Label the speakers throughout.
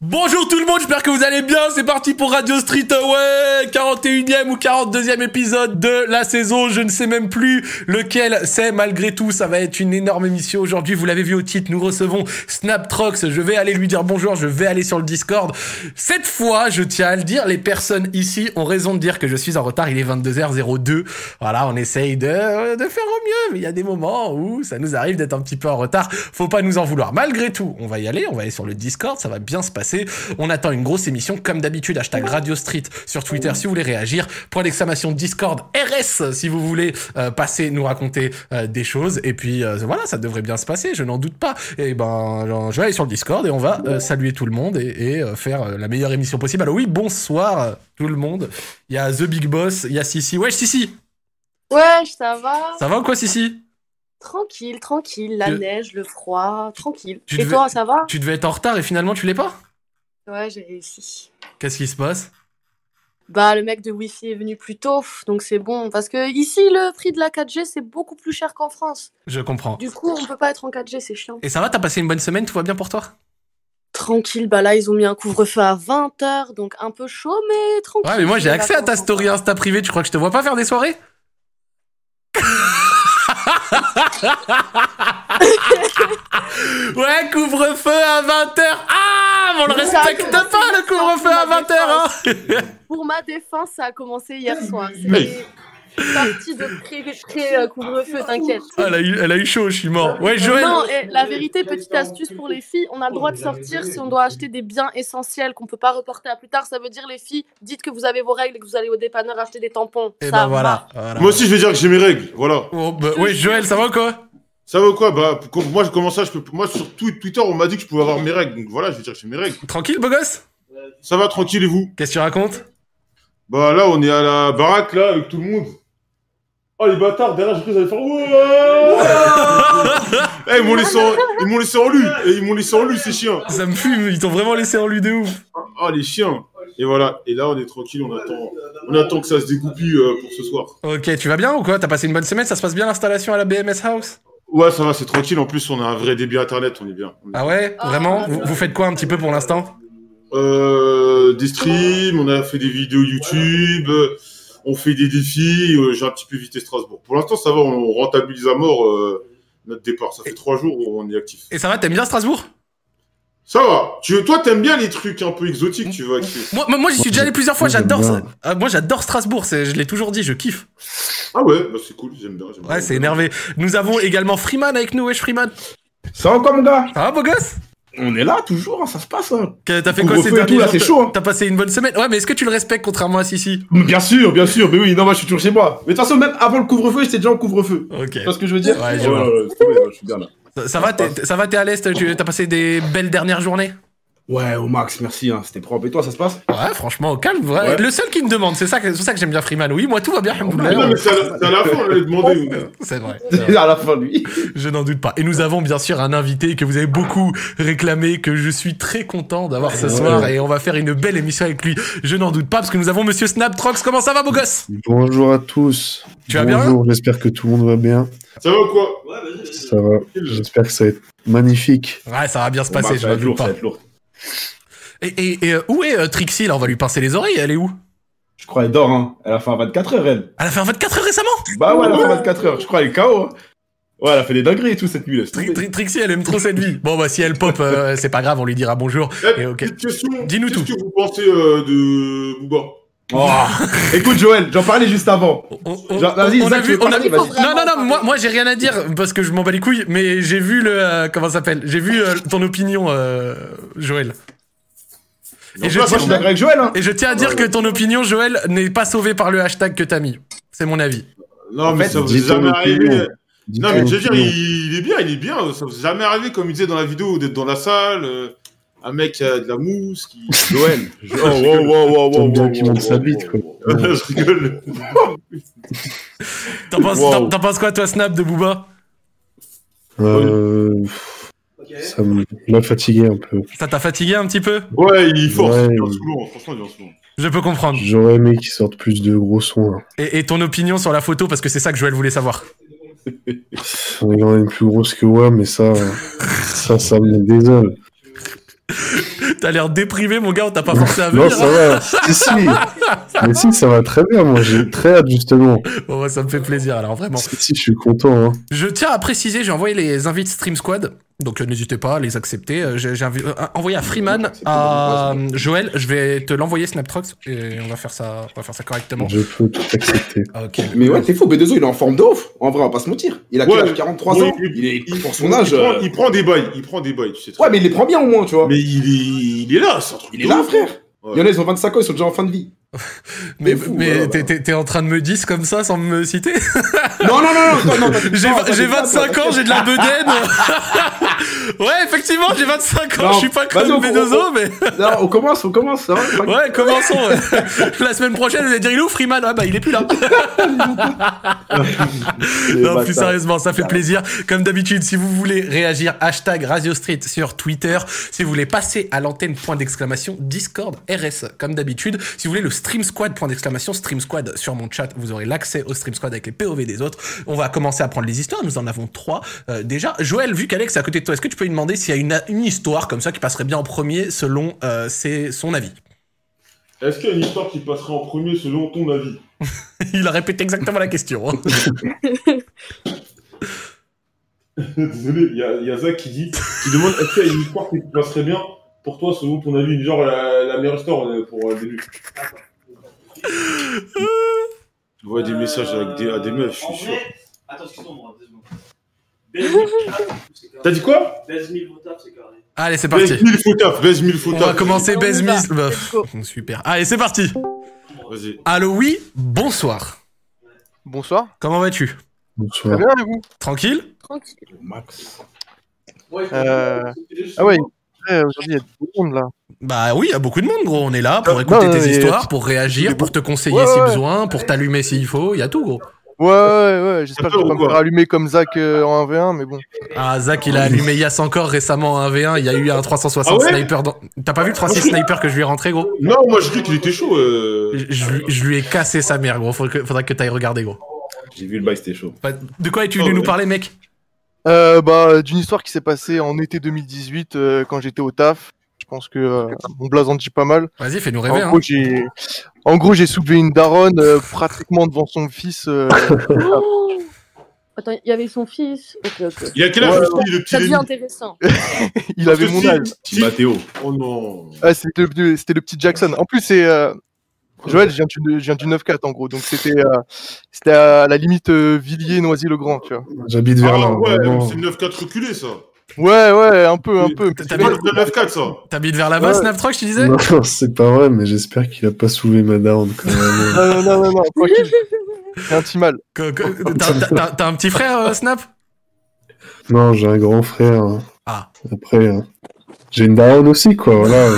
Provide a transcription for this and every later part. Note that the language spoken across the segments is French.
Speaker 1: Bonjour tout le monde, j'espère que vous allez bien. C'est parti pour Radio Street Away, 41e ou 42e épisode de la saison. Je ne sais même plus lequel c'est. Malgré tout, ça va être une énorme émission aujourd'hui. Vous l'avez vu au titre, nous recevons Snaptrox. Je vais aller lui dire bonjour, je vais aller sur le Discord. Cette fois, je tiens à le dire, les personnes ici ont raison de dire que je suis en retard. Il est 22h02. Voilà, on essaye de, de faire au mieux. Mais il y a des moments où ça nous arrive d'être un petit peu en retard. Faut pas nous en vouloir. Malgré tout, on va y aller. On va aller sur le Discord. Ça va bien se passer. On attend une grosse émission. Comme d'habitude, hashtag Radio Street sur Twitter si vous voulez réagir. Point d'exclamation Discord RS si vous voulez euh, passer, nous raconter euh, des choses. Et puis euh, voilà, ça devrait bien se passer. Je n'en doute pas. Et ben, genre, je vais aller sur le Discord et on va euh, saluer tout le monde et, et, euh, faire euh, la meilleure émission possible. Alors oui, bonsoir euh, tout le monde. Il y a The Big Boss, il y a Sissi. Wesh Sissi,
Speaker 2: Wesh, ça va
Speaker 1: ça va ou quoi Sissi
Speaker 2: Tranquille, tranquille, la
Speaker 1: Je-
Speaker 2: neige, le froid, tranquille.
Speaker 1: Tu
Speaker 2: Et
Speaker 1: devais-
Speaker 2: toi, ça va
Speaker 1: Tu devais être en retard et finalement tu l'es pas
Speaker 2: Ouais, j'ai réussi.
Speaker 1: Qu'est-ce qui se passe
Speaker 2: Bah, le mec de Wi-Fi est venu plus tôt, donc c'est bon. Parce que ici, le prix de la 4G, c'est beaucoup plus cher qu'en France.
Speaker 1: Je comprends.
Speaker 2: Du coup, on peut pas être en 4G, c'est chiant.
Speaker 1: Oh. Et ça va, t'as passé une bonne semaine, tout va bien pour toi
Speaker 2: Tranquille, bah là, ils ont mis un couvre-feu à 20h, donc un peu chaud, mais tranquille.
Speaker 1: Ouais, mais moi j'ai
Speaker 2: Les
Speaker 1: accès à ta
Speaker 2: vacances, hein.
Speaker 1: story Insta privée, tu crois que je te vois pas faire des soirées Ouais, couvre-feu à 20h Ah, mais on le
Speaker 2: Mais ça a
Speaker 1: respecte pas
Speaker 2: commencé
Speaker 1: le
Speaker 2: hier
Speaker 1: couvre-feu
Speaker 2: soir,
Speaker 1: à hein. 20h
Speaker 2: en- Pour ma défense, ça a commencé hier soir.
Speaker 1: Mais-
Speaker 2: C'est parti de pré-couvre-feu, t'inquiète.
Speaker 1: Ah, elle, a eu, elle a eu chaud, je suis mort. Ouais, Joël
Speaker 2: Non, et la vérité, petite astuce pour les filles, on a le droit de sortir si on doit acheter des biens essentiels qu'on peut pas reporter à plus tard. Ça veut dire, les filles, dites que vous avez vos règles et que vous allez au dépanneur acheter des tampons.
Speaker 3: Eh
Speaker 1: Et
Speaker 2: ça
Speaker 1: bah
Speaker 3: ben,
Speaker 2: va.
Speaker 1: voilà. voilà.
Speaker 4: Moi aussi, je vais dire que j'ai mes règles, voilà.
Speaker 1: Oh, bah, ouais, Joël, ça va ou quoi
Speaker 4: Ça veut quoi Bah, pour- moi, je- comment ça je peux... Moi, sur Twi- Twitter, on m'a dit que je pouvais avoir mes règles, donc voilà, je vais dire que j'ai mes règles.
Speaker 1: Tranquille, beau gosse
Speaker 4: Ça va, tranquille, et vous
Speaker 1: Qu'est-ce que tu racontes
Speaker 4: Bah, là, on est à la baraque, là, avec tout le monde. Oh, les bâtards, derrière, j'ai cru qu'ils allaient faire... Ouah Eh, ils m'ont laissé, en... ils m'ont laissé en lui Et Ils m'ont laissé en lui, ces chiens
Speaker 1: Ça me fume, ils t'ont vraiment laissé en lui de ouf.
Speaker 4: Oh, les chiens Et voilà, et là, on est tranquille, on attend, on attend que ça se dégoupille euh, pour ce soir.
Speaker 1: Ok, tu vas bien ou quoi T'as passé une bonne semaine Ça se passe bien l'installation à la BMS House
Speaker 4: Ouais, ça va, c'est tranquille, en plus, on a un vrai débit Internet, on est bien. On est-
Speaker 1: Ah ouais
Speaker 2: Ah,
Speaker 1: Vraiment
Speaker 2: bah,
Speaker 1: vous,
Speaker 2: bah.
Speaker 1: vous faites quoi un petit peu pour l'instant
Speaker 4: Euh, des streams, on a fait des vidéos YouTube, euh, on fait des défis, euh, j'ai un petit peu évité Strasbourg. Pour l'instant, ça va, on rentabilise à mort euh, notre départ. Ça fait trois jours où on est actif.
Speaker 1: Et ça va, t'aimes bien Strasbourg
Speaker 4: Ça va. Tu, toi, t'aimes bien les trucs un peu exotiques, tu vas kiffer.
Speaker 1: Moi, moi, moi, j'y suis déjà allé plusieurs fois,
Speaker 5: Moi, j'aime
Speaker 1: j'adore ça.
Speaker 5: bien.
Speaker 1: Ah, moi, j'adore Strasbourg, c'est- je l'ai toujours dit, je kiffe.
Speaker 4: Ah ouais, bah c'est cool, j'aime bien. j'aime bien.
Speaker 1: Ouais, c'est énervé. Nous avons également Freeman avec nous, wesh Freeman.
Speaker 5: Ça va comme gars
Speaker 1: Ça va, beau gosse
Speaker 5: On est là toujours, hein, ça se passe. hein.
Speaker 1: Que- T'as fait quoi ces
Speaker 5: Couvre-feu et
Speaker 1: derniers
Speaker 5: tout, là,
Speaker 1: jours
Speaker 5: c'est
Speaker 1: T'as-
Speaker 5: chaud, hein.
Speaker 1: T'as passé une bonne semaine Ouais, mais est-ce que tu le respectes contrairement à Sissi
Speaker 5: Mais Bien sûr, bien sûr, mais oui, non, moi je suis toujours chez moi. Mais de toute façon, même avant le couvre-feu, j'étais déjà en couvre-feu.
Speaker 1: Ok.
Speaker 5: Tu vois ce que je veux dire
Speaker 1: Ouais, je vois.
Speaker 5: c'est bon, ouais, je suis bien là.
Speaker 1: Ça, ça va, t'es- t'es- ça va, t'es à l'aise, tu- t'as passé des belles dernières journées
Speaker 5: Ouais, au max, merci, hein, c'était propre. Et toi, ça se passe
Speaker 1: Ouais, franchement, au calme. ouais.
Speaker 5: Ouais.
Speaker 1: Le seul qui me demande, c'est ça, que- c'est pour ça que j'aime bien Freeman. Oui, moi, tout va bien,
Speaker 4: Mais non,
Speaker 1: alhamdoulilah.
Speaker 4: mais c'est à la- c'est à la fin, on allait demander.
Speaker 1: C'est vrai.
Speaker 5: à la fin, lui.
Speaker 1: Je n'en doute pas. Et nous avons bien sûr un invité que vous avez beaucoup réclamé, que je suis très content d'avoir ce
Speaker 5: Ouais.
Speaker 1: soir et on va faire une belle émission avec lui. Je n'en doute pas parce que nous avons monsieur Snaptrox. Comment ça va, beau gosse
Speaker 6: Bonjour à tous.
Speaker 1: Tu vas bien
Speaker 6: Bonjour, j'espère que tout le monde va bien.
Speaker 4: Ça va ou quoi
Speaker 6: Ça va. J'espère que ça va être magnifique.
Speaker 1: Ouais, ça va bien se
Speaker 5: Au
Speaker 1: passer,
Speaker 5: max,
Speaker 1: je
Speaker 5: Bah, ça va
Speaker 1: n'en
Speaker 5: être
Speaker 1: doute
Speaker 5: lourd, ça
Speaker 1: pas.
Speaker 5: va être lourd.
Speaker 1: Et, et- et, euh, où est euh, Trixie là On va lui pincer les oreilles, elle est où
Speaker 5: Je crois elle dort, hein. Elle a fait un 24 heures, elle.
Speaker 1: Elle a fait un 24 heures récemment
Speaker 5: Bah ouais, elle a fait un 24 heures, je crois, elle est KO. hein. Ouais, elle a fait des dingueries et tout cette nuit, laisse
Speaker 1: Tri-
Speaker 5: tomber.
Speaker 1: Tri- Trixie, elle aime trop cette vie. Bon, bah si elle pop, euh, c'est pas grave, on lui dira bonjour.
Speaker 4: Eh,
Speaker 1: Et ok.
Speaker 4: petite question.
Speaker 1: Dis-nous
Speaker 4: Qu'est-ce
Speaker 1: tout.
Speaker 4: que vous pensez euh, de Booba
Speaker 5: Oh. Écoute, Joël, j'en parlais juste avant.
Speaker 1: On, on-
Speaker 5: Genre, vas-y,
Speaker 1: on a
Speaker 5: Zach, tu
Speaker 1: vu,
Speaker 5: veux
Speaker 1: on a
Speaker 5: parler,
Speaker 1: vu.
Speaker 5: vas-y.
Speaker 1: Non, non, non, moi, moi j'ai rien à dire parce que je m'en bats les couilles, mais j'ai vu le. euh, comment ça s'appelle J'ai vu euh, ton opinion, euh, Joël. Et
Speaker 4: Donc
Speaker 1: je,
Speaker 4: là,
Speaker 5: Moi, je suis
Speaker 1: tiens,
Speaker 5: d'accord avec Joël, hein.
Speaker 1: et je tiens à dire que ton opinion, Joël, n'est pas sauvée par le hashtag que t'as mis. C'est mon avis.
Speaker 4: Non, mais
Speaker 5: fait,
Speaker 4: ça vous est
Speaker 6: dis ton
Speaker 4: jamais
Speaker 6: opinion.
Speaker 4: arrivé. Non, mais je veux dire,
Speaker 6: Dites-moi.
Speaker 4: il, il est bien, il est bien. Ça vous est jamais arrivé, comme il disait dans la vidéo, d'être dans la salle, euh, un mec qui a de la mousse, qui.
Speaker 5: Joël.
Speaker 4: Oh, wow, wow, wow,
Speaker 6: T'aimes
Speaker 4: wow,
Speaker 6: bien
Speaker 4: wow,
Speaker 6: qu'il
Speaker 4: wow,
Speaker 6: monte sa
Speaker 4: wow,
Speaker 6: bite,
Speaker 4: wow,
Speaker 6: quoi.
Speaker 4: wow. Je rigole.
Speaker 1: T'en penses,
Speaker 4: Wow.
Speaker 1: t'en- t'en penses quoi, toi, Snap de Booba
Speaker 6: Euh, ça me- m'a fatigué un peu.
Speaker 1: Ça t'a fatigué un petit peu
Speaker 4: Ouais, il force,
Speaker 6: Ouais.
Speaker 4: il est en souvent, franchement, il est en souvent.
Speaker 1: Je peux comprendre.
Speaker 6: J'aurais aimé qu'ils sortent plus de gros sons. hein. là.
Speaker 1: Et, et ton opinion sur la photo, parce que c'est ça que Joël voulait savoir.
Speaker 6: Il y en a une plus grosse que moi, mais ça, ça, ça me désole.
Speaker 1: T'as l'air déprivé, mon gars, on t'a pas forcé à venir.
Speaker 6: Non, ça va. si, si. Mais si, ça va très bien. Moi, j'ai très hâte, justement.
Speaker 1: Bon, bah, ça me fait plaisir, alors vraiment.
Speaker 6: Si, si, je suis content. Hein.
Speaker 1: Je tiens à préciser, j'ai envoyé les invites Stream Squad. Donc euh, n'hésitez pas à les accepter. Euh, J'ai j'ai invi- euh, envoyé à Freeman, à euh, Joël. Je vais te l'envoyer Snaptrox et on va faire ça, on va faire ça correctement.
Speaker 6: Je peux tout accepter.
Speaker 1: Ah, ok.
Speaker 5: Mais ouais, c'est fou, B2O, il est en forme de ouf. En vrai, on va pas se mentir. Il a
Speaker 4: Ouais.
Speaker 5: quel âge 43
Speaker 4: Ouais,
Speaker 5: ans. Il est pour son âge.
Speaker 4: Il prend,
Speaker 5: euh,
Speaker 4: il prend des bails, il prend des bails, tu sais. très
Speaker 5: Ouais, mais il les prend bien au moins, tu vois.
Speaker 4: bien. Mais il est, il est là, c'est un truc.
Speaker 5: Il
Speaker 4: de
Speaker 5: est là,
Speaker 4: ouf.
Speaker 5: frère.
Speaker 4: Ouais.
Speaker 5: Il y en a, ils ont 25 ans, ils sont déjà en fin de vie.
Speaker 1: Mais,
Speaker 5: fou,
Speaker 1: mais
Speaker 5: voilà,
Speaker 1: t'es-
Speaker 5: bah.
Speaker 1: t'es t'es en train de me dire comme ça sans me citer
Speaker 5: Non, non, non, non, non, non, pas du tout,
Speaker 1: J'ai
Speaker 5: non, pas
Speaker 1: j'ai
Speaker 5: du tout,
Speaker 1: 25
Speaker 5: toi,
Speaker 1: ans, j'ai de la bedaine. ouais, effectivement, j'ai 25 ans,
Speaker 5: Non,
Speaker 1: je suis pas
Speaker 5: vas-y,
Speaker 1: comme
Speaker 5: on-
Speaker 1: B2O, mais
Speaker 5: Non, on commence, on commence. hein. ça va, tranquille.
Speaker 1: ouais, commençons. ouais. La semaine prochaine, vous allez dire, il est où Freeman Ah bah, il est plus là.
Speaker 5: Les
Speaker 1: Non,
Speaker 5: bâtards.
Speaker 1: plus sérieusement, ça fait plaisir. Comme d'habitude, si vous voulez réagir, hashtag Radio Street sur Twitter. Si vous voulez passer à l'antenne, point d'exclamation, Discord RS, comme d'habitude. Si vous voulez le Stream Squad, point d'exclamation, Stream Squad sur mon chat, vous aurez l'accès au Stream Squad avec les POV des autres. On va commencer à prendre les histoires. Nous en avons trois euh, déjà. Joël, vu qu'Alex est à côté de toi, est-ce que tu peux lui demander s'il y a une, une histoire comme ça qui passerait bien en premier selon euh, ses- son avis
Speaker 4: Est-ce qu'il y a une histoire qui passerait en premier selon ton avis
Speaker 1: Il a répété exactement la question. hein.
Speaker 4: Désolé, il y, a- il y a Zach qui dit, qui demande est-ce qu'il y a une histoire qui passerait bien pour toi selon ton avis, genre la, la meilleure histoire euh, pour euh, le début. Je vois des messages avec des, à des meufs, je suis sûr.
Speaker 7: Attends, excuse-moi, deux secondes. Benz-
Speaker 4: T'as dit quoi
Speaker 7: Benz mille votaf, c'est carré.
Speaker 1: Allez, c'est parti.
Speaker 4: Baise mille faux taf, baise mille faux
Speaker 1: On va
Speaker 4: taf.
Speaker 1: commencer
Speaker 2: On y
Speaker 1: Base
Speaker 2: va.
Speaker 1: Miss. bah,
Speaker 2: Let's go.
Speaker 1: pff, super. Allez, c'est parti.
Speaker 4: Vas-y.
Speaker 1: Allô, oui, bonsoir.
Speaker 3: Bonsoir.
Speaker 1: Comment vas-tu
Speaker 3: Très
Speaker 6: Bonsoir.
Speaker 3: bien, Euh, et vous
Speaker 1: Tranquille
Speaker 2: Tranquille.
Speaker 5: Max.
Speaker 3: Euh, Ah ouais, euh, aujourd'hui, il y a beaucoup de monde là.
Speaker 1: Bah oui, il y a beaucoup de monde, gros. On est là pour
Speaker 3: Euh,
Speaker 1: écouter
Speaker 3: non,
Speaker 1: tes
Speaker 3: mais-
Speaker 1: histoires, pour réagir, pour te conseiller
Speaker 3: Ouais,
Speaker 1: si
Speaker 3: ouais.
Speaker 1: besoin, pour t'allumer s'il faut. Il y a tout, gros.
Speaker 3: Ouais, ouais, ouais, j'espère que je
Speaker 4: Ou
Speaker 3: vais pas me
Speaker 4: quoi
Speaker 3: faire allumer comme Zach euh, en 1v1, mais bon.
Speaker 1: Ah, Zach, il a allumé Yass encore récemment un V1. Il y a eu un 360
Speaker 4: Ah ouais
Speaker 1: sniper. Dans... T'as pas vu le 360 sniper que je lui ai rentré, gros
Speaker 4: Non, moi je dis qu'il était chaud. euh.
Speaker 1: je, je- je lui ai cassé sa mère, gros. Faudrait que, faudrait que t'ailles regarder, gros.
Speaker 5: J'ai vu le bail, c'était chaud.
Speaker 1: Bah, De quoi es-tu
Speaker 4: Oh,
Speaker 1: venu nous
Speaker 4: ouais.
Speaker 1: parler, mec
Speaker 3: Euh, bah, d'une histoire qui s'est passée en été 2018 euh, quand j'étais au taf. Je pense que euh, mon blason dit pas mal.
Speaker 1: Vas-y, fais-nous
Speaker 3: En
Speaker 1: rêver, hein.
Speaker 3: gros, j'ai, en gros, j'ai soulevé une daronne euh, pratiquement devant son fils. euh,
Speaker 2: Oh Attends, il y avait son fils. Ok, ok.
Speaker 4: Il y a quel âge
Speaker 3: Ouais.
Speaker 4: aussi, le petit
Speaker 2: Ça devient
Speaker 4: Lenny
Speaker 2: intéressant.
Speaker 3: il avait
Speaker 4: Parce que
Speaker 3: mon
Speaker 4: si-
Speaker 3: âge.
Speaker 4: si-
Speaker 5: Mathéo.
Speaker 4: Oh non.
Speaker 3: Ah, c'était le, c'était le petit Jackson. En plus, c'est euh, Joël, je viens du, je viens du 9-4 en gros, donc c'était, euh, c'était à la limite euh, Villiers, Noisy-le-Grand, tu vois.
Speaker 6: J'habite vers
Speaker 4: Ah
Speaker 6: là. hein.
Speaker 4: ouais,
Speaker 6: vraiment.
Speaker 3: Oh.
Speaker 4: c'est le 9-4 reculé ça.
Speaker 3: Ouais, ouais, un peu, un peu.
Speaker 1: T'as
Speaker 4: C'est
Speaker 1: mis-
Speaker 4: pas le 9-4 ça.
Speaker 1: T'habites vers là-bas,
Speaker 3: Ouais.
Speaker 1: Snaptrock, je te disais
Speaker 6: Non, c'est pas vrai, mais j'espère qu'il a pas soulevé ma daronne quand même.
Speaker 3: Non, non, non, non, non, tranquille. J'ai un petit mal.
Speaker 1: Que- que- t'as- t'as- T'as t'as un petit frère, euh, Snap
Speaker 6: non, j'ai un grand frère. hein.
Speaker 1: Ah.
Speaker 6: Après, euh, j'ai une daronne aussi, quoi. Voilà.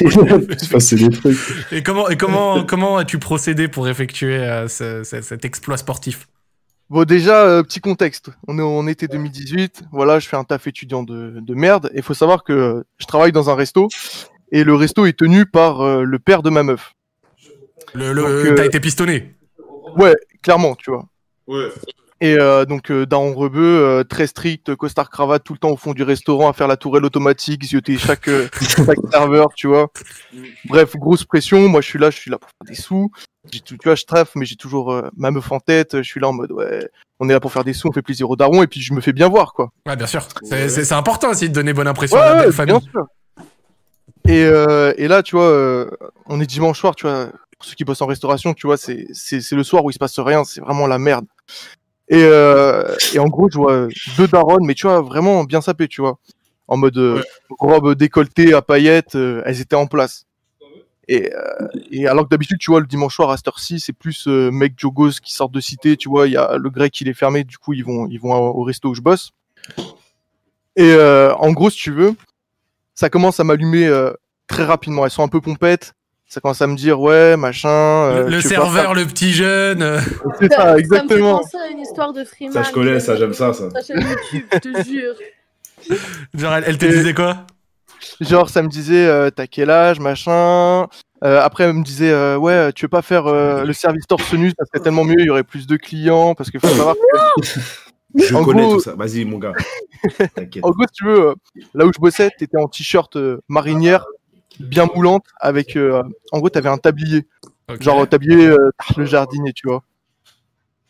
Speaker 6: Il a pu se passer des trucs.
Speaker 1: Et comment, et comment, comment as-tu procédé pour effectuer euh, ce- ce- cet exploit sportif
Speaker 3: Bon, déjà, euh, petit contexte. On est en été 2018. Voilà, je fais un taf étudiant de, de merde. Et faut savoir que euh, je travaille dans un resto. Et le resto est tenu par euh, le père de ma meuf.
Speaker 1: le, le-
Speaker 3: Donc, euh,
Speaker 1: T'as été pistonné
Speaker 3: Ouais, clairement, tu vois.
Speaker 4: Ouais.
Speaker 3: Et euh, donc, euh, daron rebeu, euh, très strict, costard cravate tout le temps au fond du restaurant à faire la tourelle automatique, zioter chaque, euh, chaque serveur, tu vois. Bref, grosse pression. Moi, je suis là, je suis là pour faire des sous. J'ai tout, tu vois, je traffe, mais j'ai toujours euh, ma meuf en tête. Je suis là en mode, ouais, on est là pour faire des sous, on fait plaisir au daron, et puis je me fais bien voir, quoi.
Speaker 1: Ouais, bien sûr. C'est- C'est c'est important aussi de donner bonne impression
Speaker 3: Ouais,
Speaker 1: à la
Speaker 3: ouais,
Speaker 1: belle famille.
Speaker 3: bien sûr. Et, euh, et là, tu vois, euh, on est dimanche soir, tu vois, pour ceux qui bossent en restauration, tu vois, c'est c'est- c'est le soir où il se passe rien, c'est vraiment la merde. Et, euh, et en gros, je vois deux daronnes, mais tu vois, vraiment bien sapées, tu vois, en mode euh, robe décolletée à paillettes, euh, elles étaient en place. Et, euh, et alors que d'habitude, tu vois, le dimanche soir à cette heure-ci, c'est plus euh, mec jogos qui sortent de cité, tu vois, il y a le grec il est fermé, du coup, ils vont, ils vont au au resto où je bosse. Et euh, en gros, si tu veux, ça commence à m'allumer euh, très rapidement. Elles sont un peu pompettes. Ça commence à me dire, ouais, machin.
Speaker 1: Le,
Speaker 3: euh,
Speaker 1: le
Speaker 3: je sais pas,
Speaker 1: serveur, le petit jeune. euh,
Speaker 3: ça- C'est ça, exactement.
Speaker 2: Ça me fait penser à une histoire de Freeman.
Speaker 5: Ça, je connais, ça, j'aime ça, ça.
Speaker 2: Sa chaîne YouTube, je te jure.
Speaker 1: genre, elle, elle te
Speaker 3: Et-
Speaker 1: disait quoi
Speaker 3: Genre, ça me disait, euh, t'as quel âge, machin. Euh, après, elle me disait, euh, ouais, tu veux pas faire euh, le service torse nu, ça serait tellement mieux, il y aurait plus de clients, parce qu'il faut savoir que
Speaker 5: Je
Speaker 3: En
Speaker 5: connais
Speaker 3: gros-
Speaker 5: tout ça. Vas-y, mon gars. T'inquiète.
Speaker 3: En gros, si tu veux, euh, là où je bossais, t'étais en t-shirt euh, marinière, bien moulante avec. euh, en gros, t'avais un tablier.
Speaker 1: Ok.
Speaker 3: Genre, tablier, euh, le jardinier, tu vois.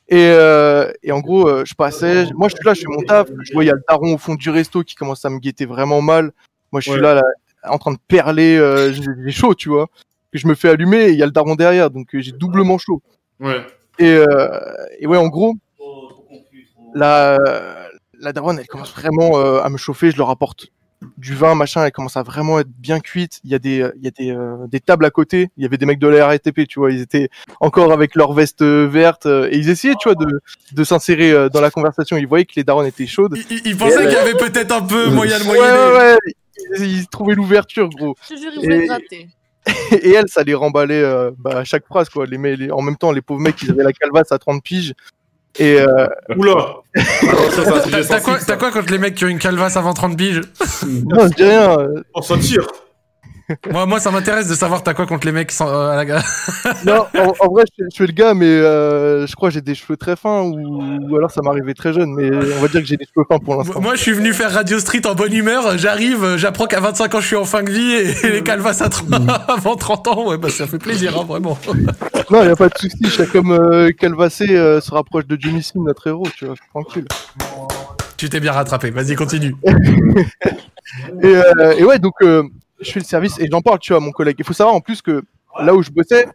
Speaker 3: Et, euh, et en gros, euh, je passais. Moi, je suis là, je fais mon taf. Je vois, il y a le daron au fond du resto qui commence à me guetter vraiment mal. Moi, je suis
Speaker 4: Ouais.
Speaker 3: là, là, en train de perler. euh, j'ai j'ai chaud, tu vois. Que je me fais allumer et il y a le daron derrière. Donc, euh, j'ai doublement chaud.
Speaker 4: Ouais.
Speaker 3: Et, euh, et ouais, en gros,
Speaker 7: Oh, trop confus, trop.
Speaker 3: la, la daronne, elle commence vraiment euh, à me chauffer, je leur apporte du vin, machin, elle commence à vraiment être bien cuite. Il y a des, euh, il y a des, euh, des tables à côté, il y avait des mecs de la RATP, tu vois, ils étaient encore avec leur veste euh, verte, euh, et ils essayaient, tu vois, de, de s'insérer euh, dans la conversation. Ils voyaient que les daronnes étaient chaudes.
Speaker 1: Il, il- il pensait qu'il y avait peut-être un peu moyen de
Speaker 3: Ouais,
Speaker 1: moyenner.
Speaker 3: ouais, ouais, ils, ils trouvaient l'ouverture, gros.
Speaker 2: Je te jure, ils voulaient
Speaker 3: Et-
Speaker 2: gratter.
Speaker 3: Et elle, ça les remballait euh, bah, à chaque phrase, quoi. Les, mecs- les- en même temps, les pauvres mecs, ils avaient la calvasse à 30 piges. Et, euh,
Speaker 4: Oula
Speaker 5: ça, c'est un sujet
Speaker 1: T'as- T'as quoi,
Speaker 5: sensible,
Speaker 1: t'as
Speaker 5: ça.
Speaker 1: quoi contre les mecs qui ont une calvasse avant 30 piges
Speaker 3: non, je dis rien, euh,
Speaker 4: Oh, ça tire
Speaker 1: Moi, moi, ça m'intéresse de savoir t'as quoi contre les mecs sans, euh, à la gare.
Speaker 3: Non, en, en vrai, je, je suis le gars, mais euh, je crois que j'ai des cheveux très fins, ou, ou alors ça m'est arrivé très jeune, mais on va dire que j'ai des cheveux fins pour l'instant.
Speaker 1: Moi, je suis venu faire Radio Street en bonne humeur. J'arrive, euh, j'apprends qu'à 25 ans, je suis en fin de vie et, et les calvasses à 30 avant 30 ans. Ouais, bah, ça fait plaisir, hein, vraiment.
Speaker 3: Non, il a pas de souci, je suis comme euh, Calvacé euh, se rapproche de Jimmy Sim, notre héros, tu vois, tranquille.
Speaker 1: Tu t'es bien rattrapé. Vas-y, continue.
Speaker 3: Et, euh, et ouais, donc euh, je fais le service et j'en parle, tu vois, à mon collègue. Il faut savoir en plus que là où je bossais,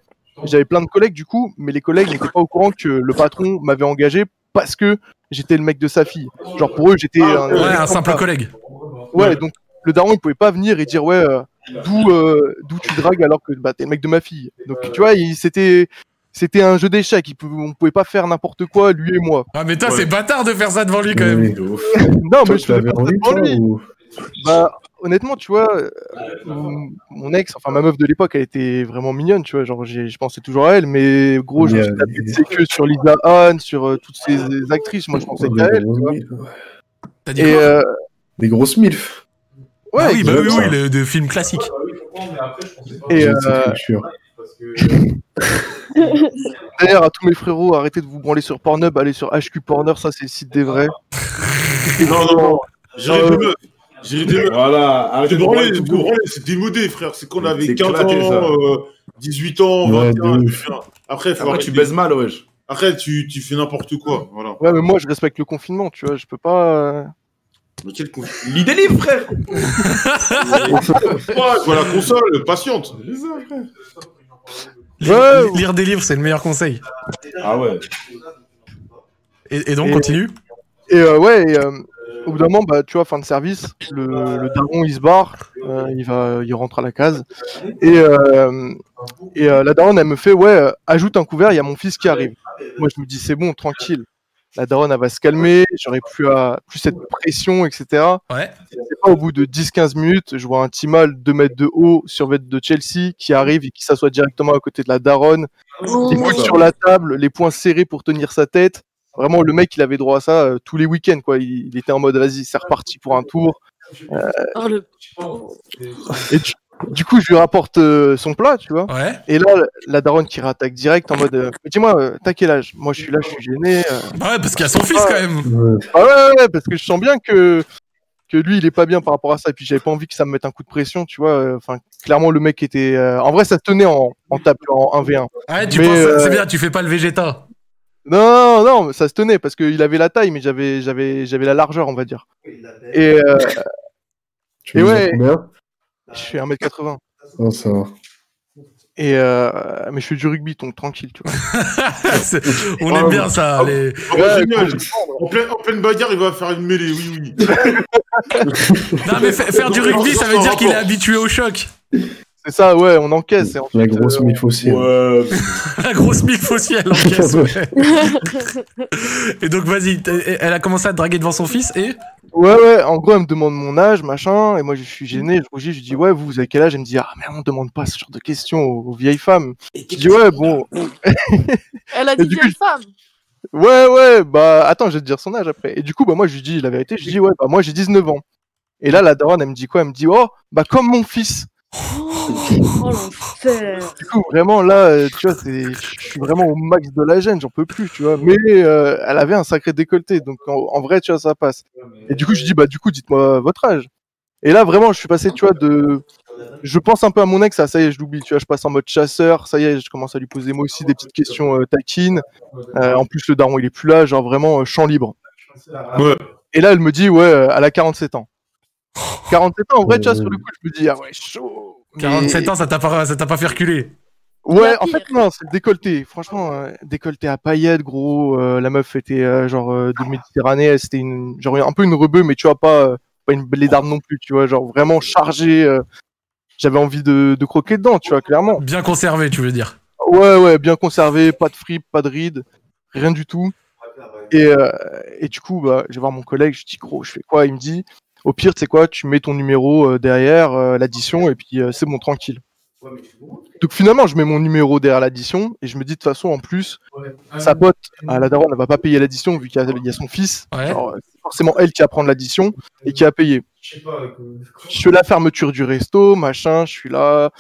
Speaker 3: j'avais plein de collègues du coup, mais les collègues n'étaient pas au courant que le patron m'avait engagé parce que j'étais le mec de sa fille. Genre pour eux, j'étais un,
Speaker 1: Ouais, un simple collègue.
Speaker 3: Ouais, donc le daron, il pouvait pas venir et dire ouais, euh, d'où euh, d'où tu dragues alors que bah, t'es le mec de ma fille. Donc tu vois, il- c'était c'était un jeu d'échecs. il pou- On pouvait pas faire n'importe quoi, lui et moi.
Speaker 1: Ah, mais toi,
Speaker 4: Ouais.
Speaker 1: c'est bâtard de faire ça devant lui, quand
Speaker 6: Mais
Speaker 1: même. Ah
Speaker 6: oui, de ouf.
Speaker 3: Non,
Speaker 6: Toi,
Speaker 3: mais je
Speaker 6: tu
Speaker 3: faisais
Speaker 6: l'avais
Speaker 3: pas
Speaker 6: envie,
Speaker 3: ça devant
Speaker 6: toi,
Speaker 3: lui.
Speaker 6: ou...
Speaker 3: Bah, honnêtement, tu vois, euh, mon mon ex, enfin ma meuf de l'époque, elle était vraiment mignonne, tu vois. Genre, j'ai- je pensais toujours à elle, mais gros, je me
Speaker 6: Mais,
Speaker 3: suis
Speaker 6: euh,
Speaker 3: tapé de ses queues sur Lisa Anne, sur euh, toutes ces actrices. Moi, je pensais qu'à
Speaker 6: des,
Speaker 3: elle.
Speaker 6: grosses
Speaker 3: tu vois.
Speaker 6: milfs.
Speaker 1: T'as dit
Speaker 3: Et
Speaker 1: quoi
Speaker 3: euh,
Speaker 6: Des grosses milfs.
Speaker 3: ouais,
Speaker 1: Ah oui, bah oui,
Speaker 6: exactement.
Speaker 1: oui, le, de film classique.
Speaker 7: Bah oui, je comprends, mais après, je pensais pas.
Speaker 3: Et,
Speaker 6: J'ai
Speaker 3: euh,
Speaker 6: cette culture.
Speaker 7: Parce que.
Speaker 3: D'ailleurs, à tous mes frérots, arrêtez de vous branler sur Pornhub, allez sur HQ Pornhub, ça c'est le site des vrais.
Speaker 4: Non, non, non
Speaker 3: Euh,
Speaker 4: J'irai des meufs J'irai des meufs
Speaker 5: Voilà, arrêtez
Speaker 4: Te
Speaker 5: de branler
Speaker 4: branler,
Speaker 5: tout
Speaker 4: te
Speaker 5: court.
Speaker 4: branler, c'est démodé, frère C'est qu'on
Speaker 5: C'est
Speaker 4: avait 15
Speaker 5: éclaté, ça.
Speaker 4: ans, euh, 18 ans,
Speaker 6: Ouais,
Speaker 4: 21,
Speaker 6: de ouf.
Speaker 4: etc. Après, faut
Speaker 5: Après, tu
Speaker 4: arrêter.
Speaker 5: baises mal, wesh.
Speaker 4: Après, tu, tu fais n'importe quoi, voilà.
Speaker 3: Ouais, mais moi je respecte le confinement, tu vois, je peux pas. euh,
Speaker 4: Mais quel confinement
Speaker 5: L'idée livre, frère
Speaker 4: Tu vois la console, patiente
Speaker 1: Lire,
Speaker 3: Ouais,
Speaker 1: lire des livres, c'est le meilleur conseil.
Speaker 5: Ah ouais.
Speaker 1: Et, et donc,
Speaker 3: Et-
Speaker 1: continue.
Speaker 3: Et euh, ouais, et, euh, au bout d'un moment, bah, tu vois, fin de service, le, le daron il se barre, euh, il va, il rentre à la case. Et, euh, et euh, la daronne elle me fait, ouais, euh, ajoute un couvert, il y a mon fils qui arrive. Moi je me dis, c'est bon, tranquille. La daronne elle va se calmer, j'aurai plus, à, plus cette pression, etc.
Speaker 1: Ouais.
Speaker 3: C'est pas au bout de 10-15 minutes, je vois un Timal 2 mètres de haut, survêt de Chelsea, qui arrive et qui s'assoit directement à côté de la daronne, qui
Speaker 2: Ouh.
Speaker 3: fout sur la table, les poings serrés pour tenir sa tête. Vraiment, le mec, il avait droit à ça euh, tous les week-ends, quoi. Il, il était en mode, vas-y, c'est reparti pour un tour. Euh,
Speaker 2: Oh, le
Speaker 3: Et du, du coup, je lui rapporte euh, son plat, tu vois.
Speaker 1: Ouais.
Speaker 3: Et là, la daronne qui rattaque direct en mode, euh, dis-moi, euh, t'as quel âge Moi, je suis là, je suis gêné. euh.
Speaker 1: Bah ouais, parce qu'il y a son fils, quand même.
Speaker 6: Ouais.
Speaker 3: Ah ouais, ouais, ouais, parce que je sens bien que, que lui, il est pas bien par rapport à ça. Et puis, j'avais pas envie que ça me mette un coup de pression, tu vois. Euh, Enfin, clairement, le mec était. euh, En vrai, ça se tenait en, en tape, en 1v1.
Speaker 1: Ouais, Ah, tu
Speaker 3: Mais,
Speaker 1: penses,
Speaker 3: euh,
Speaker 1: c'est bien, tu fais pas le végéta.
Speaker 3: Non, non, non, mais ça se tenait parce qu'il avait la taille, mais j'avais, j'avais, j'avais la largeur, on va dire. Et euh,
Speaker 6: Tu
Speaker 3: Et
Speaker 6: mesures
Speaker 3: ouais.
Speaker 6: combien
Speaker 3: je suis 1m80.
Speaker 6: Non, ça va.
Speaker 3: Et euh, mais je fais du rugby, donc tranquille, tu vois.
Speaker 1: C'est- On aime bien ça. les-
Speaker 4: Oh, génial. en, plein- en pleine bagarre, il va faire une mêlée, oui, oui.
Speaker 1: Non, mais fa- faire du rugby, ça veut dire qu'il est habitué au choc.
Speaker 3: C'est ça, ouais, on encaisse. Et ensuite,
Speaker 6: La grosse
Speaker 3: euh,
Speaker 6: milf aussi.
Speaker 5: Ouais.
Speaker 1: La grosse mif au ciel en caisse, ouais. Et donc, vas-y, t'es- elle a commencé à te draguer devant son fils et.
Speaker 3: ouais, ouais, en gros, elle me demande mon âge, machin, et moi, je suis gêné, je rougis, je dis, ouais, vous, vous avez quel âge Elle me dit, ah, mais on demande pas ce genre de questions aux, aux vieilles femmes. Je dis, ouais, bon,
Speaker 2: Elle a
Speaker 3: Et
Speaker 2: dit
Speaker 3: du coup,
Speaker 2: vieille femme.
Speaker 3: ouais, ouais, bah, attends, je vais te dire son âge après. Et du coup, bah, moi, je lui dis la vérité, je lui dis, ouais, bah, moi, j'ai 19 ans. Et là, la daronne, elle me dit quoi Elle me dit, oh, bah, comme mon fils.
Speaker 2: Oh l'enfer.
Speaker 3: Du coup, vraiment, là, euh, tu vois, c'est, je suis vraiment au max de la gêne, j'en peux plus, tu vois. Mais euh, elle avait un sacré décolleté, donc en, en vrai, tu vois, ça passe. Et du coup, je dis, bah, du coup, dites-moi votre âge. Et là, vraiment, je suis passé, tu vois, de je pense un peu à mon ex, ah, ça y est, je l'oublie, tu vois, je passe en mode chasseur, ça y est, je commence à lui poser moi aussi des petites questions euh, taquines. Euh, en plus, le daron, il est plus là, genre vraiment euh, champ libre.
Speaker 4: Ouais.
Speaker 3: Et là, elle me dit, ouais, euh, elle a 47 ans. 47 ans, en vrai, tu vois, sur le coup, je me dis, ah ouais, chaud. Mais-
Speaker 1: 47 ans, ça t'a pas, ça t'a pas fait reculer.
Speaker 3: Ouais,
Speaker 2: La
Speaker 3: en fait, non, c'est le décolleté. Franchement, euh, décolleté à paillettes, gros. euh, la meuf était euh, genre euh, de Méditerranée. elle, C'était une, genre un peu une rebeu, mais tu vois, pas, euh, pas une blédarde non plus, tu vois. Genre vraiment chargée. euh, J'avais envie de, de croquer dedans, tu vois, clairement.
Speaker 1: Bien conservé, tu veux dire.
Speaker 3: Ouais, ouais, bien conservé, pas de fripe, pas de rides, rien du tout. Et, euh, et du coup, bah, je vais voir mon collègue, je dis, gros, je fais quoi Il me dit, au pire, c'est quoi Tu mets ton numéro euh, derrière euh, l'addition et puis euh, c'est bon, tranquille. Donc finalement, je mets mon numéro derrière l'addition et je me dis, de toute façon, en plus, sa pote, à la daronne, elle va pas payer l'addition vu qu'il y, a- il y a son fils.
Speaker 1: Ouais.
Speaker 3: Alors, euh, c'est forcément elle qui va prendre l'addition et qui a payé. Je fais la fermeture du resto, machin, je suis là.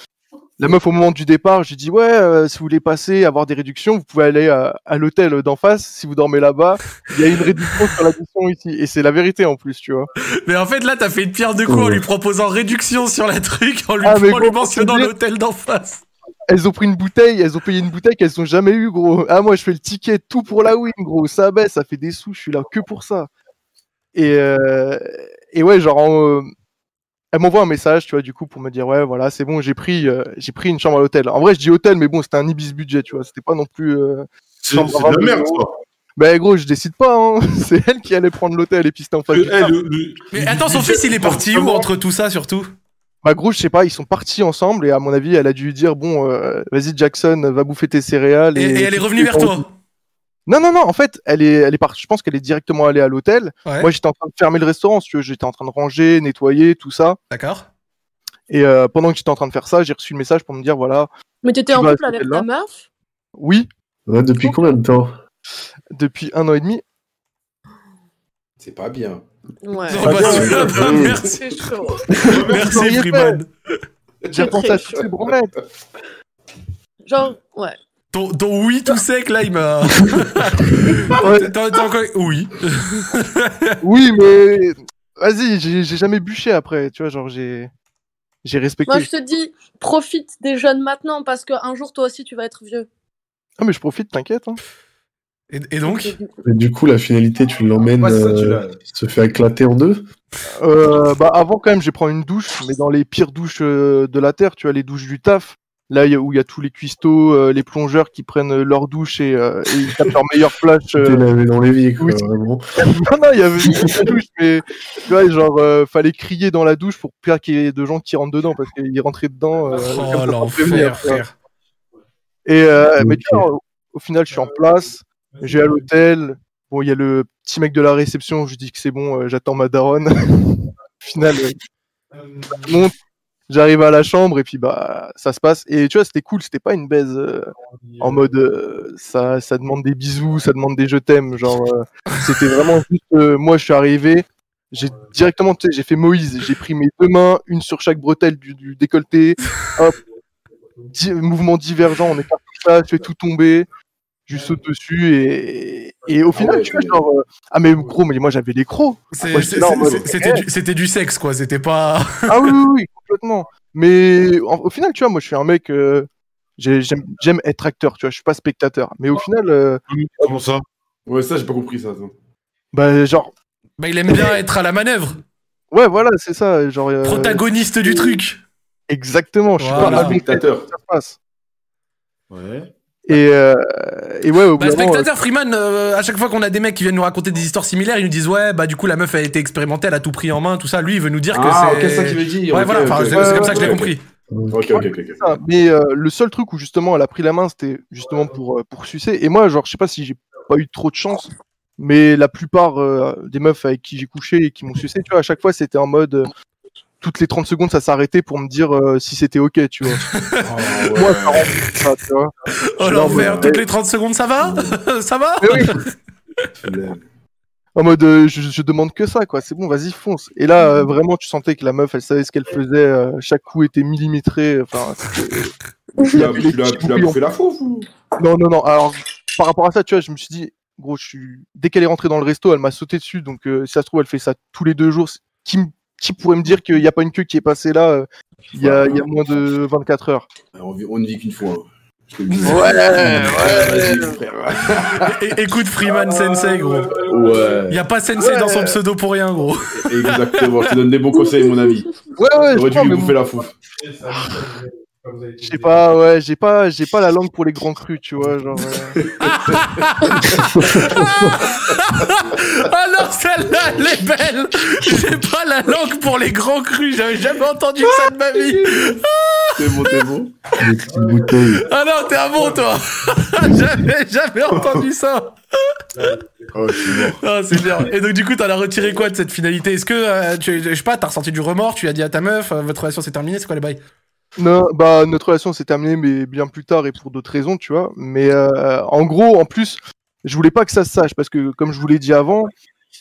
Speaker 3: La meuf, au moment du départ, j'ai dit Ouais, euh, si vous voulez passer, avoir des réductions, vous pouvez aller à, à l'hôtel d'en face. Si vous dormez là-bas, il y a une réduction sur l'addition ici. Et c'est la vérité en plus, tu vois.
Speaker 1: Mais en fait, là, t'as fait une pierre de coup en lui proposant réduction sur la truc, en lui,
Speaker 3: Ah, mais
Speaker 1: en lui
Speaker 3: gros,
Speaker 1: mentionnant
Speaker 3: c'est bien.
Speaker 1: l'hôtel d'en face.
Speaker 3: Elles ont pris une bouteille, elles ont payé une bouteille qu'elles ont jamais eu, gros. Ah, moi, je fais le ticket, tout pour la win, gros. Ça baisse, ça fait des sous, je suis là que pour ça. Et, euh, et ouais, genre, en, euh, elle m'envoie un message, tu vois, du coup, pour me dire, ouais, voilà, c'est bon, j'ai pris, euh, j'ai pris une chambre à l'hôtel. En vrai, je dis hôtel, mais bon, c'était un Ibis budget, tu vois. C'était pas non plus. euh,
Speaker 4: C'est c'est de la merde, ça.
Speaker 3: Ben gros, je décide pas, hein. c'est elle qui allait prendre l'hôtel et puis c'était en face.
Speaker 4: Le-
Speaker 3: du-
Speaker 4: eh, le- le-
Speaker 1: Mais attends, son fils, il est parti où entre tout ça, surtout
Speaker 3: Bah gros, je sais pas, ils sont partis ensemble et à mon avis, elle a dû lui dire bon, euh, vas-y Jackson, va bouffer tes céréales.
Speaker 1: et, et elle est revenue vers toi.
Speaker 3: Non non non, en fait, elle est, elle est partie. Je pense qu'elle est directement allée à l'hôtel.
Speaker 1: Ouais.
Speaker 3: Moi, j'étais en train de fermer le restaurant, si tu veux, j'étais en train de ranger, nettoyer, tout ça.
Speaker 1: D'accord.
Speaker 3: Et euh, pendant que j'étais en train de faire ça, j'ai reçu le message pour me dire voilà,
Speaker 2: Mais t'étais
Speaker 3: Tu
Speaker 2: en
Speaker 3: vas
Speaker 2: couple avec
Speaker 3: rester
Speaker 2: ta
Speaker 3: là
Speaker 2: meuf
Speaker 3: oui,
Speaker 6: Ouais, depuis combien de temps
Speaker 3: depuis un an et demi.
Speaker 8: C'est pas bien.
Speaker 2: Ouais.
Speaker 1: Non, bah,
Speaker 4: bien,
Speaker 1: tu-
Speaker 4: ouais.
Speaker 1: bah, merci,
Speaker 2: C'est chaud.
Speaker 3: vous auriez
Speaker 1: merci
Speaker 3: fait.
Speaker 1: Freeman.
Speaker 3: J'ai repensé à
Speaker 2: très
Speaker 3: toutes ces branlettes.
Speaker 2: Genre, ouais.
Speaker 1: Ton, ton oui tout sec, là, il m'a.
Speaker 3: Ouais.
Speaker 1: T'as- t'as encore- Oui.
Speaker 3: oui, mais vas-y, j'ai j'ai jamais bûché après, tu vois, genre j'ai, j'ai respecté.
Speaker 2: Moi, je te dis, profite des jeunes maintenant parce qu'un jour, toi aussi, tu vas être vieux.
Speaker 3: Ah mais je profite, t'inquiète. hein.
Speaker 1: Et, et donc
Speaker 6: Et du coup, la finalité, tu l'emmènes,
Speaker 8: Ouais, c'est ça, tu
Speaker 6: euh,
Speaker 8: l'as.
Speaker 6: il se fait éclater en deux.
Speaker 3: Euh, bah avant quand même, j'ai prends une douche, mais dans les pires douches euh, de la terre, tu as les douches du taf. Là il y a- où il y a tous les cuistots, euh, les plongeurs qui prennent euh, leur douche et, euh, et ils tapent leur meilleur flash.
Speaker 6: Tu
Speaker 3: euh.
Speaker 6: t'es lavé dans l'évier, quoi,
Speaker 3: oui.
Speaker 6: vraiment.
Speaker 3: Non non, il y avait une douche, mais tu vois genre euh, fallait crier dans la douche pour pas qu'il y ait de gens qui rentrent dedans parce qu'ils rentraient dedans. euh, comme ça,
Speaker 1: Oh
Speaker 3: pour
Speaker 1: l'enfer,
Speaker 3: prévenir.
Speaker 1: frère.
Speaker 3: Et euh, mais
Speaker 6: Ok.
Speaker 3: tu vois, au- au final je suis en place, j'ai à l'hôtel. Bon il y a le petit mec de la réception, je lui dis que c'est bon, euh, j'attends ma daronne. au final. euh, monte, j'arrive à la chambre et puis bah ça se passe. Et tu vois, c'était cool, c'était pas une baise euh, en mode euh, ça, ça demande des bisous, ça demande des je t'aime. Genre, euh, c'était vraiment juste euh, moi, je suis arrivé, j'ai directement, tu sais, j'ai fait Moïse, j'ai pris mes deux mains, une sur chaque bretelle du, du décolleté, hop, di- mouvement divergent, on écarte tout ça, je fais tout tomber. Je lui saute dessus et, et au final,
Speaker 8: ouais,
Speaker 3: tu vois,
Speaker 8: mais-
Speaker 3: genre, euh, ah, mais gros, mais moi j'avais les crocs.
Speaker 1: C'est-
Speaker 3: Moi,
Speaker 1: c'est-
Speaker 3: j'étais là en
Speaker 1: c'est-
Speaker 3: mode, eh,
Speaker 1: c'est- C'était du- c'était du sexe, quoi. C'était pas.
Speaker 3: Ah oui, oui, oui, complètement. Mais en- au final, tu vois, moi, je suis un mec. euh, j'ai- J'aime j'aime être acteur, tu vois, je suis pas spectateur. Mais au final, euh,
Speaker 8: Ah,
Speaker 4: Comment ça
Speaker 8: Ouais, ça, j'ai pas compris ça. ça.
Speaker 3: bah, genre,
Speaker 1: Bah, il aime bien être à la manœuvre.
Speaker 3: ouais, voilà, c'est ça. Genre, euh,
Speaker 1: Protagoniste du truc.
Speaker 3: exactement, je suis
Speaker 1: Voilà.
Speaker 3: pas avec ce qui
Speaker 8: Spectateur.
Speaker 3: se passe.
Speaker 4: Ouais.
Speaker 3: Et, euh, et ouais, au bout
Speaker 1: Bah,
Speaker 3: d'un moment, euh,
Speaker 1: spectateur Freeman, euh, à chaque fois qu'on a des mecs qui viennent nous raconter des histoires similaires, ils nous disent ouais bah du coup la meuf a été expérimentée, elle a tout pris en main, tout ça. Lui il veut nous dire que
Speaker 8: Ah,
Speaker 1: c'est.
Speaker 8: ok, ça qu'il veut dire.
Speaker 1: Ouais
Speaker 8: ok,
Speaker 1: voilà,
Speaker 8: ok,
Speaker 1: enfin,
Speaker 8: ok.
Speaker 1: c'est c'est comme ça que je l'ai
Speaker 8: Ouais,
Speaker 1: compris.
Speaker 8: Ok, ok, ok. ok.
Speaker 3: ça. Mais euh, le seul truc où justement elle a pris la main, c'était justement pour, euh, pour sucer. Et moi, genre, je sais pas si j'ai pas eu trop de chance, mais la plupart euh, des meufs avec qui j'ai couché et qui m'ont sucé, tu vois, à chaque fois, c'était en mode. euh, toutes les 30 secondes, ça s'arrêtait pour me dire euh, si c'était ok, tu vois.
Speaker 8: Ah, ouais.
Speaker 3: Moi, ça rend fou, ça, tu vois.
Speaker 1: Oh
Speaker 8: Non,
Speaker 1: l'enfer,
Speaker 8: mais-
Speaker 1: toutes les 30 secondes ça va Ça va
Speaker 3: Mais oui,
Speaker 8: Tu l'aimes.
Speaker 3: en mode, euh, je, je demande que ça, quoi. C'est bon, vas-y, fonce. Et là, euh, vraiment, tu sentais que la meuf, elle savait ce qu'elle faisait. euh, chaque coup était millimétré. Enfin,
Speaker 8: Tu l'as- tu l'as- tu l'as bouffé la fauve ou
Speaker 3: non, non, non. Alors, par rapport à ça, tu vois, je me suis dit, gros, je suis... dès qu'elle est rentrée dans le resto, elle m'a sauté dessus. Donc, euh, si ça se trouve, elle fait ça tous les deux jours. Qui, me- qui pourrait me dire qu'il n'y a pas une queue qui est passée là euh, il y a, il y a moins de 24 heures.
Speaker 8: Euh, On vit- on ne vit qu'une fois. hein. Je te le dis.
Speaker 3: Ouais, ouais.
Speaker 8: Vas-y, frère.
Speaker 1: É- é- Écoute Freeman Sensei, gros.
Speaker 8: euh, Ouais,
Speaker 1: Y a pas Sensei dans son pseudo pour rien, gros.
Speaker 8: exactement. Je te donne des bons conseils, mon ami.
Speaker 3: Ouais, ouais, je
Speaker 8: J'aurais dû
Speaker 3: crois,
Speaker 8: lui
Speaker 3: mais bon,
Speaker 8: bouffer la fouf.
Speaker 3: je sais pas, ouais, j'ai pas, j'ai pas la langue pour les grands crus, tu vois, genre. euh.
Speaker 1: Ah, Alors celle-là, elle est belle. J'ai pas la langue pour les grands crus. J'avais jamais entendu ça de ma vie.
Speaker 8: C'est bon, c'est bon.
Speaker 6: Des petites bouteilles.
Speaker 1: Ah non, t'es un bon, toi. J'avais jamais entendu ça.
Speaker 8: Oh, je suis mort.
Speaker 1: Ah, c'est bien. Et donc, du coup, t'en as retiré quoi de cette finalité Est-ce que, euh, tu, je sais pas, t'as ressenti du remords Tu as dit à ta meuf, euh, votre relation s'est terminée, c'est quoi les bails
Speaker 3: Non, bah notre relation s'est terminée, mais bien plus tard et pour d'autres raisons, tu vois. Mais euh, en gros, en plus, je voulais pas que ça se sache parce que, comme je vous l'ai dit avant,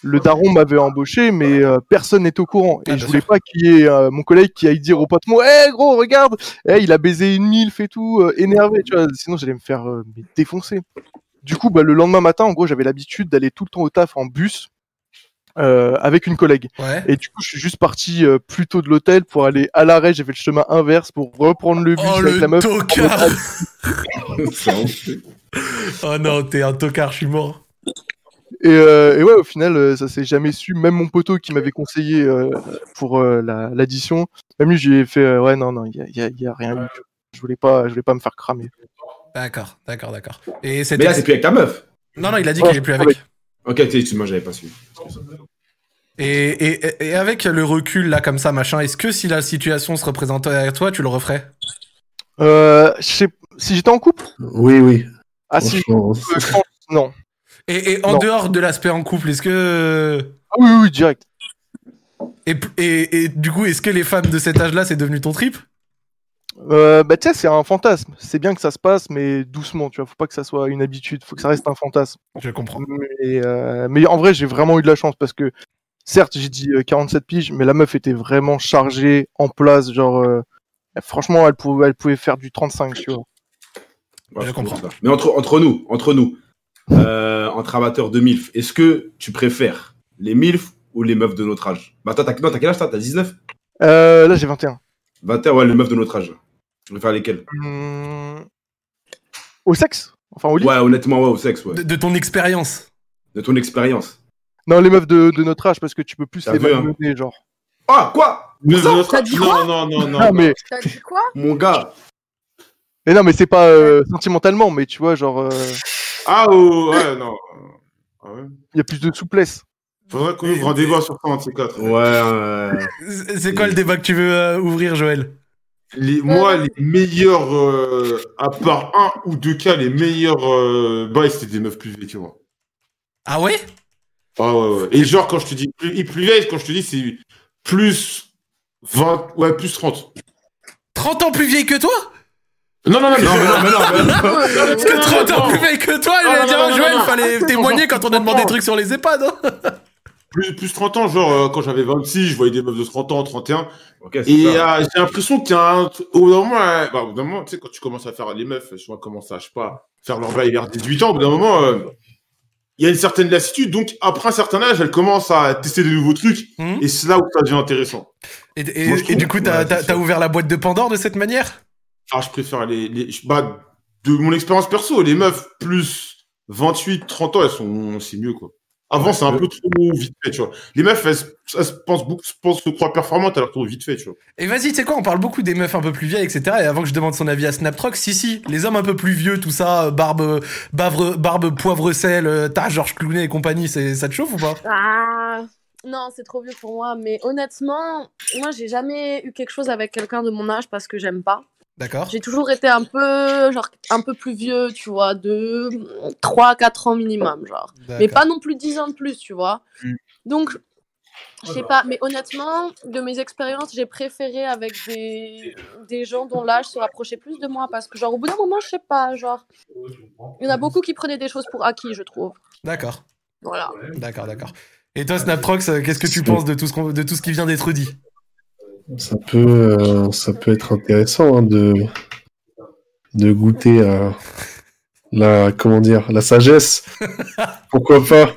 Speaker 3: le daron m'avait embauché, mais euh, personne n'est au courant. Et
Speaker 1: Ah,
Speaker 3: je
Speaker 1: bien
Speaker 3: voulais pas qu'il y ait euh, mon collègue qui aille dire au pote, moi, hé gros, regarde, hé, il a baisé une milf et tout, euh, énervé, tu vois. Sinon, j'allais me faire euh, mais défoncer. Du coup, bah, le lendemain matin, en gros, j'avais l'habitude d'aller tout le temps au taf en bus euh, avec une collègue.
Speaker 1: Ouais.
Speaker 3: Et du coup, je suis juste parti euh, plus tôt de l'hôtel pour aller à l'arrêt. J'ai fait le chemin inverse pour reprendre le bus
Speaker 1: Oh
Speaker 3: avec la
Speaker 1: le
Speaker 3: meuf.
Speaker 1: tocard
Speaker 8: C'est honteux.
Speaker 1: Oh non, t'es un tocard, je suis mort.
Speaker 3: Et, euh, et ouais, au final, euh, ça s'est jamais su. Même mon poteau qui m'avait conseillé euh, pour euh, la- l'addition, même lui, j'ai fait euh, ouais, non, non, il y a, il y a- il y a rien eu. Je voulais pas, je voulais pas me faire cramer.
Speaker 1: D'accord, d'accord, d'accord. Et
Speaker 8: Mais
Speaker 1: c'était.
Speaker 8: là, c'est plus avec ta meuf.
Speaker 1: Non, non, il a dit qu'il est plus avec.
Speaker 8: Ok, t'es- excuse-moi, j'avais pas su.
Speaker 1: Et, et, et avec le recul, là, comme ça, machin, est-ce que si la situation se représentait à toi, tu le referais
Speaker 3: Euh, je sais- si j'étais en couple,
Speaker 6: Oui, oui.
Speaker 3: ah si,
Speaker 6: franchement,
Speaker 3: euh, je pense- non.
Speaker 1: Et, et en
Speaker 3: Non.
Speaker 1: dehors de l'aspect en couple, est-ce que.
Speaker 3: Ah oui, oui, oui, direct.
Speaker 1: Et, et, et du coup, est-ce que les femmes de cet âge-là, c'est devenu ton trip
Speaker 3: Euh, bah tu sais, c'est un fantasme. C'est bien que ça se passe, mais doucement. Tu vois, faut pas que ça soit une habitude. Faut que ça reste un fantasme.
Speaker 1: Je comprends.
Speaker 3: Mais, euh, mais en vrai, j'ai vraiment eu de la chance parce que, certes, j'ai dit euh, 47 piges, mais la meuf était vraiment chargée, en place. Genre, euh, franchement, elle pouvait, elle pouvait faire du 35, tu vois.
Speaker 8: Ouais,
Speaker 1: Je comprends.
Speaker 8: ça. Mais entre, entre nous, entre nous, euh, entre amateurs de MILF, est-ce que tu préfères les MILF ou les meufs de notre âge Bah, attends, t'as non, t'as quel âge toi T'as 19
Speaker 3: Euh, là, j'ai 21.
Speaker 8: 21, ouais, les meufs de notre âge. Tu préfères lesquelles
Speaker 3: Hum, Au sexe Enfin, au lit
Speaker 8: Ouais, honnêtement, ouais, au sexe, ouais.
Speaker 1: De, de ton expérience.
Speaker 8: De ton expérience.
Speaker 3: Non, les meufs de, de notre âge, parce que tu peux plus
Speaker 8: T'as
Speaker 3: les
Speaker 8: vu, hein.
Speaker 3: malmener, genre.
Speaker 8: Ah, quoi
Speaker 4: Mais
Speaker 8: Ça,
Speaker 4: notre-
Speaker 2: t'as dit
Speaker 4: non, non, non, non.
Speaker 3: Ah, mais,
Speaker 2: T'as dit quoi
Speaker 8: Mon gars
Speaker 3: mais non, mais c'est pas euh, sentimentalement, mais tu vois, genre, euh, il
Speaker 4: Ah, oh, ouais, non. Ah ouais.
Speaker 3: y a plus de souplesse.
Speaker 4: Faudrait qu'on ouvre un débat sur ça, en ces quatre.
Speaker 8: Ouais, euh,
Speaker 1: C'est c'est quoi le débat que tu veux euh, ouvrir, Joël
Speaker 4: Les, moi, les meilleurs, euh, à part un ou deux cas, les meilleurs euh, bails, c'était des meufs plus vieilles que moi.
Speaker 1: Ah ouais
Speaker 4: Ah ouais, ouais. Et genre, quand je te dis plus, et plus vieilles, quand je te dis, c'est plus 20, ouais, plus 30.
Speaker 1: 30 ans plus vieille que toi
Speaker 4: Non, non,
Speaker 8: non,
Speaker 4: non,
Speaker 8: mais non, mais non, mais non.
Speaker 1: Parce que 30 ans plus vieille que toi,
Speaker 4: Non,
Speaker 1: j'allais
Speaker 4: non,
Speaker 1: dire,
Speaker 4: non,
Speaker 1: ah,
Speaker 4: non,
Speaker 1: Joël,
Speaker 4: non, non.
Speaker 1: fallait
Speaker 4: Non,
Speaker 1: témoigner
Speaker 4: non,
Speaker 1: quand on a demandé
Speaker 4: non.
Speaker 1: des trucs sur les EHPAD. hein.
Speaker 4: plus, plus 30 ans, genre, euh, quand j'avais 26, je voyais des meufs de 30 ans, 31.
Speaker 8: Ok, c'est
Speaker 4: Et
Speaker 8: ça.
Speaker 4: euh, j'ai l'impression qu'il y a un. Au bout d'un moment, euh, bah, au bout d'un moment, tu sais, quand tu commences à faire les meufs, souvent commencent à, je sais pas, faire leur bail vers 18 ans, au bout d'un moment, euh, il y a une certaine lassitude. Donc, après un certain âge, elles commencent à tester de nouveaux trucs.
Speaker 1: Mhm.
Speaker 4: Et c'est là où ça devient intéressant.
Speaker 1: Et, et-
Speaker 8: Moi, je trouve-
Speaker 1: et du coup, t'as
Speaker 8: ouais,
Speaker 1: t'as-
Speaker 8: c'est
Speaker 1: t'as
Speaker 8: sûr.
Speaker 1: ouvert la boîte de Pandore de cette manière
Speaker 4: Ah, je préfère les. les je- bah, de mon expérience perso, les meufs plus 28, 30 ans, elles sont. C'est mieux, quoi. Avant, c'est un peu trop vite fait, tu vois. Les meufs, elles, se- elles se pensent beaucoup, se pensent, se croient performantes, elles trop vite fait, tu vois.
Speaker 1: Et vas-y, tu sais quoi, on parle beaucoup des meufs un peu plus vieilles, etc. Et avant que je demande son avis à Snaptrox, si, si, les hommes un peu plus vieux, tout ça, euh, barbe, euh, bavre- barbe, poivre, sel, euh, tas, Georges Clooney et compagnie, c'est- ça te chauffe ou pas
Speaker 2: Ah, non, c'est trop vieux pour moi. Mais honnêtement, moi, j'ai jamais eu quelque chose avec quelqu'un de mon âge parce que j'aime pas.
Speaker 1: D'accord
Speaker 2: J'ai toujours été un peu, genre, un peu plus vieux, tu vois, de 3-4 ans minimum, genre. Mais
Speaker 1: D'accord.
Speaker 2: pas non plus 10 ans de plus, tu vois. Donc, je sais pas, mais honnêtement, de mes expériences, j'ai préféré avec des, des gens dont l'âge se rapprochait plus de moi parce que, genre, au bout d'un moment, je sais pas, genre, il y en a beaucoup qui prenaient des choses pour acquis, je trouve.
Speaker 1: D'accord.
Speaker 2: Voilà.
Speaker 1: D'accord, d'accord. Et toi, Snaptrox, euh, qu'est-ce que tu penses de tout ce, qu'on- de tout ce qui vient d'être dit
Speaker 6: Ça peut, euh, ça peut être intéressant hein, de, de goûter à la, comment dire, la sagesse. Pourquoi pas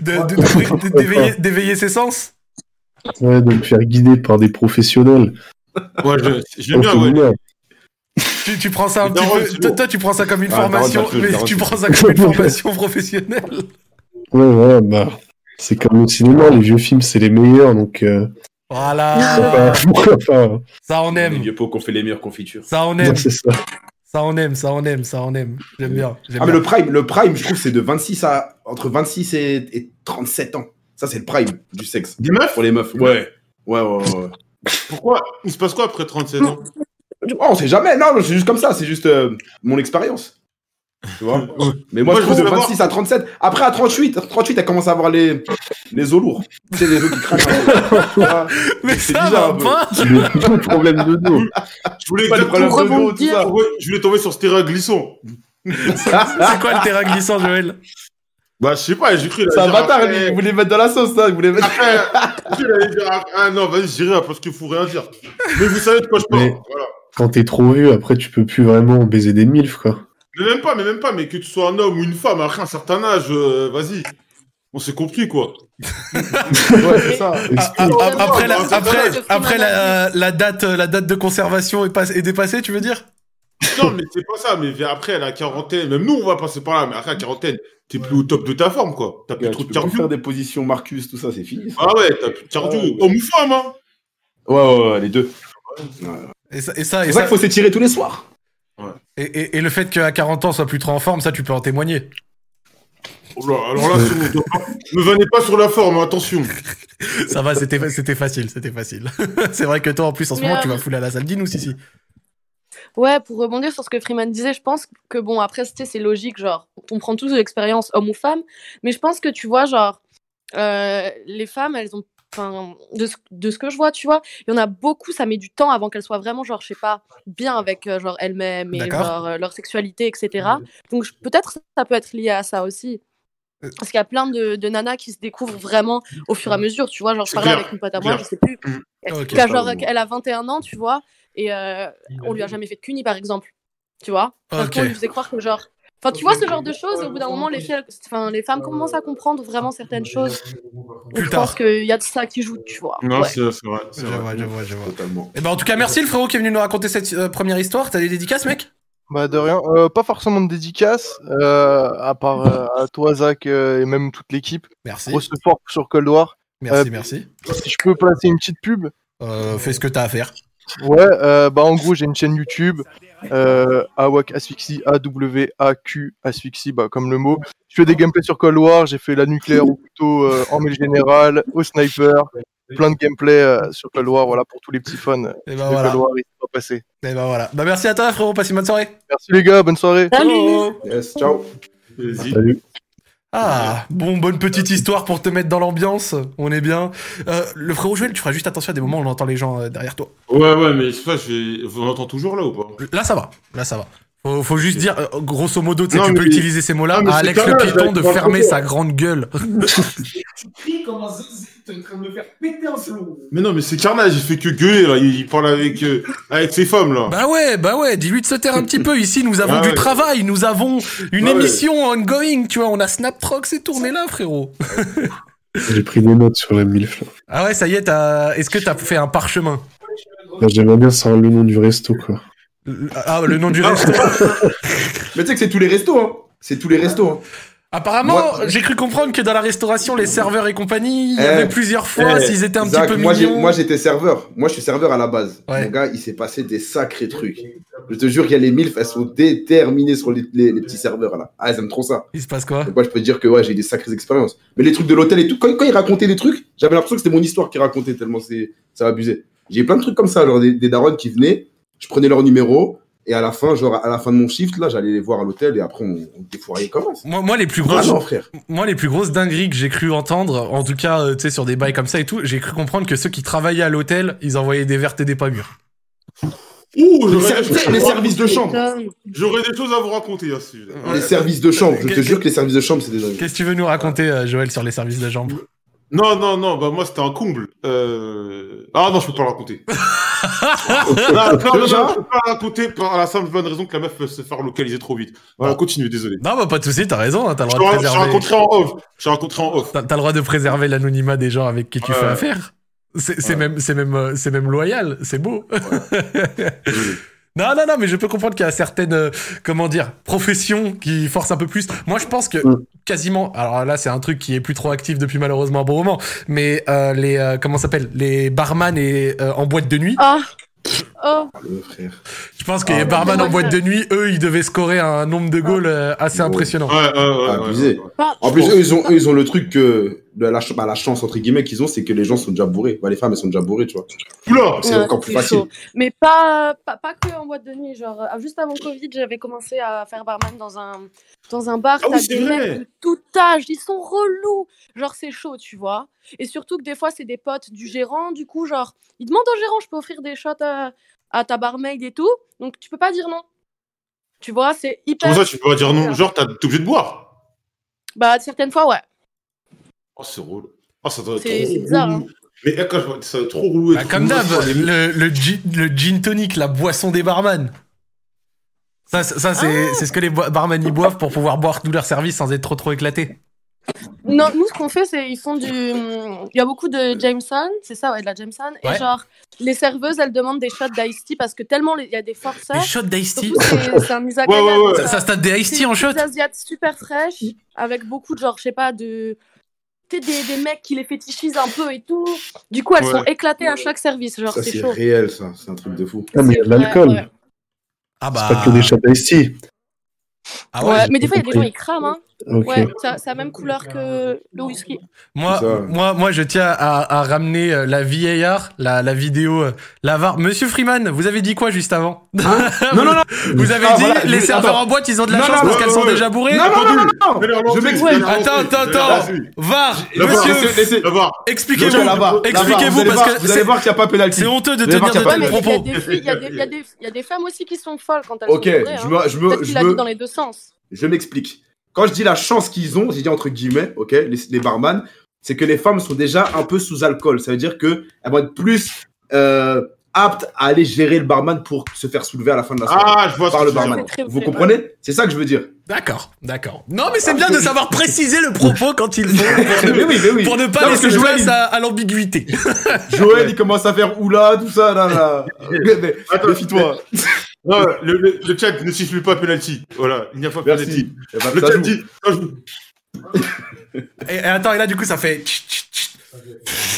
Speaker 1: De- de- de- de- D'éveiller d'éveiller ses sens
Speaker 6: ouais, De me faire guider par des professionnels.
Speaker 4: Moi, je- j'aime bien,
Speaker 6: Oh,
Speaker 4: ouais.
Speaker 6: mignon.
Speaker 1: Tu, tu prends ça un
Speaker 4: Les
Speaker 1: petit
Speaker 4: darons,
Speaker 1: peu.
Speaker 4: c'est
Speaker 1: Toi,
Speaker 4: lourd.
Speaker 1: toi, tu prends ça comme une
Speaker 8: Ah,
Speaker 1: formation,
Speaker 8: darons, c'est
Speaker 1: mais
Speaker 8: lourd,
Speaker 1: tu
Speaker 8: darons,
Speaker 1: prends ça comme une formation professionnelle.
Speaker 6: Ouais, voilà, bah, c'est comme le cinéma, les vieux films, c'est les meilleurs, donc euh,
Speaker 1: Voilà.
Speaker 6: pourquoi pas hein.
Speaker 1: Ça on
Speaker 8: Les
Speaker 1: aime.
Speaker 8: vieux pots qu'on fait les meilleures confitures.
Speaker 1: Ça on aime.
Speaker 6: Ouais, C'est ça.
Speaker 1: Ça on aime. Ça on aime. Ça on aime. J'aime bien. j'aime
Speaker 8: Ah, mais
Speaker 1: bien.
Speaker 8: le prime, le prime, je trouve, c'est de 26 à. entre 26 et, et 37 ans. Ça, c'est le prime du sexe.
Speaker 4: Des meufs
Speaker 8: Pour les meufs. Ouais. Ouais, ouais, ouais. ouais.
Speaker 4: Pourquoi Il se passe quoi après 37 ans
Speaker 8: Oh, on sait jamais. Non, c'est juste comme ça. C'est juste euh, mon expérience. Tu vois Mais moi,
Speaker 4: Moi,
Speaker 8: je
Speaker 4: je
Speaker 8: trouve de
Speaker 4: veux savoir-
Speaker 8: 26 à 37. Après, à 38, à 38, t'as commencé à avoir les, les os lourds. Tu sais, les os qui craquent. un peu. Tu vois
Speaker 1: Mais
Speaker 8: c'est
Speaker 1: ça
Speaker 8: bizarre,
Speaker 1: va
Speaker 8: un peu.
Speaker 1: pas.
Speaker 6: Le le problème de dos.
Speaker 4: Je voulais
Speaker 8: Pas de problème de dos,
Speaker 4: exactement-
Speaker 8: tout
Speaker 2: rebondir.
Speaker 8: ça.
Speaker 4: Ouais, je voulais tomber sur ce terrain glissant.
Speaker 1: C'est quoi le terrain glissant, Joël
Speaker 4: Bah, je sais pas, j'ai cru. il allait
Speaker 5: C'est un
Speaker 4: dire
Speaker 5: bâtard,
Speaker 4: après-
Speaker 5: lui. Il voulait mettre dans la sauce, là. Il voulait mettre.
Speaker 4: Après, j'ai cru qu'il allait dire après- Ah non, vas-y, j'ai rien parce qu'il faut rien dire. Mais vous savez de quoi je parle.
Speaker 6: Mais-
Speaker 4: Voilà.
Speaker 6: Quand t'es trop vieux, après, tu peux plus vraiment baiser des milfs, quoi.
Speaker 4: Mais même pas, mais même pas, mais que tu sois un homme ou une femme, après un certain âge, euh, vas-y. On s'est compris, quoi.
Speaker 5: Ouais, c'est ça.
Speaker 1: Ah,
Speaker 2: Ouais,
Speaker 1: ah, Après,
Speaker 2: ouais,
Speaker 1: la,
Speaker 2: ouais,
Speaker 1: après,
Speaker 2: ouais, ouais.
Speaker 1: après la, la date, euh, la date de conservation est, pas- est dépassée, tu veux dire
Speaker 4: Non, mais c'est pas ça, mais vers- après, à la quarantaine, même nous, on va passer par là, mais après la quarantaine, t'es plus au top de ta forme, quoi. T'as plus
Speaker 8: Ouais,
Speaker 4: trop
Speaker 8: tu
Speaker 4: de
Speaker 8: peux plus
Speaker 4: cardio.
Speaker 8: faire des positions Marcus, tout ça, c'est fini. ça.
Speaker 4: Ah ouais, t'as plus de cardio.
Speaker 8: Ouais, ouais.
Speaker 4: Homme ou femme, hein
Speaker 8: Ouais, ouais, ouais, les deux.
Speaker 1: Et ça, et ça,
Speaker 8: C'est ça
Speaker 1: et, ça
Speaker 8: qu'il faut s'étirer tous les soirs.
Speaker 1: et, et- et le fait qu'à 40 ans soit plus trop en forme, ça tu peux en témoigner.
Speaker 4: Oh là, alors là, si on doit pas- hein. ne venez pas sur la forme, hein, attention.
Speaker 1: Ça va, c'était, c'était facile, c'était facile. c'est vrai que toi, en plus, en ce
Speaker 2: Mais,
Speaker 1: moment, tu
Speaker 2: euh,
Speaker 1: vas fouler à la salle. Dis-nous si, si.
Speaker 2: Ouais, pour rebondir sur ce que Freeman disait, je pense que bon, après, c'était- c'est logique, genre, on prend tous de l'expérience, homme ou femme, mais je pense que tu vois, genre, euh, les femmes, elles ont. Enfin, de ce, de ce que je vois, tu vois, il y en a beaucoup, ça met du temps avant qu'elles soient vraiment, genre, je sais pas, bien avec, euh, genre, elles-mêmes et
Speaker 1: D'accord.
Speaker 2: genre, euh, leur sexualité, etc. Donc, je- peut-être ça peut être lié à ça aussi.
Speaker 1: Euh.
Speaker 2: Parce qu'il y a plein de, de nanas qui se découvrent vraiment au fur et à mesure, tu vois. Genre, je
Speaker 4: Mm. C'est
Speaker 2: parlais
Speaker 4: clair,
Speaker 2: avec une pote à moi,
Speaker 4: clair.
Speaker 2: je sais plus.
Speaker 4: Mhm.
Speaker 2: Elle,
Speaker 1: Ok.
Speaker 2: qui a genre, elle a 21 ans, tu vois, et euh, on lui a jamais fait de cuni, par exemple. Tu vois Parce
Speaker 1: Ok.
Speaker 2: qu'on lui faisait croire que genre. Enfin, tu vois ce genre de choses, et au bout d'un moment, les, filles, elles- enfin, les femmes commencent à comprendre vraiment certaines choses. Donc,
Speaker 1: Plus
Speaker 2: je
Speaker 1: tard.
Speaker 2: pense qu'il y a de ça qui joue, tu vois.
Speaker 4: Non,
Speaker 2: Ouais.
Speaker 4: c'est c'est vrai.
Speaker 1: Je
Speaker 4: c'est vrai.
Speaker 1: vois, je vois, je vois.
Speaker 8: Totalement.
Speaker 1: Et ben, en tout cas, merci le frérot qui est venu nous raconter cette euh, première histoire. T'as des dédicaces, mec
Speaker 3: Bah de rien, Euh, pas forcément de dédicace, euh, à part euh, à toi Zach euh, et même toute l'équipe.
Speaker 1: Merci.
Speaker 3: Grosse force sur Cold War.
Speaker 1: Merci,
Speaker 3: euh,
Speaker 1: merci.
Speaker 3: Si je peux placer une petite pub,
Speaker 1: Euh, fais ce que t'as à faire.
Speaker 3: ouais, euh, bah en gros j'ai une chaîne YouTube, euh, Awak Asphyxie, A-W-A-Q Asphyxie, bah comme le mot. Je fais des gameplays sur Cold War, j'ai fait la nucléaire ou plutôt euh, en mêle générale, au sniper, plein de gameplays euh, sur Cold War, voilà pour tous les petits fans euh,
Speaker 1: Et
Speaker 3: de
Speaker 1: ben voilà.
Speaker 3: Cold War, ils sont pas passés.
Speaker 1: Et ben voilà. Bah, merci à toi, frérot. Passe une bonne soirée.
Speaker 3: Merci les gars, bonne soirée.
Speaker 2: Salut
Speaker 8: Yes, Euh, ciao.
Speaker 4: Vas-y.
Speaker 6: Salut.
Speaker 1: Ah, bon, bonne petite histoire pour te mettre dans l'ambiance. On est bien. Euh, le frérot Joël, tu feras juste attention à des moments où on entend les gens euh, derrière toi.
Speaker 4: Ouais, ouais, mais c'est pas, je vais- on entend toujours là ou pas
Speaker 1: Là, ça va. Là, ça va. Faut, faut juste dire, euh, grosso modo, tu sais,
Speaker 4: Non,
Speaker 1: tu peux
Speaker 4: mais-
Speaker 1: utiliser ces mots-là
Speaker 4: Non, mais
Speaker 1: à
Speaker 4: c'est
Speaker 1: Alex
Speaker 4: quand
Speaker 1: le
Speaker 4: même, il va
Speaker 1: Piton
Speaker 4: être
Speaker 1: de
Speaker 4: dans le
Speaker 1: fermer
Speaker 4: concours.
Speaker 1: sa grande gueule.
Speaker 7: Qui comme un zizi, t'es en train de me faire péter un slow.
Speaker 4: Mais non, mais c'est carnage, il fait que gueuler là, il, il parle avec, euh, avec ses femmes là.
Speaker 1: Bah ouais, bah ouais, dis-lui de se taire un petit peu. Ici, nous avons
Speaker 4: Ah
Speaker 1: du
Speaker 4: ouais.
Speaker 1: travail, nous avons une
Speaker 4: Ah ouais.
Speaker 1: émission ongoing, tu vois. On a Snaptrox et tout, on est là, frérot.
Speaker 6: J'ai pris des notes sur la MILF. Là.
Speaker 1: Ah ouais, ça y est, t'as- est-ce que t'as fait un parchemin
Speaker 6: Là, J'aimerais bien savoir le nom du resto, quoi.
Speaker 1: Le- Ah, le nom du resto.
Speaker 8: Mais tu sais que c'est tous les restos, hein. C'est tous les restos. Hein.
Speaker 1: Apparemment,
Speaker 8: Moi-
Speaker 1: j'ai cru comprendre que dans la restauration, les serveurs et compagnie, il y
Speaker 8: Eh.
Speaker 1: avait plusieurs fois,
Speaker 8: Eh,
Speaker 1: s'ils étaient un
Speaker 8: Zach,
Speaker 1: petit peu
Speaker 8: moi, j'ai-
Speaker 1: mignons.
Speaker 8: moi, j'étais serveur. Moi, je suis serveur à la base.
Speaker 1: Ouais.
Speaker 8: Mon gars, il s'est passé des sacrés trucs. Je te jure qu'il y a les MILF, elles sont déterminées sur les, les- les petits serveurs là. Ah, elles aiment trop ça.
Speaker 1: Il se passe quoi
Speaker 8: Donc, moi, je peux te dire que ouais, j'ai eu des sacrées expériences. Mais les trucs de l'hôtel et tout, quand, quand ils racontaient des trucs, j'avais l'impression que c'était mon histoire qu'ils racontaient tellement c'est, ça abusé. J'ai eu plein de trucs comme ça, genre des, des darons qui venaient, je prenais leur numéro et à la fin, genre à la fin de mon shift là, j'allais les voir à l'hôtel et après on, on défouraillait comment ça
Speaker 1: moi, moi, les plus
Speaker 8: Ah
Speaker 1: grosses,
Speaker 8: non, frère.
Speaker 1: moi, les plus grosses dingueries que j'ai cru entendre, en tout cas, euh, tu sais, sur des bails comme ça et tout, j'ai cru comprendre que ceux qui travaillaient à l'hôtel, ils envoyaient des vertes et des pas mûres.
Speaker 4: Ouh,
Speaker 8: Les,
Speaker 4: j'aurais-
Speaker 8: ser- tu sais, les services de chambre.
Speaker 2: Putain.
Speaker 4: j'aurais des choses à vous raconter hein, à ce sujet.
Speaker 1: Ouais.
Speaker 8: Les services de chambre, je te
Speaker 1: Qu'est-ce-
Speaker 8: jure que les services de chambre, c'est des dingues.
Speaker 1: Qu'est-ce que tu veux nous raconter, euh, Joël, sur les services de jambes
Speaker 4: Non, non, non, bah moi c'était un comble. Euh... Ah non, je peux pas le raconter. Ah, non, non, non, je peux pas le raconter par la simple bonne raison que la meuf peut se faire localiser trop vite. Voilà, continue, désolé.
Speaker 1: Non, bah, pas de soucis, t'as raison, hein, t'as le
Speaker 4: Je te
Speaker 1: droit de
Speaker 4: ra- je te
Speaker 1: préserver.
Speaker 4: raconterai en off. Je te raconterai en off.
Speaker 1: T'as t'as le droit de préserver l'anonymat des gens avec qui tu
Speaker 4: Ouais.
Speaker 1: fais affaire. C'est c'est même, c'est même, euh, c'est même loyal, c'est beau. non, non, non, mais je peux comprendre qu'il y a certaines, euh, comment dire, professions qui forcent un peu plus. Moi, je pense que
Speaker 4: Mm.
Speaker 1: quasiment, alors là, c'est un truc qui est plus trop actif depuis malheureusement un bon moment, mais euh, les, euh, comment ça s'appelle, les barman et euh, en boîte de nuit.
Speaker 2: Oh. Oh.
Speaker 8: Le frère.
Speaker 1: Je pense que les
Speaker 8: Ah,
Speaker 1: barman
Speaker 2: ouais.
Speaker 1: en boîte de nuit, eux, ils devaient scorer un nombre de goals euh, assez
Speaker 8: Ouais.
Speaker 1: impressionnant.
Speaker 4: Ouais, ouais, ouais,
Speaker 8: Ah,
Speaker 4: ouais,
Speaker 8: abusé.
Speaker 4: ouais, ouais.
Speaker 2: Enfin,
Speaker 8: En plus, eux, ils ont, eux, ils ont le truc que. de La, ch- bah, la chance, entre guillemets, qu'ils ont, c'est que les gens sont déjà bourrés. Bah, les femmes, elles sont déjà bourrées, tu vois.
Speaker 4: Oula
Speaker 8: c'est
Speaker 2: Ouais,
Speaker 8: encore plus
Speaker 2: c'est
Speaker 8: facile.
Speaker 2: chaud. Mais pas, pas, pas que en boîte de nuit. Genre, euh, juste avant Covid, j'avais commencé à faire barman dans un, dans un bar.
Speaker 4: Ah oui,
Speaker 2: T'as
Speaker 4: c'est
Speaker 2: des
Speaker 4: vrai.
Speaker 2: mecs de tout âge. Ils sont relous. Genre, c'est chaud, tu vois. Et surtout que des fois, c'est des potes du gérant. Du coup, genre, ils demandent au gérant, je peux offrir des shots à, à ta barmaid et tout. Donc, tu peux pas dire non. Tu vois, c'est hyper.
Speaker 4: Comment ça, tu peux pas dire non Genre, t'as- t'es obligé de boire
Speaker 2: Bah, certaines fois, ouais.
Speaker 4: Oh, c'est relou. Ah, ça doit être
Speaker 2: C'est-
Speaker 4: trop
Speaker 2: c'est bizarre, hein.
Speaker 4: relou. Mais eh, quand je vois- ça doit être trop relou. et
Speaker 1: Bah,
Speaker 4: trop
Speaker 1: comme
Speaker 4: relou,
Speaker 1: d'hab,
Speaker 4: sur les-
Speaker 1: le, le, gin- le gin tonic, la boisson des barman. Ça, c'est- ça c'est
Speaker 2: Ah.
Speaker 1: c'est ce que les bo- barman y boivent pour pouvoir boire tout leur service sans être trop trop éclaté.
Speaker 2: Non, nous, ce qu'on fait, c'est ils font du. Il y a beaucoup de Jameson, c'est ça, ouais, de la Jameson.
Speaker 1: Ouais.
Speaker 2: Et genre, les serveuses, elles demandent des shots d'ice tea parce que tellement les- il y a des
Speaker 1: Des
Speaker 2: forceurs.
Speaker 1: shots d'ice tea.
Speaker 2: Surtout, c'est c'est un Izakaya.
Speaker 4: Ouais, ouais, ouais.
Speaker 2: donc
Speaker 1: Ça, ça se tape des ice tea en shot.
Speaker 2: Des asiates super fraîches avec beaucoup de genre, je sais pas, de. Tu sais, des, des mecs qui les fétichisent un peu et tout. Du coup, elles
Speaker 4: Ouais.
Speaker 2: sont éclatées à chaque service. Genre,
Speaker 8: Ça,
Speaker 2: c'est
Speaker 8: c'est
Speaker 2: chaud.
Speaker 8: réel, ça. C'est un truc de fou.
Speaker 6: Ah, mais il y a de l'alcool.
Speaker 2: Ouais, ouais.
Speaker 1: Ah
Speaker 6: C'est
Speaker 1: bah.
Speaker 6: pas que des shots d'Ice tea.
Speaker 1: ah
Speaker 2: Ouais,
Speaker 1: ouais.
Speaker 2: mais des fois, il y a des
Speaker 6: compris.
Speaker 2: gens, ils crament. Hein.
Speaker 6: Ok.
Speaker 2: Ouais, ça, ça a même couleur que le whisky.
Speaker 8: C'est
Speaker 1: Moi,
Speaker 8: ça.
Speaker 1: moi, moi, je tiens à, à ramener euh, la VAR, la, la vidéo, euh, la VAR. Monsieur Freeman, vous avez dit quoi juste avant
Speaker 5: Hein? Non, non, non,
Speaker 1: Vous avez
Speaker 5: Ah,
Speaker 1: dit
Speaker 5: voilà, je-
Speaker 1: les serveurs
Speaker 5: attends.
Speaker 1: en boîte, ils ont de la
Speaker 5: Non,
Speaker 1: chance
Speaker 5: non,
Speaker 1: parce
Speaker 4: ouais,
Speaker 1: qu'elles sont
Speaker 4: ouais.
Speaker 1: déjà bourrées.
Speaker 5: non, non, non, non, non.
Speaker 4: Mais leur
Speaker 5: Je
Speaker 4: lancer,
Speaker 5: m'explique.
Speaker 4: mais leur
Speaker 1: Attends,
Speaker 4: lancer,
Speaker 1: attends,
Speaker 4: mais leur
Speaker 1: attends.
Speaker 4: lancer.
Speaker 1: VAR,
Speaker 4: La VAR,
Speaker 1: monsieur,
Speaker 5: Laissez- laissez-
Speaker 4: La VAR.
Speaker 1: expliquez-nous.
Speaker 4: Monsieur, la VAR.
Speaker 1: Expliquez-vous
Speaker 5: allez
Speaker 1: parce
Speaker 5: voir,
Speaker 1: que
Speaker 5: vous allez
Speaker 1: c'est-
Speaker 5: voir qu'il n'y a pas pénalty.
Speaker 1: C'est honteux
Speaker 5: Vous
Speaker 1: de
Speaker 5: allez voir
Speaker 1: tenir de
Speaker 5: qu'il y a
Speaker 2: Ouais,
Speaker 1: tels
Speaker 2: mais il y a
Speaker 1: propos.
Speaker 2: des filles- il y, a des- il y a des- il y a des femmes aussi qui sont folles quand elles
Speaker 8: Ok,
Speaker 2: sont bourrées.
Speaker 8: je
Speaker 2: hein.
Speaker 8: me- je
Speaker 2: Peut-être
Speaker 8: me-
Speaker 2: qu'il
Speaker 8: je
Speaker 2: a dit
Speaker 8: me-
Speaker 2: dans les deux sens.
Speaker 8: Je m'explique. Quand je dis la chance qu'ils ont, j'ai dit entre guillemets, ok, les, les barman, c'est que les femmes sont déjà un peu sous alcool. Ça veut dire que elles vont être plus euh, aptes à aller gérer le barman pour se faire soulever à la fin de la soirée
Speaker 4: Ah, je vois ce
Speaker 8: par
Speaker 4: que
Speaker 8: le
Speaker 4: tu veux dire.
Speaker 8: barman.
Speaker 2: C'est très
Speaker 8: Vous
Speaker 2: vrai.
Speaker 8: comprenez C'est ça que je veux dire.
Speaker 1: D'accord, d'accord. Non, mais c'est bien de savoir préciser le propos quand il faut.
Speaker 8: mais oui, mais oui.
Speaker 1: Pour ne pas
Speaker 8: Non, parce
Speaker 1: laisser
Speaker 8: que Joël,
Speaker 1: place à, à l'ambiguïté.
Speaker 8: il, Joël, il commence à faire oula, tout ça, là, là. mais mais
Speaker 4: Attends,
Speaker 8: méfie-toi.
Speaker 4: Non, le, le, le chat ne siffle pas penalty. Voilà, il n'y a pas
Speaker 8: Merci.
Speaker 4: penalty.
Speaker 8: Eh ben,
Speaker 4: Le
Speaker 8: ça
Speaker 4: chat
Speaker 8: joue.
Speaker 4: dit. quand je-
Speaker 1: Et, et attends, et là, du coup, ça fait. tch, tch, tch.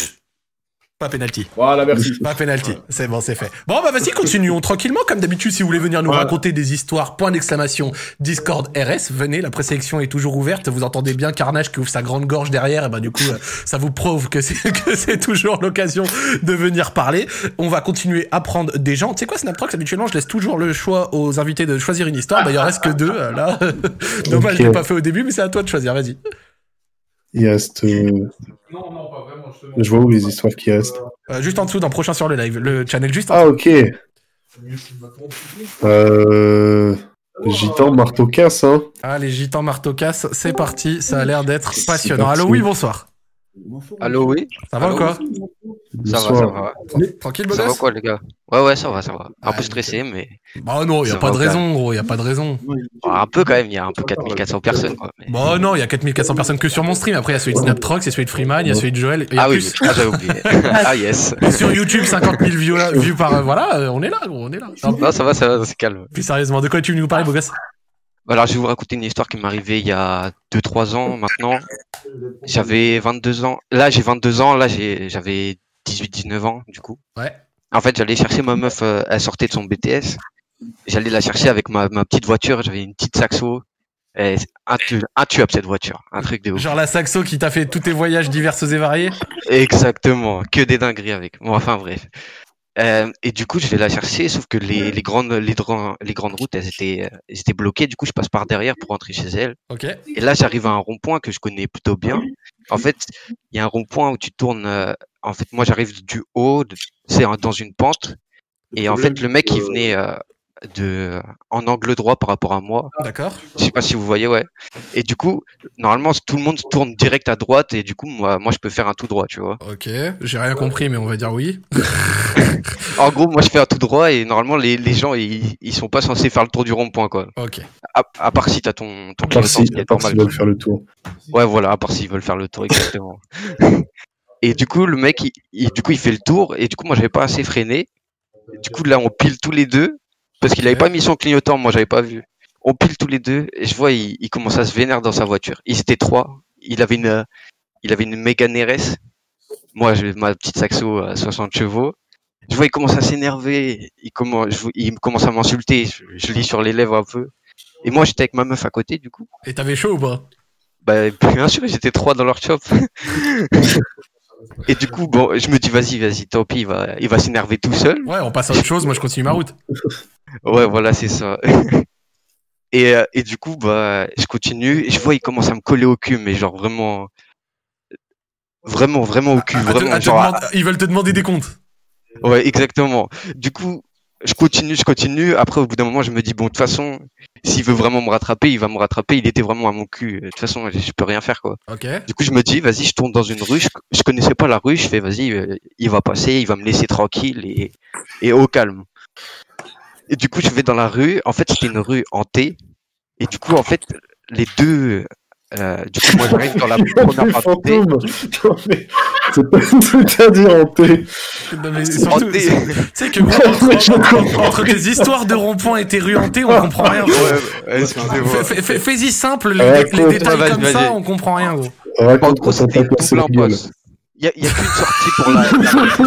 Speaker 1: Pas penalty.
Speaker 8: Voilà, merci.
Speaker 1: Pas penalty. C'est bon, c'est fait. Bon, bah vas-y, continuons tranquillement. Comme d'habitude, si vous voulez venir nous
Speaker 4: Voilà.
Speaker 1: raconter des histoires, point d'exclamation, Discord RS, venez. La présélection est toujours ouverte. Vous entendez bien Carnage qui ouvre sa grande gorge derrière. Et ben, du coup, euh, ça vous prouve que c'est, que c'est toujours l'occasion de venir parler. On va continuer à prendre des gens. Tu sais quoi, Snaptrox, habituellement, je laisse toujours le choix aux invités de choisir une histoire. Bah, il en reste que deux, euh, là. Dommage,
Speaker 6: Ok.
Speaker 1: je l'ai pas fait au début, mais c'est à toi de choisir. Vas-y.
Speaker 6: Il reste. euh,
Speaker 7: Non, non, pas vraiment, justement.
Speaker 6: Je vois où les histoires qui restent.
Speaker 1: Euh, juste en dessous, dans prochain sur le live. Le channel juste en
Speaker 6: Ah, ok. Euh. Gitan, marteau casse, hein.
Speaker 1: Ah, les gitans martocas, c'est parti, ça a l'air d'être
Speaker 6: C'est
Speaker 1: passionnant.
Speaker 6: parti.
Speaker 1: Allô, oui, bonsoir.
Speaker 9: Allô, oui
Speaker 1: Ça va
Speaker 9: Allô,
Speaker 1: ou quoi
Speaker 9: Ça va, ça va.
Speaker 1: Tranquille,
Speaker 9: Ça va
Speaker 1: Bodas
Speaker 9: quoi, les gars Ouais, ouais, ça va, ça va. Un
Speaker 1: Ah,
Speaker 9: peu stressé, mais.
Speaker 1: Bah non, y a
Speaker 9: Ça
Speaker 1: pas
Speaker 9: va,
Speaker 1: de
Speaker 9: au calme.
Speaker 1: raison, gros, y a pas de raison.
Speaker 9: Bon, un peu quand même, il y a un peu 4400 personnes, quoi. mais-
Speaker 1: Bah non, y a 4400 personnes que sur mon stream. Après, y a celui de Snaptrox, y a celui de Freeman, y a celui de Joël. Y a
Speaker 9: Ah oui,
Speaker 1: plus.
Speaker 9: mais- ah, j'avais oublié. ah yes.
Speaker 1: Sur YouTube, 50 000 views, views par. Voilà, euh, on est là, gros, on est là. Non,
Speaker 9: Non, ça va, ça va, c'est calme.
Speaker 1: plus sérieusement, de quoi tu veux nous parler, Bogas
Speaker 9: Alors, je vais vous raconter une histoire qui m'est arrivée il y a 2-3 ans maintenant. J'avais 22 ans. Là, j'ai 22 ans. Là, j'ai- j'avais 18-19 ans, du coup.
Speaker 1: Ouais.
Speaker 9: En fait, j'allais chercher ma meuf. euh, Elle sortait de son BTS. J'allais la chercher avec ma, ma petite voiture. J'avais une petite saxo. Et c'est intu- Intuable, cette voiture. Un truc de ouf.
Speaker 1: Genre la saxo qui t'a fait tous tes voyages divers et variés.
Speaker 9: Exactement, que des dingueries avec. Bon, enfin bref. Euh, et du coup, je vais la chercher, sauf que les, les grandes les, dran- les grandes routes, elles étaient, euh, elles étaient bloquées. Du coup, je passe par derrière pour rentrer chez elle.
Speaker 1: Ok.
Speaker 9: Et là, j'arrive à un rond-point que je connais plutôt bien. En fait, il y a un rond-point où tu tournes. euh, en fait, moi, j'arrive du haut, de- c'est un- dans une pente. Et en fait, le mec, il venait euh, de en angle droit par rapport à moi.
Speaker 1: D'accord.
Speaker 9: Je sais pas si vous voyez, ouais. Et du coup, normalement, tout le monde tourne direct à droite. Et du coup, moi, moi je peux faire un tout droit, tu vois.
Speaker 1: Ok. J'ai rien compris, mais on va dire oui.
Speaker 9: En gros, moi je fais un tout droit et normalement les, les gens ils, ils sont pas censés faire le tour du rond-point quoi.
Speaker 1: Ok.
Speaker 9: À, à part si t'as ton, ton
Speaker 6: À part
Speaker 9: clignotant,
Speaker 6: si,
Speaker 9: ce qui est
Speaker 6: à part
Speaker 9: normal,
Speaker 6: s'ils veulent
Speaker 9: quoi.
Speaker 6: faire le tour.
Speaker 9: Ouais, voilà, à part s'ils veulent faire le tour exactement. Et du coup, le mec, il, il- du coup, il fait le tour. Et du coup, moi, j'avais pas assez freiné. Du coup, là, on pile tous les deux. Parce qu'il avait pas mis son clignotant, moi, j'avais pas vu. On pile tous les deux. Et je vois, il, il commence à se vénère dans sa voiture. Ils étaient trois. Il avait une, euh, il avait une méga NRS. Moi, j'ai ma petite saxo à 60 chevaux. Je vois, il commence à s'énerver. Il commence, je vois- il commence à m'insulter. Je, je lis sur les lèvres un peu. Et moi, j'étais avec ma meuf à côté, du coup.
Speaker 1: Et t'avais chaud ou pas
Speaker 9: Bah, bien sûr, j'étais trois dans leur shop. Et du coup, bon, je me dis, vas-y, vas-y, tant pis, il va, il va s'énerver tout seul.
Speaker 1: Ouais, on passe à autre chose, moi je continue ma route.
Speaker 9: Ouais, voilà, c'est ça. et, euh, et du coup, bah, je continue, et je vois, il commence à me coller au cul, mais genre vraiment. Vraiment, vraiment au cul,
Speaker 1: Ah, À te-
Speaker 9: vraiment.
Speaker 1: à te
Speaker 9: genre, à-
Speaker 1: demander- Ils veulent te demander des comptes.
Speaker 9: Ouais, exactement. Du coup, je continue, je continue. Après, au bout d'un moment, je me dis, bon, de toute façon, s'il veut vraiment me rattraper, il va me rattraper. Il était vraiment à mon cul. De toute façon, je je peux rien faire, quoi.
Speaker 1: Ok.
Speaker 9: Du coup, je me dis, vas-y, je tourne dans une rue. Je, je connaissais pas la rue. Je fais, vas-y, euh, il va passer, il va me laisser tranquille et, et au calme. Et du coup, je vais dans la rue. En fait, c'était une rue hantée. Et du coup, en fait, les deux, euh, du coup, moi, j'arrive dans la
Speaker 6: Les
Speaker 9: première hantée.
Speaker 6: fantômes Non, mais C'est pas tout à dire hanté.
Speaker 1: Non, mais surtout,
Speaker 9: Hantée.
Speaker 1: c'est- tu sais que gros, entre, entre tes histoires de rond-point et tes ruantés, on comprend rien. gros.
Speaker 9: Ouais, excusez-moi.
Speaker 1: Fais- fais- fais- Fais-y simple, les,
Speaker 6: Ouais,
Speaker 1: les
Speaker 6: écoute,
Speaker 1: détails
Speaker 9: vas-y,
Speaker 1: comme ça,
Speaker 9: vas-y.
Speaker 1: on comprend rien, gros.
Speaker 9: En
Speaker 6: Raconte
Speaker 9: gros,
Speaker 6: quand on
Speaker 9: c'était
Speaker 6: t'a
Speaker 9: une
Speaker 6: cassé
Speaker 9: double
Speaker 6: la gueule.
Speaker 9: impasse. Il y a, y a qu'une sortie pour la.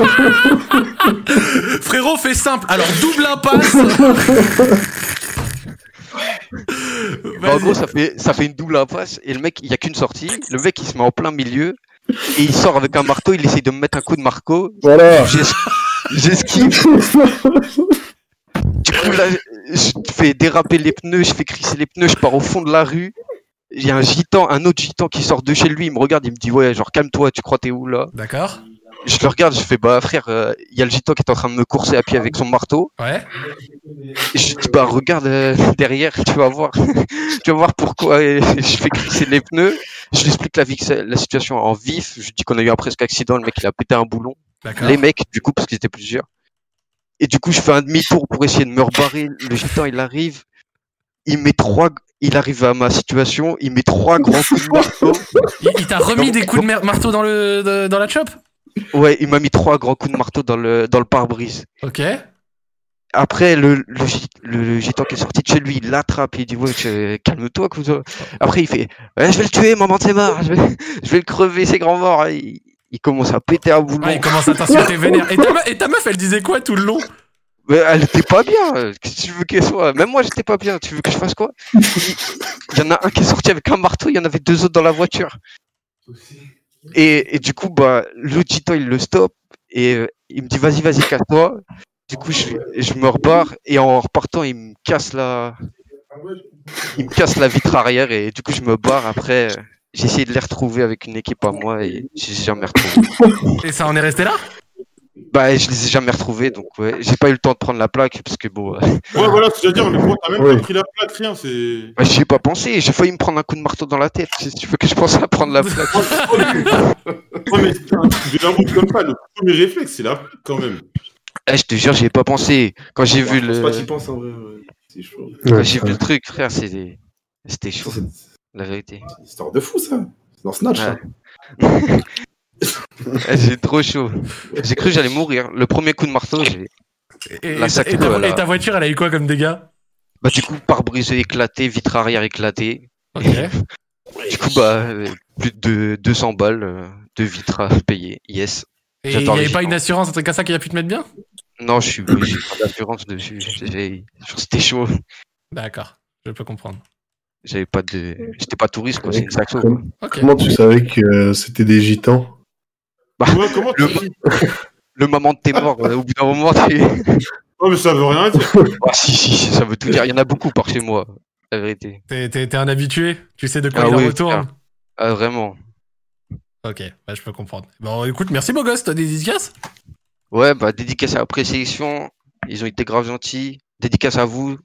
Speaker 9: la-
Speaker 1: Frérot, fais simple. Alors, double impasse.
Speaker 9: en gros,
Speaker 1: Vas-y.
Speaker 9: ça fait, ça fait une double impasse et le mec, il y a qu'une sortie. Le mec, il se met en plein milieu et il sort avec un marteau. Il essaye de me mettre un coup de marteau.
Speaker 6: Voilà.
Speaker 9: J'es- J'esquive. Du coup, là, je fais déraper les pneus, je fais crisser les pneus, je pars au fond de la rue. Il y a un gitan, un autre gitan qui sort de chez lui. Il me regarde, il me dit Ouais, genre calme-toi, tu crois t'es où là
Speaker 1: D'accord.
Speaker 9: Je le regarde, je fais Bah frère, euh, il y a le gitan qui est en train de me courser à pied avec son marteau.
Speaker 1: Ouais.
Speaker 9: Et je dis bah regarde euh, derrière, tu vas voir, tu vas voir pourquoi et je fais crisser les pneus. Je lui explique la, vie- la situation en vif. Je lui dis qu'on a eu un presque accident, le mec il a pété un boulon.
Speaker 1: D'accord.
Speaker 9: Les mecs du coup parce qu'ils étaient plusieurs. Et du coup je fais un demi-tour pour essayer de me rebarrer. Le gitan il arrive, il met trois, il arrive à ma situation, il met trois grands coups de marteau.
Speaker 1: Il, il t'a remis des coups de mer- marteau dans le de- dans la chop.
Speaker 9: Ouais, il m'a mis trois grands coups de marteau dans le dans le pare-brise.
Speaker 1: Ok.
Speaker 9: Après, le, le, gi- le- le gitan qui est sorti de chez lui, il l'attrape, il dit ouais, tu- calme-toi, cousin. Après, il fait Ouais, je vais le tuer, maman, c'est marre, je vais, je vais le crever, c'est grand mort. Il, il commence à péter un boulon.
Speaker 1: Ah, il commence à t'insulter vénère. Et ta, me- et ta meuf, elle disait quoi tout le long
Speaker 9: Mais elle était pas bien, euh, qu'est-ce que tu veux qu'elle soit Même moi, j'étais pas bien, tu veux que je fasse quoi Il il y en a un qui est sorti avec un marteau, il y en avait deux autres dans la voiture. Et, et du coup, bah, le gitan, il le stoppe et euh, il me dit vas-y, vas-y, casse-toi. Du coup, je, je me repars et en repartant, il me casse la, il me casse la vitre arrière et du coup, je me barre. Après, euh, j'ai essayé de les retrouver avec une équipe à moi et j'ai jamais retrouvé.
Speaker 1: Et ça en est resté là
Speaker 9: Bah, je les ai jamais retrouvés, donc ouais, j'ai pas eu le temps de prendre la plaque parce que bon, euh,
Speaker 4: Ouais, voilà, c'est à dire, mais bon, t'as même
Speaker 6: Oui.
Speaker 4: pas pris la plaque, rien, c'est.
Speaker 9: bah, j'y ai pas pensé. J'ai failli me prendre un coup de marteau dans la tête. Si tu veux que je pense à prendre la plaque.
Speaker 4: Ouais, mais de la route comme ça, le premier réflexe, c'est la plaque quand même.
Speaker 9: Eh, je te jure, j'y ai pas pensé. Quand j'ai vu
Speaker 8: Je pense pas que
Speaker 9: le,
Speaker 8: tu penses en vrai. ouais. C'est chaud.
Speaker 9: quand
Speaker 6: Ouais,
Speaker 9: j'ai vu
Speaker 6: ça-
Speaker 9: le truc, frère, c'était, c'était chaud,
Speaker 8: C'est Oh, une
Speaker 9: la vérité.
Speaker 8: histoire de fou, ça. C'est dans Snatch, ça.
Speaker 9: Ouais. Eh, j'ai trop chaud. J'ai cru que j'allais mourir. Le premier coup de marteau, j'ai.
Speaker 1: et, et-
Speaker 9: La sacrée,
Speaker 1: et ta,
Speaker 9: voilà.
Speaker 1: et ta voiture, elle a eu quoi comme dégâts
Speaker 9: Bah, du coup, pare-brise éclaté, vitre arrière éclatée.
Speaker 1: Ok.
Speaker 9: Du coup, bah, euh, plus de 200 balles euh, de vitre à payer. Yes.
Speaker 1: Et il n'y
Speaker 9: J'attends les
Speaker 1: avait pas
Speaker 9: gitans.
Speaker 1: une assurance, un truc comme ça qui a pu te mettre bien
Speaker 9: Non, je suis obligé de l'assurance dessus. J'ai- genre, C'était chaud.
Speaker 1: D'accord. Je peux comprendre.
Speaker 9: J'avais pas de. J'étais pas touriste, quoi. C'est une saxo. quoi.
Speaker 6: Comment,
Speaker 1: Ok.
Speaker 6: comment tu savais que euh, c'était des gitans
Speaker 4: Ouais, comment tu.
Speaker 9: Bah, Le, le moment de tes morts, euh, au bout d'un moment, t'es.
Speaker 4: Ouais, mais ça veut rien dire.
Speaker 9: Ah, si, si, si, ça veut tout dire. Il y en a beaucoup par chez moi, la vérité.
Speaker 1: T'es t'es- t'es un habitué Tu sais de quoi
Speaker 9: Ah
Speaker 1: il en
Speaker 9: oui,
Speaker 1: retourne
Speaker 9: Ah, vraiment.
Speaker 1: Ok, bah, je peux comprendre. Bon, écoute, merci beau gosse, t'as des dédicaces
Speaker 9: Ouais, bah, dédicace à la présélection. Ils ont été grave gentils. Dédicace à vous.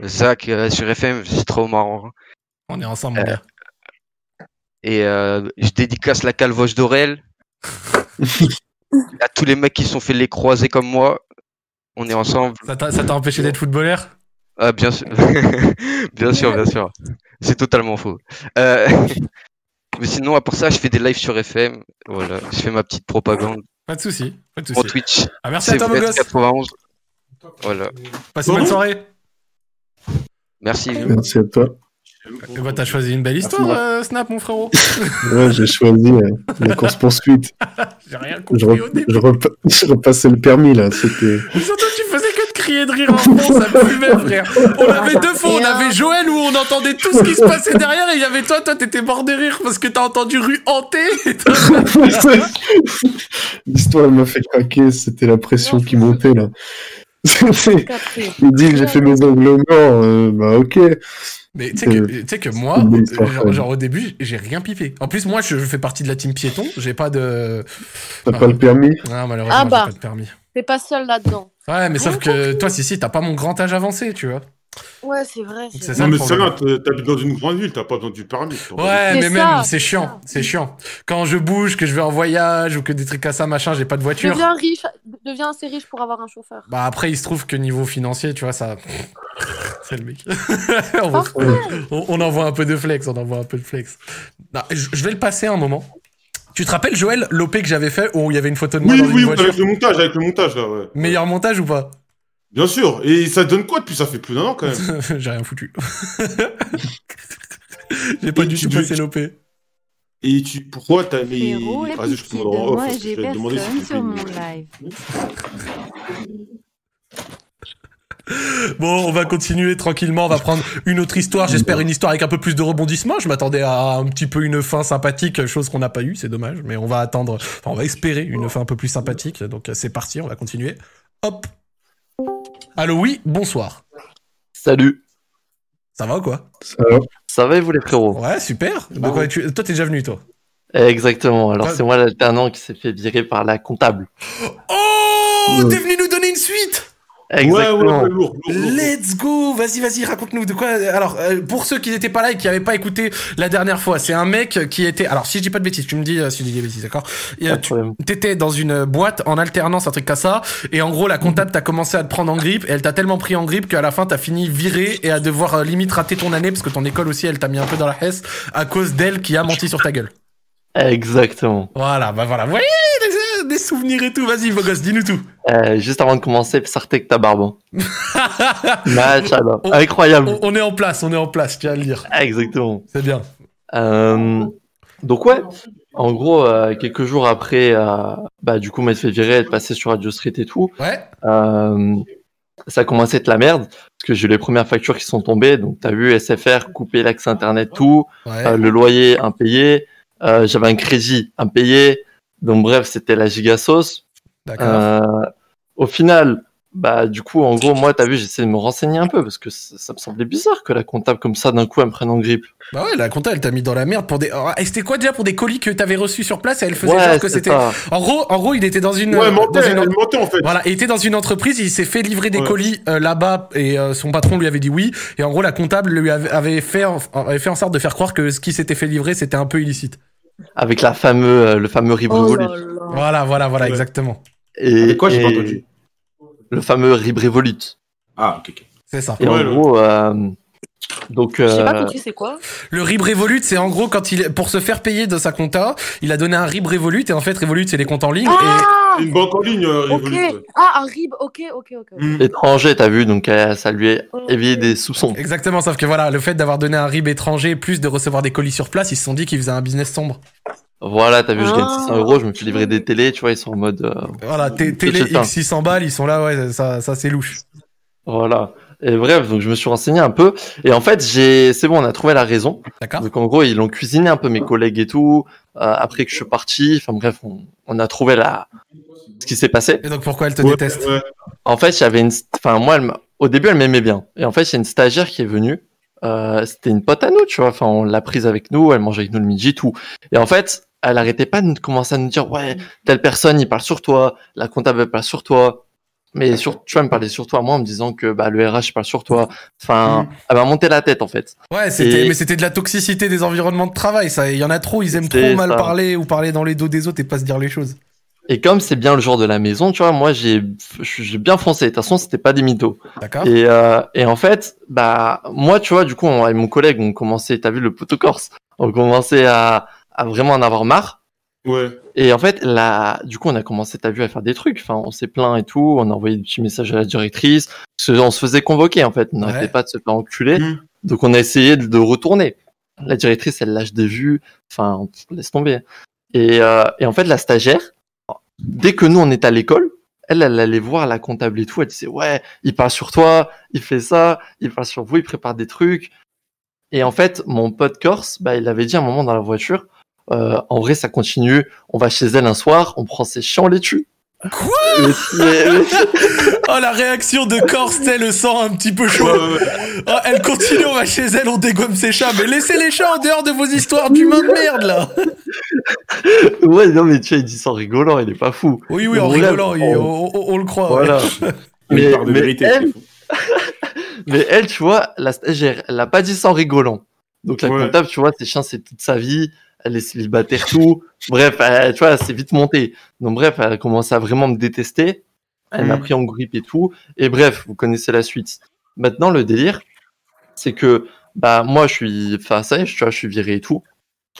Speaker 9: Zach euh, sur FM, c'est trop marrant.
Speaker 1: On est ensemble, Oh, mon
Speaker 9: Euh,
Speaker 1: gars.
Speaker 9: Et euh, je dédicace la calvoche d'Aurel. à tous les mecs qui se sont fait les croiser comme moi. On est ensemble.
Speaker 1: Ça t'a ça t'a empêché d'être footballeur
Speaker 9: Ah, bien sûr. bien sûr, bien sûr. C'est totalement faux. Euh, Mais sinon, à part ça, je fais des lives sur FM. Voilà, je fais ma petite propagande.
Speaker 1: Pas de soucis. Pas de
Speaker 9: Mon
Speaker 1: soucis.
Speaker 9: Twitch.
Speaker 1: Ah, merci à
Speaker 9: c'est
Speaker 1: toi, mon
Speaker 9: Vest
Speaker 1: gosse.
Speaker 9: 91. Voilà.
Speaker 1: Passez une bonne soirée.
Speaker 9: Merci.
Speaker 6: Merci à toi.
Speaker 1: Eh ben, t'as choisi une belle histoire,
Speaker 6: Merci.
Speaker 1: euh, Snap, mon frérot.
Speaker 6: Ouais, j'ai choisi euh, la course poursuite.
Speaker 1: J'ai rien
Speaker 6: Je,
Speaker 1: compris
Speaker 6: re-
Speaker 1: au début.
Speaker 6: je repa- je repassais le permis là. C'était.
Speaker 1: Mais Surtout, tu faisais que de crier de rire en fond, ça me fumait, frère. On avait deux fois, on avait Joël où on entendait tout ce qui se passait derrière et il y avait toi, toi t'étais mort de rire parce que t'as entendu rue hantée. Et toi,
Speaker 6: L'histoire elle m'a fait craquer. C'était la pression qui montait là. C'était- Il dit que j'ai fait mes ongles morts. euh, bah ok.
Speaker 1: Mais tu sais que, tu sais que moi,
Speaker 6: une belle histoire,
Speaker 1: euh, genre,
Speaker 6: quand
Speaker 1: genre au début, j'ai rien pipé. En plus, moi, je fais partie de la team piéton. J'ai pas de.
Speaker 6: T'as pas le permis.
Speaker 1: Ah, malheureusement,
Speaker 2: Ah bah. Ah
Speaker 1: j'ai pas de permis.
Speaker 2: T'es pas seul là-dedans.
Speaker 1: Ouais, mais sauf que toi, si, si, t'as pas mon grand âge avancé, tu vois.
Speaker 2: Ouais, c'est vrai. c'est
Speaker 1: C'est
Speaker 2: vrai.
Speaker 1: ça
Speaker 4: Non,
Speaker 1: le
Speaker 4: mais
Speaker 1: problème.
Speaker 4: celle-là, t'es- t'habites dans une grande ville, t'as pas besoin du permis. toi.
Speaker 1: Ouais,
Speaker 2: C'est
Speaker 1: mais
Speaker 2: ça,
Speaker 1: même, c'est
Speaker 2: c'est
Speaker 1: chiant, c'est chiant. Quand je bouge, que je vais en voyage ou que des trucs à ça, machin, j'ai pas de voiture.
Speaker 2: Deviens riche, deviens assez riche pour avoir un chauffeur.
Speaker 1: Bah après, il se trouve que niveau financier, tu vois, ça. C'est le mec. on, va-
Speaker 2: Parfait.
Speaker 1: on- on envoie un peu de flex, on envoie un peu de flex. Non, je je vais le passer un moment. Tu te rappelles, Joël, l'OP que j'avais fait où il y avait une photo de moi
Speaker 4: Oui,
Speaker 1: dans une
Speaker 4: oui, oui,
Speaker 1: voiture
Speaker 4: avec le montage, avec le montage, là, ouais.
Speaker 1: Meilleur montage ou pas
Speaker 4: Bien sûr. Et ça donne quoi depuis ça fait plus d'un an, quand même
Speaker 1: J'ai rien foutu. J'ai pas
Speaker 4: Et
Speaker 1: du
Speaker 4: tu
Speaker 1: tout
Speaker 4: dois-
Speaker 1: passé l'OP.
Speaker 4: Et tu, pourquoi t'as mis...
Speaker 10: Héros est
Speaker 4: Vas-y, je te
Speaker 10: pitié de
Speaker 4: demanderai en off,
Speaker 10: moi
Speaker 4: parce
Speaker 10: et
Speaker 4: que
Speaker 10: j'ai
Speaker 4: je vais te demander si
Speaker 10: personne
Speaker 4: tu
Speaker 10: sur
Speaker 4: fais une-
Speaker 10: mon live.
Speaker 1: Bon, on va continuer tranquillement, on va prendre une autre histoire, j'espère une histoire avec un peu plus de rebondissement. Je m'attendais à un petit peu une fin sympathique, chose qu'on n'a pas eue, c'est dommage, mais on va attendre, enfin on va espérer une fin un peu plus sympathique. Donc euh, c'est parti, on va continuer. Hop. Allô, oui, bonsoir.
Speaker 11: Salut,
Speaker 1: Ça va ou quoi
Speaker 6: Ça va.
Speaker 11: ça va et vous les frérots
Speaker 1: Ouais, super. Donc, ouais, tu- Toi, t'es déjà venu, toi.
Speaker 11: Exactement, alors
Speaker 1: Ça-
Speaker 11: c'est moi l'alternant qui s'est fait virer par la comptable.
Speaker 1: Oh,
Speaker 6: Ouais.
Speaker 1: t'es venu nous donner une suite
Speaker 4: Ouais, ouais,
Speaker 11: Exactement.
Speaker 4: ouais, lourd, lourd, lourd.
Speaker 1: Let's go, vas-y, vas-y, raconte-nous de quoi. Alors, euh, pour ceux qui n'étaient pas là et qui n'avaient pas écouté la dernière fois, c'est un mec qui était. Alors, si je dis pas de bêtises, tu me dis euh, si je dis des bêtises, d'accord Et, euh,
Speaker 11: Pas de
Speaker 1: tu-
Speaker 11: problème.
Speaker 1: T'étais dans une boîte en alternance, un truc comme ça, et en gros, la comptable t'a commencé à te prendre en grippe, et elle t'a tellement pris en grippe qu'à la fin, t'as fini viré et à devoir euh, limite rater ton année, parce que ton école aussi, elle t'a mis un peu dans la hesse à cause d'elle qui a menti sur ta gueule.
Speaker 11: Exactement.
Speaker 1: Voilà, bah voilà, vous voyez, des, des souvenirs et tout, vas-y, vos gosses, dis-nous tout.
Speaker 11: Euh, juste avant de commencer, Sartek Tabarban. Match alors. hein. Incroyable.
Speaker 1: On, on est en place, on est en place, tu as à le dire.
Speaker 11: Exactement.
Speaker 1: C'est bien.
Speaker 11: Euh, donc ouais, en gros, euh, quelques jours après, euh, bah, du coup, m'être fait virer, être passé sur Radio Street et tout,
Speaker 1: Ouais,
Speaker 11: euh, ça commence à être la merde, parce que j'ai eu les premières factures qui sont tombées, donc t'as vu SFR, couper l'accès Internet, tout,
Speaker 1: ouais.
Speaker 11: euh, le loyer impayé, euh, j'avais un crédit impayé, donc bref, c'était la giga sauce.
Speaker 1: D'accord.
Speaker 11: Euh, au final, bah du coup, en gros, moi, t'as vu, j'essaie de me renseigner un peu, parce que ça, ça me semblait bizarre que la comptable comme ça, d'un coup, elle me prenne en grippe.
Speaker 1: Bah ouais, la compta, elle t'a mis dans la merde pour des. Ah, Et c'était quoi déjà pour des colis que t'avais reçus sur place et elle faisait genre que
Speaker 11: c'est
Speaker 1: c'était.
Speaker 11: ça.
Speaker 1: En gros, en gros, il était dans une.
Speaker 4: Ouais,
Speaker 1: euh,
Speaker 4: mentait,
Speaker 1: dans une-
Speaker 4: elle mentait, en fait.
Speaker 1: Voilà, il était dans une entreprise, il s'est fait livrer des
Speaker 4: Ouais.
Speaker 1: colis euh, là-bas et euh, son patron lui avait dit oui. Et en gros, la comptable lui avait, avait fait en, avait fait en sorte de faire croire que ce qui s'était fait livrer c'était un peu illicite.
Speaker 11: avec la fameux, euh, le fameux
Speaker 2: Oh
Speaker 11: Ribrevolut.
Speaker 2: là là.
Speaker 1: Voilà, voilà, voilà,
Speaker 4: Ouais.
Speaker 1: exactement.
Speaker 11: et,
Speaker 8: Avec Ah, quoi, j'ai
Speaker 11: et
Speaker 8: pas entendu
Speaker 11: Le fameux Ribrevolut.
Speaker 8: Ah, ok, ok.
Speaker 1: C'est ça.
Speaker 11: Et
Speaker 4: Ouais,
Speaker 11: en
Speaker 4: le-
Speaker 11: gros, euh, donc
Speaker 2: J'ai pas
Speaker 11: euh,
Speaker 2: compris c'est quoi.
Speaker 1: Le RIB Revolut, c'est en gros quand il pour se faire payer de sa compta, il a donné un RIB Revolut et en fait Revolut c'est les comptes en ligne et
Speaker 2: Ah
Speaker 4: Une banque en ligne, euh,
Speaker 2: Ok.
Speaker 4: Revolut, ouais.
Speaker 2: Ah un rib. Ok ok ok.
Speaker 4: Mm.
Speaker 8: Hmm.
Speaker 11: étranger, t'as vu, donc euh, ça lui a
Speaker 2: Oh, Ok.
Speaker 11: éveillé des soupçons.
Speaker 1: exactement sauf que voilà, le fait d'avoir donné un RIB étranger plus de recevoir des colis sur place, ils se sont dit qu'ils faisaient un business sombre.
Speaker 11: Voilà, t'as vu, je gagne
Speaker 2: Ah.
Speaker 11: 600 euros, je me fais livrer des télés, tu vois, ils sont en mode, euh,
Speaker 1: Voilà, t- télé
Speaker 11: C'est ça.
Speaker 1: X600 balles, ils sont là, ouais, ça, ça c'est louche.
Speaker 11: voilà. Et bref, donc je me suis renseigné un peu, et en fait, j'ai, c'est bon, on a trouvé la raison.
Speaker 1: D'accord
Speaker 11: Donc en gros, ils l'ont cuisiné un peu mes collègues et tout. euh, après que je suis parti, enfin bref, on, on a trouvé la, ce qui s'est passé.
Speaker 1: Et donc pourquoi elle te
Speaker 4: Ouais,
Speaker 1: déteste
Speaker 4: ouais.
Speaker 11: En fait, j'avais une. st- Enfin, moi, elle m'a- au début, elle m'aimait bien. Et en fait, il y a une stagiaire qui est venue. Euh, C'était une pote à nous, tu vois. Enfin, on l'a prise avec nous, elle mangeait avec nous le midi, tout. Et en fait, elle arrêtait pas de nous- commencer à nous dire Ouais, telle personne, il parle sur toi. La comptable, elle parle sur toi. Mais sur, tu vois, elle me parlait sur toi, moi, en me disant que bah, le RH parle sur toi. Enfin, elle m'a monté la tête, en fait.
Speaker 1: Mm. Ouais, c'était,
Speaker 11: Et-
Speaker 1: mais c'était de la toxicité des environnements de travail, ça. Il y en a trop, ils aiment trop
Speaker 11: C'est
Speaker 1: mal
Speaker 11: ça.
Speaker 1: parler ou parler dans les dos des autres et pas se dire les choses.
Speaker 11: Et comme c'est bien le genre de la maison, tu vois, moi, j'ai j'ai bien foncé. De toute façon, c'était pas des mythos.
Speaker 1: D'accord
Speaker 11: Et, euh, et en fait, bah moi, tu vois, du coup, on, avec mon collègue, on commençait, t'as vu le poteau corse, on commençait à, à vraiment en avoir marre.
Speaker 4: Ouais.
Speaker 11: Et en fait, là, du coup, on a commencé, t'as vu, à faire des trucs. Enfin, on s'est plaint et tout. On a envoyé des petits messages à la directrice. Parce que on se faisait convoquer, en fait. On n'arrêtait pas de se faire enculer. Donc, on a essayé de, de retourner. La directrice, elle lâche des vues. Enfin, pff, laisse tomber. Et, euh, et en fait, la stagiaire, dès que nous, on est à l'école, elle, elle allait voir la comptable et tout. Elle disait, ouais, il parle sur toi, il fait ça, il parle sur vous, il prépare des trucs. Et en fait, mon pote corse, bah, il avait dit à un moment dans la voiture, euh, en vrai, ça continue. On va chez elle un soir, on prend ses chiens, on les tue.
Speaker 1: Quoi Oh la réaction de Corse, elle le sang un petit peu chaud. Oh, elle continue, on va chez elle, on dégomme ses chats. Mais laissez les chats en dehors de vos histoires d'humains de merde là.
Speaker 11: ouais, non, mais tu vois, il dit ça en rigolant, il est pas fou.
Speaker 1: Oui, oui, en
Speaker 11: Mais là,
Speaker 1: rigolant, il- on, on- on le croit. ouais.
Speaker 11: Oh. Voilà.
Speaker 1: Mais il parle de vérité,
Speaker 11: elle... mais elle, tu vois, la stagiaire, elle l'a pas dit sans rigolant. Donc la comptable, tu vois, ses chiens, c'est toute sa vie. Elle est célibataire, tout. Bref, elle- tu vois, c'est vite monté. Donc bref, elle a commencé à vraiment me détester. Elle m'a
Speaker 10: Mhm.
Speaker 11: pris en grippe et tout. Et bref, vous connaissez la suite. Maintenant, le délire, c'est que bah moi, je suis, enfin ça y est, tu vois, je suis viré et tout.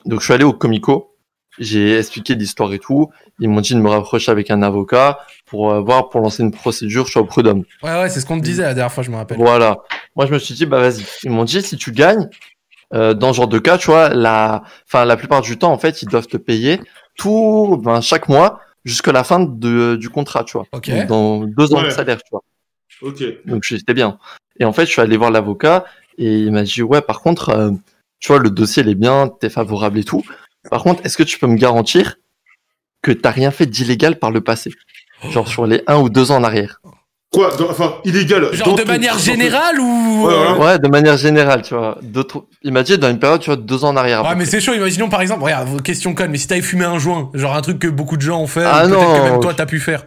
Speaker 11: Donc je suis allé au Comico, j'ai expliqué l'histoire et tout. Ils m'ont dit de me rapprocher avec un avocat pour euh, voir pour lancer une procédure sur le prud'homme.
Speaker 1: Ouais, ouais, c'est ce qu'on te disait la dernière fois, je me rappelle.
Speaker 11: Voilà. Moi je me suis dit bah vas-y. Ils m'ont dit si tu gagnes euh, dans ce genre de cas, tu vois, la enfin la plupart du temps en fait, ils doivent te payer tout ben, chaque mois jusqu'à la fin de, du contrat, tu vois. Donc, dans deux ans de
Speaker 4: Ouais.
Speaker 11: salaire, tu vois.
Speaker 4: Ok.
Speaker 11: Donc j'étais bien. Et en fait, je suis allé voir l'avocat et il m'a dit ouais, par contre, euh, tu vois, le dossier il est bien, t'es favorable et tout. Par contre, est-ce que tu peux me garantir que t'as rien fait d'illégal par le passé, genre sur les un ou deux ans en arrière
Speaker 4: Quoi Dans- Enfin, illégal.
Speaker 1: Genre
Speaker 4: dans
Speaker 1: de
Speaker 4: ton-
Speaker 1: manière
Speaker 4: dans ton-
Speaker 1: générale ou.
Speaker 11: ouais,
Speaker 1: euh,
Speaker 11: de manière générale, tu vois. Deux, trois- il m'a dit dans une période, tu vois, deux ans en arrière. à
Speaker 1: Ouais,
Speaker 11: peu
Speaker 1: mais
Speaker 11: près.
Speaker 1: c'est chaud, imaginons par exemple, regarde, question conne, mais si t'avais fumé un joint, genre un truc que beaucoup de gens ont fait,
Speaker 11: Ah
Speaker 1: ou peut-être que
Speaker 11: non,
Speaker 1: même toi
Speaker 11: je-
Speaker 1: t'as pu faire.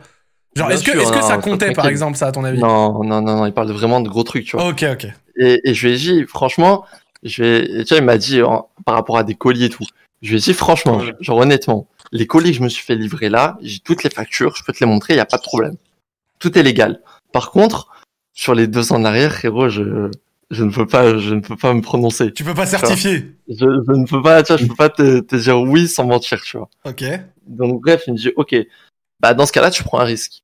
Speaker 1: Genre,
Speaker 11: Bien
Speaker 1: est-ce que,
Speaker 11: sûr,
Speaker 1: est-ce que
Speaker 11: non,
Speaker 1: ça
Speaker 11: non,
Speaker 1: comptait par
Speaker 11: tranquille.
Speaker 1: exemple, ça à ton avis
Speaker 11: Non, non, non, non, il parle vraiment de gros trucs, tu vois.
Speaker 1: Ok, ok.
Speaker 11: Et, et je lui ai dit, franchement, je lui ai- et tu vois, il m'a dit en- par rapport à des colis et tout. Je lui ai dit, franchement, genre honnêtement, les colis que je me suis fait livrer là, j'ai toutes les factures, je peux te les montrer, il n'y a pas de problème. Tout est légal. Par contre, sur les deux ans en arrière, frérot, je, je ne peux pas, je ne peux pas me prononcer.
Speaker 1: Tu peux
Speaker 11: vois.
Speaker 1: pas certifier.
Speaker 11: Je, je ne peux pas, tu vois, je peux pas te, te dire oui sans mentir, tu vois.
Speaker 1: Ok.
Speaker 11: Donc bref, il me dit ok, bah dans ce cas-là, tu prends un risque.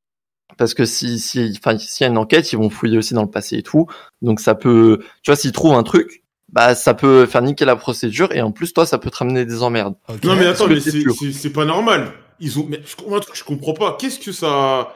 Speaker 11: Parce que si si enfin s'il y a une enquête, ils vont fouiller aussi dans le passé et tout. Donc ça peut, tu vois, s'ils trouvent un truc, bah ça peut faire niquer la procédure et en plus toi ça peut te ramener des emmerdes.
Speaker 4: Non, mais
Speaker 11: Parce
Speaker 4: attends,
Speaker 11: que
Speaker 4: mais
Speaker 11: t'es
Speaker 4: c'est-
Speaker 11: sûr.
Speaker 4: c'est c'est pas normal. Ils ont. Mais je, comprends un truc, je comprends pas. Qu'est-ce que ça.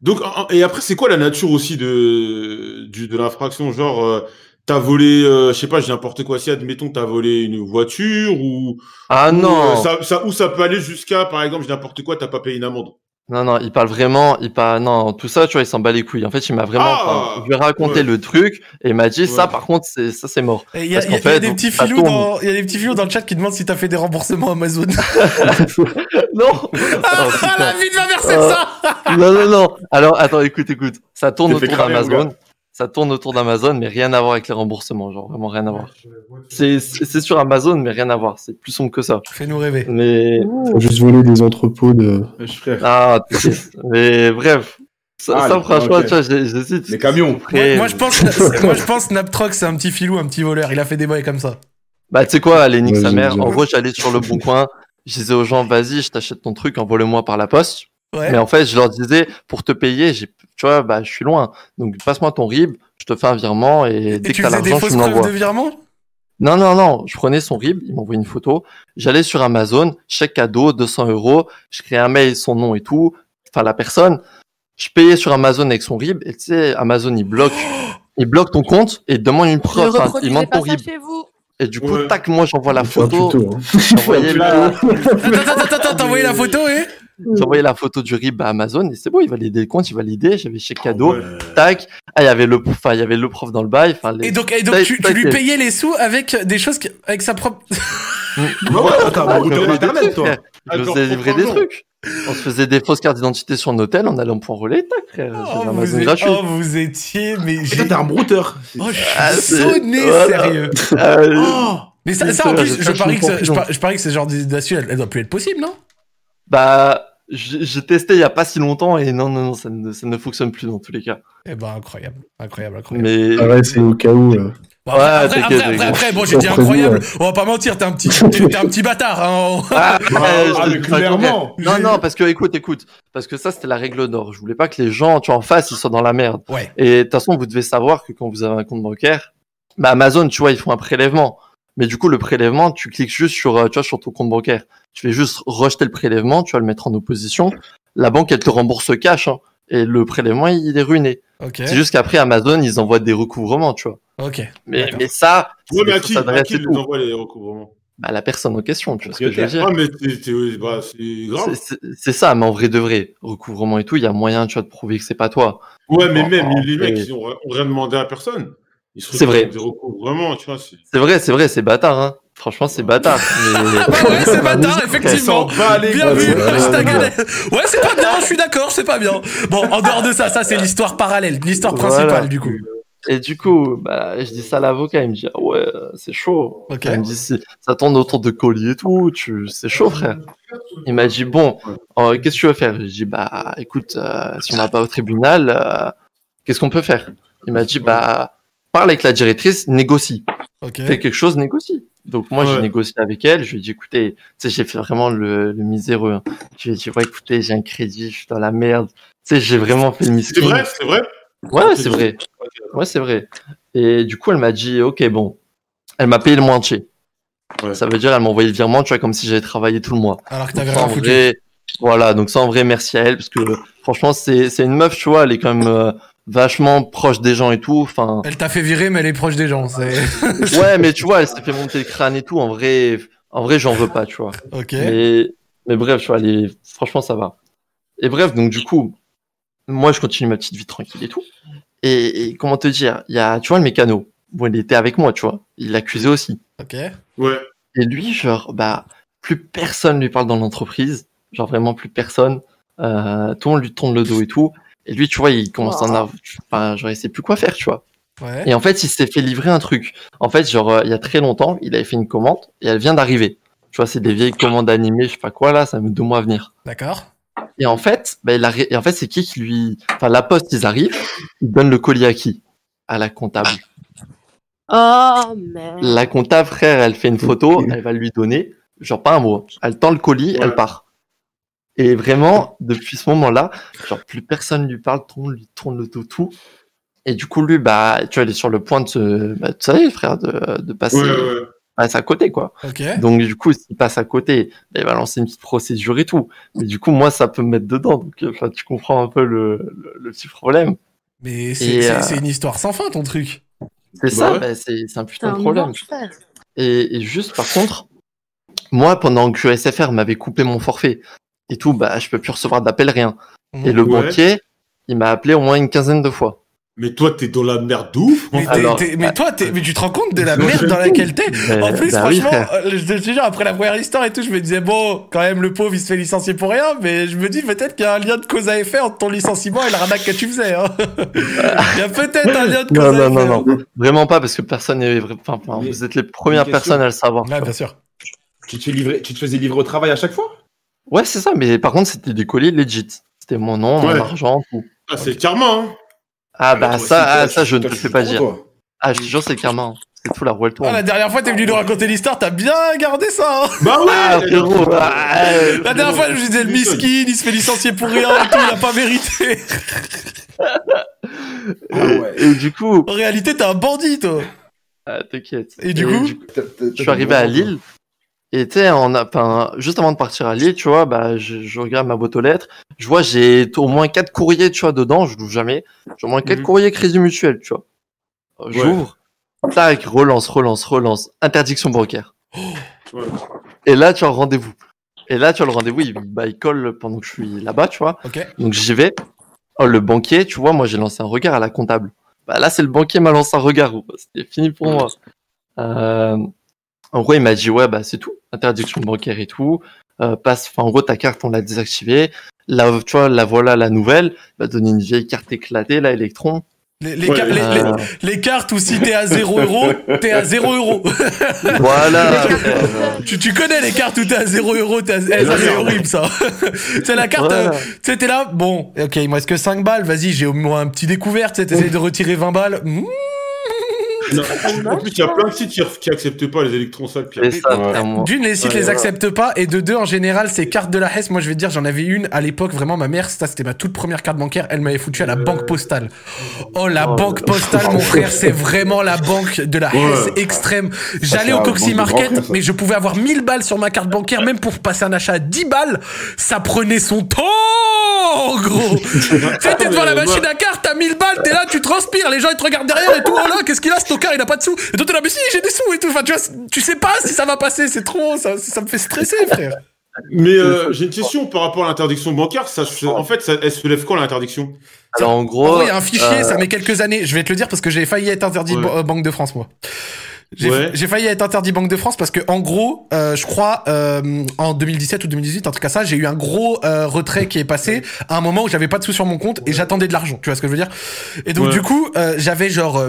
Speaker 4: Donc, en- en- et après, c'est quoi la nature aussi de, du, de l'infraction Genre, euh, t'as volé, euh, je sais pas, j'ai n'importe quoi. Si, admettons, t'as volé une voiture ou.
Speaker 11: Ah
Speaker 4: ou,
Speaker 11: non.
Speaker 4: euh, ça, ça, Ou ça peut aller jusqu'à, par exemple, j'ai n'importe quoi, t'as pas payé une amende.
Speaker 11: Non, non, il parle vraiment, il parle, non, tout ça, tu vois, il s'en bat les couilles. En fait, il m'a vraiment,
Speaker 4: Ah
Speaker 11: enfin, je lui ai raconté
Speaker 4: Ouais.
Speaker 11: le truc, et il m'a dit, ça, par contre, c'est, ça, c'est mort.
Speaker 1: Et Il y, a-
Speaker 11: Parce
Speaker 1: il y a-
Speaker 11: qu'en
Speaker 1: il y a
Speaker 11: fait,
Speaker 1: des
Speaker 11: donc,
Speaker 1: petits
Speaker 11: ça
Speaker 1: filous
Speaker 11: tourne.
Speaker 1: dans- il y a des petits filous dans le chat qui demandent si t'as fait des remboursements Amazon.
Speaker 11: Non Ah,
Speaker 1: la vie de ma mère, c'est
Speaker 11: Euh,
Speaker 1: ça
Speaker 11: non, non, non. Alors, attends, écoute, écoute. Ça tourne
Speaker 1: T'es fait
Speaker 11: autour
Speaker 1: cramer, mon
Speaker 11: d'Amazon.
Speaker 1: gars.
Speaker 11: Ça tourne autour d'Amazon, mais rien à voir avec les remboursements. Genre, vraiment rien à voir. C'est c'est sur Amazon, mais rien à voir. C'est plus sombre que ça.
Speaker 1: Fais-nous rêver.
Speaker 11: Mais.
Speaker 6: Faut juste voler des entrepôts de.
Speaker 11: Ah, t'inquiète. mais bref. Ça,
Speaker 6: Ah,
Speaker 11: ça,
Speaker 6: le-
Speaker 11: franchement,
Speaker 6: ok.
Speaker 11: tu vois, j'ai- j'hésite. Les
Speaker 8: camions.
Speaker 1: Moi, moi, je pense, moi je pense Naptrox c'est un petit filou, un petit voleur. Il a fait des bails comme ça.
Speaker 11: Bah, tu sais quoi, allez, nique
Speaker 1: Ouais,
Speaker 11: sa
Speaker 1: j'ai
Speaker 11: mère.
Speaker 1: déjà-
Speaker 11: En gros, j'allais sur le bon coin. Je disais aux gens, vas-y, je t'achète ton truc, envoie-le-moi par la poste.
Speaker 1: Ouais.
Speaker 11: Mais en fait, je leur disais, pour te payer, j'ai, tu vois, bah, je suis loin. Donc, passe-moi ton RIB, je te fais un virement et, dès
Speaker 1: Et
Speaker 11: que
Speaker 1: tu
Speaker 11: t'as
Speaker 1: faisais des
Speaker 11: l'argent, tu
Speaker 1: fausses
Speaker 11: me
Speaker 1: preuves de
Speaker 11: l'envoies.
Speaker 1: virement
Speaker 11: Non, non, non. Je prenais son RIB, il m'envoyait une photo. J'allais sur Amazon, chèque cadeau, 200 euros. Je créais un mail, son nom et tout. Enfin, la personne. Je payais sur Amazon avec son RIB. Et tu sais, Amazon, il bloque, il bloque ton compte et il demande une
Speaker 2: Ne
Speaker 11: preuve. Enfin, il
Speaker 2: reproduisez
Speaker 11: demande ton
Speaker 2: pas ça
Speaker 11: RIB.
Speaker 2: chez vous.
Speaker 11: Et du coup, tac, moi, j'envoie la
Speaker 6: faut un
Speaker 11: photo.
Speaker 6: tuto, hein.
Speaker 11: J'envoyais la...
Speaker 1: Attends, attends, attends, t'as envoyé la photo et
Speaker 11: J'envoyais la photo du RIB à Amazon et c'est bon, il validait le compte, il validait. J'avais chez
Speaker 1: Ah
Speaker 11: cadeau. Tac. Ah, il y avait le, enfin, il y avait le prof dans le bail. Enfin, les-
Speaker 1: Et donc, et donc
Speaker 11: Tac,
Speaker 1: tu, tu
Speaker 11: tac,
Speaker 1: lui
Speaker 11: et-
Speaker 1: payais les sous avec des choses qui- avec sa propre.
Speaker 11: Non,
Speaker 1: ouais, attends, mais
Speaker 11: je
Speaker 1: vous
Speaker 11: faisais
Speaker 1: devez
Speaker 11: des
Speaker 1: internet,
Speaker 11: trucs,
Speaker 1: toi.
Speaker 11: frère. Je
Speaker 1: Attends,
Speaker 11: faisais livrer des
Speaker 1: comprends-nous.
Speaker 11: trucs. On se faisait des fausses cartes d'identité sur un hôtel, on allait en point relais, tac, frère. J'avais
Speaker 1: Oh, vous,
Speaker 11: Amazon
Speaker 1: êtes-
Speaker 11: gratuit.
Speaker 1: oh, vous étiez, mais j'ai.
Speaker 5: t'es un brouteur.
Speaker 1: Oh, je suis
Speaker 11: Ah, c'est-
Speaker 1: sonné,
Speaker 11: voilà.
Speaker 1: sérieux.
Speaker 11: Euh,
Speaker 1: Oh. mais ça,
Speaker 11: c'est
Speaker 1: ça, en
Speaker 11: ça,
Speaker 1: plus,
Speaker 11: je
Speaker 1: je
Speaker 11: cherche
Speaker 1: parie,
Speaker 11: mon
Speaker 1: que ce, je,
Speaker 11: papillon.
Speaker 1: par- je parie que ce genre d'assu, elle, elle doit plus être possible, non
Speaker 11: Bah, j'ai j'ai testé il y a pas si longtemps et non, non, non, ça ne, ça ne fonctionne plus dans tous les cas.
Speaker 1: Eh ben, incroyable, incroyable, incroyable.
Speaker 11: Mais.
Speaker 6: Pareil, c'est au cas où. euh,
Speaker 1: Bon, après, après, après, après, après, bon, j'ai dit incroyable. On va pas mentir, t'es un petit, t'es t'es un petit bâtard. Hein.
Speaker 11: Ah,
Speaker 1: ouais,
Speaker 11: je- enfin, je- Non, non, parce que écoute, écoute, parce que ça c'était la règle d'or. Je voulais pas que les gens, tu vois, en face, ils soient dans la merde.
Speaker 1: Ouais.
Speaker 11: Et de toute façon, vous devez savoir que quand vous avez un compte bancaire, bah, Amazon, tu vois, ils font un prélèvement. Mais du coup, le prélèvement, tu cliques juste sur, euh, tu vois, sur ton compte bancaire. Tu fais juste rejeter le prélèvement, tu vas le mettre en opposition. La banque, elle te rembourse cash, hein, et le prélèvement, il il est ruiné.
Speaker 1: Ok.
Speaker 11: C'est juste qu'après, Amazon, ils envoient des recouvrements, tu vois.
Speaker 1: Ok.
Speaker 11: Mais, mais ça,
Speaker 4: Ouais, mais à
Speaker 11: ça
Speaker 4: qui, à
Speaker 11: s'adresse
Speaker 4: qui
Speaker 11: et
Speaker 4: les
Speaker 11: tout.
Speaker 4: envoie les recouvrements
Speaker 11: Bah, la personne en question, tu vois ce que je veux dire.
Speaker 4: Ah, mais t'es- t'es- bah, c'est grave.
Speaker 11: C'est- c'est- C'est ça, mais en vrai de vrai, recouvrement et tout, il y a moyen, tu vois, de prouver que c'est pas toi.
Speaker 4: Ouais, mais même
Speaker 11: En- en
Speaker 4: les
Speaker 11: vrai-
Speaker 4: mecs, ils ont ont rien demandé à personne. Ils se
Speaker 11: Oh, C'est vrai.
Speaker 4: retrouvent avec Des recouvrements, tu vois. c'est-
Speaker 11: C'est vrai, c'est vrai, c'est bâtard, hein. Franchement, c'est bâtard.
Speaker 1: Ouais, c'est bâtard, Ah, effectivement. Bien vu, hashtag LS. Ouais, c'est pas bien, je suis d'accord, c'est pas bien. Bon, en dehors de ça, ça, c'est l'histoire parallèle, l'histoire principale, du coup.
Speaker 11: Et du coup, bah, je dis ça à l'avocat, il me dit, ah ouais, c'est chaud.
Speaker 1: Ok.
Speaker 11: Il me dit, si- ça tourne autour de colis et tout, tu, c'est chaud, frère. Il m'a dit, bon, euh, qu'est-ce que tu veux faire? Je dis, bah, écoute, euh, si on va pas au tribunal, euh, qu'est-ce qu'on peut faire? Il m'a dit, bah, parle avec la directrice, négocie.
Speaker 1: Ok.
Speaker 11: Fais quelque chose, négocie. Donc, moi, j'ai négocié avec elle, je lui ai dit, écoutez, tu sais, j'ai fait vraiment le, le miséreux. hein. Je lui ai dit, ouais, écoutez, j'ai un crédit, je suis dans la merde. Tu sais, j'ai vraiment fait le miskin.
Speaker 4: C'est vrai, c'est vrai.
Speaker 1: Ah,
Speaker 11: Ouais, c'est vrai. Ouais, c'est vrai. Et du coup, elle m'a dit, ok, bon, elle m'a payé le moitié. Ça veut dire, elle m'a envoyé le virement, tu vois, comme si j'avais travaillé tout le mois.
Speaker 1: Alors que t'avais
Speaker 11: Donc ça,
Speaker 1: rien
Speaker 11: en
Speaker 1: foutu.
Speaker 11: vrai, Voilà, donc ça, en vrai, merci à elle, parce que franchement, c'est c'est une meuf, tu vois, elle est quand même euh, vachement proche des gens et tout. Enfin,
Speaker 1: Elle t'a fait virer, mais elle est proche des gens. C'est...
Speaker 11: ouais, mais tu vois, elle s'est fait monter le crâne et tout. En vrai, en vrai, j'en veux pas, tu vois.
Speaker 1: Ok.
Speaker 11: Mais, mais bref, tu vois, les... franchement, ça va. Et bref, donc du coup, moi, je continue ma petite vie tranquille et tout. Et, et comment te dire, il y a, tu vois, le mécano. Bon, il était avec moi, tu vois. Il l'accusait aussi.
Speaker 1: Ok.
Speaker 4: Ouais.
Speaker 11: Et lui, genre, bah, plus personne lui parle dans l'entreprise. Genre, vraiment, plus personne. Euh, tout le monde lui tourne le dos et tout. Et lui, tu vois, il commence à en avoir. Enfin, genre, il sait plus quoi faire, tu vois.
Speaker 1: Ouais.
Speaker 11: Et en fait, il s'est fait livrer un truc. En fait, genre, euh, il y a très longtemps, il avait fait une commande et elle vient d'arriver. Tu vois, c'est des vieilles commandes animées, je sais pas quoi, là, ça met deux mois à venir.
Speaker 1: D'accord.
Speaker 11: Et en fait, bah, il a ré- et en fait, c'est qui qui lui, enfin, la poste, ils arrivent, ils donnent le colis à qui? À la comptable.
Speaker 2: Oh merde.
Speaker 11: La comptable, frère, elle fait une photo, elle va lui donner, genre pas un mot. Elle tend le colis, elle part. Et vraiment, depuis ce moment-là, genre plus personne lui parle, tout le monde lui tourne le dos, tout. Et du coup, lui, bah, tu vois, il est sur le point de se, bah, tu sais, frère, de, de passer,
Speaker 4: Ouais, ouais.
Speaker 11: passer à côté, quoi.
Speaker 1: Ok.
Speaker 11: Donc, du coup, s'il passe à côté, bah, il va lancer une petite procédure et tout. Mais du coup, moi, ça peut me mettre dedans. Donc, euh, enfin, tu comprends un peu le, le, le petit problème.
Speaker 1: Mais
Speaker 11: Et,
Speaker 1: c'est, c'est-
Speaker 11: euh,
Speaker 1: c'est une histoire sans fin, ton truc.
Speaker 11: C'est ça, bah, c'est c'est un
Speaker 2: T'as
Speaker 11: putain
Speaker 2: un
Speaker 11: de problème.
Speaker 2: enfer.
Speaker 11: Et, et juste, par contre, moi, pendant que SFR m'avait coupé mon forfait et tout, bah, je peux plus recevoir d'appel, rien.
Speaker 1: Mmh.
Speaker 11: Et le
Speaker 4: Ouais.
Speaker 11: banquier, il m'a appelé au moins une quinzaine de fois.
Speaker 4: Mais toi, t'es dans la merde de ouf.
Speaker 1: Mais, t'es-
Speaker 11: Alors, euh,
Speaker 1: t'es- mais toi, t'es- mais tu te rends compte de la merde dans laquelle t'es
Speaker 11: Mais-
Speaker 1: En plus,
Speaker 11: bah oui,
Speaker 1: franchement,
Speaker 11: frère.
Speaker 1: euh, je te jure, après la première histoire et tout, je me disais, bon, quand même, le pauvre, il se fait licencier pour rien, mais je me dis peut-être qu'il y a un lien de cause à effet entre ton licenciement et la ramac que tu faisais. hein. il y a peut-être un lien de
Speaker 11: Non,
Speaker 1: cause à
Speaker 11: non,
Speaker 1: effet.
Speaker 11: non, non, vraiment pas, parce que personne n'est vrai- enfin, enfin,
Speaker 5: Mais-
Speaker 11: vous êtes les premières
Speaker 5: une question.
Speaker 11: personnes à le savoir.
Speaker 1: Ouais, bien sûr.
Speaker 5: Tu te, fais livrer- tu te faisais livrer au travail à chaque fois
Speaker 11: Ouais, c'est ça, mais par contre, c'était des colis legit. C'était mon nom,
Speaker 4: Ouais.
Speaker 11: mon argent, tout.
Speaker 4: Ah, c'est le karma, hein.
Speaker 11: Ah, bah,
Speaker 5: toi,
Speaker 11: ça,
Speaker 5: c'est toi,
Speaker 11: ah, ça,
Speaker 5: tu-
Speaker 11: je ne
Speaker 5: toi,
Speaker 11: te
Speaker 5: tu
Speaker 11: fais pas
Speaker 5: comprends,
Speaker 11: dire.
Speaker 5: toi.
Speaker 11: Ah, je te jure, c'est karma. hein. C'est tout la roue, elle tourne.
Speaker 1: Ah, la dernière fois, t'es venu nous raconter l'histoire, t'as bien gardé ça. hein.
Speaker 4: Bah ouais
Speaker 11: Ah, frérot, ah, euh,
Speaker 1: la dernière fois, je me disais, le miskin, il se fait licencier pour rien et tout, il a pas mérité.
Speaker 11: Ah Et du coup,
Speaker 1: en réalité, t'es un bandit, toi.
Speaker 11: Ah, t'inquiète.
Speaker 1: Et du coup
Speaker 11: je suis arrivé à Lille. Et tu sais, on a, enfin, juste avant de partir à Lille, tu vois, bah, je, je regarde ma boîte aux lettres. Je vois, j'ai au moins quatre courriers, tu vois, dedans. Je l'ouvre jamais. J'ai au moins quatre courriers Crédit Mutuel, tu vois. Euh, J'ouvre. Tac, relance, relance, relance. Interdiction bancaire.
Speaker 4: Ouais.
Speaker 11: Et là, tu as rendez-vous. Et là, tu as le rendez-vous. Il, bah, il colle pendant que je suis là-bas, tu vois.
Speaker 1: Ok.
Speaker 11: Donc j'y vais. Oh, le banquier, tu vois, moi j'ai lancé un regard à la comptable. Bah là, c'est le banquier m'a lancé un regard. C'était fini pour moi. Euh, en gros, il m'a dit ouais, bah c'est tout, interdiction bancaire et tout. Euh, passe, enfin, en gros, ta carte on l'a désactivée. Là, tu vois, la voilà la nouvelle. Il m'a donné une vieille carte éclatée, la Electron.
Speaker 1: Les, les,
Speaker 4: Ouais.
Speaker 1: car- les- les-
Speaker 11: Ah.
Speaker 1: les cartes où si t'es à 0 euros, t'es à 0 euros.
Speaker 11: Voilà.
Speaker 1: tu, tu connais les cartes où t'es à 0 euros, t'es à... eh, ça, c'est horrible ça. c'est la carte,
Speaker 11: Voilà.
Speaker 1: euh, tu sais, t'es là, bon, ok, il me reste que 5 balles, vas-y, j'ai au moins un petit découvert, tu sais, t'essayes de retirer 20 balles. Hmm,
Speaker 4: En plus, il y a plein de sites qui, qui acceptent pas les électrons sales. Pierre.
Speaker 1: D'une, les sites
Speaker 4: Ouais,
Speaker 1: les
Speaker 4: voilà.
Speaker 1: acceptent pas, et de deux, en général, ces cartes de la Hesse, moi je vais te dire, j'en avais une à l'époque, vraiment, ma mère, ça c'était ma toute première carte bancaire, elle m'avait foutu à la banque postale. Oh, la banque postale, mon frère, c'est vraiment la banque de la
Speaker 10: Ouais.
Speaker 1: Hesse extrême.
Speaker 10: c'est
Speaker 1: J'allais
Speaker 10: la
Speaker 1: au
Speaker 10: banque
Speaker 1: Coxy
Speaker 10: du grand
Speaker 1: Market,
Speaker 10: frère, ça.
Speaker 1: mais je pouvais avoir 1000 balles sur ma carte bancaire, même pour passer un achat à 10 balles, ça prenait son temps, gros. tu sais, t'es devant la
Speaker 10: Attends, mais
Speaker 1: machine
Speaker 10: moi-
Speaker 1: à cartes, t'as 1000 balles, t'es là, tu transpires, les gens ils te regardent derrière et tout, oh là, qu'est-ce qu'il a, ce tocard, il a pas de sous. Et toi t'es là, mais si, j'ai des sous et tout. Enfin, tu vois, tu sais pas si ça va passer, c'est trop, ça, ça me fait stresser, frère.
Speaker 4: Mais euh, j'ai une question par rapport à l'interdiction bancaire. Ça, se- en fait, ça, elle se lève quand l'interdiction
Speaker 11: Alors en
Speaker 4: Oh,
Speaker 11: gros,
Speaker 1: En gros, Oh, il y a un fichier,
Speaker 11: euh,
Speaker 1: ça met quelques années. Je vais te le dire parce que j'ai failli être interdit
Speaker 4: Ouais.
Speaker 1: ban- euh, Banque de France, moi. J'ai
Speaker 4: Ouais.
Speaker 1: j'ai failli être interdit Banque de France parce que, en gros, euh, je crois, euh, en 2017 ou 2018, en tout cas ça, j'ai eu un gros euh, retrait qui est passé à un moment où j'avais pas de sous sur mon compte et j'attendais de l'argent. Tu vois ce que je veux dire Et donc,
Speaker 10: Ouais.
Speaker 1: du coup, euh, j'avais genre... euh,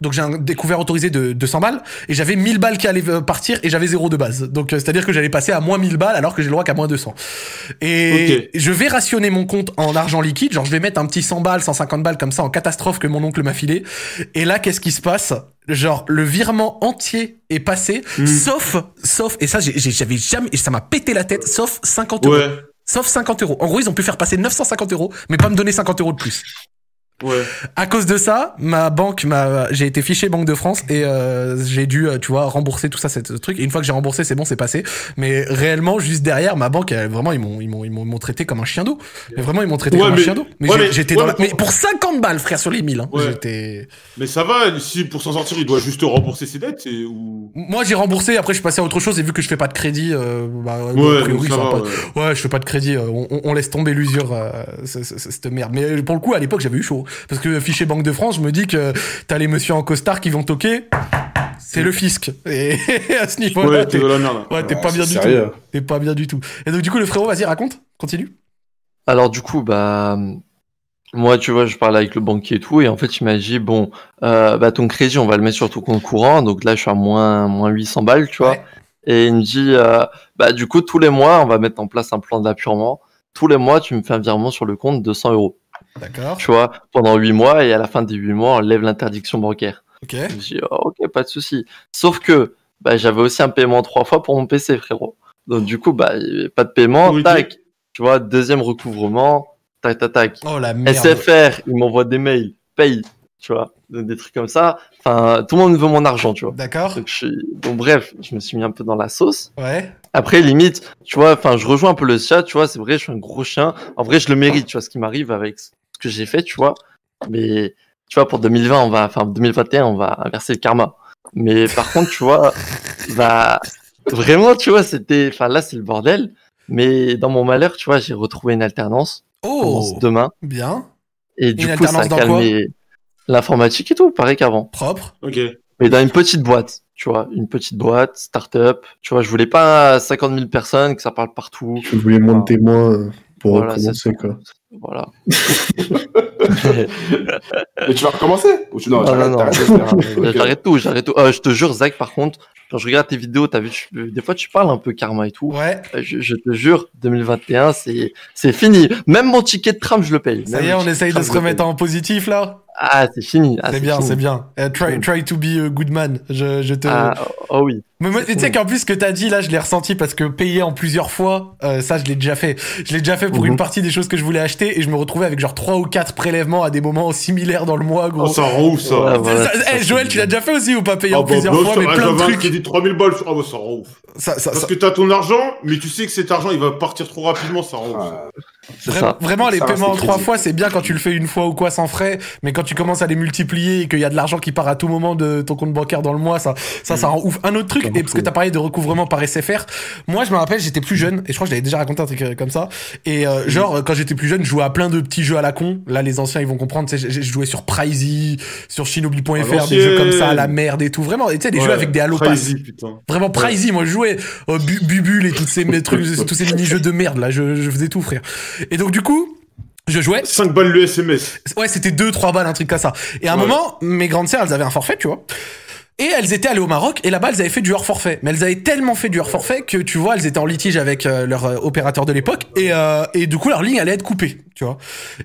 Speaker 1: donc j'ai un découvert autorisé de 200 balles et j'avais 1000 balles qui allaient euh, partir et j'avais zéro de base. Donc euh, c'est-à-dire que j'allais passer à moins 1000 balles alors que j'ai le droit qu'à moins 200. Et je vais rationner mon compte en argent liquide, genre je vais mettre un petit 100 balles, 150 balles comme ça en catastrophe que mon oncle m'a filé. Et là qu'est-ce qui se passe Genre le virement entier est passé, sauf sauf et ça j'ai- j'ai- j'avais jamais et ça m'a pété la tête, sauf 50 euros.
Speaker 4: Ouais.
Speaker 1: Sauf 50 euros. En gros, ils ont pu faire passer 950 euros, mais pas me donner 50 euros de plus.
Speaker 4: Ouais.
Speaker 1: À cause de ça, ma banque, m'a, j'ai été fiché Banque de France et euh, j'ai dû, euh, tu vois, rembourser tout ça, cette- ce truc. Et une fois que j'ai remboursé, c'est bon, c'est passé. Mais réellement, juste derrière, ma banque, elle, vraiment, ils m'ont, ils m'ont, ils m'ont, ils m'ont traité comme un chien d'eau. Mais vraiment, ils m'ont traité
Speaker 4: Ouais,
Speaker 1: comme
Speaker 4: mais-
Speaker 1: un chien d'eau. Mais
Speaker 4: ouais,
Speaker 1: j'ai-
Speaker 4: mais-
Speaker 1: j'étais
Speaker 4: ouais,
Speaker 1: dans la-
Speaker 4: mais-
Speaker 1: mais pour 50 balles, frère, sur les 1000. Hein,
Speaker 4: Ouais.
Speaker 1: j'étais-
Speaker 4: Mais ça va, si pour s'en sortir, il doit juste rembourser ses dettes et- ou.
Speaker 1: Moi, j'ai remboursé. Après, je suis passé à autre chose. Et vu que je fais pas de crédit, euh, bah, a
Speaker 4: Ouais,
Speaker 1: priori,
Speaker 4: donc ça
Speaker 1: ils auront
Speaker 4: va,
Speaker 1: pas- ouais. je fais pas de crédit. euh, on, on- on laisse tomber l'usure, euh, ce- ce- ce- cette merde. Mais pour le coup, à l'époque, j'avais eu chaud. Parce que fichier Banque de France, je me dis que t'as les messieurs en costard qui vont toquer. C'est le fisc. Et à ce niveau-là,
Speaker 4: Ouais, t'es dans la merde.
Speaker 1: ouais, t'es
Speaker 4: Ouais,
Speaker 1: pas bien du
Speaker 4: c'est sérieux.
Speaker 1: tout. T'es pas bien du tout. Et donc, du coup, le frérot, vas-y, raconte. Continue.
Speaker 11: Alors du coup, bah moi, tu vois, je parle avec le banquier et tout, et en fait, il m'a dit bon, euh, bah ton crédit, on va le mettre sur ton compte courant, donc là, je suis à moins moins 800 balles, tu vois. Et il me dit euh, bah du coup, tous les mois, on va mettre en place un plan d'apurement. Tous les mois, tu me fais un virement sur le compte de 100 euros.
Speaker 1: D'accord.
Speaker 11: Tu vois, pendant 8 mois, et à la fin des 8 mois, on lève l'interdiction bancaire.
Speaker 1: Ok.
Speaker 11: Je me dis, oh, ok, pas de souci. Sauf que bah, j'avais aussi un paiement trois fois pour mon PC, frérot. Donc, du coup, bah, il y avait pas de paiement, tac. Tu vois, deuxième recouvrement, tac, tac, tac.
Speaker 1: Oh la merde.
Speaker 11: SFR, il m'envoie des mails, paye, tu vois, donc des trucs comme ça. Enfin, tout le monde veut mon argent, tu vois.
Speaker 1: D'accord.
Speaker 11: Donc, je suis- donc, bref, je me suis mis un peu dans la sauce.
Speaker 1: Ouais.
Speaker 11: Après, limite, tu vois, enfin, je rejoins un peu le chat, tu vois, c'est vrai, je suis un gros chien. En vrai, je le mérite, tu vois, ce qui m'arrive avec ce que j'ai fait, tu vois. Mais, tu vois, pour 2020, on va, enfin, 2021, on va inverser le karma. Mais par contre, tu vois, bah, vraiment, tu vois, c'était, enfin, là, c'est le bordel. Mais dans mon malheur, tu vois, j'ai retrouvé une alternance.
Speaker 1: Oh.
Speaker 11: Commence demain.
Speaker 1: Bien.
Speaker 11: Et du
Speaker 1: Une
Speaker 11: coup, ça a
Speaker 1: alternance dans quoi
Speaker 11: calmé l'informatique et tout, pareil qu'avant.
Speaker 1: Propre.
Speaker 4: Ok.
Speaker 11: Mais dans une petite boîte, tu vois, une petite boîte, start-up. Tu vois, je voulais pas 50 000 personnes, que ça parle partout.
Speaker 6: Je voulais moins de témoins euh, pour
Speaker 11: Voilà,
Speaker 6: recommencer, quoi.
Speaker 11: Voilà.
Speaker 8: Mais tu vas recommencer Ou tu- non, t'arrêtes, t'arrêtes, t'arrêtes.
Speaker 11: Ouais,
Speaker 8: Ok.
Speaker 11: J'arrête tout, j'arrête tout. Euh, je te jure, Zach, par contre, quand je regarde tes vidéos, t'as vu, tu- des fois tu parles un peu karma et tout. Euh,
Speaker 1: Ouais.
Speaker 11: Je, je te jure, 2021, c'est c'est fini. Même mon ticket de tram, je le paye.
Speaker 1: Ça
Speaker 11: Même
Speaker 1: y est,
Speaker 11: le
Speaker 1: on
Speaker 11: ticket
Speaker 1: essaye de
Speaker 11: tram,
Speaker 1: se
Speaker 11: je le paye.
Speaker 1: remettre en positif, là.
Speaker 11: Ah, c'est fini. Ah,
Speaker 1: c'est bien,
Speaker 11: fini.
Speaker 1: c'est bien. Eh, try,
Speaker 11: Mm.
Speaker 1: try to be a good man. Je, je te.
Speaker 11: Ah, oh oui.
Speaker 1: Mais moi, tu sais qu'en plus, ce que t'as dit, là, je l'ai ressenti parce que payer en plusieurs fois, euh, ça, je l'ai déjà fait. Je l'ai déjà fait pour
Speaker 11: Mhm.
Speaker 1: une partie des choses que je voulais acheter et je me retrouvais avec genre trois ou quatre prélèvements à des moments similaires dans le mois, gros.
Speaker 4: Oh, ça rend ouf, ça.
Speaker 1: Ouais,
Speaker 4: Ah,
Speaker 1: c'est-
Speaker 4: voilà,
Speaker 1: ça-
Speaker 4: ça,
Speaker 1: eh,
Speaker 4: c'est
Speaker 1: Joël, tu l'as déjà fait aussi ou pas payer
Speaker 4: Ah
Speaker 1: en
Speaker 4: bah,
Speaker 1: plusieurs
Speaker 4: bah,
Speaker 1: fois,
Speaker 4: ça,
Speaker 1: mais
Speaker 4: ah,
Speaker 1: plein de
Speaker 4: j'avais un
Speaker 1: trucs.
Speaker 4: crédit de 3000 balles. Ah bah ça rend ouf. Parce que t'as ton argent, mais tu sais que cet argent, il va partir trop rapidement, ça rend ouf.
Speaker 1: Vra- Vraiment, les paiements en trois fois, c'est bien quand tu le fais une fois ou quoi sans frais, mais quand tu commences à les multiplier et qu'il y a de l'argent qui part à tout moment de ton compte bancaire dans le mois, ça, ça,
Speaker 4: Mm.
Speaker 1: ça rend ouf. Un autre truc, et parce que t'as parlé de recouvrement par SFR, moi, je me rappelle, j'étais plus jeune, et je crois que je l'avais déjà raconté un truc euh, comme ça, et
Speaker 4: Mm.
Speaker 1: euh, genre, euh, quand j'étais plus jeune, je jouais à plein de petits jeux à la con. Là, les anciens, ils vont comprendre, tu sais, j'ai- j'ai joué sur Pricey, sur Shinobi.fr, des jeux comme ça à la merde et tout. Vraiment, et tu sais, des
Speaker 4: Ouais,
Speaker 1: jeux avec des allopas.
Speaker 4: Pricey, putain.
Speaker 1: Vraiment Pricey, moi je jouais euh, Bu- Bubule et tous ces mes trucs, tous ces mini-jeux de merde là, je, je faisais tout frère. Et donc du coup, je jouais.
Speaker 4: 5 balles le SMS.
Speaker 1: Ouais, c'était 2, 3 balles, un truc comme ça. Et à un
Speaker 4: Ouais.
Speaker 1: moment, mes grandes sœurs, elles avaient un forfait, tu vois. Et elles étaient allées au Maroc et là-bas elles avaient fait du hors forfait. Mais elles avaient tellement fait du hors forfait que tu vois, elles étaient en litige avec euh, leur euh, opérateur de l'époque et, euh, et du coup leur ligne allait être coupée, tu vois.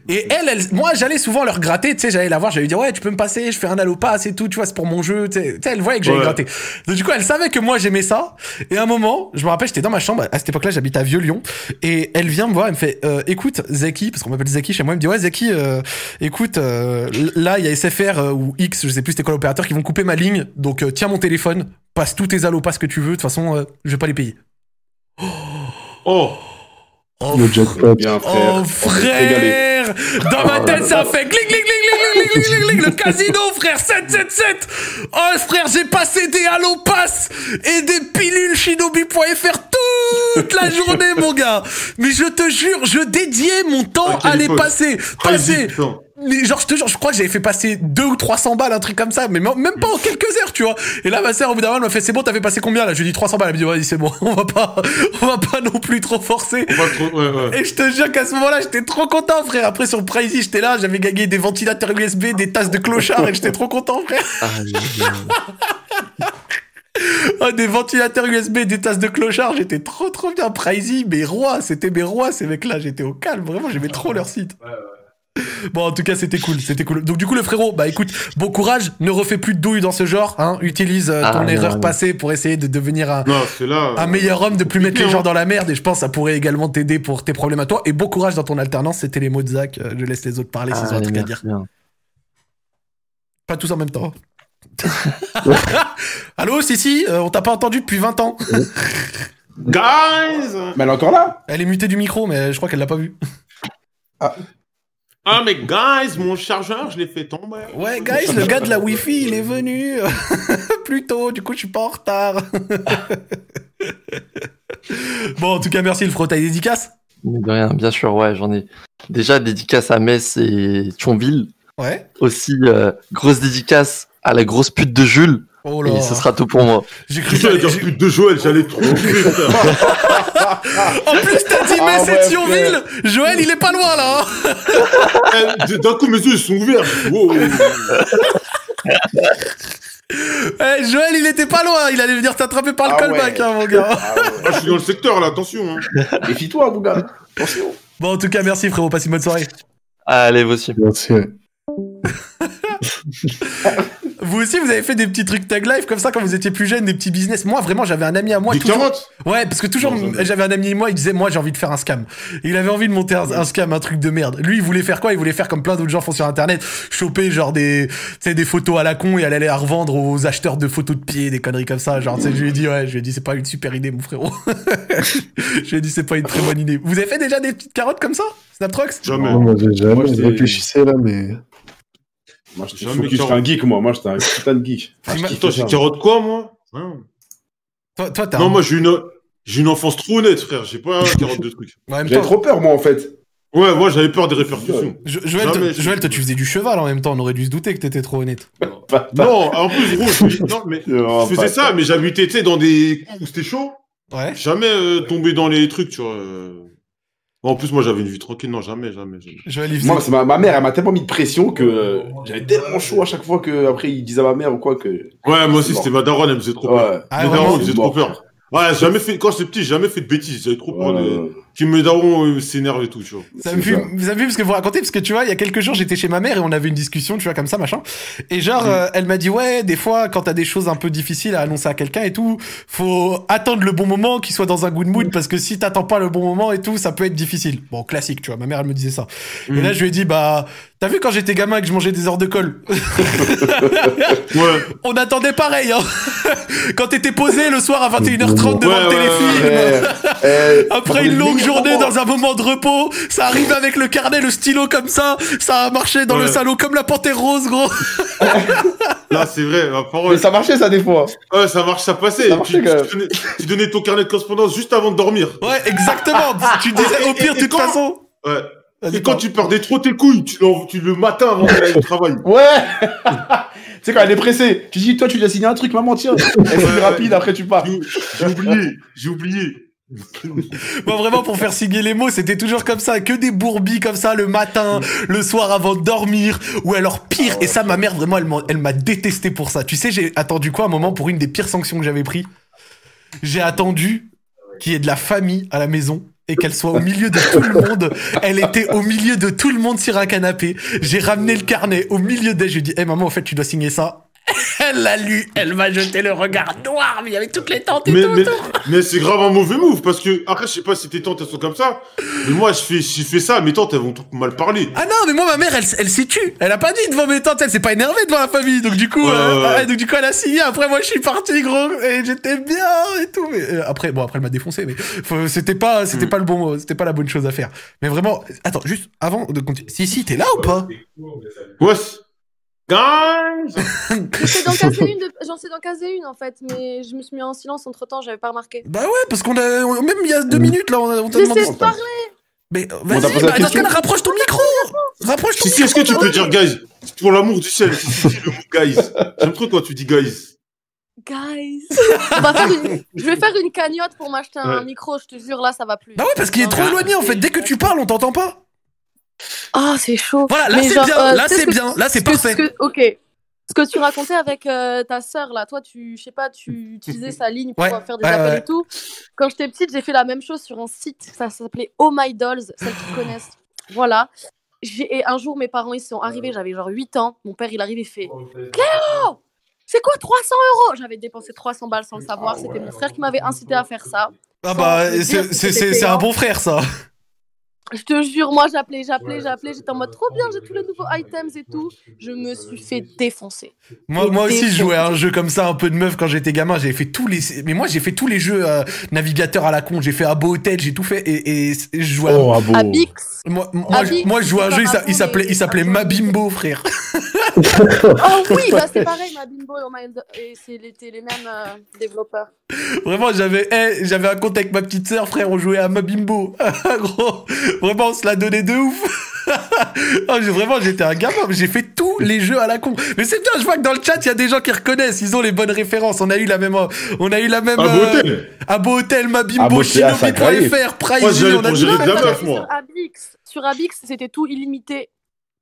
Speaker 1: Et elles, elles- moi j'allais souvent leur gratter, tu sais, j'allais la voir, j'allais lui dire ouais, tu peux me passer, je fais un allopass et tout, tu vois, c'est pour mon jeu, tu sais, Tu sais, elles voyaient que j'allais
Speaker 10: Ouais.
Speaker 1: gratter. Donc, du coup, elle savait que moi j'aimais ça. Et à un moment, je me rappelle, j'étais dans ma chambre. À cette époque-là, j'habite à Vieux-Lyon. Et elle vient me voir, elle me fait euh, Écoute, Zeki, parce qu'on m'appelle Zeki chez moi, elle me dit Ouais, Zeki, euh, écoute, euh, là, il y a SFR euh, ou X, je sais plus c'était quoi l'opérateur, qui vont couper ma ligne. Donc, euh, tiens mon téléphone, passe tous tes allos, passe ce que tu veux. De toute façon, euh, je vais pas les payer.
Speaker 4: Oh
Speaker 6: Le jackpot.
Speaker 1: Oh frère Dans ma
Speaker 6: Oh
Speaker 1: tête
Speaker 6: là
Speaker 1: ça
Speaker 6: là.
Speaker 1: fait clic clic clic clic clic clic clic clic, clic, le casino frère 777 Oh frère j'ai passé des Halo Pass et des pilules shinobi.fr toute la journée mon gars Mais je te jure je dédiais mon temps à les
Speaker 4: époque.
Speaker 1: passer
Speaker 4: Crazy,
Speaker 1: passer
Speaker 4: putain.
Speaker 1: mais genre je te jure je crois que j'avais fait passer deux ou 300 balles un truc comme ça mais m- même pas en quelques heures tu vois et là ma sœur au bout d'un moment elle m'a fait c'est bon t'avais passé combien là je lui ai dit 300 balles elle me dit vas-y c'est bon on va pas on va pas non plus trop forcer et je te jure qu'à ce moment-là, j'étais trop content, frère. Après, sur Pricey, j'étais là, j'avais gagné des ventilateurs USB, des tasses de clochard, et j'étais trop content, frère. Ah, des ventilateurs USB, des tasses de clochard, j'étais trop, trop bien. Pricey, mes rois, c'était mes rois, ces mecs-là. J'étais au calme, vraiment, j'aimais trop leur site. Bon, en tout cas, c'était cool, c'était cool. Donc, du coup, le frérot, bah écoute, bon courage, ne refais plus de douille dans ce genre, hein. Utilise euh,
Speaker 4: Ah,
Speaker 1: ton
Speaker 4: non,
Speaker 1: erreur
Speaker 4: non.
Speaker 1: passée pour essayer de devenir un,
Speaker 4: Non, c'est là.
Speaker 1: un
Speaker 4: euh,
Speaker 1: meilleur homme de plus mettre les
Speaker 4: compliqué,
Speaker 1: gens
Speaker 4: hein.
Speaker 1: dans la merde et je pense que ça pourrait également t'aider pour tes problèmes à toi et bon courage dans ton alternance c'était les mots de Zach Euh, je laisse les autres
Speaker 11: Ah,
Speaker 1: parler
Speaker 4: Ah,
Speaker 1: s'ils ont un truc à dire pas tous en même temps allô Cécile euh, on t'a pas entendu depuis 20 ans
Speaker 4: Guys
Speaker 1: mais elle est encore là elle est mutée du micro mais je crois qu'elle l'a pas vu
Speaker 4: Ah, mais guys, mon chargeur, je l'ai fait tomber.
Speaker 1: ouais guys le gars de la wifi il est venu plus tôt du coup je suis pas en retard bon en tout cas merci le frérot t'as des dédicaces
Speaker 11: Mais de rien, bien sûr, ouais, j'en ai. Déjà, dédicace à Metz et Thionville.
Speaker 1: Ouais.
Speaker 11: Aussi, euh, grosse dédicace à la grosse pute de Jules.
Speaker 1: Oh là.
Speaker 11: Et ce sera tout pour moi.
Speaker 1: J'ai
Speaker 4: cru que dire pute de Joël, j'allais trop.
Speaker 1: en plus t'as dit mais
Speaker 4: Ah
Speaker 1: c'est
Speaker 4: ouais,
Speaker 1: Thionville Joël il est pas loin là hein.
Speaker 4: Eh, D'un coup, mes yeux ils sont ouverts. Wow.
Speaker 1: Eh, Joël, il était pas loin, il allait venir t'attraper par le
Speaker 4: Ah
Speaker 1: callback,
Speaker 4: ouais.
Speaker 1: hein, mon gars.
Speaker 4: Ah, je suis dans le secteur là, attention. Hein.
Speaker 8: Méfie-toi, mon gars.
Speaker 1: Bon, en tout cas, merci frérot, passe une bonne soirée.
Speaker 11: Allez, vous aussi.
Speaker 6: Merci. ouais.
Speaker 1: Vous aussi, vous avez fait des petits trucs tag life comme ça quand vous étiez plus jeune, des petits business. Moi, vraiment, j'avais un ami à moi.
Speaker 4: Des
Speaker 1: toujours...
Speaker 4: carottes
Speaker 1: Ouais, parce que toujours, j'avais un ami à moi, il disait, moi, j'ai envie de faire un scam. Il avait envie de monter un, un scam, un truc de merde. Lui, il voulait faire quoi Il voulait faire comme plein d'autres gens font sur internet, choper genre des, tu sais, des photos à la con et aller les revendre aux acheteurs de photos de pied, des conneries comme ça. Genre, tu sais, je lui ai dit, ouais, je lui ai dit, c'est pas une super idée, mon frérot. je lui ai dit, c'est pas une très bonne idée. Vous avez fait déjà des petites carottes comme ça Snaptrox
Speaker 6: Non, moi, j'ai jamais.
Speaker 5: Moi,
Speaker 6: je
Speaker 5: c'est-
Speaker 6: réfléchissais là, mais.
Speaker 5: Moi, j'étais
Speaker 4: Jamais
Speaker 5: focus, j'étais un geek, moi. Moi, j'étais un putain de geek. Ah, je
Speaker 4: Attends,
Speaker 5: kiffais
Speaker 4: j'ai
Speaker 5: ça.
Speaker 4: carotte quoi, moi Hein.
Speaker 1: Toi, toi, t'as
Speaker 4: Non,
Speaker 1: un-
Speaker 4: moi, j'ai une... j'ai une enfance trop honnête, frère. J'ai pas carotte de trucs.
Speaker 1: En même temps- J'avais trop
Speaker 4: peur, moi, en fait. Ouais, moi, j'avais peur des répercussions.
Speaker 1: Jo- Joël,
Speaker 4: Jamais,
Speaker 1: toi-
Speaker 4: je-
Speaker 1: Joël, toi, tu faisais du cheval en même temps, on aurait dû se douter que t'étais trop honnête.
Speaker 4: Non, en plus, gros, je, non, mais
Speaker 8: Oh,
Speaker 4: je faisais
Speaker 1: pas-
Speaker 4: ça, mais j'habitais, tu sais, dans des coins où c'était chaud.
Speaker 1: Ouais.
Speaker 4: Jamais euh, tombé dans les trucs, tu vois. euh. En plus, moi, j'avais une vie tranquille. Non, jamais, jamais. jamais.
Speaker 8: Moi, c'est ma, ma mère, elle m'a tellement mis de pression que euh,
Speaker 1: Oh.
Speaker 8: j'avais tellement chaud à chaque fois que après il disait à ma mère ou quoi que.
Speaker 4: Ouais, moi aussi, c'était ma daronne, elle me faisait trop peur.
Speaker 8: Ah,
Speaker 4: Mes
Speaker 8: vraiment
Speaker 4: darons, ils me faisaient trop peur. Ouais, j'ai jamais fait, quand j'étais petit, j'ai jamais fait de bêtises. J'avais trop peur
Speaker 8: Ouais,
Speaker 4: de, que mes darons euh, s'énervent et tout, tu vois.
Speaker 1: Ça me fume- vous avez vu parce que vous racontez parce que tu vois il y a quelques jours j'étais chez ma mère et on avait une discussion tu vois comme ça machin et genre euh, elle m'a dit ouais des fois quand t'as des choses un peu difficiles à annoncer à quelqu'un et tout faut attendre le bon moment qu'il soit dans un good mood parce que si t'attends pas le bon moment et tout ça peut être difficile bon classique tu vois ma mère elle me disait ça et
Speaker 4: Mhm.
Speaker 1: là je lui ai dit bah t'as vu quand j'étais gamin et que je mangeais des heures de colle on attendait pareil hein. quand t'étais posé le soir à 21h30 devant
Speaker 4: Ouais,
Speaker 1: le
Speaker 4: ouais,
Speaker 1: téléfilm
Speaker 4: ouais, Eh,
Speaker 1: Après une longue journée dans un moment de repos, ça arrive avec le carnet, le stylo comme ça, ça a marché dans le
Speaker 4: Ouais.
Speaker 1: salon comme la panthère rose, gros.
Speaker 4: Là, c'est vrai, ma parole. Mais ça marchait, ça, des fois. Ouais, ça marche, ça passait.
Speaker 1: Ça
Speaker 4: tu, tu donnais, tu donnais ton carnet de correspondance juste avant de dormir.
Speaker 1: Ouais, exactement. Tu disais, au pire, de toute façon.
Speaker 4: Ouais. Et quand tu perdais trop tes couilles, tu, l'en- tu le matin avant d'aller au travail. Ouais! tu sais, quand elle est pressée, tu dis, toi, tu lui as signé un truc, maman, tiens.
Speaker 8: Elle est rapide, après tu pars.
Speaker 4: J'ai oublié, j'ai oublié.
Speaker 1: Moi, vraiment, pour faire signer les mots, c'était toujours comme ça. Que des bourbis comme ça le matin, le soir avant de dormir, ou alors pire. Et ça, ma mère, vraiment, elle m'en- elle m'a détesté pour ça. Tu sais, j'ai attendu quoi un moment pour une des pires sanctions que j'avais pris J'ai attendu qu'il y ait de la famille à la maison et qu'elle soit au milieu de tout le monde. Elle était au milieu de tout le monde sur un canapé. J'ai ramené le carnet au milieu d'elle. J'ai dit, hé maman, en fait, tu dois signer ça. Elle l'a lu, elle m'a jeté le regard noir, mais il y avait toutes les tantes et
Speaker 4: Mais,
Speaker 1: tout
Speaker 4: mais-
Speaker 1: autour.
Speaker 4: mais c'est grave un mauvais move parce que après je sais pas si tes tantes elles sont comme ça mais moi je fais je fais ça mes tantes elles vont tout mal parler
Speaker 1: Ah non, mais moi, ma mère, elle, elle s'est tue. Elle a pas dit devant mes tantes, elle s'est pas énervée devant la famille. Donc du coup,
Speaker 4: Ouais,
Speaker 1: euh,
Speaker 4: ouais, ouais.
Speaker 1: ouais, donc du coup, elle a signé. Après, moi, je suis parti, gros, et j'étais bien et tout. Mais euh, après, bon, après, elle m'a défoncé. Mais faut- c'était pas,
Speaker 4: Mm.
Speaker 1: c'était pas le bon, c'était pas la bonne chose à faire. Mais vraiment, attends, juste avant de continuer. Si, si, t'es là ou pas
Speaker 4: Ouais.
Speaker 2: J'étais d'en caser une, de- j'en sais d'en caser une en fait, mais je me suis mis en silence entre temps, j'avais pas remarqué.
Speaker 1: Bah ouais, parce qu'on a, on- même il y a deux minutes là, on, a- on t'a demandé.
Speaker 2: Laissez se parler
Speaker 1: Mais euh,
Speaker 4: Mm. On
Speaker 1: vas-y,
Speaker 4: t'a posé la
Speaker 1: bah, dans ce
Speaker 4: question
Speaker 1: cas-là, rapproche ton micro. Rapproche ton
Speaker 4: si si est-ce que tu peux dire guys pour l'amour du ciel si, si, si, le mot guys j'aime trop quand tu dis guys
Speaker 2: Guys On va faire une- Je vais faire une cagnotte pour m'acheter un
Speaker 4: Ouais.
Speaker 2: micro, je te jure, là ça va plus.
Speaker 1: Bah ouais, parce qu'il est trop éloigné en fait. Dès que tu parles, on t'entend pas.
Speaker 2: Ah, c'est chaud.
Speaker 1: Voilà, là
Speaker 2: Mais
Speaker 1: c'est
Speaker 2: genre,
Speaker 1: bien,
Speaker 2: euh,
Speaker 1: là
Speaker 2: tu sais
Speaker 1: c'est
Speaker 2: ce que-
Speaker 1: bien, là c'est
Speaker 2: ce que-
Speaker 1: parfait.
Speaker 2: ce que- ok. Ce que tu racontais avec euh, ta sœur, là, toi, tu, je sais pas, tu utilisais sa ligne pour
Speaker 1: Ouais,
Speaker 2: euh, faire des
Speaker 1: ouais,
Speaker 2: appels
Speaker 1: ouais.
Speaker 2: et tout. Quand j'étais petite, j'ai fait la même chose sur un site. Ça s'appelait Oh My Dolls, celles qui connaissent. Voilà. J'ai- Et un jour, mes parents, ils sont arrivés, j'avais genre 8 ans. Mon père, il arrive, il fait Cléo C'est quoi 300 euros J'avais dépensé 300 balles sans le savoir. C'était mon frère qui m'avait incité à faire ça.
Speaker 1: Ah bah,
Speaker 2: Sans me dire
Speaker 1: c'est-
Speaker 2: que
Speaker 1: c'est
Speaker 2: c'était
Speaker 1: c'est- c'est un
Speaker 2: payant.
Speaker 1: bon frère ça.
Speaker 2: Je te jure, moi j'appelais, j'appelais, j'appelais, j'étais en mode trop bien, j'ai tous les nouveaux items et tout. Je me suis fait défoncer.
Speaker 1: Moi, moi aussi, je jouais à un jeu comme ça, un peu de meuf quand j'étais gamin. J'avais fait tous les, mais moi j'ai fait tous les jeux euh, navigateurs à la con. J'ai fait Abo Hotel, j'ai tout fait et, et, et je jouais. à-
Speaker 6: Oh, Abo.
Speaker 2: Abix.
Speaker 1: Moi, moi,
Speaker 2: Abix,
Speaker 1: je- moi, je jouais à un
Speaker 2: c'est
Speaker 1: jeu. il
Speaker 2: comme
Speaker 1: s'a-
Speaker 2: Abo,
Speaker 1: Il s'appelait,
Speaker 2: mais-
Speaker 1: il s'appelait Mabimbo, frère.
Speaker 2: Oh oui, bah c'est pareil, ma bimbo et my- et c'était les mêmes euh, développeurs.
Speaker 1: Vraiment, j'avais, eh, j'avais un compte avec ma petite sœur, frère. On jouait à Mabimbo. Gros, vraiment, on se la donnait de ouf. Ah, j'ai- vraiment, j'étais un gamin. mais J'ai fait tous les jeux à la con. Mais c'est bien. Je vois que dans le chat, il y a des gens qui reconnaissent. Ils ont les bonnes références. On a eu la même, euh, on a eu la même.
Speaker 4: Ah, Abo
Speaker 1: euh,
Speaker 4: Hotel.
Speaker 1: Abo Hotel,
Speaker 4: Ah,
Speaker 1: Mabimbo,
Speaker 4: bon, c'est- ah, ça crève.
Speaker 1: Shinobi.fr,
Speaker 4: Moi,
Speaker 1: Prize.
Speaker 4: j'allais
Speaker 1: on a
Speaker 4: pour
Speaker 1: tout
Speaker 4: gérer de
Speaker 1: fait.
Speaker 4: la meuf,
Speaker 2: Sur
Speaker 4: moi.
Speaker 2: Abix, sur Abix, c'était tout illimité.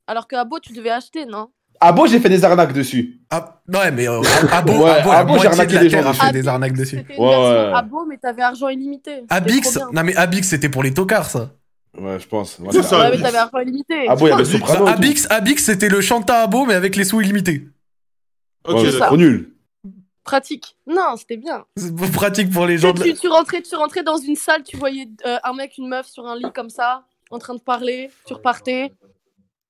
Speaker 2: Alors que Abo, tu devais acheter, non
Speaker 5: Ah bon, j'ai fait des arnaques dessus.
Speaker 1: Ah, ouais, mais euh, Abo,
Speaker 5: Ouais,
Speaker 1: Abo, la
Speaker 5: Abo, ah, j'ai
Speaker 1: moitié
Speaker 5: arnaqué
Speaker 1: de la
Speaker 5: des
Speaker 1: terre
Speaker 5: gens
Speaker 1: a fait
Speaker 5: dessus.
Speaker 1: des arnaques dessus.
Speaker 2: C'était une version
Speaker 5: Euh.
Speaker 2: Abo, mais t'avais argent illimité. C'était
Speaker 1: Abix,
Speaker 2: Ah, trop bien.
Speaker 1: non mais Abix, c'était pour les tocards, ça.
Speaker 5: Ouais, je pense.
Speaker 4: C'est ça,
Speaker 2: Ouais, mais
Speaker 4: Abix.
Speaker 2: t'avais argent illimité.
Speaker 5: Ah bon, il y avait
Speaker 1: Abix,
Speaker 5: Soprano. et tout.
Speaker 1: Bah, Abix, Abix, c'était le chanta Abo, mais avec les sous illimités.
Speaker 4: ok
Speaker 5: Ouais,
Speaker 2: c'est
Speaker 5: c'est
Speaker 2: ça.
Speaker 5: trop nul.
Speaker 2: Pratique. Non, c'était bien.
Speaker 1: C'est pas pratique pour les
Speaker 2: Tu,
Speaker 1: gens de la-
Speaker 2: tu- tu rentrais, tu rentrais dans une salle, tu voyais euh, un mec, une meuf sur un lit comme ça, en train de parler, tu repartais.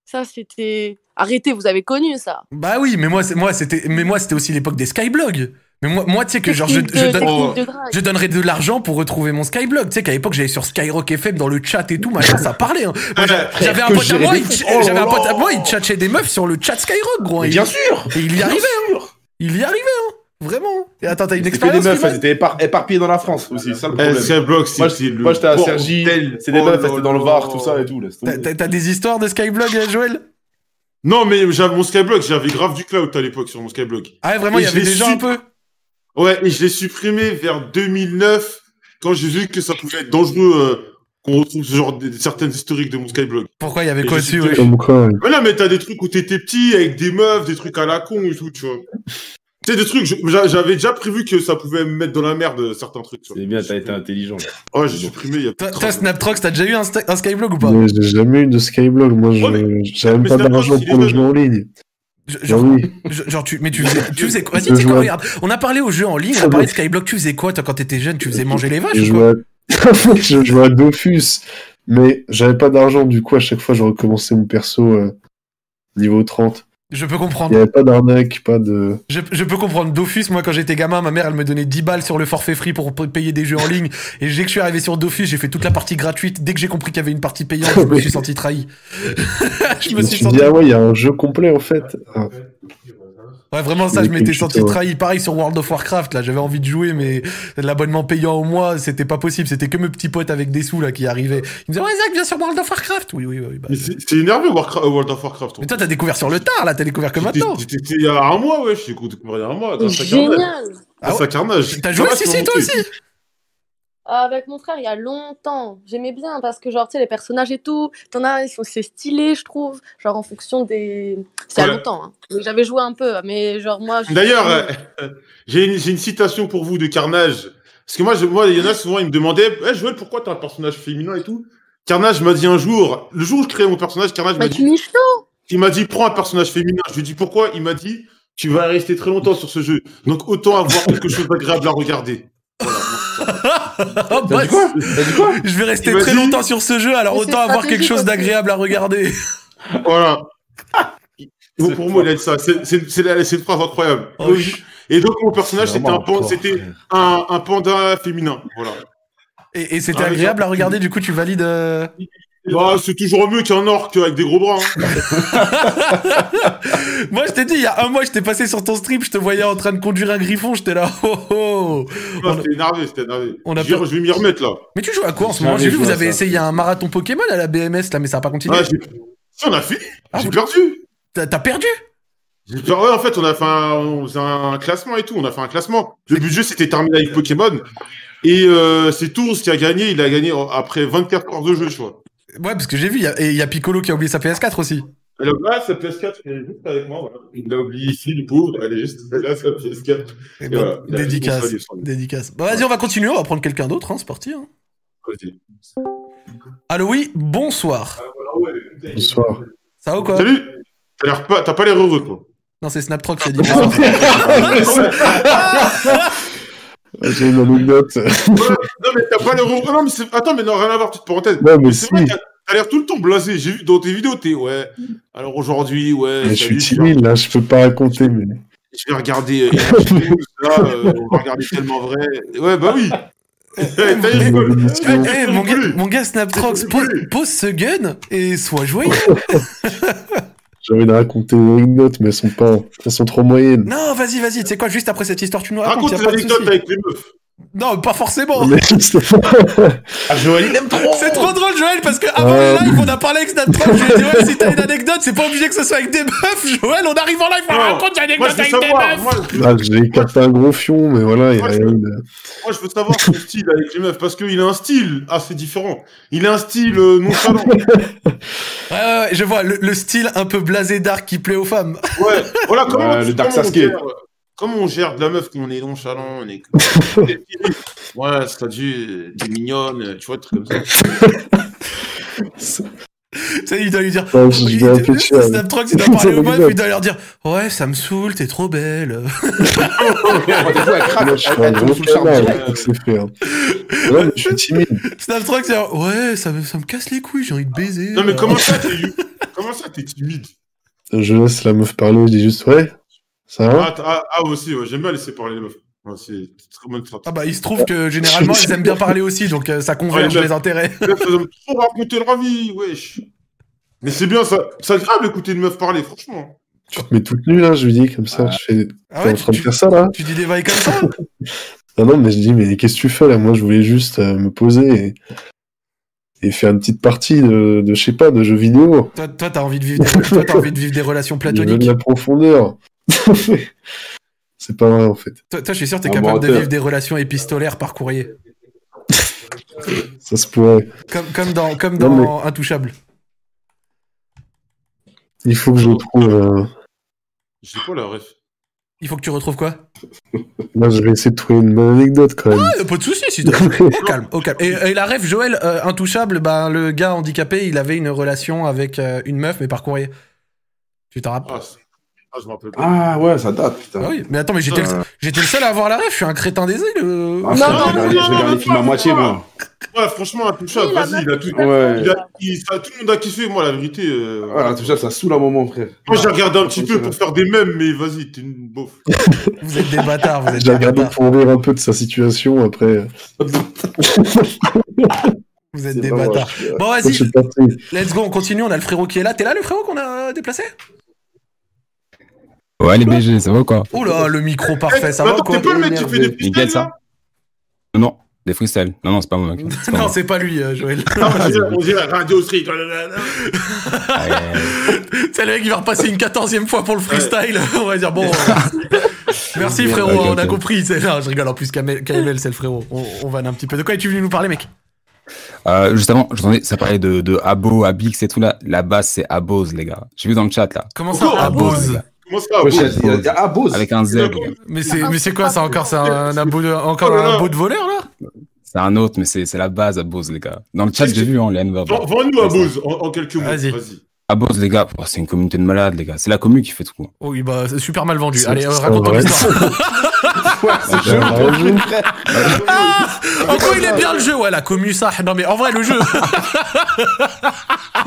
Speaker 2: Ça, c'était. Arrêtez, vous avez connu ça.
Speaker 1: Bah oui, mais moi, c'est- moi c'était, mais moi, c'était aussi l'époque des skyblogs. Mais moi, moi, tu sais que genre, je,
Speaker 2: Technique
Speaker 1: je
Speaker 2: de-
Speaker 1: donne-
Speaker 2: technique de drague.
Speaker 1: je donnerais de l'argent pour retrouver mon skyblog. Tu sais qu'à l'époque, j'allais sur Skyrock FM dans le chat et tout, machin, ça parlait. hein. Moi, j'a- J'avais un
Speaker 5: que
Speaker 1: pote à moi,
Speaker 5: j'ai
Speaker 1: il,
Speaker 5: des-
Speaker 1: ch-
Speaker 5: Oh là
Speaker 1: j'avais un pote à
Speaker 5: là.
Speaker 1: moi, il tchatchait des meufs sur le chat Skyrock, gros.
Speaker 5: Mais
Speaker 1: Et
Speaker 5: bien
Speaker 1: il-
Speaker 5: sûr
Speaker 1: Et il y
Speaker 5: Bien
Speaker 1: arrivait, hein.
Speaker 5: sûr.
Speaker 1: Il y arrivait, hein. Vraiment. Et attends, t'as une
Speaker 5: C'était que des
Speaker 1: expérience
Speaker 5: meufs, elles
Speaker 1: Freeman
Speaker 5: étaient épar- éparpillées dans la France aussi, c'est ça le
Speaker 4: Eh,
Speaker 5: problème.
Speaker 4: Skyblock c'est
Speaker 5: Moi,
Speaker 4: c'est
Speaker 5: je-
Speaker 4: le
Speaker 5: moi, j'étais à
Speaker 4: bordel.
Speaker 5: Sergi, c'est des
Speaker 4: Oh
Speaker 5: meufs,
Speaker 4: là
Speaker 5: elles étaient dans le
Speaker 4: là.
Speaker 5: Var, tout ça et tout. laisse tomber.
Speaker 1: T'as- T'as t'as des histoires de Skyblog, euh, Joël
Speaker 4: non mais j'avais mon Skyblock j'avais grave du cloud à l'époque sur mon Skyblock
Speaker 1: Ah ouais, vraiment,
Speaker 4: Et
Speaker 1: il
Speaker 4: je
Speaker 1: y avait
Speaker 4: l'ai
Speaker 1: des gens
Speaker 4: su-
Speaker 1: un peu.
Speaker 4: Ouais, et je l'ai supprimé vers 2009 quand j'ai vu que ça pouvait être dangereux euh, qu'on retrouve ce genre de, certaines historiques de mon Skyblog.
Speaker 1: Pourquoi il y avait
Speaker 4: Et
Speaker 1: quoi
Speaker 4: je
Speaker 1: dessus
Speaker 4: sais
Speaker 1: ouais.
Speaker 4: que-
Speaker 6: Comme quoi,
Speaker 4: Mais non, mais t'as des trucs où t'étais petit avec des meufs, des trucs à la con et tout, tu vois. C'est des trucs, je- j'a- j'avais déjà prévu que ça pouvait me mettre dans la merde euh, certains trucs. Tu vois.
Speaker 5: C'est bien, t'as été intelligent.
Speaker 4: Ouais, j'ai supprimé il y a
Speaker 1: Toi,
Speaker 4: plus de
Speaker 1: toi,
Speaker 4: trente ans.
Speaker 1: Snaptrox, t'as déjà eu un, sta- un Skyblog ou pas
Speaker 6: mais j'ai jamais eu de Skyblog. Moi,
Speaker 4: Ouais, mais-
Speaker 6: je- j'avais
Speaker 4: mais
Speaker 6: même pas
Speaker 4: c'est la
Speaker 6: d'argent
Speaker 4: preuve
Speaker 6: pour
Speaker 4: qu'il
Speaker 6: les
Speaker 4: est
Speaker 6: jeux en ligne.
Speaker 1: Je-
Speaker 6: Bah
Speaker 1: Genre,
Speaker 6: oui.
Speaker 1: je- genre, tu, mais tu faisais, tu faisais quoi Vas-y,
Speaker 6: Je
Speaker 1: tu sais quoi,
Speaker 6: jouais.
Speaker 1: regarde. On a parlé aux jeux en ligne, on a parlé de Skyblock. Tu faisais quoi, toi, quand t'étais jeune Tu faisais manger les vaches
Speaker 6: Je
Speaker 1: ou quoi
Speaker 6: jouais, à... je jouais à Dofus, mais j'avais pas d'argent, du coup, à chaque fois, je recommençais mon perso euh, niveau 30.
Speaker 1: Je peux
Speaker 6: Il n'y
Speaker 1: comprendre.
Speaker 6: avait pas d'arnaque, pas de.
Speaker 1: Je, je peux comprendre. Dofus, moi, quand j'étais gamin, ma mère, elle me donnait 10 balles sur le forfait free pour p- payer des jeux en ligne. Et dès que je suis arrivé sur Dofus, j'ai fait toute la partie gratuite. Dès que j'ai compris qu'il y avait une partie payante, je me suis senti trahi. je
Speaker 6: Je me
Speaker 1: me suis
Speaker 6: suis
Speaker 1: senti.
Speaker 6: dit, ah ouais, il y a un jeu complet, en fait. Ah,
Speaker 1: Ouais, vraiment, ça,
Speaker 6: Mais
Speaker 1: je m'étais
Speaker 6: quel
Speaker 1: senti
Speaker 6: tuto, ouais.
Speaker 1: trahi. Pareil sur World of Warcraft, là, j'avais envie de jouer, mais l'abonnement payant au mois, c'était pas possible. C'était que mes petits potes avec des sous, là, qui arrivaient. Ils me disaient, ouais, Zach, viens sur World of Warcraft. Oui, oui, oui. bah,
Speaker 4: Mais c'est c'est énervé Warcraft, euh, World of Warcraft.
Speaker 1: Mais toi, t'as découvert sur le tard, là, t'as découvert que maintenant.
Speaker 4: J'étais j'étais il y a un mois, ouais, j'ai découvert il y a un mois, grâce à Carnage.
Speaker 2: Génial
Speaker 1: Ah
Speaker 4: Grâce
Speaker 1: ouais.
Speaker 4: à Carnage.
Speaker 1: T'as joué,
Speaker 4: Ça va,
Speaker 1: si,
Speaker 4: je
Speaker 1: si,
Speaker 4: peux
Speaker 1: toi
Speaker 4: monter.
Speaker 1: aussi.
Speaker 2: avec mon frère il y a longtemps. J'aimais bien parce que, genre, tu sais, les personnages et tout, t'en as, ils sont, c'est stylé, je trouve. Genre, en fonction des. C'est à
Speaker 4: Ouais.
Speaker 2: longtemps. hein. Mais J'avais joué un peu, mais genre, moi. je-
Speaker 4: D'ailleurs, euh, euh, j'ai une, j'ai une citation pour vous de Carnage. Parce que moi, je, moi, il y en a souvent, ils me demandaient Eh, Joël, pourquoi t'as un personnage féminin et tout Carnage m'a dit un jour, le jour où je créais mon personnage, Carnage m'a dit Il m'a dit Prends un personnage féminin. Je lui ai dit Pourquoi Il m'a dit Tu vas rester très longtemps sur ce jeu. Donc autant avoir quelque chose d'agréable à regarder.
Speaker 1: Oh, bah, Je vais rester très longtemps sur ce jeu, alors
Speaker 4: Mais c'est
Speaker 1: autant avoir
Speaker 4: stratégique
Speaker 1: quelque chose
Speaker 4: aussi.
Speaker 1: d'agréable à regarder.
Speaker 4: Voilà. Bon, pour moi, il a dit ça. C'est- C'est c'est la- c'est une phrase incroyable.
Speaker 1: Oh,
Speaker 4: Et donc, mon personnage,
Speaker 1: C'est
Speaker 4: c'était
Speaker 1: vraiment
Speaker 4: un, pan-
Speaker 1: encore,
Speaker 4: c'était un, un panda féminin. Voilà. Ah,
Speaker 1: Et, et c'était agréable à regarder, du coup, tu valides. euh,
Speaker 4: Bah, c'est toujours mieux qu'un orc avec des gros bras. hein.
Speaker 1: Moi, je t'ai dit, il y a un mois, je t'ai passé sur ton stream, je te voyais en train de conduire un griffon, j'étais là. Oh, oh.
Speaker 4: On... Ah, C'était énervé, c'était énervé.
Speaker 1: On a
Speaker 4: Je vais-
Speaker 1: per-
Speaker 4: Je vais m'y remettre là.
Speaker 1: Mais tu joues à quoi en ce moment J'ai vu, vous avez essayé un marathon Pokémon à la BMS, là, mais ça n'a pas continué.
Speaker 4: Ah, j'ai- Si, on a fini. J'ai perdu.
Speaker 1: Ah, T'as t'as perdu
Speaker 4: J'ai per- Ouais, en fait, on a fait un... on faisait un classement et tout. On a fait un classement. Le but du jeu, c'était terminer avec Pokémon. Et euh, c'est Tours qui a gagné. Il a gagné après 24 heures de jeu, je crois.
Speaker 1: Ouais, parce que j'ai vu, il y a- et il y, a Piccolo qui a oublié sa PS4 aussi.
Speaker 4: Elle a oublié sa PS4, elle est juste avec moi. Voilà. Il l'a oublié ici, le pauvre. Elle est juste là, sa PS4. Et
Speaker 1: Bon,
Speaker 4: voilà. Il a
Speaker 1: dédicace.
Speaker 4: juste pas descendu.
Speaker 1: Dédicace. Bon, vas-y, on va continuer, on va prendre quelqu'un d'autre, hein, c'est parti. hein.
Speaker 4: Vas-y.
Speaker 1: Allô, oui, bonsoir.
Speaker 6: Bonsoir.
Speaker 1: Ça va ou quoi
Speaker 4: Salut T'as l'air pas- t'as pas l'air heureux, quoi.
Speaker 1: Non, c'est Snaptrog qui a dit
Speaker 6: Ah, J'ai une anecdote.
Speaker 4: Non, mais t'as pas l'air heureux. Non, mais c'est- attends, mais non, rien à voir, petite parenthèse.
Speaker 6: Non, mais
Speaker 4: c'est
Speaker 6: si.
Speaker 4: vrai, t'as t'as l'air tout le temps blasé. J'ai vu dans tes vidéos, t'es ouais. Alors aujourd'hui, ouais.
Speaker 6: Mais je suis
Speaker 4: salut,
Speaker 6: timide, là, je peux pas raconter, mais.
Speaker 4: Je vais regarder. euh, là, euh, on va regarder tellement vrai. Ouais, bah oui. T'as
Speaker 1: Eh,
Speaker 4: rigolé.
Speaker 1: eh, mon, gars, mon gars Snaptrox, pose, pose ce gun et sois joyeux.
Speaker 6: J'ai envie de raconter une anecdote, mais elles sont pas. Elles sont trop moyennes.
Speaker 1: Non, vas-y, vas-y, tu sais quoi, juste après cette histoire, tu nous
Speaker 4: Raconte
Speaker 1: racontes. y a
Speaker 4: tes
Speaker 1: pas de
Speaker 4: anecdotes
Speaker 1: souci.
Speaker 4: avec les meufs.
Speaker 1: Non, pas forcément.
Speaker 6: Mais je sais pas.
Speaker 4: eh. Ah, Joël, il aime trop.
Speaker 1: C'est trop drôle, Joël, parce que avant
Speaker 6: Euh,
Speaker 1: le live, on a parlé avec Snaptrox. Je lui ai dit, ouais, si t'as une anecdote, c'est pas obligé que ce soit avec des meufs. Joël, on arrive en live, on
Speaker 4: Non.
Speaker 1: raconte une
Speaker 4: Moi,
Speaker 1: anecdote
Speaker 4: je veux
Speaker 1: avec des
Speaker 4: savoir.
Speaker 1: meufs.
Speaker 4: Moi, je-
Speaker 6: Là, Ah, j'ai capté un gros fion, mais voilà, il y a rien de.
Speaker 4: moi, je veux savoir son style avec les meufs. Parce qu'il a un style assez différent. Il a un style euh, nonchalant.
Speaker 1: Ouais, ouais, ouais, je vois le, le style un peu blasé dark qui plaît aux femmes.
Speaker 4: Ouais, voilà comment,
Speaker 5: Ouais,
Speaker 4: tu-
Speaker 5: le Dark
Speaker 4: comment on
Speaker 5: Sasuke.
Speaker 4: gère- comment on gère de euh, la meuf quand on est nonchalant, on est. ouais, ça dû des mignonnes, euh, tu vois, des trucs comme ça.
Speaker 1: Tu sais, il doit lui dire.
Speaker 6: Ouais, je- je vais réfléchir.
Speaker 1: Snaptrox, il doit parler aux
Speaker 6: C'est
Speaker 1: meufs, il doit leur dire Ouais, ça me saoule, t'es trop belle.
Speaker 6: Moi, je suis un gros canard, il faut que c'est fait. hein. Ouais, mais je suis timide.
Speaker 1: Snaptrox, il dit, Ouais, ça me, ça me casse les couilles, j'ai envie de baiser.
Speaker 4: Non, mais
Speaker 1: Euh,
Speaker 4: comment ça, t'es, comment ça, t'es timide
Speaker 6: Je laisse la meuf parler, je dis juste, ouais, ça va
Speaker 4: ah, ah, ah, aussi, ouais, j'aime bien laisser parler les meufs. Ouais, c'est c'est très bonne
Speaker 1: Ah
Speaker 4: stratégie.
Speaker 1: bah il se trouve que généralement ils aiment bien parler aussi donc euh, ça converge
Speaker 4: Ouais,
Speaker 1: les intérêts.
Speaker 4: Les meufs, elles aiment trop raconter leur vie, wesh. Mais c'est bien, ça, c'est agréable d'écouter une meuf parler, franchement.
Speaker 6: Tu te mets toute nue là, je lui dis comme ça. Je fais, t'es
Speaker 1: Ah ouais,
Speaker 6: en
Speaker 1: tu-
Speaker 6: train de
Speaker 1: tu-
Speaker 6: faire ça là
Speaker 1: Tu dis des vagues comme ça
Speaker 6: Non, non, mais je dis, mais qu'est-ce que tu fais là Moi, je voulais juste euh, me poser et, et faire une petite partie de, de, je sais pas, de jeux vidéo.
Speaker 1: Toi toi, t'as envie de vivre des... toi t'as envie de vivre des relations
Speaker 6: Je veux de
Speaker 1: platoniques.
Speaker 6: la profondeur. C'est pas vrai en fait.
Speaker 1: Toi, toi, je suis sûr que t'es
Speaker 5: Ah,
Speaker 1: capable de
Speaker 5: menteur.
Speaker 1: vivre des relations épistolaires par courrier.
Speaker 6: Ça se pourrait.
Speaker 1: Comme comme dans comme
Speaker 6: Non,
Speaker 1: dans Intouchable.
Speaker 6: Il faut que je trouve. euh,
Speaker 4: J'ai pas la ref.
Speaker 1: Il faut que tu retrouves quoi
Speaker 6: Là, je vais essayer de trouver une bonne anecdote quand même.
Speaker 1: Ah, euh, Pas de soucis, si t'as- au calme, au calme. Et, et la ref Joël euh, Intouchable, ben le gars handicapé, il avait une relation avec euh, une meuf mais par courrier. Tu t'en rappelles
Speaker 4: Ah, c'est- ah, je me rappelle pas.
Speaker 5: Ah ouais, ça date,
Speaker 1: Ah
Speaker 5: putain.
Speaker 1: oui, mais attends, mais j'étais le,
Speaker 5: Euh.
Speaker 1: j'étais le seul à avoir la ref, je suis un crétin des îles. euh.
Speaker 5: Ah,
Speaker 2: Non,
Speaker 5: frère,
Speaker 2: non,
Speaker 5: j'ai regardé-
Speaker 4: non,
Speaker 5: j'ai
Speaker 4: non,
Speaker 5: regardé
Speaker 4: non,
Speaker 5: le film à
Speaker 4: non,
Speaker 5: moitié,
Speaker 4: non.
Speaker 5: moi.
Speaker 4: Ouais, franchement, intouchable,
Speaker 2: Oui, la
Speaker 4: vas-y, il a tout.
Speaker 5: Ouais.
Speaker 4: Il a, il- ça, tout le monde a kiffé, moi, la vérité. euh,
Speaker 5: Ah, la touche, ça saoule un moment, frère.
Speaker 4: Moi, j'ai regardé un petit peu pour faire des mèmes, mais vas-y, t'es une beauf.
Speaker 1: Vous êtes des bâtards, vous êtes
Speaker 6: J'ai
Speaker 1: des
Speaker 6: regardé
Speaker 1: bâtards.
Speaker 6: pour rire un peu de sa situation après. euh,
Speaker 1: Vous
Speaker 5: C'est
Speaker 1: êtes des
Speaker 5: pas moi,
Speaker 1: bâtards.
Speaker 5: je suis-
Speaker 1: Bon,
Speaker 6: Je suis
Speaker 1: vas-y,
Speaker 6: parti.
Speaker 1: let's go, on continue. On a le frérot qui est là. T'es là, le frérot qu'on a euh, déplacé
Speaker 10: Ouais, les BG, ça va ou quoi
Speaker 1: Oh là, le micro parfait, ça
Speaker 4: Mais
Speaker 1: va
Speaker 4: attends,
Speaker 1: quoi
Speaker 4: T'es pas le mec qui fait des
Speaker 10: Nickel
Speaker 4: freestyles,
Speaker 10: ça
Speaker 4: là
Speaker 10: Non, des freestyles. Non, non, c'est pas moi, mec. C'est pas
Speaker 1: Non,
Speaker 10: moi.
Speaker 1: c'est pas lui, euh, Joël.
Speaker 4: Non, on dirait- On dirait Radio Street. oh là là là.
Speaker 10: Ah, ouais, ouais.
Speaker 1: c'est le mec qui va repasser une quatorzième fois pour le freestyle. on va dire, bon, euh, Merci
Speaker 10: Merde,
Speaker 1: frérot,
Speaker 10: ok,
Speaker 1: on a
Speaker 10: ok.
Speaker 1: compris. c'est- Non, je rigole, en plus, Kamel, Kamel, c'est le frérot. On, on vanne un petit peu. De quoi es-tu venu nous parler, mec
Speaker 10: Euh, juste avant, j'entendais, ça parlait de, de Abo, Abix et tout là. La base, c'est Abose, les gars. J'ai vu dans le chat là.
Speaker 1: Comment ça,
Speaker 4: Ah,
Speaker 1: Abose
Speaker 4: Comment ça,
Speaker 10: Abose
Speaker 4: Abose
Speaker 10: les gars. Avec un Z, les gars.
Speaker 1: Mais c'est mais c'est quoi ça encore C'est un, un abo de, encore
Speaker 4: Oh là là.
Speaker 1: un abo de voleur là
Speaker 10: C'est un autre, mais c'est c'est la base, Abose, les gars. Dans le chat, j'ai vu, hein, les N-verbs.
Speaker 4: Vends- Vends-nous Abose en, en quelques mots. Vas-y.
Speaker 10: Abose, les gars, oh, c'est une communauté de malades, les gars. C'est la commu qui fait tout.
Speaker 1: Oh oui, bah c'est super mal vendu.
Speaker 10: C'est-
Speaker 1: Allez, euh,
Speaker 10: c'est
Speaker 1: raconte ton
Speaker 10: vrai.
Speaker 1: histoire.
Speaker 10: c'est chaud.
Speaker 1: Ah En quoi il est bien le jeu Ouais, la commu ça. Non mais en vrai, le jeu.
Speaker 10: Ah,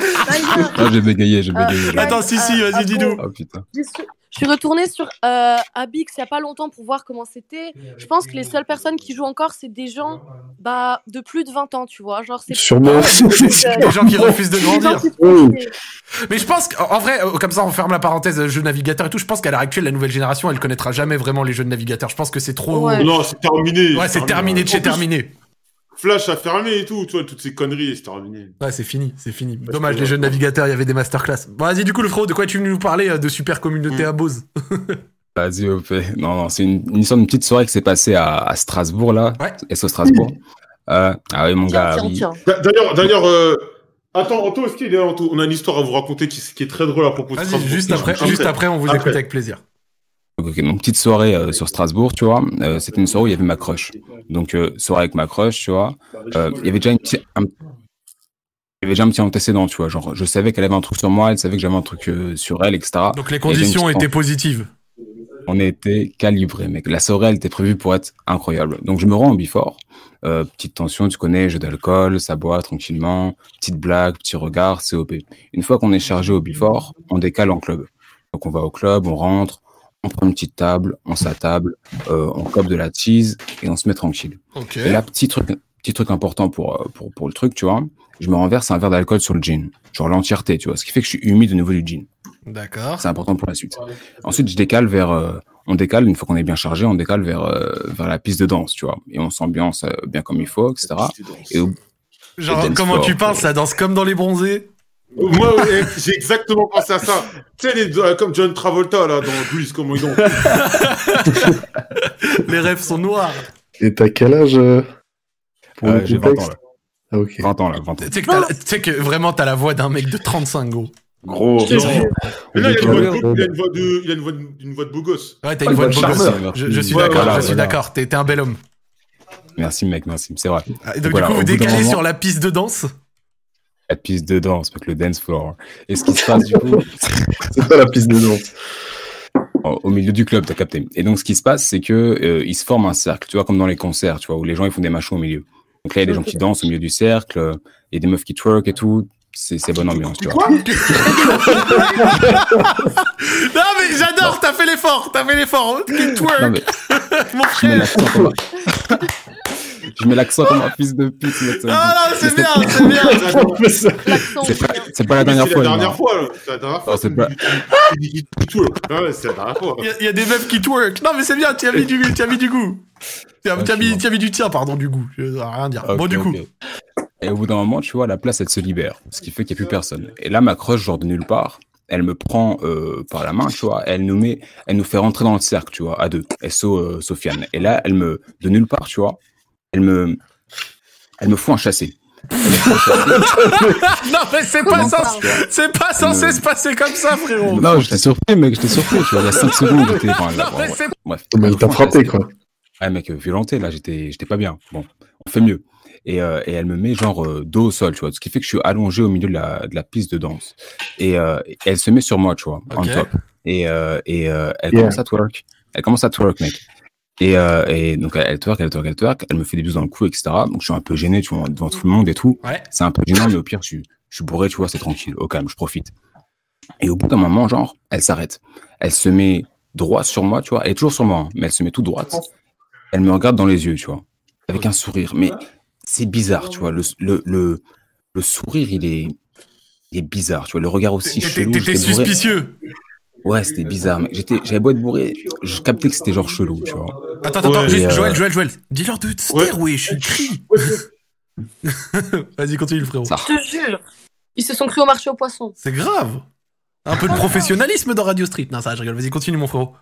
Speaker 10: j'ai bégayé, j'ai bégayé. là.
Speaker 1: Attends, si, si, vas-y, dis-nous.
Speaker 10: Oh putain.
Speaker 2: Je suis- je suis retournée sur euh, Abix il n'y a pas longtemps pour voir comment c'était. Je pense que les seules personnes qui jouent encore, c'est des gens bah, de plus de 20 ans, tu vois. Genre, c'est
Speaker 6: Sûrement.
Speaker 1: Des gens qui refusent de
Speaker 6: Des gens
Speaker 1: grandir.
Speaker 6: qui refusent.
Speaker 1: Mais je pense qu'en en vrai, euh, comme ça, on ferme la parenthèse euh, jeu navigateur et tout. Je pense qu'à l'heure actuelle, la nouvelle génération, elle connaîtra jamais vraiment les jeux de navigateur. Je pense que c'est trop.
Speaker 4: Ouais. Non, c'est terminé.
Speaker 1: Ouais, c'est terminé de
Speaker 4: En
Speaker 1: chez
Speaker 4: plus,
Speaker 1: terminé.
Speaker 4: Flash a fermé et tout, tu vois, toutes ces conneries, c'est terminé.
Speaker 1: Ouais, c'est fini, c'est fini. Dommage, les jeux de navigateur, il y avait des masterclass. Bon, vas-y, du coup, le frérot, de quoi tu veux nous parler euh, de super communauté
Speaker 4: Mm.
Speaker 1: à Bose
Speaker 10: Vas-y, OP. Non, non, c'est une, une histoire, une petite soirée qui s'est passée à, à Strasbourg, là. SO Strasbourg. Euh, ah oui, mon gars. oui.
Speaker 4: D'a- D'ailleurs, d'ailleurs, euh, attends, Anto, est-ce qu'il est là, Anto On a une histoire à vous raconter qui, qui est très drôle à propos de
Speaker 1: Vas-y,
Speaker 4: Strasbourg.
Speaker 1: juste après, juste après, on vous écoute avec plaisir.
Speaker 10: Donc, ok, donc, petite soirée euh, sur Strasbourg, tu vois. Euh, c'était une soirée où il y avait ma crush. Donc, euh, soirée avec ma crush, tu vois. Euh, il y avait déjà une petite- un, il y avait déjà un petit antécédent, tu vois. Genre, je savais qu'elle avait un truc sur moi, elle savait que j'avais un truc euh, sur elle, etc.
Speaker 1: Donc,
Speaker 10: Il y avait
Speaker 1: les
Speaker 10: une
Speaker 1: conditions
Speaker 10: petite-
Speaker 1: étaient positives.
Speaker 10: On était calibrés, mec. La soirée, elle était prévue pour être incroyable. Donc, je me rends au Bifort. Euh, petite tension, tu connais, jeu d'alcool, ça boit tranquillement, petite blague, petit regard, COP. Une fois qu'on est chargé au Bifort, on décale en club. Donc, on va au club, on rentre, on prend une petite table, on s'attable, euh, on cope de la tease et on se met tranquille.
Speaker 1: Ok.
Speaker 10: Et là, petit truc, petit truc important pour, euh, pour, pour le truc, tu vois, je me renverse un verre d'alcool sur le jean, genre l'entièreté, tu vois, ce qui fait que je suis humide au niveau du jean.
Speaker 1: D'accord.
Speaker 10: C'est important pour la suite. Ensuite, je décale vers. euh, on décale, une fois qu'on est bien chargé, on décale vers, euh, vers la piste de danse, tu vois. Et on s'ambiance euh, bien comme il faut, etc. Et au-
Speaker 1: Genre,
Speaker 10: le dance
Speaker 1: comment
Speaker 10: floor,
Speaker 1: tu parles, ça danse comme dans les bronzés
Speaker 4: Moi, ouais, j'ai exactement pensé à ça. Tu sais, les- euh, comme John Travolta, là, dans Grease, comment ils ont.
Speaker 1: les rêves sont noirs.
Speaker 6: Et t'as quel âge euh, pour
Speaker 10: Euh,
Speaker 6: le
Speaker 10: j'ai 20 ans,
Speaker 6: contexte
Speaker 10: là.
Speaker 6: Ah, ok.
Speaker 10: 20 ans, là, 20 ans.
Speaker 1: Tu sais que, t'as- tu sais que vraiment, t'as la voix d'un mec de 35, gros.
Speaker 10: Gros,
Speaker 1: Je te
Speaker 10: gros.
Speaker 1: jure.
Speaker 4: Mais là, il a une
Speaker 1: Ouais,
Speaker 4: voix de- il a une voix de- il a une voix de- une voix de beau gosse.
Speaker 1: t'as une voix de beau gosse. Je, je suis
Speaker 10: Ouais,
Speaker 1: d'accord,
Speaker 10: voilà,
Speaker 1: je suis
Speaker 10: voilà.
Speaker 1: d'accord. T'es t'es un bel homme.
Speaker 10: Merci, mec, merci, c'est vrai.
Speaker 1: Ah, Et donc, du coup, vous décalez sur la piste de danse
Speaker 10: La piste de danse, mec, le dance floor. hein. Et ce qui se passe, du coup.
Speaker 6: c'est pas la piste de danse.
Speaker 10: au au milieu du club, t'as capté. Et donc, ce qui se passe, c'est que euh, il se forme un cercle, tu vois, comme dans les concerts, tu vois, où les gens ils font des machos au milieu. Donc là, il y a des gens qui dansent au milieu du cercle, euh, il y a des meufs qui twerk et tout. C'est c'est bonne ambiance, tu vois.
Speaker 1: Non, mais j'adore, t'as fait l'effort, t'as fait l'effort. Quel twerk,
Speaker 10: Non, mais je
Speaker 1: mon
Speaker 10: mets
Speaker 1: frère.
Speaker 10: l'accent comme un... je mets l'accent comme un fils de pute. mec, ça me dit.
Speaker 1: Ah non, c'est
Speaker 10: Mais
Speaker 1: bien, c'est bien.
Speaker 10: C'est pas, c'est pas la dernière
Speaker 4: C'est
Speaker 10: fois.
Speaker 4: la
Speaker 10: les
Speaker 4: dernière
Speaker 10: gars.
Speaker 4: fois, là. C'est la dernière
Speaker 10: Non,
Speaker 4: fois.
Speaker 10: c'est pas-
Speaker 4: Du tout, là. Ouais, C'est la dernière fois.
Speaker 1: Il y a- il y, a des meufs qui twerk. Non, mais c'est bien, tu as mis du, tu as mis du goût. Tu as, tu as mis, tu as mis du tien, pardon, du goût. Je vais rien dire. bon,
Speaker 10: Ok,
Speaker 1: du coup.
Speaker 10: ok. Et au bout d'un moment, tu vois, la place, elle se libère, ce qui fait qu'il n'y a plus personne. Et là, ma crush, genre de nulle part, elle me prend euh, par la main, tu vois, elle nous met, elle nous fait rentrer dans le cercle, tu vois, à deux, SO euh, Sofiane. Et là, elle me, de nulle part, tu vois, elle me, elle me fout un chassé.
Speaker 1: non, mais c'est pas, sens- c'est pas censé se passer comme ça, frérot.
Speaker 10: Euh, Non, j'étais surpris, mec, j'étais surpris, tu vois, il y a 5 secondes, j'étais. Enfin, là,
Speaker 1: mais
Speaker 10: ouais,
Speaker 1: c'est-
Speaker 10: bref.
Speaker 6: Mais elle t'a frappé, quoi.
Speaker 10: Ouais, mec, euh, violenté, là, j'étais j'étais pas bien. Bon, on fait mieux. Et, euh, et elle me met genre euh, dos au sol, tu vois, ce qui fait que je suis allongé au milieu de la, de la piste de danse. Et euh, et elle se met sur moi, tu vois, en
Speaker 1: Ok.
Speaker 10: top. Et, euh, et euh, elle
Speaker 1: Yeah.
Speaker 10: commence à twerk. Elle commence à twerk, mec. Et, euh, et donc, elle, elle twerk, elle twerk, elle twerk. Elle me fait des bisous dans le cou, etc. Donc, je suis un peu gêné, tu vois, devant tout le monde et tout. C'est un peu gênant, mais au pire, je, suis- je suis bourré, tu vois, c'est tranquille. Au calme, je profite. Et au bout d'un moment, genre, elle s'arrête. Elle se met droit sur moi, tu vois. Elle est toujours sur moi, hein, mais elle se met tout droite. Elle me regarde dans les yeux, tu vois, avec un sourire. Mais c'est bizarre, tu vois. Le, le, le, le sourire, il est, il est bizarre, tu vois. Le regard aussi chelou.
Speaker 1: T'étais
Speaker 10: j'étais bourré.
Speaker 1: suspicieux.
Speaker 10: Ouais, c'était bizarre. mec. J'étais, j'avais beau être bourré, je captais que c'était genre chelou, tu vois.
Speaker 1: Attends, attends, attends,
Speaker 10: Et,
Speaker 1: juste,
Speaker 10: euh,
Speaker 1: Joël, Joël, Joël. Dis-leur de se taire, ouais, je crie. Vas-y, continue, le frérot.
Speaker 2: Je te jure. Ils se sont cru au marché aux poissons.
Speaker 10: Ah.
Speaker 1: C'est grave. Un peu de professionnalisme dans Radio Street. Non, ça, va, je rigole. Vas-y, continue, mon frérot.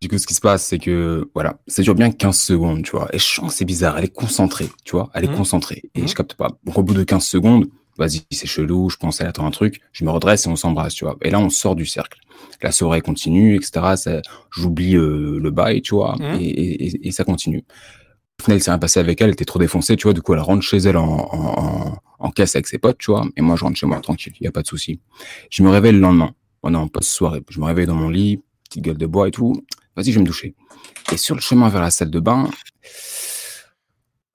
Speaker 10: Du coup, ce qui se passe, c'est que, voilà, ça dure bien 15 secondes, tu vois. Et je sens que c'est bizarre, elle est concentrée, tu vois, elle est
Speaker 1: Mhm.
Speaker 10: concentrée. Et je capte pas. Donc, au bout de 15 secondes, vas-y, c'est chelou, je pense, elle attend un truc, je me redresse et on s'embrasse, tu vois. Et là, on sort du cercle. La soirée continue, etc. ça- J'oublie euh, le bail, tu vois,
Speaker 12: Mhm.
Speaker 10: et, et- et- et ça continue. Au final, il s'est rien passé avec elle, elle était trop défoncée, tu vois. Du coup, elle rentre chez elle en, en, en- en caisse avec ses potes, tu vois. Et moi, je rentre chez moi tranquille, il n'y a pas de souci. Je me réveille le lendemain. On est en post-soirée. Je me réveille dans mon lit, petite gueule de bois et tout. Vas-y, je vais me doucher. Et sur le chemin vers la salle de bain,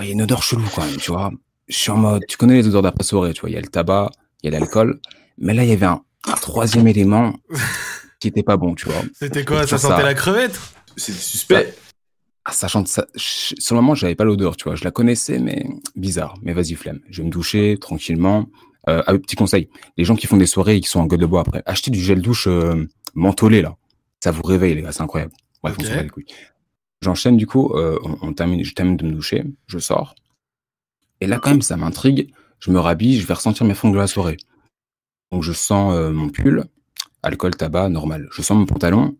Speaker 10: il y a une odeur chelou quand même, tu vois. Je suis en mode, tu connais les odeurs d'après-soirée, tu vois. Il y a le tabac, il y a l'alcool. Mais là, il y avait un, un troisième élément qui était pas bon, tu vois.
Speaker 1: C'était quoi
Speaker 10: Et
Speaker 1: Ça
Speaker 10: sur
Speaker 1: sentait la crevette
Speaker 10: c'est suspect. Ah, ça chante ça. je- Sur le moment, j'avais pas l'odeur, tu vois. Je la connaissais, mais bizarre. Mais vas-y, flemme. Je vais me doucher tranquillement. Euh, ah, oui, petit conseil. Les gens qui font des soirées et qui sont en gueule de bois après, achetez du gel douche euh, mentholé, là. Ça vous réveille, les gars. C'est incroyable. Bref, on
Speaker 12: Ok.
Speaker 10: s'en bat les couilles. J'enchaîne, du coup. euh, on, on termine, je termine de me doucher. Je sors. Et là, quand même, ça m'intrigue. Je me rhabille. Je vais ressentir mes fringues de la soirée. Donc, je sens euh, mon pull. Alcool, tabac, normal. Je sens mon pantalon,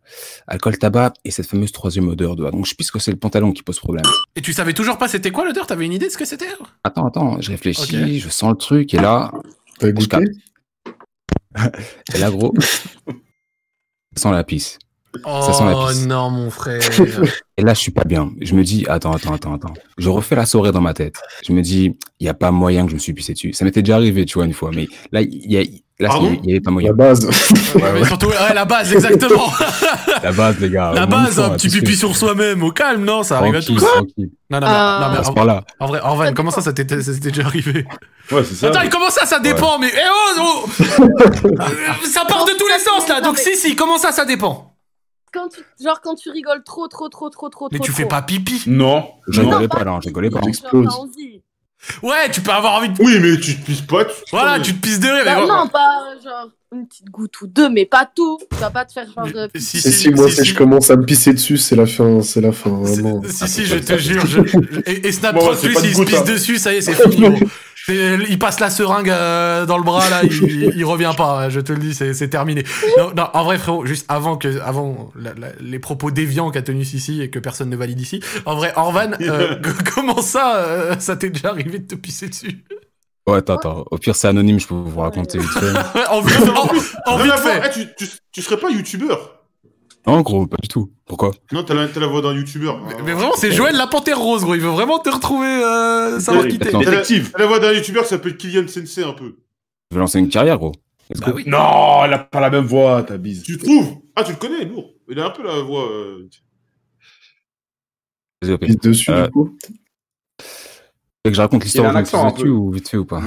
Speaker 10: alcool, tabac et cette fameuse troisième odeur de. Donc je pense que c'est le pantalon qui pose problème.
Speaker 1: Et tu savais toujours pas c'était quoi l'odeur T'avais une idée de ce que c'était
Speaker 10: Attends, attends, je réfléchis,
Speaker 1: Ok.
Speaker 10: je sens le truc et là.
Speaker 6: T'as
Speaker 10: goûté Et là, gros. ça sent la pisse. ça sent la
Speaker 1: Oh
Speaker 10: pisse. Ah
Speaker 1: non, mon frère.
Speaker 10: Et là, je suis pas bien. Je me dis, attends, attends, attends, attends. Je refais la soirée dans ma tête. Je me dis, il y a pas moyen que je me suis pissé dessus. Ça m'était déjà arrivé, tu vois, une fois, mais là, il y a. Là,
Speaker 1: Pardon
Speaker 10: il y avait pas moyen.
Speaker 6: La base.
Speaker 10: Ouais,
Speaker 1: Mais
Speaker 10: ouais.
Speaker 1: surtout, ouais, la base, exactement.
Speaker 10: La base, les gars.
Speaker 1: la
Speaker 10: Même
Speaker 1: base,
Speaker 10: fois,
Speaker 1: un petit
Speaker 10: parce que-
Speaker 1: pipi sur soi-même, au calme, non Ça arrive à
Speaker 10: Tranquille,
Speaker 1: tous.
Speaker 10: tranquille.
Speaker 1: Non, non, mais,
Speaker 10: Ah.
Speaker 1: non, mais
Speaker 10: Passe
Speaker 1: en,
Speaker 10: par là.
Speaker 1: en vrai, en vrai, comment ça, ça t'était ça t'était déjà arrivé
Speaker 5: Ouais, c'est
Speaker 1: Attends, et comment ça, ça dépend Mais eh, oh, oh Euh, Ça part de tous les sens là. Donc si, si, comment ça, ça dépend
Speaker 2: Quand tu, genre quand tu rigoles trop, trop, trop, trop, trop,
Speaker 1: Mais
Speaker 2: trop,
Speaker 1: tu fais
Speaker 2: trop.
Speaker 1: pas pipi
Speaker 5: Non.
Speaker 10: Je rigolais pas, non, je rigolais pas.
Speaker 2: Genre, t'as envie.
Speaker 1: Ouais, tu peux avoir envie de.
Speaker 4: Oui, mais tu te pisses pas.
Speaker 1: Voilà, tu te pisses de rire. mais
Speaker 2: Bah
Speaker 1: voilà.
Speaker 2: non, pas euh, genre une petite goutte ou deux, mais pas tout. Tu vas pas te faire genre euh, de.
Speaker 1: Si,
Speaker 6: Et si moi, si je commence à me pisser dessus, c'est la fin, c'est la fin, vraiment.
Speaker 1: Si, si, je te jure. je- je- Et, et Snap
Speaker 6: Bon,
Speaker 1: Troll
Speaker 6: ouais, c'est
Speaker 1: Plus,
Speaker 6: pas de
Speaker 1: il se
Speaker 6: goutte,
Speaker 1: pisse
Speaker 6: hein.
Speaker 1: dessus, ça y est, c'est fini. gros. C'est- Il passe la seringue euh, dans le bras, là, il, il- il revient pas, hein, je te le dis, c'est c'est terminé. Non, non, en vrai, frérot, juste avant que, avant la- la- les propos déviants qu'a tenus Sissi et que personne ne valide ici, en vrai, Orvan, euh, comment ça, euh, ça t'est déjà arrivé de te pisser dessus
Speaker 10: Ouais, attends, attends. Au pire, c'est anonyme, je peux vous raconter vite fait.
Speaker 1: En vite fait, en- en
Speaker 4: Non, mais
Speaker 1: vite
Speaker 4: avant,
Speaker 1: fait.
Speaker 4: eh, tu, tu, tu serais pas youtubeur
Speaker 10: Non, gros, pas du tout. Pourquoi
Speaker 4: Non, t'as la, t'as la voix d'un youtubeur.
Speaker 1: Mais vraiment, c'est Joël la Panthère Rose, gros, il veut vraiment te retrouver, euh, savoir qui t'es.
Speaker 10: Attends.
Speaker 4: Détective. T'as la voix d'un youtubeur qui s'appelle Kylian Sensei un peu.
Speaker 10: Je vais lancer une carrière, gros. Let's go.
Speaker 5: Bah Non, elle a pas la même voix, ta bise.
Speaker 4: Tu trouves Ah, tu le connais, lourd. Il a un peu la voix. euh,
Speaker 10: Vas-y, hop.
Speaker 6: Pisse dessus,
Speaker 10: Euh,
Speaker 6: du coup.
Speaker 10: Tu veux que je raconte l'histoire
Speaker 6: Il a
Speaker 10: où je me
Speaker 6: l'accent,
Speaker 10: suis
Speaker 6: un
Speaker 10: fait dessus
Speaker 6: peu.
Speaker 10: ou vite fait ou pas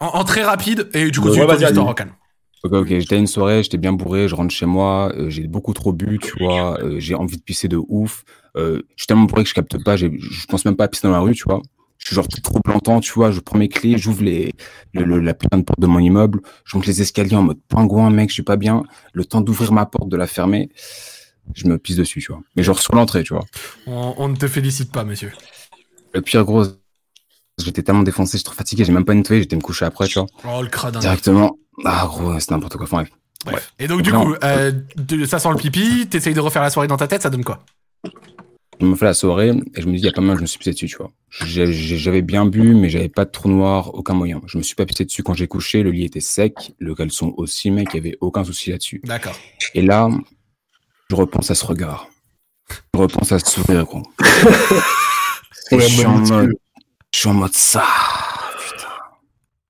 Speaker 1: En, en très rapide, et du coup,
Speaker 10: Ouais,
Speaker 1: tu
Speaker 10: vas-y,
Speaker 1: vas
Speaker 10: vas-y.
Speaker 1: l'histoire en calme.
Speaker 10: Ok, ok, j'étais à une soirée, j'étais bien bourré, je rentre chez moi, euh, j'ai beaucoup trop bu, tu vois, euh, j'ai envie de pisser de ouf. euh, je suis tellement bourré que je capte pas, j'ai- je pense même pas à pisser dans la rue, tu vois. Je suis genre trop plantant, tu vois, je prends mes clés, j'ouvre les, le- le- la putain de porte de mon immeuble, je monte les escaliers en mode pingouin, mec, je suis pas bien. Le temps d'ouvrir ma porte, de la fermer, je me pisse dessus, tu vois. Mais genre sur l'entrée, tu vois.
Speaker 1: On, on ne te félicite pas, monsieur.
Speaker 10: Le pire gros, j'étais tellement défoncé, j'étais trop fatigué, j'ai même pas nettoyé, j'étais me coucher après, tu vois.
Speaker 1: Oh, le cradin.
Speaker 10: Directement. Ah gros, c'est n'importe quoi. Enfin, bref.
Speaker 1: Bref. Et donc, du
Speaker 10: Non.
Speaker 1: coup, euh, de- ça sent le pipi, t'essayes de refaire la soirée dans ta tête, ça donne quoi
Speaker 10: je me fais la soirée et je me dis, il y a pas mal, je me suis pissé dessus, tu vois. J'ai- j'ai- J'avais bien bu, mais j'avais pas de trou noir, aucun moyen. Je me suis pas pissé dessus quand j'ai couché, le lit était sec, le caleçon aussi, mec, il y avait aucun souci là-dessus.
Speaker 1: D'accord.
Speaker 10: Et là, je repense à ce regard. Je repense à ce sourire, gros. Et je suis en mode, je suis en mode ça, putain.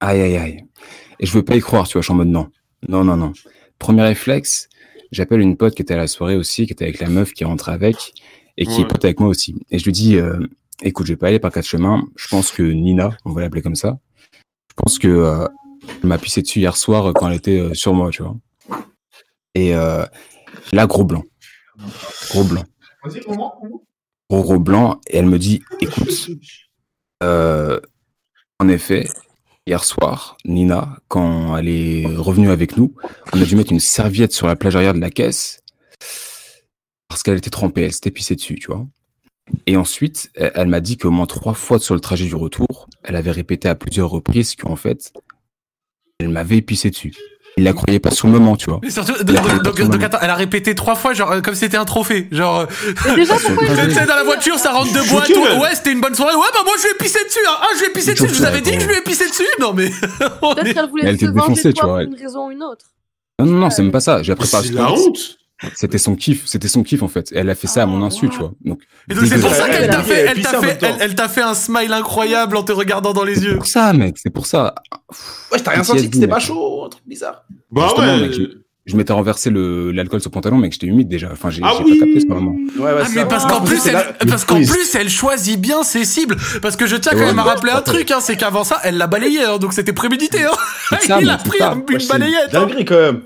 Speaker 10: Aïe, aïe, aïe. Et je veux pas y croire, tu vois, je suis en mode non. Non, non, non. Premier réflexe, j'appelle une pote qui était à la soirée aussi, qui était avec la meuf qui rentre avec et qui est
Speaker 12: Ouais.
Speaker 10: pote avec moi aussi. Et je lui dis, euh, écoute, je vais pas aller par quatre chemins. Je pense que Nina, on va l'appeler comme ça, je pense que euh, elle m'a pissé dessus hier soir euh, quand elle était euh, sur moi, tu vois. Et euh, là, gros blanc. Gros blanc
Speaker 7: Vas-y, comment comment
Speaker 10: gros gros blanc et elle me dit écoute euh, en effet hier soir Nina quand elle est revenue avec nous on a dû mettre une serviette sur la plage arrière de la caisse parce qu'elle était trempée elle s'était pissée dessus tu vois et ensuite elle, elle m'a dit qu'au moins trois fois sur le trajet du retour elle avait répété à plusieurs reprises qu'en fait elle m'avait pissé dessus il la croyait pas sur le moment, tu vois.
Speaker 1: Et surtout,
Speaker 10: Il la croyait
Speaker 1: donc,
Speaker 10: pas
Speaker 1: donc-
Speaker 10: sur le
Speaker 1: donc,
Speaker 10: moment.
Speaker 1: attends, elle a répété trois fois, genre, euh, comme si c'était un trophée. Genre, euh,
Speaker 10: déjà, pourquoi
Speaker 1: Tu
Speaker 10: il a
Speaker 1: sais,
Speaker 10: dit-
Speaker 1: dans la voiture, ça rentre de
Speaker 10: suis
Speaker 1: boîte.
Speaker 10: choqué,
Speaker 1: Ouais,
Speaker 10: même.
Speaker 1: ouais, c'était une bonne soirée. Ouais, bah, moi, je lui ai pissé dessus. hein. Ah, je lui ai pissé
Speaker 10: Je
Speaker 1: dessus. Je vous
Speaker 10: trouve
Speaker 1: avais
Speaker 10: ça,
Speaker 1: dit que je lui ai pissé dessus. Non, mais.
Speaker 2: Peut-être qu'elle voulait
Speaker 10: Elle était
Speaker 2: se venger
Speaker 10: défoncée,
Speaker 2: de
Speaker 10: tu
Speaker 2: toi pour
Speaker 10: vois,
Speaker 2: une raison ou une autre.
Speaker 10: Non, non, non, c'est même pas ça. J'ai appris
Speaker 1: C'est
Speaker 10: par
Speaker 1: la
Speaker 10: expérience. C'était son kiff, c'était son kiff en fait. Elle a fait ça à
Speaker 1: Ah,
Speaker 10: mon insu, tu vois. Donc,
Speaker 1: Et donc, c'est pour ça qu'elle t'a
Speaker 10: dégueulasse.
Speaker 1: fait, elle t'a fait, elle, elle t'a fait un smile incroyable en te regardant dans les
Speaker 10: C'est
Speaker 1: yeux.
Speaker 10: pour ça, mec, c'est pour ça.
Speaker 5: Ouais, t'as rien senti que c'était pas chaud, un truc bizarre.
Speaker 10: Justement, mec, Bah je, je m'étais renversé le- l'alcool sur le pantalon, mec, j'étais humide déjà. Enfin, j'ai
Speaker 5: Ah
Speaker 10: j'ai
Speaker 5: oui.
Speaker 10: pas capté ce moment.
Speaker 1: ah, mais parce qu'en plus, elle, parce qu'en plus, elle choisit bien ses cibles. Parce que je tiens quand
Speaker 10: Ouais,
Speaker 1: même à
Speaker 10: mais-
Speaker 1: rappeler un truc, hein, c'est qu'avant ça, elle l'a balayé, hein, donc c'était prémédité. Hein.
Speaker 10: C'est ça,
Speaker 1: Il
Speaker 10: mais
Speaker 1: a
Speaker 10: c'est
Speaker 1: pris
Speaker 10: ça.
Speaker 1: une
Speaker 10: Moi, c'est-
Speaker 1: balayette. hein.
Speaker 5: quand même.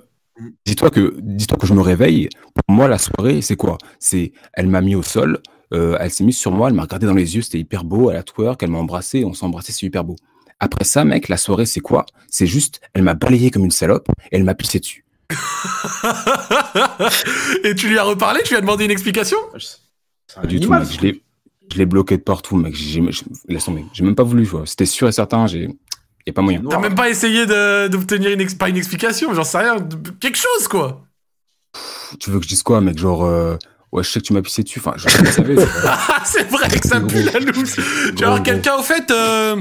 Speaker 10: Dis-toi que, dis-toi que je me réveille. Pour moi, la soirée, c'est quoi C'est, elle m'a mis au sol, euh, elle s'est mise sur moi, elle m'a regardé dans les yeux, c'était hyper beau, elle a twerk, elle m'a embrassé, on s'est embrassé, c'est hyper beau. Après ça, mec, la soirée, c'est quoi C'est juste, elle m'a balayé comme une salope, et elle m'a pissé dessus.
Speaker 1: Et tu lui as reparlé, tu lui as demandé une explication
Speaker 10: Ah, Pas du tout,
Speaker 1: animal,
Speaker 10: mec. Je l'ai, je l'ai bloqué de partout, mec. J'ai, j'ai- laisse tomber. J'ai même pas voulu, tu vois. C'était sûr et certain, j'ai, y a pas moyen.
Speaker 1: T'as même pas essayé de- d'obtenir une, ex- pas une explication, j'en sais rien, de- quelque chose quoi.
Speaker 10: Tu veux que je dise quoi, mec Genre, euh, ouais, je sais que tu m'as pissé dessus. Enfin, je je le savais.
Speaker 1: Ah, c'est vrai que ça pue la loose. Tu vois, alors, quelqu'un au fait, euh,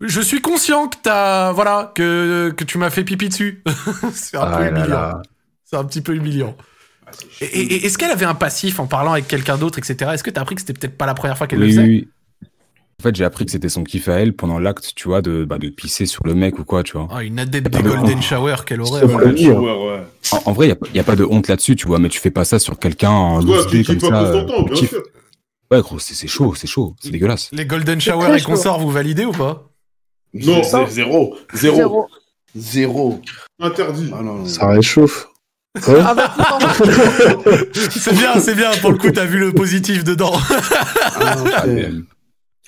Speaker 1: je suis conscient que t'as, voilà, que, que tu m'as fait pipi dessus. c'est un
Speaker 10: Ah
Speaker 1: peu
Speaker 10: là
Speaker 1: humiliant.
Speaker 10: là.
Speaker 1: C'est un petit peu humiliant. Et, et- et est-ce qu'elle avait un passif en parlant avec quelqu'un d'autre, etc. Est-ce que t'as appris que c'était peut-être pas la première fois qu'elle le
Speaker 10: Oui,
Speaker 1: faisait
Speaker 10: oui, oui. En fait, j'ai appris que c'était son kiff à elle pendant l'acte, tu vois, de, bah, de pisser sur le mec ou quoi, tu vois.
Speaker 1: Ah, une adepte des Golden Shower, quelle horreur.
Speaker 10: Sauf le dire. En, en vrai, il n'y a, pas de honte là-dessus, tu vois, mais tu fais pas ça sur quelqu'un en
Speaker 1: Ouais,
Speaker 10: loose
Speaker 1: tu
Speaker 10: day
Speaker 1: kiffes
Speaker 10: comme
Speaker 1: pas
Speaker 10: ça.
Speaker 1: plus
Speaker 10: euh,
Speaker 1: longtemps,
Speaker 10: pour
Speaker 1: bien
Speaker 10: kiff.
Speaker 1: sûr. Mm.
Speaker 10: Ouais, gros, c'est c'est chaud, c'est chaud, c'est dégueulasse.
Speaker 1: Les Golden
Speaker 5: C'est
Speaker 1: Shower
Speaker 5: très
Speaker 1: et
Speaker 5: chaud.
Speaker 1: consorts, vous validez ou pas
Speaker 5: Non, c'est zéro. Zéro.
Speaker 1: Zéro.
Speaker 5: Zéro. Ah,
Speaker 4: Interdit.
Speaker 6: Ça réchauffe. Hein
Speaker 1: Ah, bah. C'est bien, c'est bien. Pour le coup, t'as vu le positif dedans.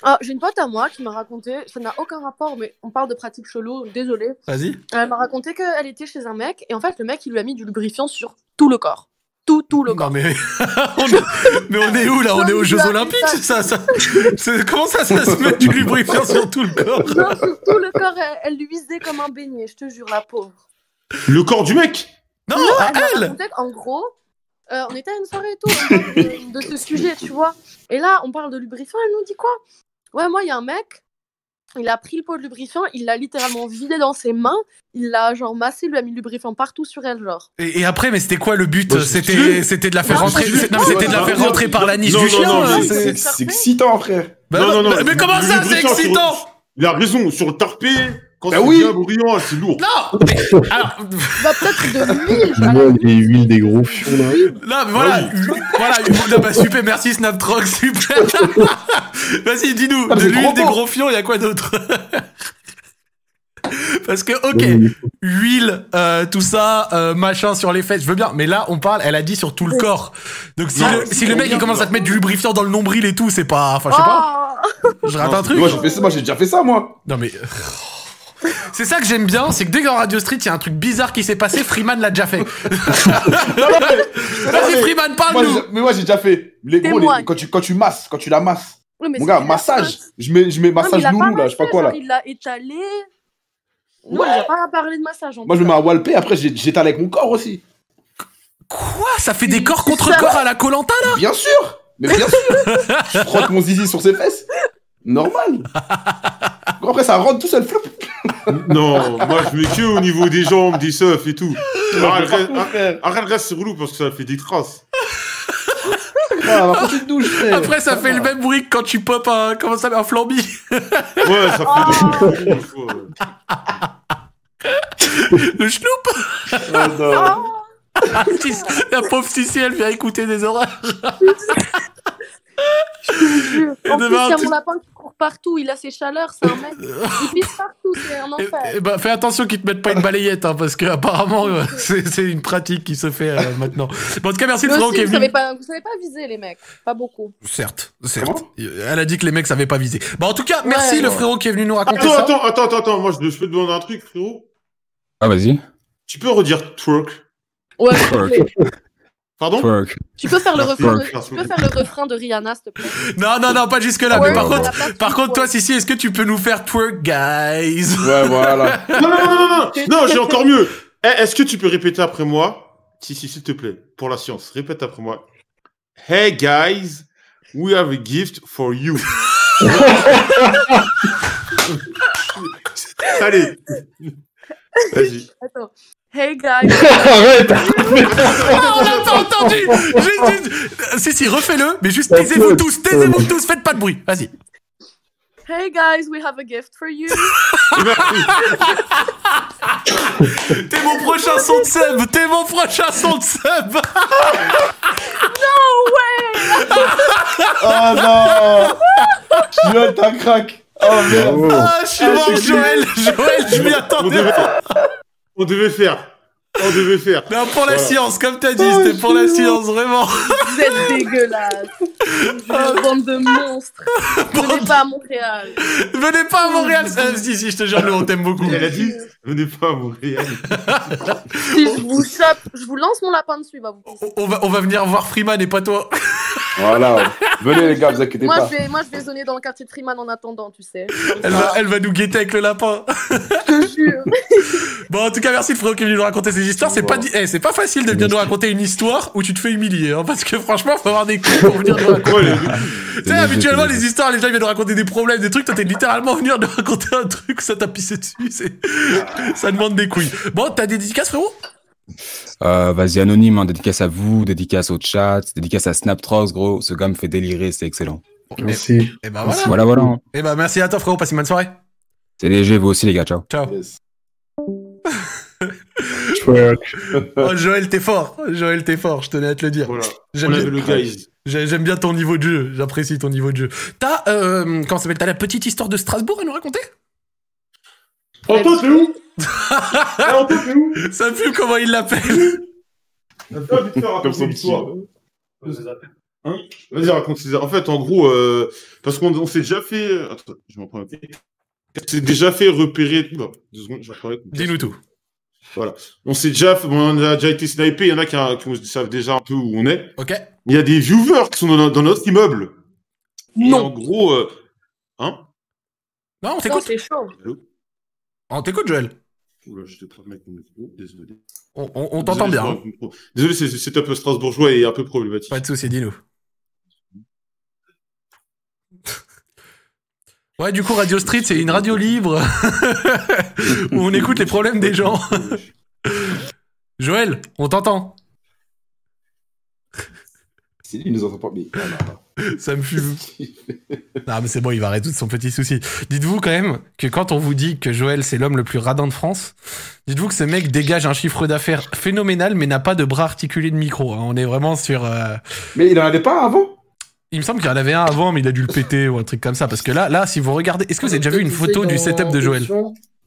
Speaker 2: Ah, J'ai une pote à moi qui m'a raconté, ça n'a aucun rapport, mais on parle de pratiques cheloues, désolé.
Speaker 1: Vas-y.
Speaker 2: Elle m'a raconté qu'elle était chez un mec, et en fait, le mec, il lui a mis du lubrifiant sur tout le corps. Tout, tout le
Speaker 1: corps. mais... On est- mais on est où là On est aux Jeux Olympiques, c'est ça, ça c'est- Comment ça, ça se met du lubrifiant sur tout le corps
Speaker 2: Non, sur tout le corps, elle, elle luisait comme un beignet, je te jure, la pauvre.
Speaker 4: Le corps du mec
Speaker 1: Non,
Speaker 2: elle m'a raconté qu'en gros, euh, on était à une soirée et tout, on parle de, de ce sujet, tu vois. Et là, on parle de lubrifiant, elle nous dit quoi Ouais, moi, il y a un mec, il a pris le pot de lubrifiant, il l'a littéralement vidé dans ses mains, il l'a genre massé, il lui a mis le lubrifiant partout sur elle, genre.
Speaker 1: Et, et après, mais c'était quoi le but C'était
Speaker 5: sûr.
Speaker 1: c'était de la faire
Speaker 5: Non,
Speaker 1: rentrer,
Speaker 5: je suis
Speaker 1: c'est- non, mais c'était de la
Speaker 5: sûr.
Speaker 1: faire rentrer par la niche
Speaker 4: Non, non,
Speaker 1: du chien.
Speaker 4: non,
Speaker 1: hein,
Speaker 4: mais
Speaker 1: c'est-
Speaker 5: C'est excitant, frère.
Speaker 1: Bah non, mais- mais comment
Speaker 4: le
Speaker 1: ça,
Speaker 4: lubrifiant
Speaker 1: c'est
Speaker 4: sur-
Speaker 1: excitant
Speaker 4: Il a raison, sur le tarpé, quand
Speaker 5: Bah
Speaker 4: c'est
Speaker 5: oui.
Speaker 4: bien brillant, c'est lourd.
Speaker 2: Bah,
Speaker 1: Non
Speaker 2: peut-être de l'huile
Speaker 6: Moi, les huiles des gros fions, là.
Speaker 1: Non, mais voilà, voilà, non, bah, super, merci Snaptrock, super. Vas-y, dis-nous,
Speaker 5: Ah, mais
Speaker 1: de
Speaker 5: c'est
Speaker 1: l'huile,
Speaker 5: trop
Speaker 1: des
Speaker 5: bon.
Speaker 1: gros fions, il y a quoi d'autre Parce que,
Speaker 6: Ouais,
Speaker 1: ok, huile, euh, tout ça, euh, machin sur les fesses, je veux bien, mais là, on parle, elle a dit sur tout le corps. Donc, si,
Speaker 5: Non,
Speaker 1: le,
Speaker 5: c'est
Speaker 1: si le
Speaker 5: trop
Speaker 1: mec, il
Speaker 5: bien, Oh.
Speaker 1: commence à te mettre du lubrifiant dans le nombril et tout, c'est pas, enfin, je sais pas,
Speaker 2: Ah
Speaker 1: je rate un truc.
Speaker 5: Moi, j'ai fait ça, moi, j'ai déjà fait ça, moi.
Speaker 1: Non, mais. C'est ça que j'aime bien, c'est que dès qu'en Radio Street, il y a un truc bizarre qui s'est passé, Freeman l'a déjà fait. Vas-y, Freeman, parle-nous.
Speaker 5: Moi, j'ai- Mais moi, j'ai déjà fait. Les gros,
Speaker 2: Témoigne.
Speaker 5: les- quand tu, quand tu masses, quand tu la masses.
Speaker 2: Oui, mais
Speaker 5: Mon
Speaker 2: c'est
Speaker 5: gars,
Speaker 2: la
Speaker 5: massage.
Speaker 2: masse.
Speaker 5: Je mets, je mets
Speaker 2: Non, mais
Speaker 5: massage
Speaker 2: il a
Speaker 5: loulou, là,
Speaker 2: massé,
Speaker 5: je sais pas quoi,
Speaker 2: genre,
Speaker 5: là.
Speaker 2: Il l'a étalé. Non,
Speaker 5: Ouais.
Speaker 2: il a pas parlé de massage. en
Speaker 5: Moi, je
Speaker 2: tout
Speaker 5: me mets
Speaker 2: cas.
Speaker 5: à walper, après, j'ai- j'étale avec mon corps aussi.
Speaker 1: Quoi Ça fait des corps contre corps à la Colanta là
Speaker 5: Bien sûr Mais bien sûr Je frotte mon zizi sur ses fesses. Normal. Après, ça rentre tout seul. floup.
Speaker 4: Non, moi je mets que au niveau des jambes, des seufs et tout. Arrête, arrête, arrête, reste, c'est relou parce que ça fait des traces.
Speaker 1: Après, ça fait le même bruit que quand tu popes un, comment ça, un flambi.
Speaker 4: Ouais, ça
Speaker 2: Oh.
Speaker 4: fait des traces.
Speaker 1: Le schnoop. la pauvre Sissi, elle vient écouter des horreurs. Et
Speaker 2: En plus,
Speaker 1: demain,
Speaker 2: il y a
Speaker 1: tu-
Speaker 2: mon lapin qui court partout, il a ses chaleurs, c'est un mec. Il pisse partout, c'est un enfer.
Speaker 1: Eh ben, fais attention qu'ils te mettent pas une balayette, hein, parce que apparemment, euh, c'est c'est une pratique qui se fait euh, maintenant. Bon, en tout cas, merci
Speaker 2: Mais
Speaker 1: Franck
Speaker 2: aussi,
Speaker 1: est
Speaker 2: vous,
Speaker 1: venu.
Speaker 2: savez pas, vous savez pas viser, les mecs. Pas beaucoup.
Speaker 1: Certes, certes. Elle a dit que les mecs savaient pas viser. Bon, en tout cas,
Speaker 2: Ouais,
Speaker 1: merci le
Speaker 2: ouais.
Speaker 1: frérot qui est venu nous raconter
Speaker 4: Attends,
Speaker 1: ça.
Speaker 4: attends, attends, attends, attends, moi je, je peux te demander un truc, frérot.
Speaker 10: Ah, vas-y.
Speaker 4: Tu peux redire twerk
Speaker 2: Ouais,
Speaker 10: Twerk.
Speaker 4: Pardon
Speaker 10: Twerk.
Speaker 2: Tu peux faire le
Speaker 4: Merci,
Speaker 2: refrain de,
Speaker 4: merci.
Speaker 2: tu peux faire le refrain de Rihanna, s'il te plaît.
Speaker 1: Non, non, non, pas jusque-là.
Speaker 2: Ouais,
Speaker 1: mais par
Speaker 2: ouais,
Speaker 1: contre,
Speaker 2: ouais. La place
Speaker 1: par contre, toi, Sissi, est-ce que tu peux nous faire twerk, guys
Speaker 5: Ouais, voilà.
Speaker 4: Non, non, non, non, non, non, j'ai encore mieux. Eh, Est-ce que tu peux répéter après moi Si, si, s'il te plaît, pour la science, répète après moi. Hey guys, we have a gift for you. Allez, vas-y.
Speaker 2: Attends. Hey guys.
Speaker 1: Arrête. Ah, on l'a pas entendu Juste, juste- Si, si, refais-le,
Speaker 2: Bah,
Speaker 1: mais juste taisez-vous tous, taisez-vous tous, faites pas de bruit, vas-y.
Speaker 2: Hey guys, we have a gift for you.
Speaker 1: T'es mon prochain son de Seb T'es mon prochain son de Seb
Speaker 2: no way.
Speaker 5: Oh
Speaker 6: Ah,
Speaker 5: non Joël, t'as un crack Oh merde
Speaker 1: Ah, je suis mort, Joël Joël, je m'y attendais pas
Speaker 4: On devait faire. On devait faire. Oh,
Speaker 1: Non, pour la science, comme t'as dit, c'était pour la science, vraiment
Speaker 2: Vous êtes dégueulasse. Bande de monstres. Venez pas à Montréal.
Speaker 1: Venez pas à Ah, Montréal Seb. Si, si, je te jure, nous, on t'aime beaucoup Elle
Speaker 4: a dit, venez pas à Montréal
Speaker 2: Si je vous chope, je vous lance mon lapin dessus, il va vous pisser.
Speaker 1: on va, on va venir voir Freeman et pas toi
Speaker 5: Voilà, ouais. venez les gars, vous inquiétez
Speaker 2: Moi
Speaker 5: pas.
Speaker 2: je, vais, moi, je vais zoner dans le quartier de Freeman en attendant, tu sais.
Speaker 1: elle va, elle va nous guetter avec le lapin. bon, en tout cas, merci le frérot qui est venu nous raconter ces histoires. C'est pas, di- eh, c'est pas facile de venir nous raconter une histoire où tu te fais humilier, hein, parce que franchement, faut avoir des couilles pour venir nous raconter. tu sais, habituellement, les histoires, les gens ils viennent nous raconter des problèmes, des trucs. Toi, t'es littéralement venu nous raconter un truc, ça t'a pissé dessus. c'est- ça demande des couilles. Bon, t'as des dédicaces, frérot
Speaker 10: Euh, Vas-y, anonyme, hein, dédicace à vous, dédicace au chat, dédicace à Snaptrox, gros. Ce gars me fait délirer, c'est excellent.
Speaker 6: Merci.
Speaker 1: Eh ben voilà.
Speaker 10: Voilà, voilà.
Speaker 1: Eh ben, merci à toi, frérot. Passe une bonne soirée.
Speaker 10: C'est léger, vous aussi, les gars. Ciao.
Speaker 1: Ciao. Oh, Joël, t'es fort. Joël, t'es fort, je tenais à te le dire. J'aime
Speaker 4: Euh. On avait
Speaker 1: bien-
Speaker 4: le guys.
Speaker 1: J'ai- J'aime bien ton niveau de jeu. J'apprécie ton niveau de jeu. T'as, euh, comment ça s'appelle T'as la petite histoire de Strasbourg à nous raconter
Speaker 4: Antoine, t'es où Eh, Antoine, t'es où
Speaker 1: Ça fume comment il l'appelle
Speaker 4: Comme son histoire. Hein Vas-y, raconte ces- En fait, en gros, euh, parce qu'on on s'est déjà fait. euh, Attends, je m'en prends un petit. On s'est déjà fait repérer. Oula, deux secondes, je vais reprendre.
Speaker 1: Dis-nous tout.
Speaker 4: Voilà. On s'est déjà, fait- on a déjà été snipé. Il y en a qui, qui nous savent déjà un peu où on est.
Speaker 1: Ok.
Speaker 4: Il y a des viewers qui sont dans, no- dans notre immeuble. Non. en gros, euh, hein
Speaker 1: Non, on
Speaker 2: t'écoute. C'est chaud.
Speaker 1: On t'écoute, Joël.
Speaker 4: Oula, je te prends mettre mon micro. Désolé.
Speaker 1: On, on- on t'entend bien. hein.
Speaker 4: Désolé, c'est- c'est un peu strasbourgeois et un peu problématique.
Speaker 1: Pas de soucis, dis-nous. Ouais, du coup, Radio Street, c'est une radio libre où on écoute les problèmes des gens. Joël, on t'entend.
Speaker 5: C'est lui, il nous entend pas. Mais... Ah, bah, bah.
Speaker 1: Ça me fume. Non, mais c'est bon, il va résoudre son petit souci. Dites-vous quand même que quand on vous dit que Joël, c'est l'homme le plus radin de France, dites-vous que ce mec dégage un chiffre d'affaires phénoménal, mais n'a pas de bras articulé de micro. hein. On est vraiment sur. euh,
Speaker 5: Mais il en avait pas avant
Speaker 1: Il me semble qu'il en avait un avant, mais il a dû le péter ou un truc comme ça. Parce que là, là si vous regardez. Est-ce que vous avez déjà vu une photo du setup de Joël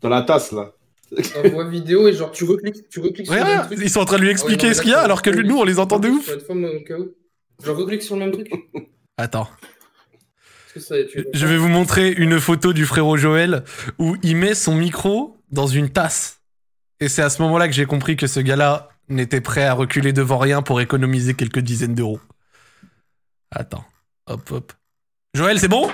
Speaker 5: Dans la tasse, là.
Speaker 12: La voix vidéo et genre tu recliques, tu recliques
Speaker 1: Ouais,
Speaker 12: sur
Speaker 1: ouais,
Speaker 12: le même truc. Ah
Speaker 1: ils sont en train de lui expliquer ce qu'il y a, alors que lui, nous, on les entend de ouf.
Speaker 12: Je euh, reclique sur le même truc.
Speaker 1: Attends.
Speaker 12: Parce que ça, tu...
Speaker 1: Je vais vous montrer une photo du frérot Joël où il met son micro dans une tasse. Et c'est à ce moment-là que j'ai compris que ce gars-là n'était prêt à reculer devant rien pour économiser quelques dizaines d'euros. Attends. Hop, hop. Joël, c'est bon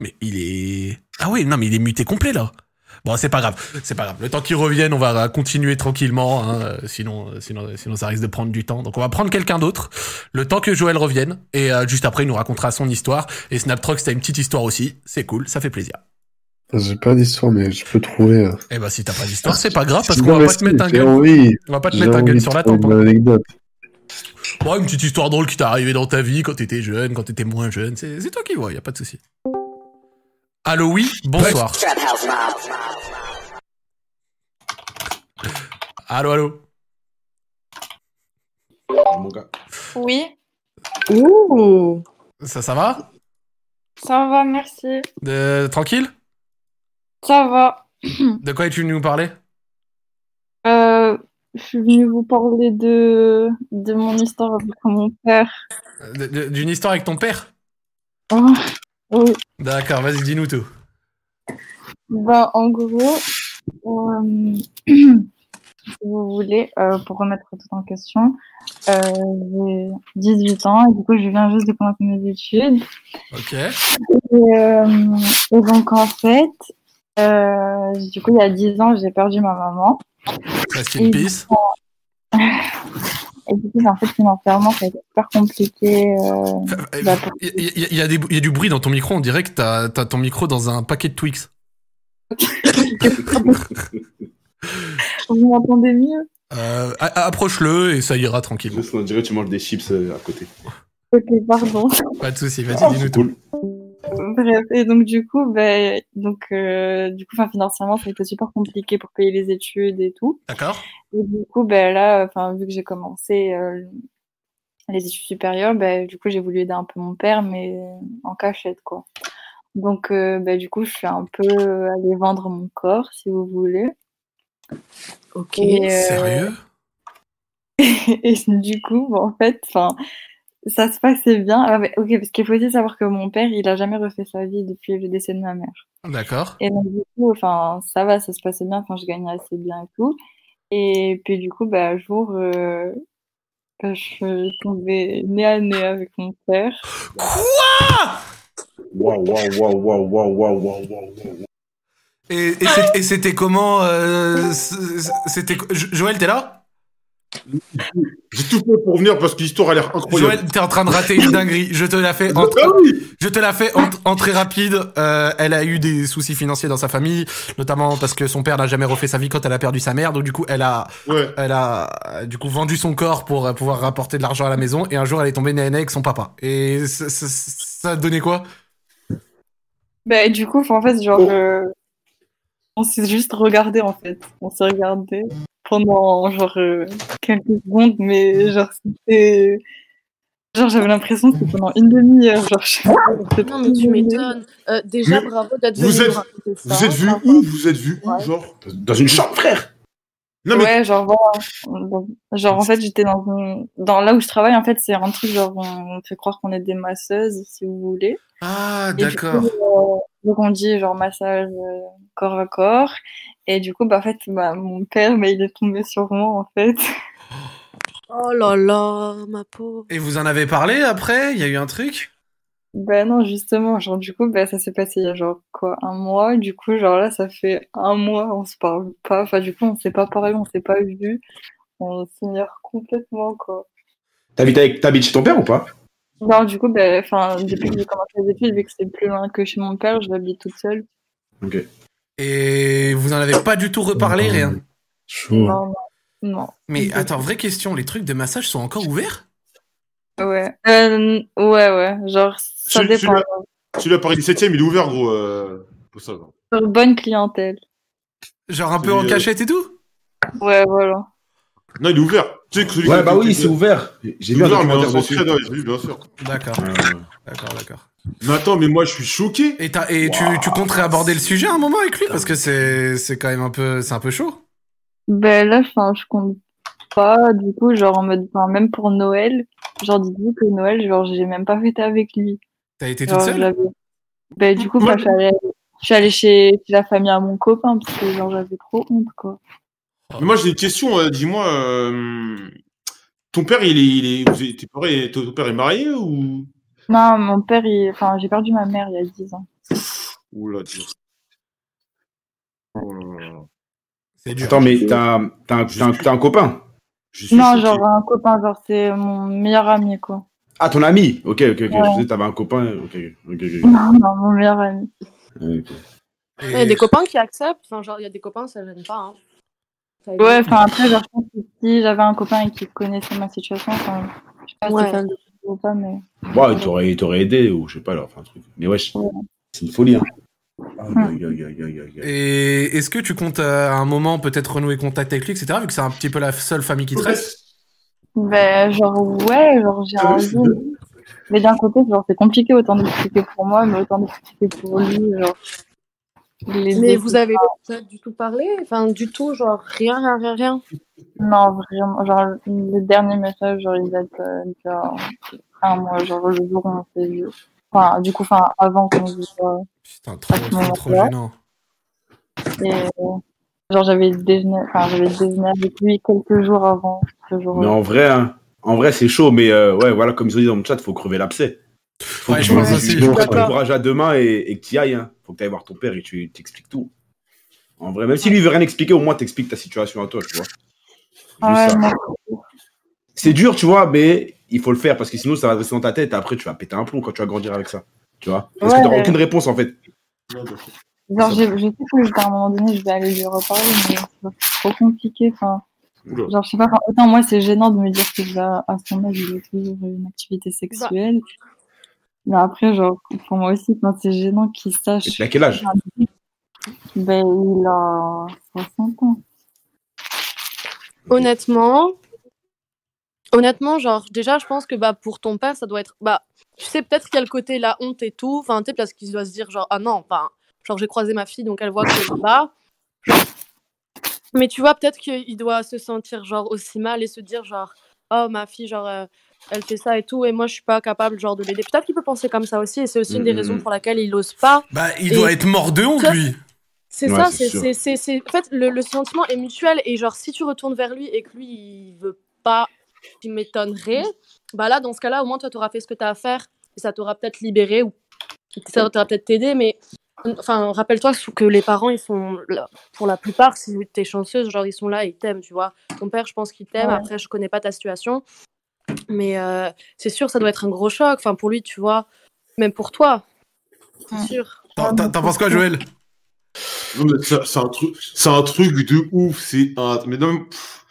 Speaker 1: Mais il est... Ah oui, non, mais il est muté complet, là. Bon, c'est pas grave, c'est pas grave. Le temps qu'ils reviennent, on va continuer tranquillement, hein, euh, sinon, euh, sinon, sinon ça risque de prendre du temps. Donc on va prendre quelqu'un d'autre, le temps que Joël revienne, et euh, juste après il nous racontera son histoire. Et Snaptrox, t'as une petite histoire aussi, c'est cool, ça fait plaisir.
Speaker 6: J'ai pas d'histoire, mais je peux trouver. euh.
Speaker 1: Eh ben si t'as pas d'histoire, c'est pas grave, parce
Speaker 6: Non,
Speaker 1: qu'on va
Speaker 6: mais
Speaker 1: pas te
Speaker 6: si,
Speaker 1: mettre un
Speaker 6: j'ai
Speaker 1: gun.
Speaker 6: envie.
Speaker 1: On va pas te
Speaker 6: J'ai
Speaker 1: mettre un
Speaker 6: envie
Speaker 1: gun
Speaker 6: de
Speaker 1: sur la
Speaker 6: trouver
Speaker 1: tempe. hein.
Speaker 6: Une anecdote.
Speaker 1: Ouais, une petite histoire drôle qui t'est arrivée dans ta vie quand t'étais jeune, quand t'étais moins jeune, c'est c'est toi qui vois, y a pas de souci. Allô, oui, bonsoir. Allô, allô.
Speaker 13: Oui,
Speaker 1: Ouh. Ça, ça va
Speaker 13: ça va, merci.
Speaker 1: De- Tranquille
Speaker 13: Ça va.
Speaker 1: De quoi es-tu venu nous parler
Speaker 13: Euh, je suis venue vous parler de, de mon histoire avec mon père.
Speaker 1: De- de- D'une histoire avec ton père
Speaker 13: Oh, oui.
Speaker 1: D'accord, vas-y, dis-nous tout.
Speaker 13: Ben, en gros, euh, si vous voulez, euh, pour remettre tout en question, euh, j'ai 18 ans et du coup, je viens juste de commencer mes études.
Speaker 1: Ok.
Speaker 13: Et, euh, et donc, en fait, Euh, du coup, il y a 10 ans, j'ai perdu ma maman.
Speaker 1: Rest
Speaker 13: Et
Speaker 1: in
Speaker 13: du
Speaker 1: peace.
Speaker 13: coup, en- Et du coup, en fait, financièrement, ça a été super compliqué. euh, bah, pour-
Speaker 1: Il y, y- y a des- y a du bruit dans ton micro, on dirait que t'as t'as ton micro dans un paquet de Twix.
Speaker 13: Vous m'entendez mieux
Speaker 1: Euh, a- approche-le et ça ira tranquillement.
Speaker 5: On dirait que tu manges des chips euh, à côté.
Speaker 13: Ok, pardon.
Speaker 1: Pas de soucis,
Speaker 5: Ah,
Speaker 1: vas-y, dis-nous tout.
Speaker 13: Bref, et donc du coup, ben, donc euh, du coup, enfin financièrement, ça a été super compliqué pour payer les études et tout.
Speaker 1: D'accord.
Speaker 13: Et du coup, ben là, enfin vu que j'ai commencé euh, les études supérieures, ben du coup, j'ai voulu aider un peu mon père, mais en cachette quoi. Donc euh, ben, du coup, je suis un peu euh, allée vendre mon corps, si vous voulez. Ok.
Speaker 1: Sérieux
Speaker 13: et du coup, bon, en fait, enfin, ça se passait bien. Ah, mais- ok, parce qu'il faut aussi savoir que mon père, il a jamais refait sa vie depuis le décès de ma mère.
Speaker 1: D'accord.
Speaker 13: Et donc, du coup, enfin, ça va, ça se passait bien. Enfin, je gagnais assez bien et tout. Et puis, du coup, bah, un jour, euh, bah, je suis tombée nez à nez avec mon père.
Speaker 5: Waouh, waouh, waouh, waouh, waouh, waouh, waouh, waouh, waouh.
Speaker 1: Et, et c'est- et c'était comment euh, c- c- C'était Jo- Joël, t'es là
Speaker 4: J'ai tout fait pour venir parce que l'histoire a l'air
Speaker 5: Oh,
Speaker 4: incroyable.
Speaker 1: Joël, t'es en train de rater une dinguerie. Je te la fais en, je te la fais en, en très rapide. Euh, elle a eu des soucis financiers dans sa famille, notamment parce que son père n'a jamais refait sa vie quand elle a perdu sa mère. Donc du coup, elle a, elle a euh, du coup vendu son corps pour euh, pouvoir rapporter de l'argent à la maison. Et un jour, elle est tombée nez à nez avec son papa. Et ça, ça, ça donnait quoi
Speaker 13: Bah, du coup, enfin, en fait, genre, euh, on s'est juste regardé, en fait. On s'est regardé pendant, genre, euh, quelques secondes, mais genre, c'était. Genre, j'avais l'impression que c'était pendant une demi-heure. Genre, je-
Speaker 2: Non, mais tu m'étonnes. Euh, déjà,
Speaker 13: Mais
Speaker 2: bravo d'être
Speaker 13: vous
Speaker 2: venu
Speaker 13: êtes-
Speaker 2: nous raconter ça.
Speaker 4: Vous êtes vu où Vous êtes vu où Genre
Speaker 5: Dans une chambre, frère
Speaker 13: Ouais, genre, voilà. Donc, Genre, en fait, j'étais dans, un- dans là où je travaille, en fait, c'est un truc, genre, on fait croire qu'on est des masseuses, si vous voulez.
Speaker 1: Ah,
Speaker 13: Et du
Speaker 1: d'accord.
Speaker 13: coup, euh, donc on dit genre massage euh, corps à corps. Et du coup, bah, en fait, bah, mon père, mais il est tombé sur moi en fait.
Speaker 2: Oh là là, ma pauvre.
Speaker 1: Et vous en avez parlé après Il y a eu un truc
Speaker 13: Bah non, justement, genre du coup, bah, ça s'est passé il y a genre quoi, un mois. Du coup, genre là, ça fait un mois, on se parle pas. Enfin, du coup, on s'est pas parlé, on s'est pas vu. On s'ignore complètement quoi.
Speaker 5: T'habites avec- t'habites chez ton père ou pas
Speaker 13: Non, du coup, bah, enfin, depuis que j'ai commencé les études, vu que c'est plus loin que chez mon père, je l'habite toute seule.
Speaker 5: Ok.
Speaker 1: Et vous en avez pas du tout reparlé, rien Mmh.
Speaker 13: Non, non, non.
Speaker 1: Mais attends, vraie question, les trucs de massage sont encore ouverts
Speaker 13: Ouais. Euh, ouais, ouais. Genre, ça
Speaker 4: Celui-
Speaker 13: dépend.
Speaker 4: celui-là- Celui-là, Paris 17 e il est ouvert, gros. euh, faut savoir.
Speaker 13: Sur bonne clientèle.
Speaker 1: Genre un peu
Speaker 4: Oui,
Speaker 1: en
Speaker 4: euh.
Speaker 1: cachette et tout
Speaker 13: Ouais, voilà.
Speaker 4: Non, il est ouvert. Tu sais que celui
Speaker 5: Ouais,
Speaker 4: qui-
Speaker 5: bah oui,
Speaker 4: qui-
Speaker 5: c'est ouvert. J'ai
Speaker 4: Il
Speaker 5: vu
Speaker 4: est
Speaker 5: un
Speaker 4: ouvert, mais on
Speaker 5: documentaire
Speaker 4: s'en
Speaker 5: dessus.
Speaker 4: crée, non, j'ai vu, bien sûr. Euh,
Speaker 1: D'accord. D'accord, d'accord.
Speaker 4: Mais attends, mais moi, je suis choqué.
Speaker 1: Et, t'as- et tu, tu comptes réaborder le sujet à un moment avec lui Parce que c'est c'est quand même un peu, c'est un peu chaud.
Speaker 13: Ben là, enfin, je compte pas. Du coup, genre, en mode, enfin, même pour Noël, genre, dis-vous que Noël, genre, j'ai même pas fêté avec lui.
Speaker 1: T'as été
Speaker 13: Genre,
Speaker 1: toute seule
Speaker 13: j'avais- Ben, du coup, enfin, je suis allée, je suis allée chez chez la famille à mon copain, parce que, genre, j'avais trop honte, quoi.
Speaker 4: Mais moi, j'ai une question. euh, Dis-moi, euh, ton père, il est, il est, vous êtes- tes parents- ton père est marié ou
Speaker 13: Non, mon père, il... enfin, j'ai perdu ma mère il y a 10 ans.
Speaker 4: Oula, Dieu. Oh là là là.
Speaker 5: Attends, mais t'as t'as un, t'as un- t'as un copain
Speaker 13: Non, genre, un copain, genre, c'est mon meilleur ami, quoi.
Speaker 5: Ah, ton ami Ok, ok, ok. Je
Speaker 13: Ouais.
Speaker 5: disais, t'avais un copain. Ok, ok, ok.
Speaker 13: Non, non, mon meilleur ami.
Speaker 5: Ok.
Speaker 2: Il y a des copains qui acceptent. Enfin, genre, il y a des copains, ça gêne pas. Hein. Ça
Speaker 13: Ouais,
Speaker 2: existe.
Speaker 13: enfin après, genre, je pense que si j'avais un copain et qu'il connaissait ma situation, enfin, je sais pas
Speaker 2: Ouais.
Speaker 13: si ça le ou pas, mais.
Speaker 5: Bon, il t'aurait- il t'aurait aidé ou je sais pas, alors, enfin, un truc. Mais wesh, c'est une folie. Hein. Aïe, aïe, aïe, aïe, aïe, aïe.
Speaker 1: Et est-ce que tu comptes euh, à un moment peut-être renouer contact avec lui, etc. Vu que c'est un petit peu la seule famille qui te reste
Speaker 13: Ben, genre, ouais, genre, j'ai envie. Mais d'un côté, genre, c'est compliqué autant d'expliquer pour moi, mais autant d'expliquer pour lui, genre. les
Speaker 2: Mais
Speaker 13: deux,
Speaker 2: vous
Speaker 13: c'est
Speaker 2: avez
Speaker 13: pas-
Speaker 2: pas du tout parlé Enfin, du tout, genre, rien, rien, rien, rien.
Speaker 13: Non, vraiment, genre, le dernier message, genre, il date euh, d'il y a un mois, genre, le jour où on s'est vu. Enfin, du coup, enfin, avant qu'on se voit.
Speaker 1: Putain, trop,
Speaker 13: moment-là.
Speaker 1: trop, trop gênant.
Speaker 13: Et, euh, genre, j'avais déjeuné, enfin, j'avais déjeuné avec lui quelques jours avant ce jour
Speaker 5: Mais en vrai, hein, en vrai, c'est chaud, mais euh, ouais, voilà, comme ils ont dit dans le chat, faut crever l'abcès. Faut
Speaker 1: Ouais,
Speaker 5: que
Speaker 1: je
Speaker 5: tu
Speaker 1: pense
Speaker 5: tu-
Speaker 1: aussi,
Speaker 5: tu
Speaker 1: je
Speaker 5: prends
Speaker 1: suis
Speaker 5: ton
Speaker 1: d'accord.
Speaker 5: courage à deux mains et, et que tu y ailles. Hein. Faut que tu ailles voir ton père et tu t'expliques tout.
Speaker 8: En vrai, même si lui veut rien expliquer, au moins t'expliques ta situation à toi, tu vois.
Speaker 13: Ouais,
Speaker 8: ça.
Speaker 13: non.
Speaker 8: C'est dur, tu vois, mais il faut le faire parce que sinon ça va rester dans ta tête et après tu vas péter un plomb quand tu vas grandir avec ça. Tu vois Parce
Speaker 13: Ouais,
Speaker 8: que t'auras
Speaker 13: ouais.
Speaker 8: aucune réponse en fait.
Speaker 13: Genre, je, je sais que à un moment donné, je vais aller lui reparler, mais c'est trop compliqué. Enfin,
Speaker 8: Oula.
Speaker 13: genre, je sais pas, enfin, autant moi, c'est gênant de me dire que bah, à son âge, il a toujours une activité sexuelle. Mais après, genre, pour moi aussi, enfin, c'est gênant qu'il sache.
Speaker 8: Et tu l'as quel âge
Speaker 13: Ben, il a 60 ans.
Speaker 2: Honnêtement, honnêtement, genre, déjà, je pense que bah, pour ton père, ça doit être. Bah, tu sais, peut-être qu'il y a le côté la honte et tout. Enfin, tu sais, parce qu'il doit se dire, genre, ah non, enfin, genre, j'ai croisé ma fille, donc elle voit que je suis là. Mais tu vois, peut-être qu'il doit se sentir, genre, aussi mal et se dire, genre, oh, ma fille, genre, euh, elle fait ça et tout, et moi, je suis pas capable, genre, de l'aider. Peut-être qu'il peut penser comme ça aussi, et c'est aussi une des
Speaker 1: Mhm.
Speaker 2: raisons pour laquelle il ose pas.
Speaker 1: Bah, il
Speaker 2: Et-
Speaker 1: doit être mort de honte,
Speaker 2: Tu vois,
Speaker 1: lui.
Speaker 2: c'est
Speaker 1: Ouais,
Speaker 2: ça,
Speaker 1: c'est
Speaker 2: c'est,
Speaker 1: sûr.
Speaker 2: c'est, c'est, c'est- En fait, le, le sentiment est mutuel et genre, si tu retournes vers lui et que lui, il veut pas, tu m'étonnerais, bah là, dans ce cas-là, au moins, toi, t'auras fait ce que t'as à faire et ça t'aura peut-être libéré ou ça t'aura peut-être aidé, mais enfin, rappelle-toi sous- que les parents, ils sont, là- pour la plupart, si t'es chanceuse, genre, ils sont là et ils t'aiment, tu vois. Ton père, je pense qu'il t'aime,
Speaker 13: Ouais.
Speaker 2: après, je connais pas ta situation, mais euh, c'est sûr, ça doit être un gros choc, enfin, pour lui, tu vois, même pour toi, c'est sûr.
Speaker 1: T'en t'en- t'en penses quoi, Joël
Speaker 4: Non, mais ça- c'est un truc, c'est un truc de ouf. C'est un, mais non, mais, pff,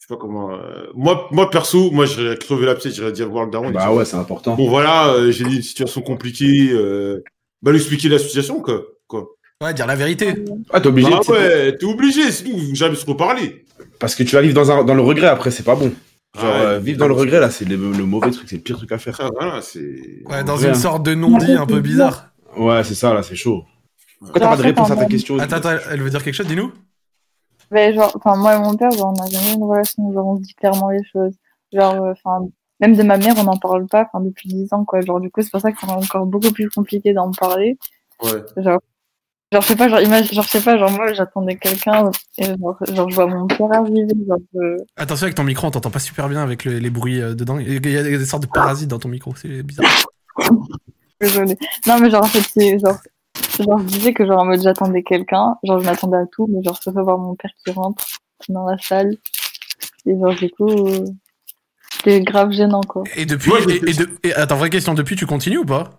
Speaker 4: je sais pas comment. euh, moi, moi perso, moi j'irais crever la pièce, j'irais dire voir le daron. et
Speaker 8: Bah
Speaker 4: dire,
Speaker 8: ouais, c'est important.
Speaker 4: Bon voilà, euh, j'ai une situation compliquée. euh, bah lui expliquer la situation quoi. quoi.
Speaker 1: Ouais, dire la vérité.
Speaker 8: Ah, t'es obligé.
Speaker 4: Bah
Speaker 8: tu sais.
Speaker 4: ouais, t'es obligé. Sinon, vous jamais se reparler.
Speaker 8: Parce que tu vas vivre dans, un- dans le regret après, c'est pas bon. Genre,
Speaker 4: Ah ouais. Ah,
Speaker 8: euh, vivre dans le regret là, c'est le, le mauvais truc, c'est le pire truc à faire.
Speaker 4: voilà, c'est.
Speaker 1: Ouais, dans une sorte de non-dit un peu bizarre.
Speaker 8: Ouais, c'est ça là, c'est chaud. Quand t'as pas de réponse à ta question.
Speaker 1: Attends, attends, elle veut dire quelque chose, dis-nous
Speaker 13: Ben, genre, enfin, moi et mon père, genre, on n'a jamais eu une relation, genre, on se dit clairement les choses. Genre, euh, enfin, même de ma mère, on n'en parle pas, enfin, depuis 10 ans, quoi. Genre, du coup, c'est pour ça que c'est encore beaucoup plus compliqué d'en parler.
Speaker 4: Ouais.
Speaker 13: Genre, genre, je sais pas, genre, imagine, genre, je sais pas, genre, moi, j'attendais quelqu'un, et genre, genre, je vois mon père arriver, genre, je-
Speaker 1: Attention avec ton micro, on t'entend pas super bien avec le- les bruits euh, dedans. Il y a des sortes de parasites dans ton micro, c'est bizarre.
Speaker 13: Désolée. Non, mais genre, en fait, c'est genre, genre, je disais que genre, en mode, j'attendais quelqu'un, genre, je m'attendais à tout, mais genre, je peux pas voir mon père qui rentre dans la salle. Et genre, du coup, euh, c'était grave gênant, quoi.
Speaker 1: Et depuis, et, et de- et- attends, vraie question, depuis tu continues ou pas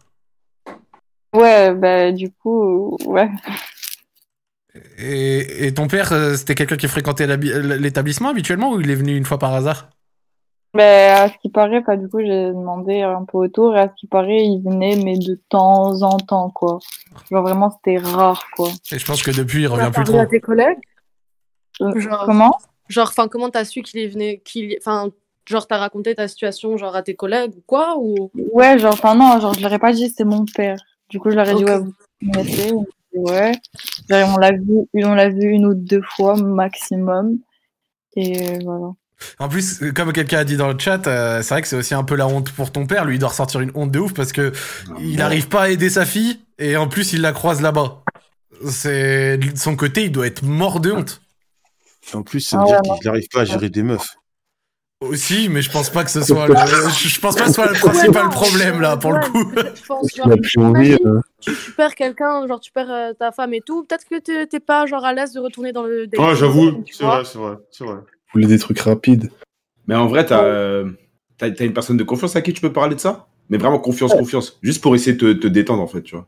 Speaker 13: Ouais, bah, du coup, euh, ouais.
Speaker 1: et, et ton père, euh, c'était quelqu'un qui fréquentait l'habi- l'établissement habituellement ou il est venu une fois par hasard
Speaker 13: Mais à ce qui paraît, pas du coup, j'ai demandé un peu autour, et à ce qui paraît, il venait, mais de temps en temps, quoi. Genre, vraiment, c'était rare, quoi.
Speaker 1: Et je pense que depuis, il revient
Speaker 2: T'as
Speaker 1: plus
Speaker 2: parlé
Speaker 1: trop.
Speaker 2: à tes collègues
Speaker 13: Euh,
Speaker 2: Genre-
Speaker 13: Comment
Speaker 2: Genre, enfin, comment t'as su qu'il est venu, qu'il, enfin, genre, t'as raconté ta situation, genre, à tes collègues ou quoi, ou
Speaker 13: Ouais, genre, enfin, non, genre, je leur ai pas dit c'est mon père. Du coup, je leur ai dit,
Speaker 2: Ok.
Speaker 13: ouais, vous connaissez On m'a dit, Ouais. Genre, on l'a vu, on l'a vu une ou deux fois maximum. Et euh, voilà.
Speaker 1: En plus, euh, comme quelqu'un a dit dans le chat, euh, c'est vrai que c'est aussi un peu la honte pour ton père. Lui, il doit ressortir une honte de ouf parce que il n'arrive pas à aider sa fille et en plus, il la croise là-bas. C'est de son côté, il doit être mort de honte.
Speaker 4: En plus,
Speaker 1: ça veut Ah dire ouais, qu'il
Speaker 4: n'arrive pas à gérer des meufs.
Speaker 1: Aussi, mais je pense pas que ce soit le, je je pense pas que ce soit le principal problème là pour le coup.
Speaker 2: je pense,
Speaker 6: Il a plus envie. euh,
Speaker 2: tu perds quelqu'un, genre, tu perds euh, ta femme et tout, peut-être que t'es, t'es pas, genre, à l'aise de retourner dans le. date.
Speaker 4: Ouais, Ah, j'avoue,
Speaker 2: Tu
Speaker 4: c'est
Speaker 2: vois
Speaker 4: vrai, c'est vrai, c'est vrai.
Speaker 6: Vous voulez des trucs rapides.
Speaker 8: Mais en vrai,
Speaker 1: Oh.
Speaker 8: t'as euh, t'as- t'as une personne de confiance à qui tu peux parler de ça Mais vraiment confiance, confiance. Juste pour essayer de te, te détendre en fait, tu vois.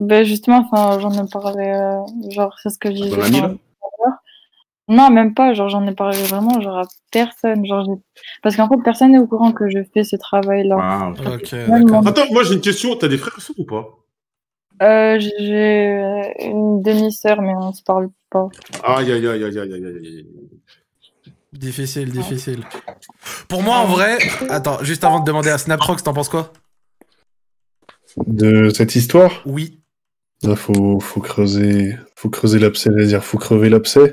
Speaker 13: Ben justement, enfin, j'en ai parlé, euh, genre, c'est ce que je disais.
Speaker 8: l'ami,
Speaker 13: enfin,
Speaker 8: là
Speaker 13: tout à l'heure. Non, même pas, genre, j'en ai parlé vraiment, genre, à personne. Genre, j'ai- Parce qu'en fait, personne n'est au courant que je fais ce travail-là. Même mon-
Speaker 4: Attends, moi j'ai une question. T'as des frères et sœurs ou pas
Speaker 13: Euh, j'ai une demi-sœur, mais on se parle pas.
Speaker 4: Aïe, aïe, aïe, aïe, aïe, aïe, aïe, aïe.
Speaker 1: Difficile, difficile. Pour moi, en vrai, attends, juste avant de demander à Snaptrox, t'en penses quoi
Speaker 6: De cette histoire
Speaker 1: Oui.
Speaker 6: Là, faut, faut creuser, faut creuser l'abcès, j'allais dire, faut crever l'abcès.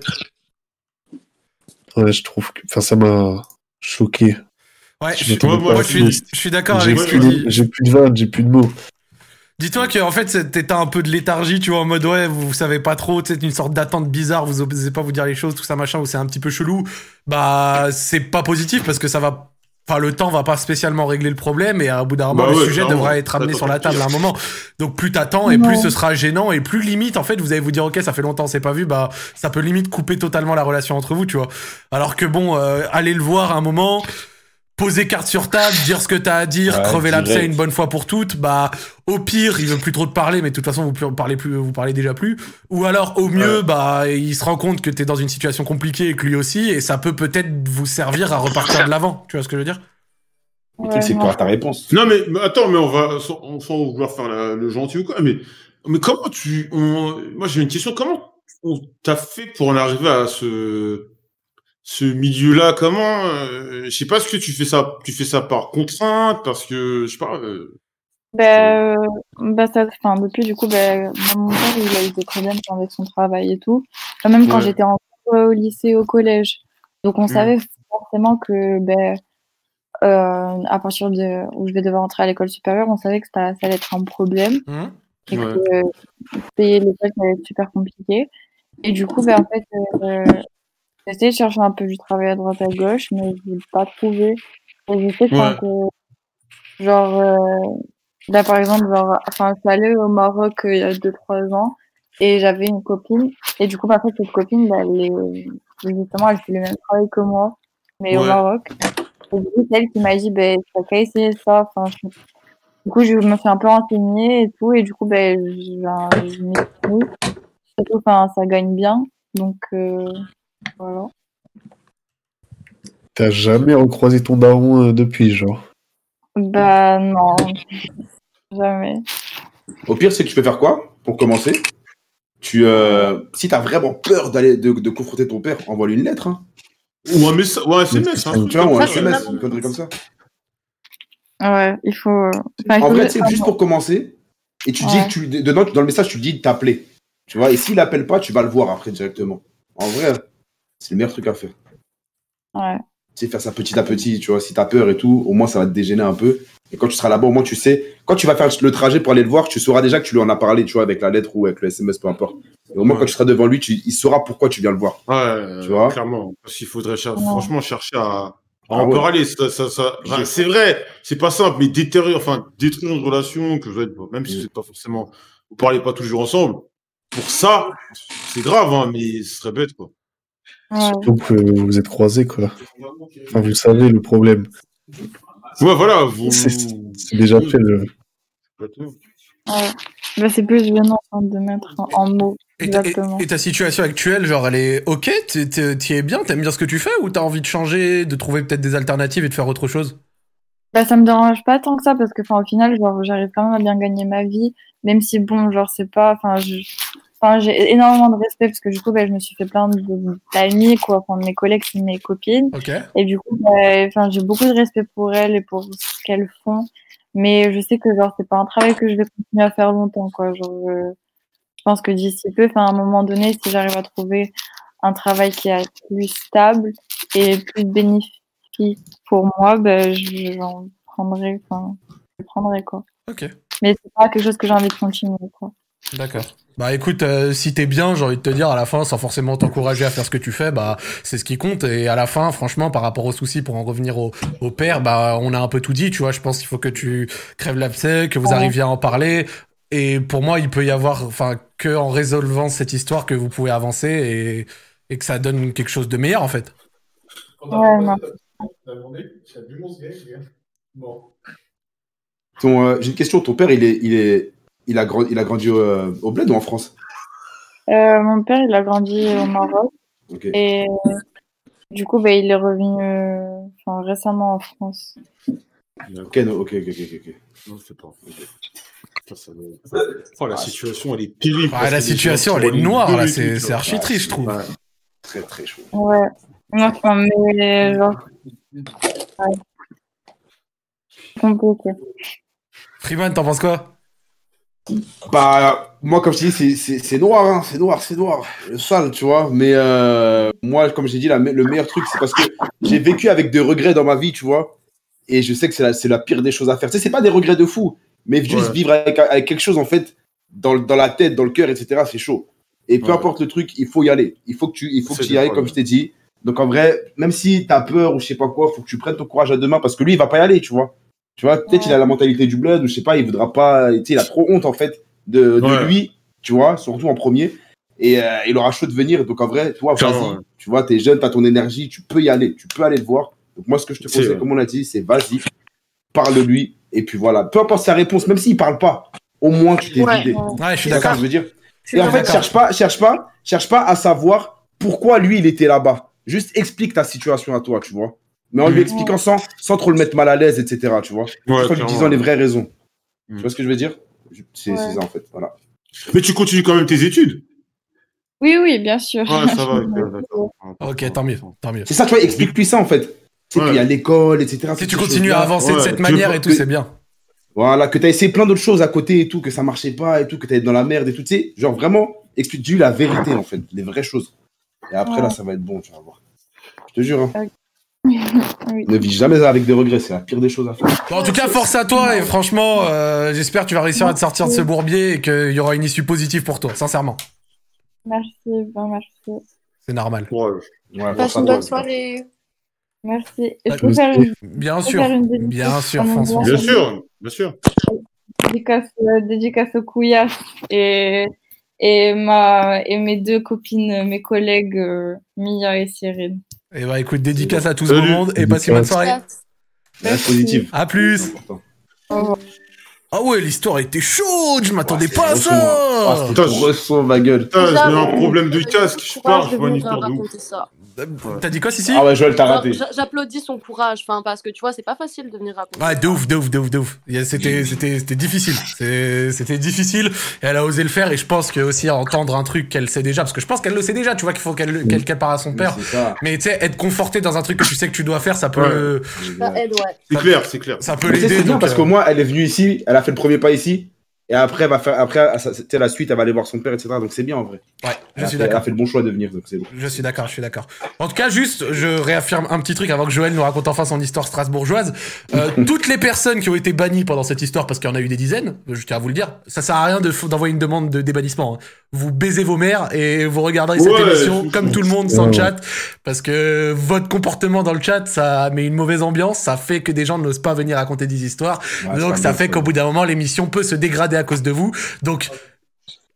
Speaker 6: Ouais, je trouve que, enfin, ça m'a choqué.
Speaker 1: Ouais,
Speaker 6: Je
Speaker 1: je-
Speaker 6: m'attendais
Speaker 1: moi,
Speaker 6: pas
Speaker 1: moi,
Speaker 6: à
Speaker 1: je
Speaker 6: ça.
Speaker 1: suis- je suis d'accord
Speaker 6: J'ai
Speaker 1: avec ce
Speaker 6: plus
Speaker 1: que
Speaker 6: de-
Speaker 1: dit.
Speaker 6: J'ai plus de vannes, j'ai plus de mots.
Speaker 1: Dis-toi que en fait c'est- t'étais un peu de léthargie, tu vois, en mode ouais, vous, vous savez pas trop, c'est une sorte d'attente bizarre, vous osez pas vous dire les choses, tout ça machin, ou c'est un petit peu chelou. Bah c'est pas positif parce que ça va Enfin, le temps va pas spécialement régler le problème et à bout d'un moment,
Speaker 4: Bah
Speaker 1: le
Speaker 4: ouais,
Speaker 1: sujet
Speaker 4: clairement.
Speaker 1: devra être amené
Speaker 4: Attends,
Speaker 1: sur la table à un moment. Donc plus t'attends et
Speaker 4: Ouais.
Speaker 1: plus ce sera gênant et plus limite, en fait, vous allez vous dire, ok, ça fait longtemps, on s'est pas vu, bah ça peut limite couper totalement la relation entre vous, tu vois. Alors que bon, euh, aller le voir à un moment, poser carte sur table, dire ce que t'as à dire,
Speaker 14: Ouais,
Speaker 1: crever l'abcès
Speaker 14: direct.
Speaker 1: une bonne fois pour toutes, bah au pire, il veut plus trop te parler, mais de toute façon, vous plus- parlez plus, vous parlez déjà plus. Ou alors au mieux, bah il se rend compte que t'es dans une situation compliquée et que lui aussi, et ça peut peut-être vous servir à repartir de l'avant. Tu vois ce que je veux dire?
Speaker 4: Le
Speaker 1: truc, c'est de voir
Speaker 4: ta réponse. Non, mais, mais attends, mais on va, sans, on- sans vouloir faire la- le gentil ou quoi, mais, mais comment tu, on- moi j'ai une question, comment on t'a fait pour en arriver à ce, ce milieu-là, comment, euh, je sais pas, est-ce que tu fais ça, tu fais ça par contrainte, parce que, je sais pas, euh,
Speaker 13: Bah, euh, bah ça, enfin, depuis, du coup, bah, moi, mon père, il a eu des problèmes avec son travail et tout. Enfin, même quand
Speaker 2: Ouais.
Speaker 13: j'étais en euh, au lycée, au collège. Donc, on
Speaker 2: Mhm.
Speaker 13: savait forcément que, bah, euh, à partir de où je vais devoir entrer à l'école supérieure, on savait que ça, ça allait être un problème. Et
Speaker 2: Ouais.
Speaker 13: que euh, payer l'école, ça allait être super compliqué. Et du coup, bah, en fait, euh, j'ai essayé de chercher un peu du travail à droite à gauche, mais je l'ai pas trouvé. Et je sais
Speaker 2: Ouais.
Speaker 13: que, genre, euh, là par exemple, genre, enfin, je suis allée au Maroc euh, il y a 2-3 ans et j'avais une copine. Et du coup, bah, en fait, cette copine, bah, elle est- justement, elle fait le même travail que moi, mais au
Speaker 2: Ouais.
Speaker 13: Maroc. Et du coup, c'est elle qui m'a dit, ben, t'as qu'à essayer ça. Enfin, je- Du coup, je me suis un peu renseignée et tout, et du coup, ben, je, ben, je m'y suis mise. Surtout, enfin, ça gagne bien, donc euh, voilà.
Speaker 6: T'as jamais recroisé ton daron euh, depuis, genre.
Speaker 13: Bah non, jamais.
Speaker 8: Au pire, c'est que tu peux faire quoi pour commencer tu, euh, Si t'as vraiment peur d'aller de, de confronter ton père, envoie-lui une lettre. Hein.
Speaker 4: Ou un message, ou un SMS.
Speaker 8: Tu vois, ou un
Speaker 13: Ça, c'est
Speaker 8: SMS,
Speaker 13: vraiment-
Speaker 8: une connerie comme ça.
Speaker 13: Ouais, il faut. euh, enfin, il
Speaker 8: En
Speaker 13: faut-
Speaker 8: vrai, tu sais,
Speaker 13: enfin,
Speaker 8: juste pour commencer, et tu dis
Speaker 13: Ouais.
Speaker 8: que tu, dedans, dans le message, tu dis de t'appeler. Tu vois, et s'il appelle pas, tu vas le voir après directement. En vrai, c'est le meilleur truc à faire.
Speaker 13: Ouais.
Speaker 8: Tu sais, faire ça petit à petit, tu vois, si t'as peur et tout, au moins ça va te dégêner un peu. Et quand tu seras là-bas, au moins tu sais, quand tu vas faire le trajet pour aller le voir, tu sauras déjà que tu lui en as parlé, tu vois, avec la lettre ou avec le SMS, peu importe. Et au moins quand tu seras devant lui, tu- il saura pourquoi tu viens le voir.
Speaker 4: Ouais,
Speaker 8: Tu vois
Speaker 4: clairement. Parce qu'il faudrait cher-
Speaker 8: Ouais.
Speaker 4: franchement chercher à, à
Speaker 8: Ah
Speaker 4: en
Speaker 8: ouais.
Speaker 4: parler. Ça, ça, ça- enfin, c'est vrai, c'est pas simple, mais détériorer, enfin, détruire une relation, que vous êtes, même
Speaker 1: Mm.
Speaker 4: si vous n'êtes pas forcément, vous parlez pas toujours ensemble. Pour ça, c'est grave, hein, mais ce serait bête, quoi.
Speaker 6: Surtout que vous vous êtes croisés, quoi. Enfin, vous savez le problème.
Speaker 4: Ouais, voilà, vous.
Speaker 6: C'est c'est déjà fait le.
Speaker 13: ouais. Bah, c'est plus gênant enfin, de mettre en, en mots.
Speaker 1: Et ta, et-
Speaker 13: Exactement.
Speaker 1: et ta situation actuelle, genre, elle est ok, t'es- t'es- t'y es bien, t'aimes bien ce que tu fais, ou t'as envie de changer, de trouver peut-être des alternatives et de faire autre chose
Speaker 13: Bah, ça me dérange pas tant que ça parce que, enfin, au final, genre, j'arrive quand même à bien gagner ma vie, même si, bon, genre, c'est pas. Enfin, je- enfin, j'ai énormément de respect parce que, du coup, bah, je me suis fait plein de- d'amis, quoi. Enfin, de mes collègues, c'est mes copines.
Speaker 1: Ok.
Speaker 13: Et du coup, bah, enfin, j'ai beaucoup de respect pour elles et pour ce qu'elles font. Mais je sais que, genre, c'est pas un travail que je vais continuer à faire longtemps, quoi. Genre, euh, je pense que d'ici peu, enfin, à un moment donné, si j'arrive à trouver un travail qui est plus stable et plus bénéfique pour moi, ben, je- j'en prendrai, enfin, je le prendrai, quoi.
Speaker 1: Ok.
Speaker 13: Mais c'est pas quelque chose que j'ai envie de continuer, quoi.
Speaker 1: D'accord. Bah écoute, euh, si t'es bien, j'ai envie de te dire à la fin, sans forcément t'encourager à faire ce que tu fais, bah c'est ce qui compte. Et à la fin, franchement, par rapport aux soucis, pour en revenir au, au père, bah on a un peu tout dit, tu vois. Je pense qu'il faut que tu crèves l'abcès, que vous
Speaker 14: Ouais.
Speaker 1: arriviez à en parler. Et pour moi, il peut y avoir, enfin, que en résolvant cette histoire que vous pouvez avancer et, et que ça donne quelque chose de meilleur en fait.
Speaker 13: Ouais, non.
Speaker 8: Ton, euh, J'ai une question, ton père, il, est, il, est, il, a, grandi, il a grandi euh, au Bled ou en France
Speaker 13: Euh, mon père, il a grandi au Maroc.
Speaker 8: Ok.
Speaker 13: Et euh, du coup, ben, il est revenu euh, enfin, récemment en France.
Speaker 8: Ok, non, ok, ok, ok, ok.
Speaker 4: Non, c'est pas. ok. Ça, ça me- Oh, la situation, elle est terrible.
Speaker 1: Ah,
Speaker 4: parce
Speaker 1: la
Speaker 4: que les gens
Speaker 1: situation,
Speaker 4: sont
Speaker 1: elle est
Speaker 4: allés
Speaker 1: noire, là,
Speaker 4: brûler
Speaker 1: c'est-
Speaker 4: tout,
Speaker 1: c'est
Speaker 4: quoi.
Speaker 1: archi
Speaker 4: Ouais,
Speaker 1: triste,
Speaker 4: Ah, c'est-
Speaker 1: je trouve.
Speaker 4: ouais. Très, très chaud.
Speaker 13: Ouais. Non, enfin, mais genre. Ouais. Compliqué.
Speaker 1: Freeman, t'en penses quoi
Speaker 8: Bah, moi, comme je te dis, c'est- c'est c'est noir, hein, c'est noir, c'est noir, le sale, tu vois. Mais euh, moi, comme j'ai dit, la me- le meilleur truc, c'est parce que j'ai vécu avec des regrets dans ma vie, tu vois. Et je sais que c'est la, c'est la pire des choses à faire. Tu sais, c'est pas des regrets de fou, mais juste
Speaker 14: Ouais.
Speaker 8: vivre avec, avec quelque chose, en fait, dans, le- dans la tête, dans le cœur, etc., c'est chaud. Et peu
Speaker 14: Ouais.
Speaker 8: importe le truc, il faut y aller. Il faut que tu, il faut que
Speaker 14: C'est
Speaker 8: tu y ailles,
Speaker 14: des
Speaker 8: comme je t'ai dit. Donc en vrai, même si t'as peur ou je sais pas quoi, faut que tu prennes ton courage à deux mains parce que lui, il va pas y aller, tu vois. Tu vois, peut-être il a la mentalité du blood ou je sais pas, il voudra pas, tu sais, il a trop honte en fait de, de
Speaker 4: Ouais.
Speaker 8: lui, tu vois, surtout en premier. Et euh, il aura chaud de venir. Donc en vrai, toi,
Speaker 4: Clairement,
Speaker 8: vas-y.
Speaker 4: ouais.
Speaker 8: Tu vois, t'es jeune, t'as ton énergie, tu peux y aller, tu peux aller le voir. Donc moi, ce que je te
Speaker 4: C'est
Speaker 8: conseille,
Speaker 4: vrai.
Speaker 8: comme on a dit, c'est vas-y, parle-lui. Et puis voilà, peu importe sa réponse, même s'il parle pas, au moins tu t'es
Speaker 1: Ouais,
Speaker 8: vidé.
Speaker 1: ouais. Ouais, je
Speaker 8: C'est
Speaker 1: suis
Speaker 8: ça
Speaker 1: d'accord.
Speaker 8: que Je veux dire.
Speaker 1: Je suis
Speaker 8: Et en fait,
Speaker 1: d'accord.
Speaker 8: cherche pas, cherche pas, cherche pas à savoir pourquoi lui il était là-bas. Juste explique ta situation à toi, tu vois. Mais en lui
Speaker 4: Mhm.
Speaker 8: expliquant sans, sans trop le mettre mal à l'aise, etc. Tu vois. Juste en lui
Speaker 4: clairement. Mhm.
Speaker 8: disant les vraies raisons. Tu vois ce que je veux dire Je- C'est
Speaker 13: Ouais.
Speaker 8: c'est ça en fait. Voilà.
Speaker 4: Mais tu continues quand même tes études.
Speaker 13: Oui, oui, bien sûr.
Speaker 1: Ok, tant mieux, tant mieux.
Speaker 8: C'est ça, tu vois, explique-lui ça en fait. C'est qu'il y a l'école, etc.
Speaker 1: Si tu continues à avancer de cette manière et tout, c'est bien.
Speaker 8: Voilà, que t'as essayé plein d'autres choses à côté et tout, que ça marchait pas et tout, que t'es dans la merde et tout, tu sais. Genre vraiment, explique-lui la vérité en fait, les vraies choses. Et après
Speaker 13: Ouais.
Speaker 8: là, ça va être bon, tu vas voir. Je te jure. hein.
Speaker 13: Oui.
Speaker 8: Ne vis jamais avec des regrets, c'est la pire des choses à faire.
Speaker 1: Bon, en tout cas, force à toi et franchement, euh, j'espère que tu vas réussir à te sortir de ce bourbier et qu'il y aura une issue positive pour toi, sincèrement.
Speaker 13: Merci, ben merci.
Speaker 1: C'est normal.
Speaker 13: Passe une bonne soirée. Merci. Je peux faire une...
Speaker 1: Ah, Bien
Speaker 13: je peux
Speaker 1: sûr,
Speaker 13: faire une dédicace
Speaker 1: bien sûr,
Speaker 13: à mon
Speaker 1: François.
Speaker 13: gars.
Speaker 4: bien sûr.
Speaker 13: Dédicace, euh, dédicace au Couillasse et, et, ma, et mes deux copines, mes collègues euh, Mia et Cyrine.
Speaker 1: Et bah écoute, dédicace à tout ce beau monde et passe une bonne
Speaker 13: Dédicace.
Speaker 1: soirée.
Speaker 13: Reste positive.
Speaker 1: À plus. Ah ouais, l'histoire était chaude, je m'attendais pas à
Speaker 8: Ah,
Speaker 1: ça.
Speaker 8: c'était ressens ma gueule.
Speaker 4: Putain, j'ai eu un
Speaker 1: problème
Speaker 4: de casque, je
Speaker 2: Courage
Speaker 4: parle,
Speaker 2: de
Speaker 4: je vois une
Speaker 2: venir
Speaker 4: histoire de ouf.
Speaker 2: raconter ça.
Speaker 1: T'as dit quoi, Sissi
Speaker 8: Ah ouais, Joël, t'as raté.
Speaker 2: J'a- J'applaudis son courage, enfin, parce que tu vois, c'est pas facile de venir raconter.
Speaker 1: Ouais, de ouf, de ouf, de ouf, de ouf. Il y a- C'était, c'était, c'était difficile. C'est- C'était difficile. Et elle a osé le faire. Et je pense que aussi entendre un truc qu'elle sait déjà, parce que je pense qu'elle le sait déjà. Tu vois qu'il faut qu'elle, le- qu'elle, qu'elle parle à son père. Mais tu sais, être conforté dans un truc que tu sais que tu dois faire, ça peut.
Speaker 2: Ça aide, ouais.
Speaker 8: C'est clair, c'est clair.
Speaker 1: Ça peut
Speaker 8: Mais tu sais,
Speaker 1: l'aider,
Speaker 8: C'est dur
Speaker 1: donc,
Speaker 8: parce
Speaker 1: euh,
Speaker 8: qu'au moins, elle est venue ici, elle a fait le premier pas ici, et après, elle va faire, après, ça- c'était la suite, elle va aller voir son père, etc. Donc c'est bien en vrai.
Speaker 1: Ouais,
Speaker 8: Elle
Speaker 1: je
Speaker 8: a
Speaker 1: suis
Speaker 8: fait- Elle
Speaker 1: d'accord.
Speaker 8: a fait le bon choix de venir, donc c'est bon.
Speaker 1: Je suis d'accord, je suis d'accord. En tout cas, juste, je réaffirme un petit truc avant que Joël nous raconte enfin son histoire strasbourgeoise. Euh, toutes les personnes qui ont été bannies pendant cette histoire, parce qu'il y en a eu des dizaines, je tiens à vous le dire, ça sert à rien de f- d'envoyer une demande de débannissement. hein. Vous baisez vos mères et vous regarderez
Speaker 4: Ouais,
Speaker 1: cette émission
Speaker 4: c'est-
Speaker 1: comme tout le monde sans
Speaker 4: Ouais.
Speaker 1: chat, parce que votre comportement dans le chat, ça met une mauvaise ambiance, ça fait que des gens n'osent pas venir raconter des histoires,
Speaker 4: c'est
Speaker 1: donc
Speaker 4: pas
Speaker 1: ça
Speaker 4: bien,
Speaker 1: fait
Speaker 4: ça.
Speaker 1: qu'au bout d'un moment, l'émission peut se dégrader à cause de vous. Donc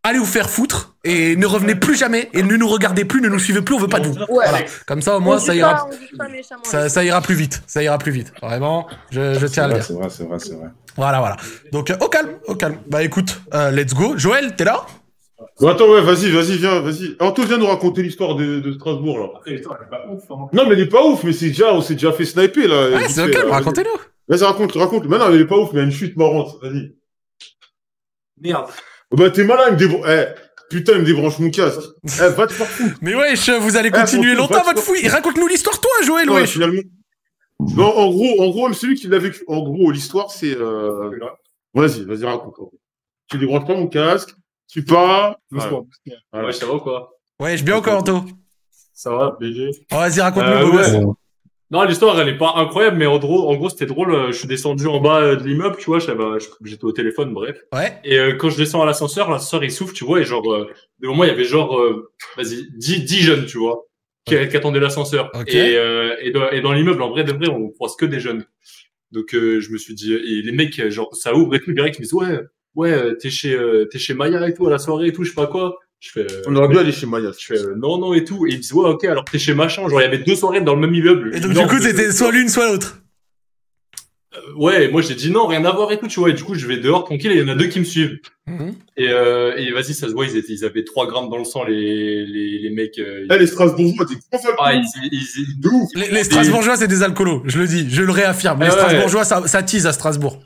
Speaker 1: allez vous faire foutre et ne revenez plus jamais et ne nous regardez plus, ne nous suivez plus, on veut pas de vous. Voilà. Comme ça au moins
Speaker 2: On
Speaker 1: Oh, ça
Speaker 2: dit
Speaker 1: ira,
Speaker 2: pas- on dit pas méchamment.
Speaker 1: ça, ça ira plus vite, ça ira plus vite. Vraiment, je, je tiens à le dire.
Speaker 8: C'est vrai, c'est vrai, c'est vrai.
Speaker 1: Voilà, voilà. Donc euh, au calme, au calme. Bah écoute, euh, let's go. Joël, t'es là
Speaker 4: Bon, attends, ouais, vas-y, vas-y, viens, vas-y. Anto, viens nous raconter l'histoire de, de Strasbourg, là.
Speaker 12: hein.
Speaker 4: Non, mais elle est pas ouf, mais c'est déjà, on s'est déjà fait sniper, là.
Speaker 1: Ouais, c'est
Speaker 4: Vite
Speaker 1: ok,
Speaker 4: fait, là, vas-y.
Speaker 1: racontez-le.
Speaker 4: Vas-y, raconte, raconte. Mais non, elle est pas ouf, mais elle a une chute marrante, vas-y.
Speaker 7: Merde.
Speaker 4: Bah, t'es malin, il me débranche. Eh, putain, il me débranche mon casque. Eh, va te faire foutre. Eh,
Speaker 1: Mais wesh, vous allez continuer longtemps votre fouille. Raconte-nous l'histoire, toi, Joël,
Speaker 4: ouais,
Speaker 1: wesh.
Speaker 4: finalement. Non, en gros, en gros, même celui qui l'a vécu. En gros, l'histoire, c'est. euh, Vas-y, vas-y, raconte. Tu débranches pas mon casque, tu pars.
Speaker 1: Doucement.
Speaker 4: Voilà.
Speaker 12: Ouais, ça va ou quoi
Speaker 1: Wesh, bien encore, Anto.
Speaker 12: Ça va, BG
Speaker 1: Oh, vas-y, raconte-nous,
Speaker 12: Euh,
Speaker 1: beau
Speaker 12: ouais.
Speaker 1: gosse.
Speaker 12: Non, l'histoire, elle est pas incroyable, mais en gros, en gros c'était drôle. euh, Je suis descendu en bas euh, de l'immeuble, tu vois, j'avais- j'étais au téléphone, bref.
Speaker 1: Ouais.
Speaker 12: Et euh, quand je descends à l'ascenseur, l'ascenseur, il souffle, tu vois, et genre, euh, de moment, il y avait genre, euh, vas-y, 10, 10 jeunes, tu vois, qui, qui attendaient l'ascenseur.
Speaker 1: Ok.
Speaker 12: Et, euh, et dans, et dans l'immeuble, en vrai, de vrai, on croise que des jeunes. Donc, euh, je me suis dit, et les mecs, euh, genre, ça ouvre et tout, direct, ils me disent, ouais, ouais, euh, t'es chez, euh, t'es chez Maya et tout, à la soirée et tout, je sais pas quoi. Je fais, euh,
Speaker 4: On aurait dû aller chez Maya.
Speaker 12: Je fais, euh, non, non, et tout. Et ils me disent, ouais, ok, alors t'es chez machin. Genre, il y avait deux soirées dans le même immeuble.
Speaker 1: Et donc du coup, c'était soit l'une, soit l'autre.
Speaker 12: Euh, Ouais, et moi j'ai dit non, rien à voir et tout, tu vois. Et du coup, je vais dehors tranquille et il y en a deux qui me suivent.
Speaker 1: Mhm.
Speaker 12: Et, euh, et vas-y, ça se voit, ils, étaient, ils avaient 3 grammes dans le sang, les, les, les mecs. Euh,
Speaker 4: Eh, les Strasbourgeois, t'es
Speaker 12: ah, ils, ils, ils-
Speaker 1: Les, les Strasbourgeois, c'est des alcoolos, je le dis, je le réaffirme. Les
Speaker 12: Ah ouais.
Speaker 1: Strasbourgeois, ça, ça tease à Strasbourg.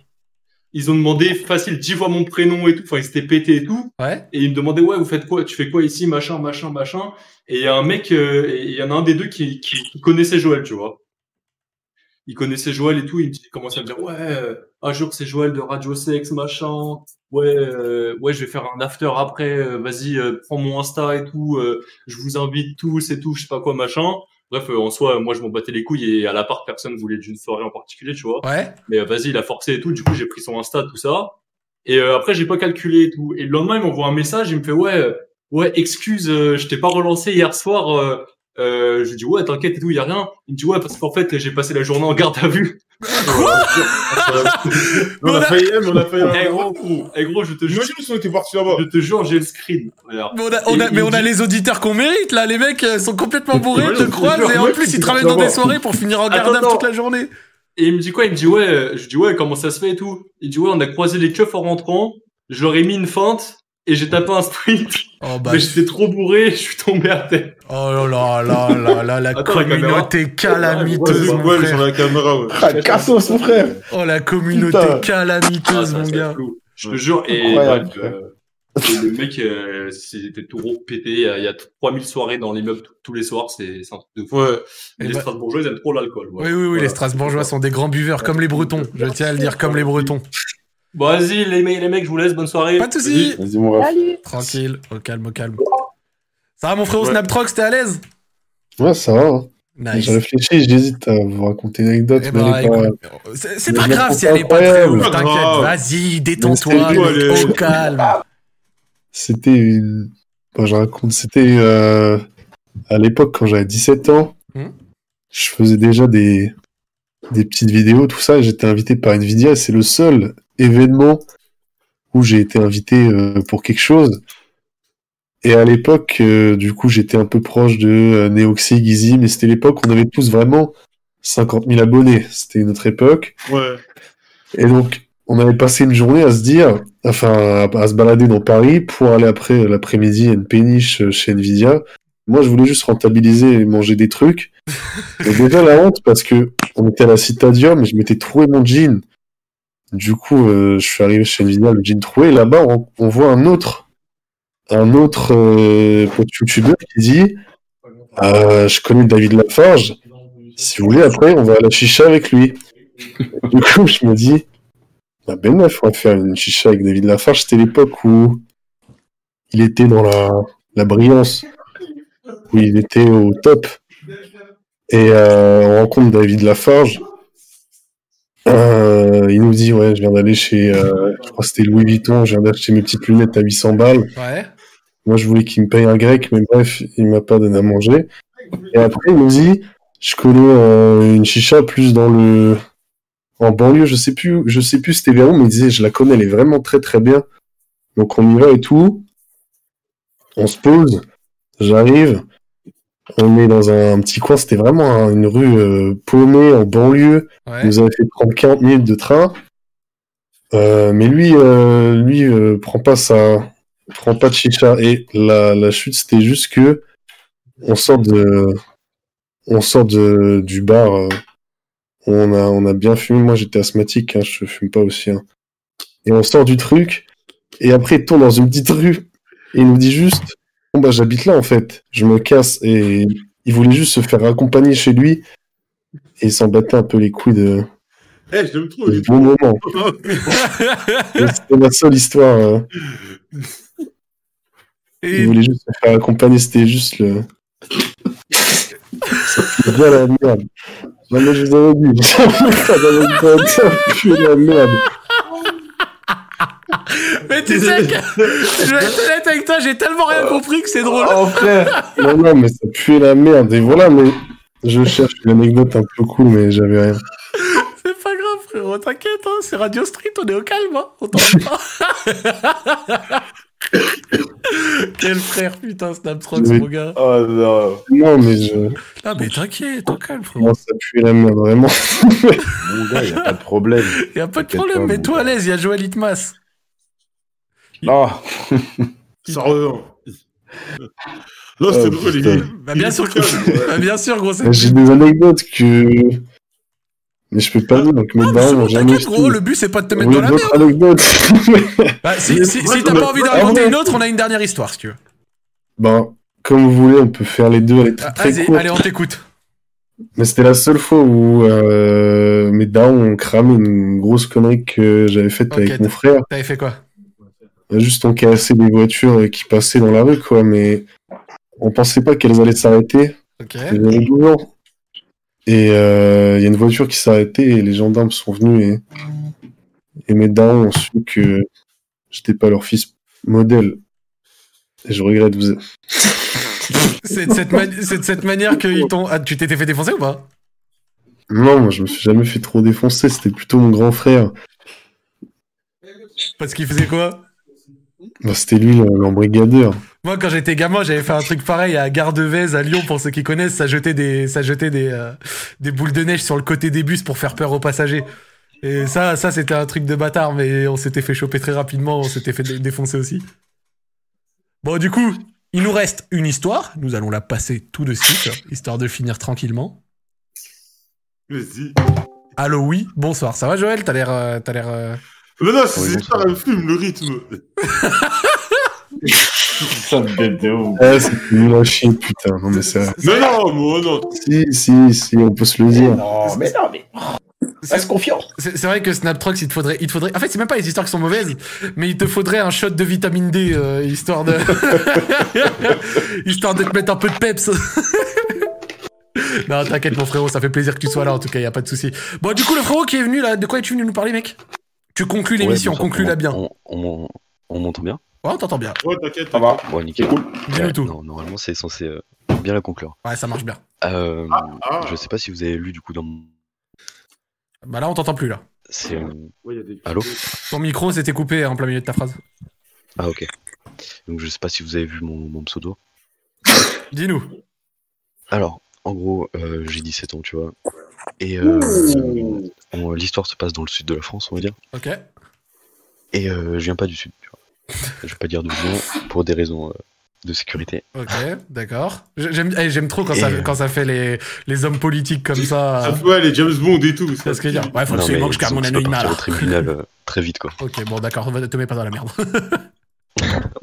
Speaker 12: ils ont demandé facile 10 fois mon prénom et tout. Enfin, ils s'étaient pétés et tout. Et ils me demandaient, ouais, vous faites quoi Tu fais quoi ici Machin, machin, machin. Et il y a un mec, euh, et il y en a un des deux qui, qui, qui connaissait Joël, tu vois. Il connaissait Joël et tout. Il il commençait à me dire, ouais, euh, un jour c'est Joël de Radio Sex, machin. Ouais, euh, ouais, je vais faire un after après. euh, Vas-y, euh, prends mon Insta et tout. euh, je vous invite tous et tout, je sais pas quoi, machin. Bref, euh, en soi, euh, moi, je m'en battais les couilles et à la part, personne voulait d'une soirée en particulier, tu vois.
Speaker 1: Ouais.
Speaker 12: Mais euh, vas-y, il a forcé et tout. Du coup, j'ai pris son Insta, tout ça. Et euh, après, j'ai pas calculé et tout. Et le lendemain, il m'envoie un message. Il me fait ouais, euh, ouais, excuse, euh, je t'ai pas relancé hier soir. euh, Euh, je lui dis ouais, t'inquiète et tout, il y a rien. Il me dit ouais, parce qu'en fait, j'ai passé la journée en garde à vue.
Speaker 4: On a failli, mais on a failli.
Speaker 12: Eh, gros, gros, eh, gros, je te jure. Je te jure, j'ai le screen. Regarde.
Speaker 1: Mais on a, on
Speaker 12: Et
Speaker 1: a- mais
Speaker 12: il
Speaker 1: on a
Speaker 12: dit-
Speaker 1: les auditeurs qu'on mérite là, les mecs euh, sont complètement bourrés,
Speaker 12: Ouais,
Speaker 1: te
Speaker 12: je te
Speaker 1: croisent
Speaker 12: jure,
Speaker 1: et en
Speaker 12: mec,
Speaker 1: plus
Speaker 12: tu
Speaker 1: ils
Speaker 12: dois
Speaker 1: travaillent dans des
Speaker 12: savoir.
Speaker 1: soirées pour finir en
Speaker 12: Attends,
Speaker 1: garde à vue
Speaker 12: attends.
Speaker 1: toute la journée.
Speaker 12: Et il me dit quoi Il me dit ouais, euh, je lui dis ouais, comment ça se fait et tout. Il dit ouais, on a croisé les keufs en rentrant, je leur ai mis une feinte et j'ai tapé un sprint.
Speaker 1: bah,
Speaker 12: mais j'étais trop bourré, je suis tombé à terre.
Speaker 1: Oh là là là là là, la
Speaker 12: Attends, la
Speaker 1: communauté
Speaker 12: caméra.
Speaker 1: calamiteuse,
Speaker 12: Ouais,
Speaker 1: mon
Speaker 12: ouais,
Speaker 1: frère.
Speaker 12: sur la caméra, ouais. Ah,
Speaker 5: cassos, mon frère.
Speaker 1: Oh la communauté
Speaker 12: Putain.
Speaker 1: calamiteuse,
Speaker 12: Ah, ça,
Speaker 1: mon
Speaker 12: c'est
Speaker 1: gars.
Speaker 12: flou. Je te jure, et
Speaker 1: Incroyable.
Speaker 12: bref, euh, et le mec, euh, c'était tout gros pété. Il y a- il y a 3000 soirées dans l'immeuble t- tous les soirs. C'est c'est un truc de fou. Euh,
Speaker 1: Et
Speaker 12: les
Speaker 1: bah-
Speaker 12: Strasbourgeois, ils aiment trop l'alcool. voilà.
Speaker 1: Oui, oui, oui, les
Speaker 12: Voilà.
Speaker 1: Strasbourgeois sont des grands buveurs, comme les Bretons. Je tiens à le dire, comme les Bretons.
Speaker 12: Bon, vas-y, les, me- les mecs, je vous laisse. Bonne soirée.
Speaker 1: Pas de soucis.
Speaker 12: Vas-y.
Speaker 1: Salut. Tranquille, au calme, au calme. Ça va, mon frérot
Speaker 12: Ouais.
Speaker 1: Snaptrox, t'es à l'aise
Speaker 6: Ouais, ça va. hein.
Speaker 1: Nice.
Speaker 6: Je réfléchis, j'hésite à vous raconter une anecdote.
Speaker 1: Eh
Speaker 6: mais
Speaker 1: ben,
Speaker 6: elle est pas-
Speaker 1: C'est c'est pas
Speaker 6: Mais
Speaker 1: grave
Speaker 6: c'est
Speaker 1: si elle est pas très
Speaker 6: incroyable.
Speaker 1: ouf, t'inquiète.
Speaker 6: Grave.
Speaker 1: Vas-y,
Speaker 6: Mais
Speaker 1: détends-toi,
Speaker 6: c'est
Speaker 1: mec,
Speaker 6: cool,
Speaker 1: au
Speaker 6: allez.
Speaker 1: calme.
Speaker 6: C'était une. Bon, je raconte, c'était euh, à l'époque quand j'avais 17 ans.
Speaker 1: Hmm.
Speaker 6: Je faisais déjà des, des petites vidéos, tout ça. et J'étais invité par Nvidia. C'est le seul événement où j'ai été invité euh, pour quelque chose. Et à l'époque, euh, du coup, j'étais un peu proche de euh, Neoxy, Gizzy, mais c'était l'époque où on avait tous vraiment 50 000 abonnés. C'était une autre époque.
Speaker 4: Ouais.
Speaker 6: Et donc, on avait passé une journée à se dire, enfin, à, à se balader dans Paris pour aller après euh, l'après-midi à une péniche euh, chez Nvidia. Moi, je voulais juste rentabiliser et manger des trucs. Et déjà la honte parce que on était à la Citadium et je m'étais trouvé mon jean. Du coup, euh, je suis arrivé chez Nvidia, le jean troué. Et Là-bas, on, on voit un autre, un autre euh, pote youtubeur qui dit, euh, je connais David Lafarge. Si vous voulez, après, on va à la chicha avec lui. Du coup, je me dis, bah ben neuf, on va faire une chicha avec David Lafarge. C'était l'époque où il était dans la, la brillance, où il était au top. Et euh, on rencontre David Lafarge. Euh, il nous dit, ouais, je viens d'aller chez, euh, je crois que c'était Louis Vuitton, je viens d'acheter mes petites lunettes à 800 balles.
Speaker 1: Ouais.
Speaker 6: Moi, je voulais qu'il me paye un grec, mais bref, il m'a pas donné à manger. Et après, il me dit, je connais euh, une chicha plus dans le, en banlieue, je sais plus, je sais plus c'était vers où, mais il disait, je la connais, elle est vraiment très très bien. Donc on y va et tout. On se pose. J'arrive. On est dans un, petit coin, c'était vraiment un- une rue euh, paumée en banlieue.
Speaker 1: Ouais.
Speaker 6: Il nous avait fait prendre 40 minutes de train. Euh, mais lui, euh, lui euh, prend pas sa, prend pas de chicha. Et la, la chute, c'était juste que on sort de, on sort de, du bar. euh, on a, on a bien fumé. Moi, j'étais asthmatique, hein, je fume pas aussi. hein. Et on sort du truc. Et après, il tourne dans une petite rue. Et il nous dit juste Bon, bah, j'habite là, en fait. Je me casse. Et il voulait juste se faire accompagner chez lui. Et il s'en battait un peu les couilles de,
Speaker 4: Eh, je l'aime trop.
Speaker 6: de bon moment. Et C'était la seule histoire. euh. Il voulait juste se faire accompagner. C'était juste le. C'est bien la merde. Non, mais je vous avais dit. Ça j'avais dit, ça pue la merde.
Speaker 1: Mais tu sais que je vais être honnête avec toi, j'ai tellement rien compris que c'est drôle.
Speaker 6: Oh. Non, non, mais ça pue la merde. Et voilà, mais je cherche une anecdote un peu cool, mais j'avais rien.
Speaker 1: C'est pas grave, frérot, t'inquiète, hein, c'est Radio Street, on est au calme, hein, on t'entend pas. Quel frère, putain, Snaptrox,
Speaker 6: Mais-
Speaker 1: mon gars.
Speaker 6: Oh non. Non, mais je.
Speaker 1: Ah, mais t'inquiète, au calme, frérot.
Speaker 6: Non, ça pue la merde, vraiment.
Speaker 5: Mon gars, il a pas de problème.
Speaker 1: Y a pas de problème, mets-toi à l'aise, y a Joël Itmas.
Speaker 5: Non.
Speaker 4: Non, c'est
Speaker 6: Oh,
Speaker 4: drôle, il
Speaker 6: putain.
Speaker 4: est-
Speaker 1: Bah, bien sûr, que... bah, bien sûr, gros, c'est.
Speaker 6: Mais J'ai des anecdotes que. Mais je peux pas dire, donc
Speaker 1: Ah,
Speaker 6: mes parents m'ont jamais.
Speaker 1: T'inquiète, gros, le but, c'est pas de te mettre
Speaker 6: Oui,
Speaker 1: dans la
Speaker 6: d'autres
Speaker 1: merde.
Speaker 6: anecdotes.
Speaker 1: Bah, si si, si t'as pas envie d'en
Speaker 6: Ah
Speaker 1: raconter une autre, on a une dernière histoire, si tu veux.
Speaker 6: Ben, comme vous voulez, on peut faire les deux. Elle est très, très
Speaker 1: Vas-y,
Speaker 6: courte.
Speaker 1: allez, on t'écoute.
Speaker 6: Mais c'était la seule fois où euh, mes darons ont cramé une grosse connerie que j'avais faite avec mon frère.
Speaker 1: T'avais fait quoi
Speaker 6: Juste on cassait des voitures euh, qui passaient dans la rue, quoi, mais on pensait pas qu'elles allaient s'arrêter.
Speaker 1: Ok.
Speaker 6: J'avais 12 ans. Et euh, il y a une voiture qui s'est arrêtée et les gendarmes sont venus et, et mes darons ont su que j'étais pas leur fils modèle. Et je regrette. Vous...
Speaker 1: C'est de cette, mani- c'est de cette manière qu'ils t'ont. Ah, tu t'étais fait défoncer ou pas
Speaker 6: Non, moi, je me suis jamais fait trop défoncer. C'était plutôt mon grand frère.
Speaker 1: Parce qu'ils faisaient quoi
Speaker 6: Bah, c'était lui, le- l'embrigadeur.
Speaker 1: Moi, quand j'étais gamin, j'avais fait un truc pareil à Gare de Vèze, à Lyon, pour ceux qui connaissent. Ça jetait des, ça jetait des, euh, des boules de neige sur le côté des bus pour faire peur aux passagers. Et ça, ça c'était un truc de bâtard, mais on s'était fait choper très rapidement, on s'était fait dé- défoncer aussi. Bon, du coup, il nous reste une histoire. Nous allons la passer tout de suite, histoire de finir tranquillement.
Speaker 4: Vas-y.
Speaker 1: Allô, oui, bonsoir. Ça va, Joël T'as l'air. euh, t'as l'air euh,
Speaker 4: Mais non, c'est c'est ça, elle fume le rythme.
Speaker 6: Ça bête de ouf. Ah, c'est nul à chier, putain. Non, mais ça.
Speaker 4: Ah, Mais non, moi, non.
Speaker 6: Si, si, si, on peut se le dire.
Speaker 1: Non, Oh, mais non, mais. C'est confiant. C'est c'est vrai que Snaptrox, il te faudrait, il te faudrait. En fait, c'est même pas les histoires qui sont mauvaises, mais il te faudrait un shot de vitamine D, euh, histoire de, histoire de te mettre un peu de peps. non, t'inquiète, mon frérot, ça fait plaisir que tu sois là. En tout cas, y a pas de souci. Bon, du coup, le frérot qui est venu là, de quoi es-tu venu nous parler, mec Tu conclus l'émission,
Speaker 14: Ouais, bonsoir,
Speaker 1: conclus-la
Speaker 14: on-
Speaker 1: bien.
Speaker 14: On, on- on m'entend bien
Speaker 1: Ouais, on t'entend bien.
Speaker 4: Ouais, t'inquiète.
Speaker 1: Ça va.
Speaker 14: Bon, nickel.
Speaker 1: Dis-nous
Speaker 14: Ouais,
Speaker 1: tout.
Speaker 14: non, normalement, c'est censé euh, bien la conclure.
Speaker 1: Ouais, ça marche bien.
Speaker 14: Euh,
Speaker 1: Ah,
Speaker 14: Je sais pas si vous avez lu du coup dans mon.
Speaker 1: Bah là, on t'entend plus là.
Speaker 14: C'est. euh,
Speaker 4: Ouais, y a des-
Speaker 14: Allô
Speaker 1: Ton micro s'était coupé hein, en plein milieu de ta phrase.
Speaker 14: Ah, ok. Donc, je sais pas si vous avez vu mon, mon pseudo.
Speaker 1: Dis-nous.
Speaker 14: Alors, en gros, euh, j'ai 17 ans, tu vois. Et euh, on- l'histoire se passe dans le sud de la France, on va dire.
Speaker 1: Ok.
Speaker 14: Et euh, je viens pas du sud, tu vois. Je vais pas dire d'où je viens pour des raisons euh, de sécurité.
Speaker 1: Ok, d'accord. J- J'aime, eh, j'aime trop quand ça,
Speaker 14: Et, euh,
Speaker 1: quand ça fait les, les hommes politiques comme ça.
Speaker 4: Ouais, les James Bond et tout.
Speaker 1: C'est ce que je veux dire. Ouais, faut
Speaker 14: Non,
Speaker 1: absolument
Speaker 14: mais
Speaker 1: que je garde
Speaker 14: disons que
Speaker 1: mon
Speaker 14: peux
Speaker 1: anonymat.
Speaker 14: partir au
Speaker 1: là.
Speaker 14: tribunal euh, très vite, quoi.
Speaker 1: Ok, bon, d'accord, va- te mets pas dans la merde.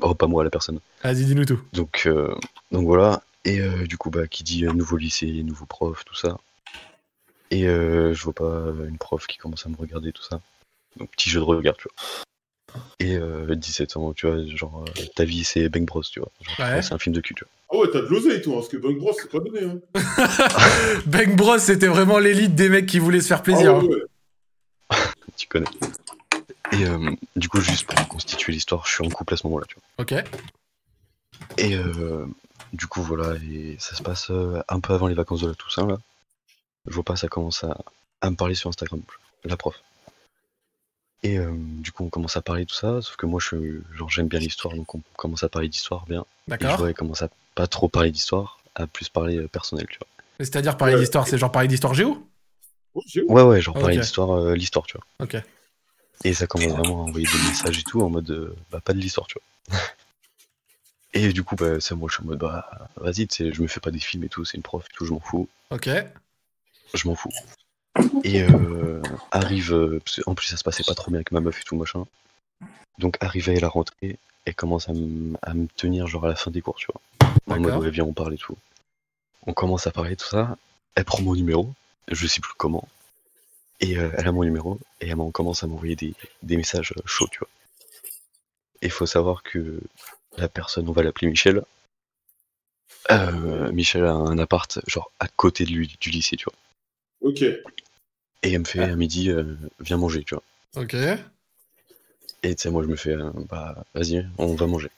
Speaker 14: Oh, pas moi, la personne.
Speaker 1: Vas-y, dis-nous tout.
Speaker 14: Donc, euh, donc voilà. Et euh, du coup, bah, qui dit euh, nouveau lycée, nouveau prof, tout ça. Et euh, je vois pas euh, une prof qui commence à me regarder, tout ça. Donc, petit jeu de regard, tu vois. Et euh, 17 ans, tu vois, genre, euh, ta vie, c'est Bang Bros, tu vois. Genre, tu
Speaker 4: Ouais.
Speaker 14: vois, C'est un film de cul, tu vois.
Speaker 4: Ah ouais, t'as de l'osé et tout, hein, parce que Bang Bros, c'est pas donné. Hein.
Speaker 1: Bang Bros, c'était vraiment l'élite des mecs qui voulaient se faire plaisir.
Speaker 4: Ah ouais,
Speaker 1: hein.
Speaker 4: ouais.
Speaker 14: Tu connais. Et euh, du coup, juste pour constituer l'histoire, je suis en couple à ce moment-là, tu vois.
Speaker 1: Ok.
Speaker 14: Et euh, du coup, voilà, et ça se passe euh, un peu avant les vacances de la Toussaint, là. Je vois pas, ça commence à, à me parler sur Instagram, la prof. Et euh, du coup, on commence à parler tout ça, sauf que moi, je, genre, j'aime bien l'histoire, donc on commence à parler d'histoire, bien.
Speaker 1: D'accord.
Speaker 14: Et je vois, elle commence à pas trop parler d'histoire, à plus parler euh, personnel, tu
Speaker 1: Mais C'est-à-dire parler d'histoire, c'est genre parler d'histoire géo
Speaker 14: vois. Ouais, ouais, genre
Speaker 1: Ah,
Speaker 14: parler
Speaker 1: ok.
Speaker 14: d'histoire, euh, l'histoire, tu vois.
Speaker 1: Ok.
Speaker 14: Et ça commence vraiment à envoyer des messages et tout en mode euh, bah, pas de l'histoire, tu vois. et du coup, bah, ça, moi, je suis en mode bah, vas-y, tu sais, je me fais pas des films et tout, c'est une prof et tout, je m'en fous.
Speaker 1: Ok.
Speaker 14: Je m'en fous. Et euh, arrive, euh, parce que en plus, ça se passait pas trop bien avec ma meuf et tout, machin. Donc, arrivé à la rentrée, elle commence à me à me tenir, genre à la fin des cours, tu vois. En mode,
Speaker 1: D'accord.
Speaker 14: ouais, viens, on parle et tout. On commence à parler, tout ça. Elle prend mon numéro, je sais plus comment. Et euh, elle a mon numéro et elle m'en- commence à m'envoyer des, des messages euh, chauds, tu vois. Et faut savoir que la personne, on va l'appeler Michel. euh, Michel a un appart, genre à côté de lui, du lycée, tu vois.
Speaker 4: Ok.
Speaker 14: Et elle me fait à midi, euh, viens manger, tu vois.
Speaker 1: Ok.
Speaker 14: Et tu sais, moi je me fais, euh, bah vas-y, on va manger.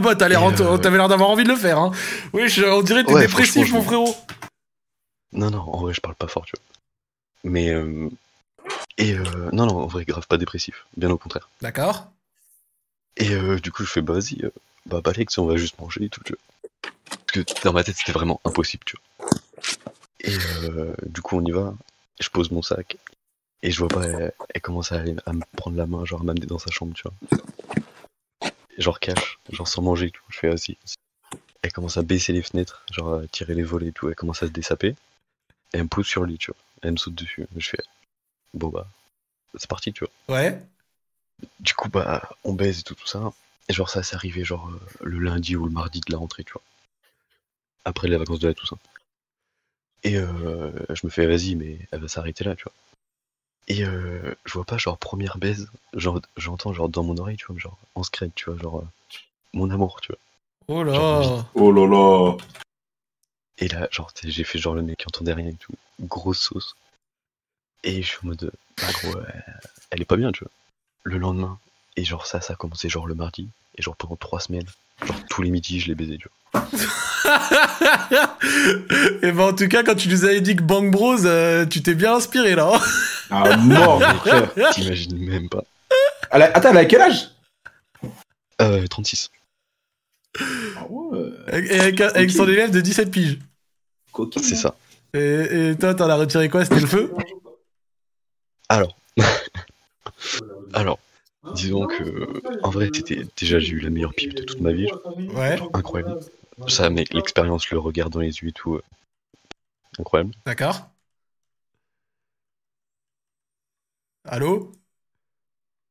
Speaker 1: bah, t'as l'air
Speaker 14: Et,
Speaker 1: en-
Speaker 14: euh,
Speaker 1: t'avais l'air d'avoir envie de le faire. Hein. Oui, je- on dirait que t'es
Speaker 14: Ouais,
Speaker 1: dépressif,
Speaker 14: franchement,
Speaker 1: mon
Speaker 14: je-
Speaker 1: frérot.
Speaker 14: Non, non, en vrai, je parle pas fort, tu vois. Mais. euh, Et euh, non, non, en vrai, grave pas dépressif, bien au contraire.
Speaker 1: D'accord.
Speaker 14: Et euh, du coup, je fais, bah vas-y, euh, bah Alex, on va juste manger et tout, tu vois. Parce que dans ma tête, c'était vraiment impossible, tu vois. Et euh, du coup, on y va, je pose mon sac, et je vois pas, elle, elle commence à, aller- à me prendre la main, genre à m'amener dans sa chambre, tu vois. Genre cash, genre sans manger, et tout. Je fais, vas-y. Elle commence à baisser les fenêtres, genre à tirer les volets et tout, elle commence à se dessaper. Et elle me pousse sur lui, tu vois. Elle me saute dessus. Je fais, bon bah, c'est parti, tu vois
Speaker 1: Ouais.
Speaker 14: du coup, bah, on baise et tout, tout ça. Et genre, ça, c'est arrivé genre euh, le lundi ou le mardi de la rentrée, tu vois. Après les vacances de la Toussaint. Et euh, je me fais, vas-y, mais elle va s'arrêter là, tu vois. Et euh, je vois pas, genre, première baise, genre, j'entends, genre, dans mon oreille, tu vois, genre, en secret, tu vois, genre, euh, mon amour, tu vois.
Speaker 1: Oh là.
Speaker 14: Oh là là. Et là, genre, t'sais, j'ai fait genre le mec qui entendait rien et tout. Grosse sauce. Et je suis en mode, bah gros, euh, elle est pas bien, tu vois. Le lendemain, Et genre ça, ça a commencé genre le mardi. Et genre pendant trois semaines, genre tous les midis, je l'ai baisé, tu vois.
Speaker 1: Et ben en tout cas, quand tu nous avais dit que Bang Bros, euh, tu t'es bien inspiré là. hein.
Speaker 5: Ah, mort,
Speaker 14: Mec, euh, T'imagines même pas.
Speaker 5: Elle a- Attends, elle a quel âge
Speaker 14: Euh, 36.
Speaker 1: Avec- Et avec, avec son élève de 17 piges.
Speaker 14: C'est ça.
Speaker 1: Et, et toi, t'en as retiré quoi C'était le feu
Speaker 14: Alors. Alors. Disons que, en vrai, c'était- déjà j'ai eu la meilleure pipe de toute ma vie. genre.
Speaker 1: Ouais.
Speaker 14: Incroyable. Ça, mais l'expérience, le regard dans les yeux et tout. euh, Incroyable.
Speaker 1: D'accord. Allô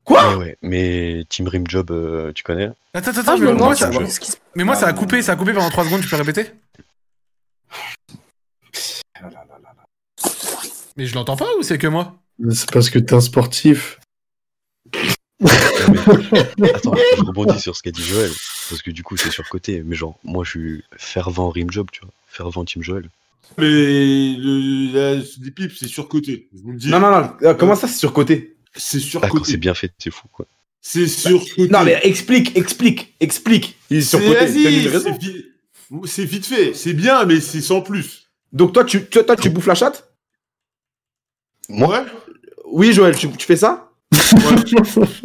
Speaker 14: Quoi ouais, ouais, mais Team Rim Job, euh, tu connais
Speaker 1: Attends, attends, attends,
Speaker 14: Ah, je
Speaker 1: mais,
Speaker 14: me
Speaker 1: moi,
Speaker 14: demande
Speaker 1: ça,
Speaker 14: si- qu'est-ce qui se- Ah.
Speaker 1: mais moi ça a coupé, ça a coupé pendant 3 secondes, tu peux répéter
Speaker 5: Ah
Speaker 1: Mais je l'entends pas ou c'est que moi
Speaker 6: Mais C'est parce que t'es un sportif.
Speaker 14: Attends, je rebondis sur ce qu'a dit Joël, parce que du coup c'est surcoté, mais genre, moi je suis fervent Rim Job, tu vois, fervent Team Joël.
Speaker 4: Mais le, la- les pipes, c'est surcoté. Je vous le dis.
Speaker 14: Non, non, non, euh, comment ça,
Speaker 5: c'est surcoté
Speaker 4: C'est
Speaker 14: Ah,
Speaker 4: surcoté.
Speaker 14: quand c'est bien fait, c'est fou quoi.
Speaker 4: C'est surcoté.
Speaker 5: Bah, Non, mais explique, explique, explique. Il est surcoté. t'as
Speaker 4: C'est-
Speaker 5: eu
Speaker 4: vas-y,
Speaker 5: raison.
Speaker 4: c'est vi- C'est vite fait, c'est bien, mais c'est sans plus.
Speaker 5: Donc toi, tu, toi, toi, tu bouffes la chatte
Speaker 14: Moi
Speaker 5: Oui, Joël, tu, tu fais ça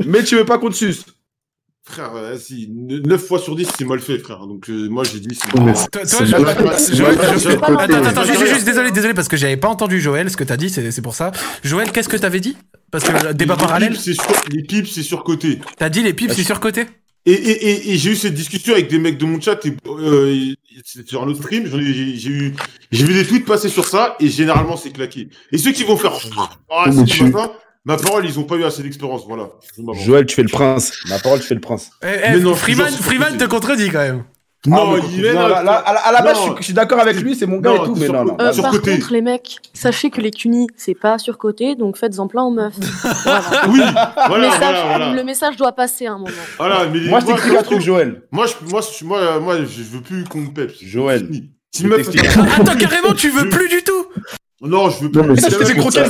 Speaker 5: Mais tu veux pas qu'on te suce
Speaker 4: Frère, vas-y, 9 fois sur 10, c'est mal fait, frère. Donc euh, moi j'ai dit, c'est
Speaker 5: Ouais, mais
Speaker 1: Toi, toi, je- je- je- Attends, attends, attends, juste, juste, désolé, désolé, parce que j'avais pas entendu Joël, ce que t'as dit, c'est c'est pour ça. Joël, qu'est-ce que t'avais dit Parce que euh, débat
Speaker 4: Les pipes,
Speaker 1: parallèle.
Speaker 4: c'est sur- Les pipes, c'est surcoté.
Speaker 1: T'as dit les pipes, c'est surcoté
Speaker 4: Et, et, et, et j'ai eu cette discussion avec des mecs de mon chat et, euh, et- et sur un autre stream. j'en ai- J'ai j'ai eu, j'ai vu des tweets passer sur ça et généralement c'est claqué. Et ceux qui vont faire ah,
Speaker 5: Mais
Speaker 4: c'est
Speaker 5: tu-
Speaker 4: matin, ma parole, ils ont pas eu assez d'expérience. Voilà. Je m'avance.
Speaker 5: Joël, tu fais le prince. Ma parole, tu fais le prince.
Speaker 1: Eh, eh,
Speaker 4: Mais non,
Speaker 1: Freeman,
Speaker 4: toujours
Speaker 1: Freeman te contredit quand même.
Speaker 5: Non, Ah, mais il est- non, là- là- à la- à la base, je suis- je suis d'accord avec lui, c'est mon gars et tout, mais non, bah, non.
Speaker 2: Euh, par contre, les mecs, sachez que les cunis, c'est pas surcoté, donc faites-en plein aux meufs.
Speaker 4: Oui,
Speaker 2: Le
Speaker 4: voilà,
Speaker 2: message-
Speaker 4: voilà, voilà.
Speaker 2: Le message doit passer à un moment.
Speaker 4: Voilà, mais
Speaker 5: Moi, je t'explique un truc, Joël.
Speaker 4: Moi, je, moi, je- moi, moi, je veux plus qu'on me peps.
Speaker 5: Joël.
Speaker 4: Si me
Speaker 1: Attends, Ah, carrément, tu veux plus du tout
Speaker 4: Non, je veux
Speaker 5: Non,
Speaker 4: plus.
Speaker 5: mais c'est parce que ça- Elle s'approche de
Speaker 4: de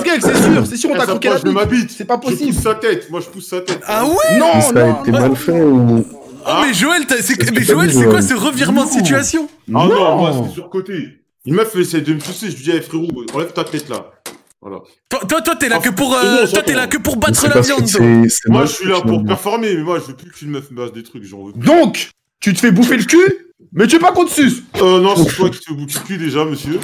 Speaker 5: ma
Speaker 4: ma bite.
Speaker 5: C'est pas
Speaker 4: possible. Je pousse sa tête. Moi, je pousse sa tête.
Speaker 1: Ah
Speaker 4: ouais
Speaker 6: Mais ça a été mal fait ou.
Speaker 1: Oh, mais Joël, t'as- c'est
Speaker 6: que
Speaker 1: mais
Speaker 6: t'as
Speaker 1: Joël,
Speaker 6: dit, euh,
Speaker 1: c'est quoi
Speaker 6: Joël
Speaker 1: ce revirement de situation
Speaker 4: Ah non, moi,
Speaker 1: Non.
Speaker 4: c'est surcoté. Une meuf essaie de me pousser. Je lui dis, eh, frérot, enlève ta tête là. Voilà. Ah,
Speaker 1: Toi, toi, toi, t'es là que pour, euh,
Speaker 4: c'est bon,
Speaker 1: toi,
Speaker 4: c'est
Speaker 1: t'es
Speaker 4: bon.
Speaker 1: là que pour
Speaker 6: Mais
Speaker 1: battre
Speaker 6: c'est
Speaker 1: la
Speaker 6: parce
Speaker 1: viande.
Speaker 6: que c'est- c'est
Speaker 4: Moi,
Speaker 6: mal
Speaker 4: je suis là
Speaker 6: fait,
Speaker 4: pour
Speaker 6: finalement.
Speaker 4: performer, mais moi, je veux plus qu'une meuf me fasse des trucs. J'en veux plus.
Speaker 5: Donc, tu te fais bouffer le cul, mais tu veux pas qu'on te suce
Speaker 4: Euh, non, c'est toi qui te fais bouffer le cul déjà, monsieur.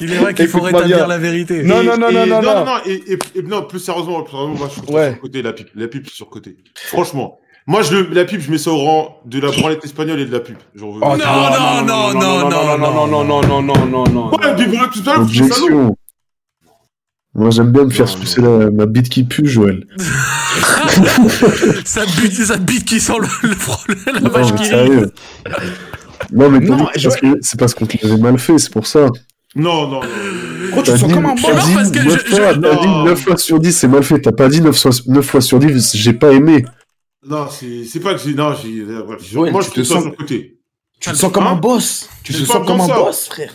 Speaker 1: Il est vrai qu'il faut
Speaker 5: Écoute-moi
Speaker 1: rétablir
Speaker 5: bien.
Speaker 1: la vérité.
Speaker 5: Non, non, non, non, non,
Speaker 4: non,
Speaker 5: non.
Speaker 4: non, et, et- et non, plus sérieusement, plus sérieusement, moi, je suis surcoté, la pipe, la pipe, c'est surcoté. Franchement. Moi, je, le- la pipe, je mets ça au rang de la branlette espagnole et de la pipe. euh, J'en veux.
Speaker 5: Oh, non, non, non, non, non, non, non, non, non, non, non.
Speaker 4: Ouais, du bruit tout à l'heure, c'est salaud.
Speaker 6: Objection. Moi, j'aime bien me faire sucer la- ma bite qui pue, Joël.
Speaker 1: Ça bute, ça bite qui sent le, le, fro- la
Speaker 6: Non,
Speaker 1: vache
Speaker 6: mais
Speaker 1: qui
Speaker 6: sérieux. Non, mais t'as
Speaker 1: Non,
Speaker 6: dit, c'est parce que- c'est parce qu'on te l'avait mal fait, c'est pour ça.
Speaker 4: Non, non, non.
Speaker 5: Gros, tu te
Speaker 6: T'as
Speaker 5: sens
Speaker 6: dit,
Speaker 5: comme un
Speaker 6: t'as
Speaker 5: mort
Speaker 6: dit
Speaker 5: parce que
Speaker 6: neuf
Speaker 5: je- je-
Speaker 6: fois, t'as dit
Speaker 5: Non.
Speaker 6: 9 fois sur 10, c'est mal fait. T'as pas dit 9 fois, 9 fois sur 10, j'ai pas aimé.
Speaker 4: Non, c'est c'est pas que j'ai. Non, j'ai. euh, voilà.
Speaker 6: Joël,
Speaker 4: Moi,
Speaker 6: tu
Speaker 4: je
Speaker 6: te
Speaker 4: trouve ça
Speaker 6: sens-
Speaker 4: surcoté.
Speaker 5: Tu te sens
Speaker 4: Hein
Speaker 5: comme un boss. Tu
Speaker 4: J'ai
Speaker 5: te
Speaker 4: pas
Speaker 5: sens comme un
Speaker 4: besoin de ça.
Speaker 5: boss, frère.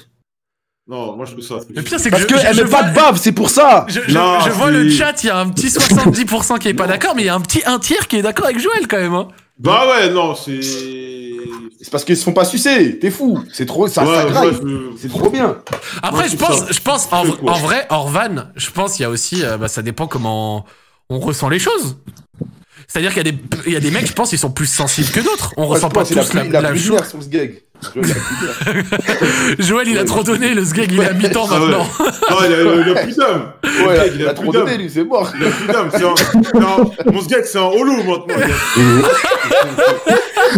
Speaker 4: Non, moi, je trouve ça.
Speaker 1: Le pire, c'est que
Speaker 5: Parce
Speaker 1: je-
Speaker 5: que
Speaker 1: je-
Speaker 5: elle
Speaker 1: je
Speaker 5: met pas
Speaker 1: vois-
Speaker 5: de bave, c'est pour ça.
Speaker 1: Je, je- je vois le chat, il y a un petit 70% qui est pas d'accord, mais il y a un petit un tiers qui est d'accord avec Joël quand même. hein.
Speaker 4: Bah ouais, non, c'est.
Speaker 5: C'est parce qu'ils se font pas sucer. T'es fou. C'est trop, ça,
Speaker 4: Ouais,
Speaker 5: ça
Speaker 4: ouais,
Speaker 5: graille.
Speaker 4: je-
Speaker 5: C'est trop bien.
Speaker 1: Après,
Speaker 5: Moi,
Speaker 1: je
Speaker 5: je trouve
Speaker 1: pense,
Speaker 5: ça
Speaker 1: je pense en,
Speaker 5: feu, quoi.
Speaker 1: en vrai, Orvan, je pense il y a aussi, euh, bah, ça dépend comment on ressent les choses. C'est-à-dire qu'il y a des, il y a des mecs, je pense, ils sont plus sensibles que d'autres. On
Speaker 5: Moi,
Speaker 1: ressent
Speaker 5: je
Speaker 1: pas
Speaker 5: pense
Speaker 1: tous
Speaker 5: qu'il a
Speaker 1: la,
Speaker 5: pris- il
Speaker 1: la
Speaker 5: a pris
Speaker 1: chose.
Speaker 5: l'air sur ce gag.
Speaker 1: Joël, il a trop donné, le sgeg, il est à mi-temps
Speaker 4: Ah ouais.
Speaker 1: maintenant.
Speaker 4: Non, il a, il a plus d'âme.
Speaker 5: Ouais,
Speaker 4: Le gars, il a,
Speaker 5: trop
Speaker 4: plus
Speaker 5: donné,
Speaker 4: d'âme.
Speaker 5: lui, c'est mort.
Speaker 4: Il a plus d'âme. C'est un, c'est un- mon gars, c'est un holo maintenant.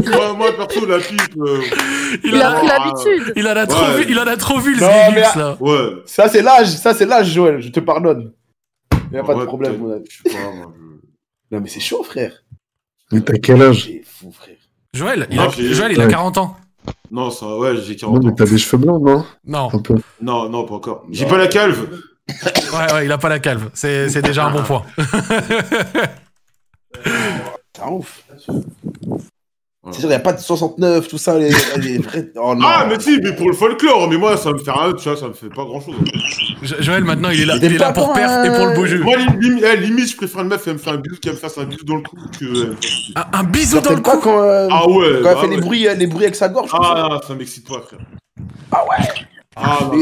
Speaker 4: moi, moi, perso, la pipe. euh,
Speaker 1: Il a pris
Speaker 2: l'habitude.
Speaker 1: Il en a
Speaker 4: Ouais.
Speaker 1: trop vu, il en a trop vu, le
Speaker 5: Non,
Speaker 1: sgeg,
Speaker 5: mais-
Speaker 1: là.
Speaker 4: Ouais.
Speaker 5: Ça, c'est l'âge. Ça, c'est l'âge, Joël. Je te pardonne. Y a pas de problème, mon ami. Non, mais c'est chaud, frère.
Speaker 6: Mais t'as quel âge
Speaker 1: Joël, il a,
Speaker 4: Non, Ah, j'ai-
Speaker 1: Joël, il a
Speaker 6: Ouais.
Speaker 1: 40 ans.
Speaker 4: Non, ça, ouais, j'ai 40
Speaker 6: Non, mais t'as des cheveux blancs, non
Speaker 1: Non.
Speaker 6: Un peu.
Speaker 4: Non, non, pas encore. J'ai pas la calve.
Speaker 1: Ouais, ouais, il a pas la calve. C'est c'est déjà un bon point.
Speaker 5: C'est un ouf.
Speaker 8: C'est sûr, il n'y a pas de 69, tout ça. Les, les vrais- Oh non.
Speaker 4: Ah, mais si, mais pour le folklore, mais moi, ça me fait rien, tu vois, ça me fait pas grand chose.
Speaker 1: Joël, maintenant, il est là, il est là pour perf et pour
Speaker 8: euh,
Speaker 1: le beau jeu.
Speaker 4: Moi, lim- lim- eh, limite, je préfère une meuf qui me faire un bisou, qui va me faire un bisou dans le cou que.
Speaker 1: Un, bisou
Speaker 8: dans le cou quand, euh,
Speaker 4: Ah ouais.
Speaker 8: Quand elle
Speaker 4: bah
Speaker 8: fait
Speaker 4: ouais.
Speaker 8: les, bruits, euh, les bruits avec sa gorge. comme ça.
Speaker 4: Ah, ça m'excite pas, frère. Ah ouais. Ah,
Speaker 8: Les-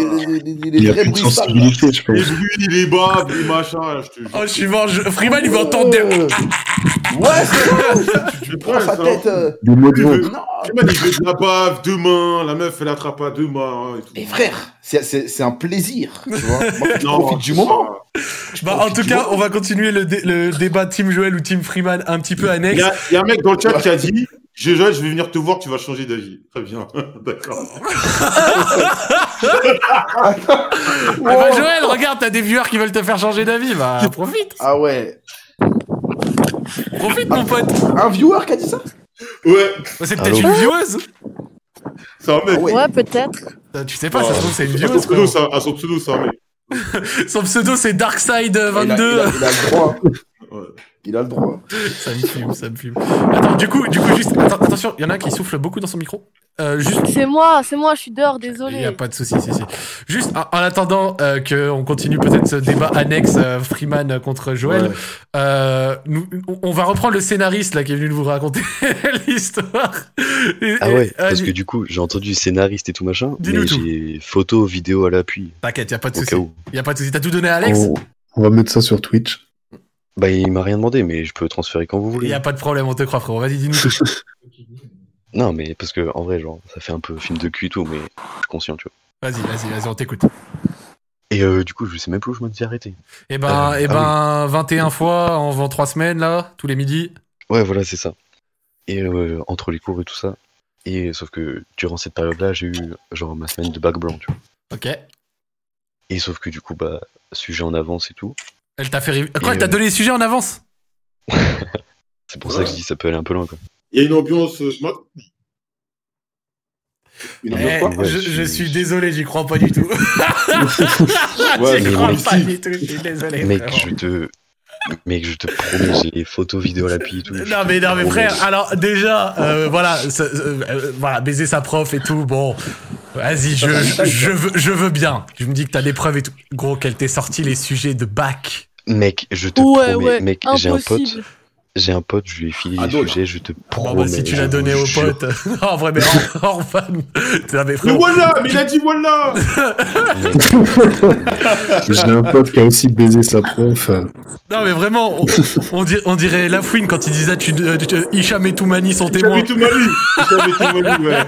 Speaker 4: Il y a
Speaker 8: vrais
Speaker 4: plus de
Speaker 8: bruits sales, là.
Speaker 6: sensibilité, je pense.
Speaker 4: Les bruits, les bas, les machins, là, je te jure.
Speaker 1: Oh, je suis mort. je- Freeman, il veut entendre des...
Speaker 8: Ouais,
Speaker 4: Tu prends
Speaker 8: sa tête, euh,
Speaker 6: Des mots de
Speaker 4: Il veut-
Speaker 6: vente.
Speaker 4: Freeman, il veut de la bave, deux mains, la meuf, elle attrape à deux mains et tout. Mais
Speaker 8: frère, c'est- c'est c'est un plaisir, tu vois. Moi, je
Speaker 4: Non,
Speaker 8: profite du moment.
Speaker 1: Bah, en tout cas, on va continuer le, dé- le débat Team Joël ou Team Freeman un petit peu
Speaker 4: Il
Speaker 1: annexe.
Speaker 4: y, a- il y a un mec dans le chat qui a dit Je, je, je vais venir te voir, tu vas changer d'avis. Très bien, d'accord.
Speaker 1: Ah
Speaker 8: Oh.
Speaker 1: bah, Joël, regarde, t'as des viewers qui veulent te faire changer d'avis. Bah, profite.
Speaker 8: Ah ouais.
Speaker 5: ah,
Speaker 1: Profite, mon pote.
Speaker 8: Un viewer qui a dit ça
Speaker 4: Ouais.
Speaker 1: C'est peut-être une vieweuse.
Speaker 4: C'est un mec.
Speaker 2: Ah Ouais, peut-être.
Speaker 1: Ça, Tu sais pas, ça se trouve, c'est une
Speaker 4: À son
Speaker 1: vieweuse.
Speaker 4: pseudo,
Speaker 1: frérot.
Speaker 4: ça- À son pseudo, c'est un mec.
Speaker 1: Son pseudo, c'est Darkside22.
Speaker 8: le droit. Il a le droit.
Speaker 1: ça me fume, ça me fume. Attends, du coup, du coup juste. attends, attention, il y en a un qui souffle beaucoup dans son micro. Euh, juste.
Speaker 2: C'est moi, c'est moi, je suis dehors,
Speaker 1: Il n'y a
Speaker 2: désolé.
Speaker 1: pas de souci, si, si. Juste en, en attendant euh, qu'on continue peut-être ce débat annexe euh, Freeman contre Joël,
Speaker 6: Ouais.
Speaker 1: euh, nous- on- on va reprendre le scénariste là qui est venu vous raconter l'histoire. Et-
Speaker 14: Ah
Speaker 1: et-
Speaker 14: ouais,
Speaker 1: euh,
Speaker 14: parce que du coup, j'ai entendu scénariste et tout machin,
Speaker 1: Dis-nous
Speaker 14: mais
Speaker 1: tout.
Speaker 14: j'ai photo, vidéo à l'appui.
Speaker 1: T'inquiète, y a pas de
Speaker 14: Au
Speaker 1: souci.
Speaker 14: cas où. Oh.
Speaker 1: Y a pas de souci. T'as tout donné à Alex
Speaker 6: On- On va mettre ça sur Twitch.
Speaker 14: Bah, il m'a rien demandé, mais je peux transférer quand vous
Speaker 1: Il
Speaker 14: voulez.
Speaker 1: Y a pas de problème, on te croit frérot. Vas-y, dis-nous. tout.
Speaker 14: Non, mais parce que en vrai, genre, ça fait un peu film de cul et tout, mais je suis conscient, tu vois.
Speaker 1: vas-y, vas-y, vas-y, on t'écoute.
Speaker 14: Et euh, du coup, je sais même plus où je me suis arrêté.
Speaker 1: Et ben,
Speaker 14: Euh,
Speaker 1: eh
Speaker 14: ah
Speaker 1: ben, 21 fois en vend 3 semaines là, tous les midis.
Speaker 14: Ouais, voilà, c'est ça. Et euh, entre les cours et tout ça. Et sauf que durant cette période-là, j'ai eu genre ma semaine de bac blanc, tu vois.
Speaker 1: Ok.
Speaker 14: Et sauf que du coup, bah, sujet en avance et tout.
Speaker 1: Elle t'a fait. riv- Quoi,
Speaker 14: Et,
Speaker 1: elle t'a
Speaker 14: euh,
Speaker 1: donné les sujets en avance
Speaker 14: C'est pour ça que je dis ça peut aller un peu loin, quoi.
Speaker 4: Il y a une ambiance. euh, je m'en-
Speaker 1: Eh,
Speaker 14: Ouais,
Speaker 1: je, je suis désolé, j'y crois pas du tout.
Speaker 14: Ouais,
Speaker 1: j'y
Speaker 14: mais
Speaker 1: crois
Speaker 14: mec,
Speaker 1: pas du tout, je suis désolé.
Speaker 14: Mec,
Speaker 1: frérot.
Speaker 14: je te. Mec, je te promets, j'ai les photos, vidéos à l'appui et tout.
Speaker 1: Non mais non mais frère, alors déjà euh, voilà, ce- euh, euh, voilà baiser sa prof et tout, bon, vas-y je, je, je veux je veux bien. Je me dis que t'as des preuves et tout. Gros qu'elle t'ait sorti les sujets de bac.
Speaker 14: Mec, je te
Speaker 1: Ouais,
Speaker 14: promets,
Speaker 1: ouais,
Speaker 14: mec, j'ai un pote.
Speaker 1: impossible.
Speaker 14: J'ai un pote, je lui ai filé les sujets, je te promets.
Speaker 1: Ah, Bon bah si tu l'as
Speaker 14: je
Speaker 1: donné
Speaker 14: vous
Speaker 1: au
Speaker 14: jure.
Speaker 1: pote, en vrai mais hors- hors fan. Non, mais
Speaker 4: Mais
Speaker 1: frérot.
Speaker 4: voilà, mais il a dit voilà
Speaker 6: J'ai un pote qui a aussi baisé sa prof. euh,
Speaker 1: Non mais vraiment, on, on dirait, on dirait Lafouine quand il disait tu, euh, tu- euh, Hicham et Toumani sont témoins.
Speaker 4: Toumani
Speaker 1: Là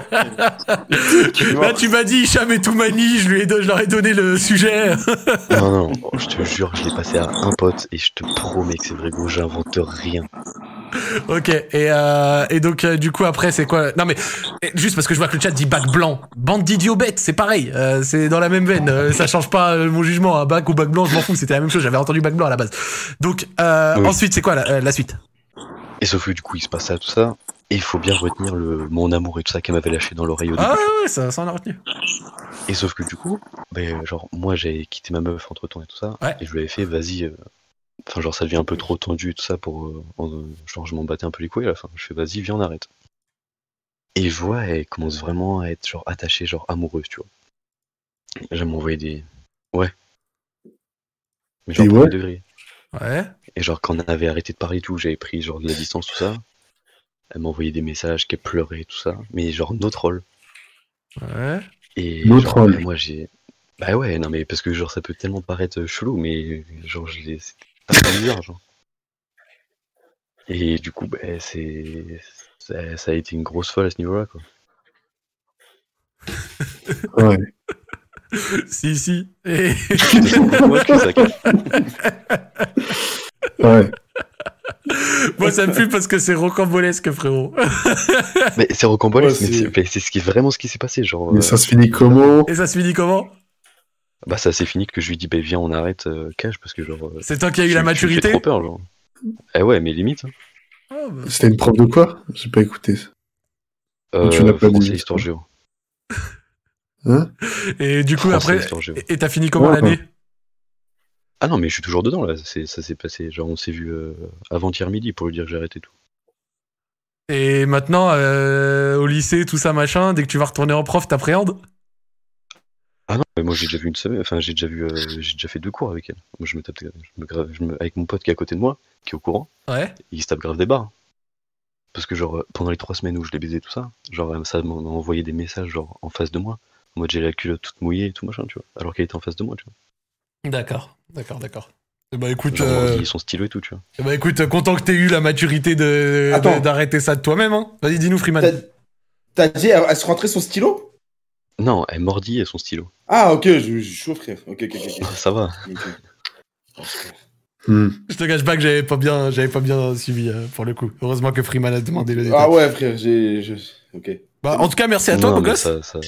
Speaker 1: tu m'as dit Hicham et Toumani, je lui ai, don- je leur ai donné le sujet.
Speaker 14: Non, non, je te jure, je l'ai passé à un pote et je te promets que c'est vrai, gros, j'invente rien.
Speaker 1: Ok, et, euh, et donc euh, du coup après c'est quoi Non mais eh, juste parce que je vois que le chat dit bac blanc, bande d'idiots bêtes, c'est pareil, euh, c'est dans la même veine, euh, ça change pas euh, mon jugement, à bac ou bac blanc, je m'en fous, c'était la même chose, j'avais entendu bac blanc à la base. Donc euh,
Speaker 14: Oui.
Speaker 1: ensuite c'est quoi la, euh, la suite
Speaker 14: Et sauf que du coup, il se passe ça, tout ça. Et il faut bien retenir le mon amour et tout ça qu'elle m'avait lâché dans l'oreille au début.
Speaker 1: Ah ouais, ouais, ça, ça on a retenu.
Speaker 14: Et sauf que du coup, ben, genre, moi j'ai quitté ma meuf entre temps et tout ça, et je lui avais fait, vas-y, euh, enfin, genre, ça devient un peu trop tendu et tout ça pour. euh, en- euh, genre, je m'en battais un peu les couilles à la fin. Je fais, vas-y, viens, on arrête. Et je vois, elle commence vraiment à être, genre, attachée, genre, amoureuse, tu vois. J'aime m'envoyer des. Ouais. Mais genre,
Speaker 6: Des
Speaker 14: premier
Speaker 6: ouais
Speaker 14: degré.
Speaker 1: Ouais.
Speaker 14: Et genre, quand on avait arrêté de parler et tout, j'avais pris, genre, de la distance, tout ça. Elle m'envoyait des messages, qu'elle pleurait, tout ça. Mais genre, no troll.
Speaker 1: Ouais.
Speaker 14: Et
Speaker 6: No
Speaker 14: genre,
Speaker 6: troll.
Speaker 14: moi j'ai. Bah ouais, non mais parce que genre ça peut tellement paraître euh, chelou, mais genre je l'ai. C'est un peu bizarre, genre. Et du coup, bah, c'est. Ça, ça a été une grosse folle à ce niveau-là, quoi.
Speaker 6: Ouais.
Speaker 1: si si. Et...
Speaker 6: Ouais.
Speaker 1: Moi ça me fume parce que c'est rocambolesque frérot.
Speaker 14: Mais c'est rocambolesque,
Speaker 6: Ouais,
Speaker 14: mais c'est- mais c'est ce qui est vraiment ce qui s'est passé, genre.
Speaker 6: Mais
Speaker 14: euh,
Speaker 6: ça se finit comment
Speaker 1: Et ça se finit comment
Speaker 14: Bah ça s'est fini que je lui dis, bah viens, on arrête euh, cash parce que genre. euh,
Speaker 1: C'est toi qui as eu
Speaker 14: tu- tu
Speaker 1: la
Speaker 14: me fais
Speaker 1: maturité
Speaker 14: trop peur, genre. Eh ouais, mais limite. hein.
Speaker 6: C'était une prof de quoi J'ai pas écouté.
Speaker 14: Euh,
Speaker 6: tu l'as pas
Speaker 14: français,
Speaker 6: dit.
Speaker 14: histoire géo.
Speaker 6: Hein
Speaker 1: Et du coup
Speaker 14: Français,
Speaker 1: après,
Speaker 14: histoire géo.
Speaker 1: et- et t'as fini comment
Speaker 14: Ouais,
Speaker 1: l'année
Speaker 14: Ah non, mais je suis toujours dedans là, c'est, ça s'est passé, genre on s'est vu euh, avant-hier midi pour lui dire que j'ai arrêté tout.
Speaker 1: Et maintenant, euh, au lycée, tout ça, machin, dès que tu vas retourner en prof, t'appréhendes
Speaker 14: Ah non, mais moi j'ai déjà vu une semaine, enfin j'ai déjà vu, euh, j'ai déjà fait deux cours avec elle. Moi je me tape, je me grave- je me- avec mon pote qui est à côté de moi, qui est au courant,
Speaker 1: Ouais.
Speaker 14: il se tape grave des barres. Parce que genre euh, pendant les trois semaines où je l'ai baisé tout ça, genre euh, ça m'a m'a envoyé des messages genre en face de moi, en mode j'ai la culotte toute mouillée et tout machin, tu vois, alors qu'elle était en face de moi, tu vois.
Speaker 1: D'accord, d'accord, d'accord. Eh ben écoute,
Speaker 14: Genre,
Speaker 1: euh,
Speaker 14: ils sont stylo et tout, tu vois.
Speaker 1: eh ben, écoute, content que t'aies eu la maturité de
Speaker 5: Attends.
Speaker 1: de- d'arrêter ça de toi-même. Hein. Vas-y, dis-nous, Freeman.
Speaker 5: T'as dit, elle, elle se rentrait son stylo
Speaker 14: Non, elle mordit et son stylo.
Speaker 5: Ah, ok, je, je suis chaud, frère. Ok, ok, ok.
Speaker 14: Ça va.
Speaker 1: Je te cache pas que j'avais pas bien, j'avais pas bien suivi euh, pour le coup. Heureusement que Freeman a demandé le détail.
Speaker 5: Ah ouais, frère, j'ai. je- Ok.
Speaker 1: Bah, en tout cas, merci à toi,
Speaker 14: Non,
Speaker 1: beau
Speaker 14: mais
Speaker 1: gosse.
Speaker 14: ça- ça-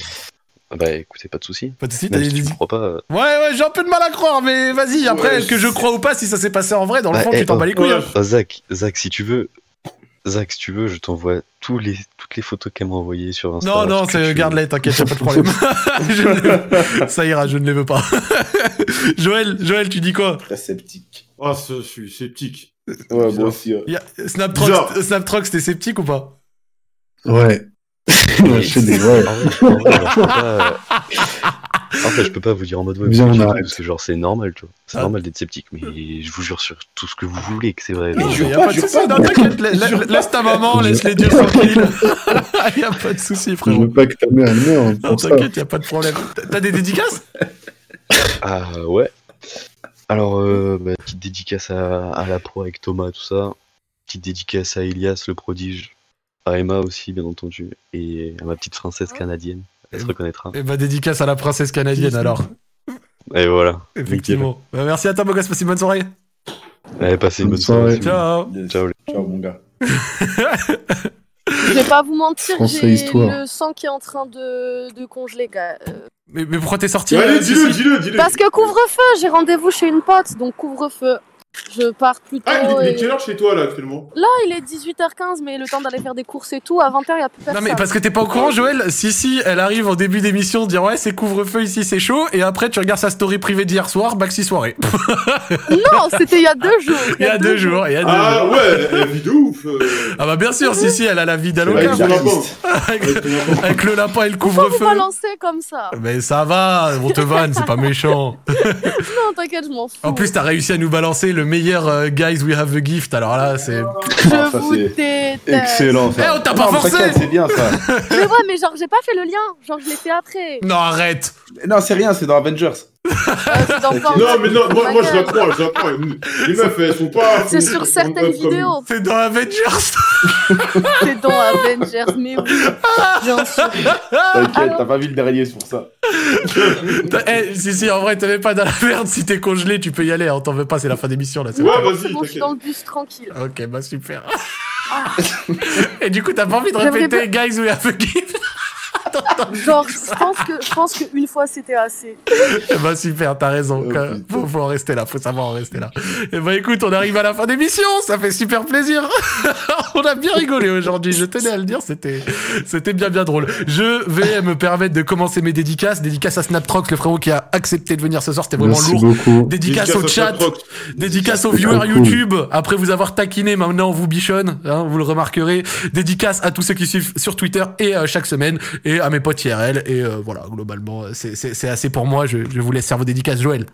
Speaker 14: Bah écoutez, pas de soucis.
Speaker 1: Pas de soucis,
Speaker 14: Même
Speaker 1: t'as
Speaker 14: si
Speaker 1: des-
Speaker 14: tu me crois pas. euh,
Speaker 1: Ouais, ouais, j'ai un peu de mal à croire, mais vas-y, après,
Speaker 14: Ouais,
Speaker 1: que je crois ou pas, si ça s'est passé en vrai, dans le
Speaker 14: Bah,
Speaker 1: fond,
Speaker 14: eh,
Speaker 1: tu t'en
Speaker 14: oh,
Speaker 1: bats les couilles. hein.
Speaker 14: oh, Zach, Zach, si tu veux, Zach, si tu veux, je t'envoie tous les toutes les photos qu'elle m'a envoyées sur Insta.
Speaker 1: Non, non, c'est- garde-les, t'inquiète, y'a pas de problème. Je ne- ça ira, je ne les veux pas. Joël, Joël, tu dis quoi
Speaker 5: Très sceptique.
Speaker 4: Ah, ce- je suis sceptique.
Speaker 5: Ouais, moi aussi.
Speaker 1: Y a- Snaptrox, Snaptrox, t'es sceptique ou pas
Speaker 6: Ouais. Ouais, je fais des-
Speaker 14: Ah
Speaker 6: ouais.
Speaker 14: euh, En fait, je peux pas vous dire en mode ouais,
Speaker 6: Viens,
Speaker 14: vous êtes
Speaker 6: on arrête.
Speaker 14: parce que genre c'est normal, tu vois. C'est
Speaker 1: Ah.
Speaker 14: normal d'être sceptique, mais je vous jure sur tout ce que vous voulez que c'est vrai.
Speaker 1: Non,
Speaker 14: Genre,
Speaker 1: y a pas de soucis, non, t'inquiète, la- la- laisse ta maman, laisse-les dire tranquille. y a pas de soucis,
Speaker 6: Je
Speaker 1: frérot.
Speaker 6: veux pas que ta mère elle meure.
Speaker 1: Non,
Speaker 6: pour ça.
Speaker 1: t'inquiète, y a pas de problème. T'as- T'as des dédicaces
Speaker 14: Ah ouais. Alors, euh, bah, petite dédicace à, à la pro avec Thomas, tout ça. Petite dédicace à Elias, le prodige. À Emma aussi, bien entendu. Et à ma petite princesse canadienne. Elle se reconnaîtra.
Speaker 1: Eh bah, dédicace à la princesse canadienne alors.
Speaker 14: Et voilà.
Speaker 1: Effectivement. Bah, merci à toi, beau gosse, passe une bonne soirée.
Speaker 14: Nickel. Allez, passez une bonne soirée.
Speaker 1: Ciao.
Speaker 14: Ciao, les-
Speaker 5: Ciao, mon gars.
Speaker 2: Je vais pas vous mentir,
Speaker 1: Conseil
Speaker 2: j'ai
Speaker 1: histoire.
Speaker 2: le sang qui est en train de, de congeler. gars. Euh,
Speaker 1: Mais, mais pourquoi t'es sorti
Speaker 4: Allez,
Speaker 1: euh,
Speaker 4: dis-le,
Speaker 1: Cécile
Speaker 4: dis-le, dis-le.
Speaker 2: Parce que couvre-feu, j'ai rendez-vous chez une pote, donc couvre-feu. Je pars plus tôt.
Speaker 4: Ah, il est- il est
Speaker 2: et-
Speaker 4: quelle heure chez toi là actuellement
Speaker 2: Là, il est 18h15, mais le temps d'aller faire des courses et tout, à 20h, il n'y a plus personne.
Speaker 1: Non mais parce que t'es pas au courant Joël, si si elle arrive en début d'émission dire ouais c'est couvre-feu ici c'est chaud et après tu regardes sa story privée d'hier soir, baxi soirée.
Speaker 2: Non, c'était il y a
Speaker 1: Ah,
Speaker 2: deux jours.
Speaker 1: Il y a deux jours, il y a deux
Speaker 4: Ah
Speaker 1: jours.
Speaker 4: ouais, la vie de ouf. euh.
Speaker 1: Ah bah bien sûr si si elle a la vie
Speaker 4: Avec
Speaker 1: d'Aloca.
Speaker 4: le lapin.
Speaker 1: Avec le lapin et le
Speaker 2: Pourquoi vous
Speaker 1: couvre-feu.
Speaker 2: balancez comme ça
Speaker 1: Mais ça va, on te vanne, c'est pas méchant.
Speaker 2: Non, t'inquiète, je m'en fous.
Speaker 1: En plus t'as réussi à nous balancer le meilleur euh, Guys We Have a Gift, alors là c'est...
Speaker 4: Ah,
Speaker 2: Je vous déteste.
Speaker 1: Eh on t'a pas forcé
Speaker 5: C'est bien ça.
Speaker 2: Mais ouais, mais genre, j'ai pas fait le lien. Genre, je l'ai fait après.
Speaker 1: Non, arrête.
Speaker 5: Non, c'est rien, c'est dans Avengers.
Speaker 4: Non, mais non, moi, moi je la crois, je la crois. Les meufs, elles sont pas.
Speaker 2: C'est sur certaines vidéos.
Speaker 1: C'est dans Avengers.
Speaker 2: C'est dans Avengers, mais oui. Bien sûr.
Speaker 4: Ah,
Speaker 5: T'inquiète, t'as pas vu le dernier, c'est pour ça.
Speaker 1: T'as- eh, si, si, en vrai, t'es même pas dans la merde. Si t'es congelé, tu peux y aller. On t'en veut pas, c'est la fin d'émission là. c'est
Speaker 2: Non,
Speaker 1: pas grave.
Speaker 2: c'est bon, je suis dans le bus tranquille.
Speaker 1: Ok, bah super. Et du coup, t'as pas envie de
Speaker 2: J'aimerais
Speaker 1: répéter Guys We Have a Gift
Speaker 2: Genre, je pense que je pense qu'une fois c'était assez.
Speaker 1: Eh Bah super, t'as
Speaker 6: Oh,
Speaker 1: raison. quoi. faut, faut en rester là, faut savoir en rester là. Et bah écoute, on arrive à la fin d'émission. Ça fait super plaisir. on a bien rigolé aujourd'hui. Je tenais à le dire, c'était, c'était bien bien drôle. Je vais me permettre de commencer mes dédicaces. Dédicace à Snaptrox, le frérot qui a accepté de venir ce soir. C'était vraiment
Speaker 6: Merci
Speaker 1: lourd.
Speaker 6: beaucoup.
Speaker 1: Dédicace,
Speaker 6: Dédicace
Speaker 1: au
Speaker 6: à
Speaker 1: chat.
Speaker 6: Snaptrox.
Speaker 1: Dédicace aux
Speaker 6: C'était
Speaker 1: viewers
Speaker 6: trop cool.
Speaker 1: YouTube. Après vous avoir taquiné, maintenant on vous bichonne. hein, vous le remarquerez. Dédicace à tous ceux qui suivent sur Twitter et euh, chaque semaine et à mes potes IRL. Et euh, voilà, globalement, euh, c'est- c'est c'est assez pour moi. Je, je vous laisse faire vos dédicaces, Joël.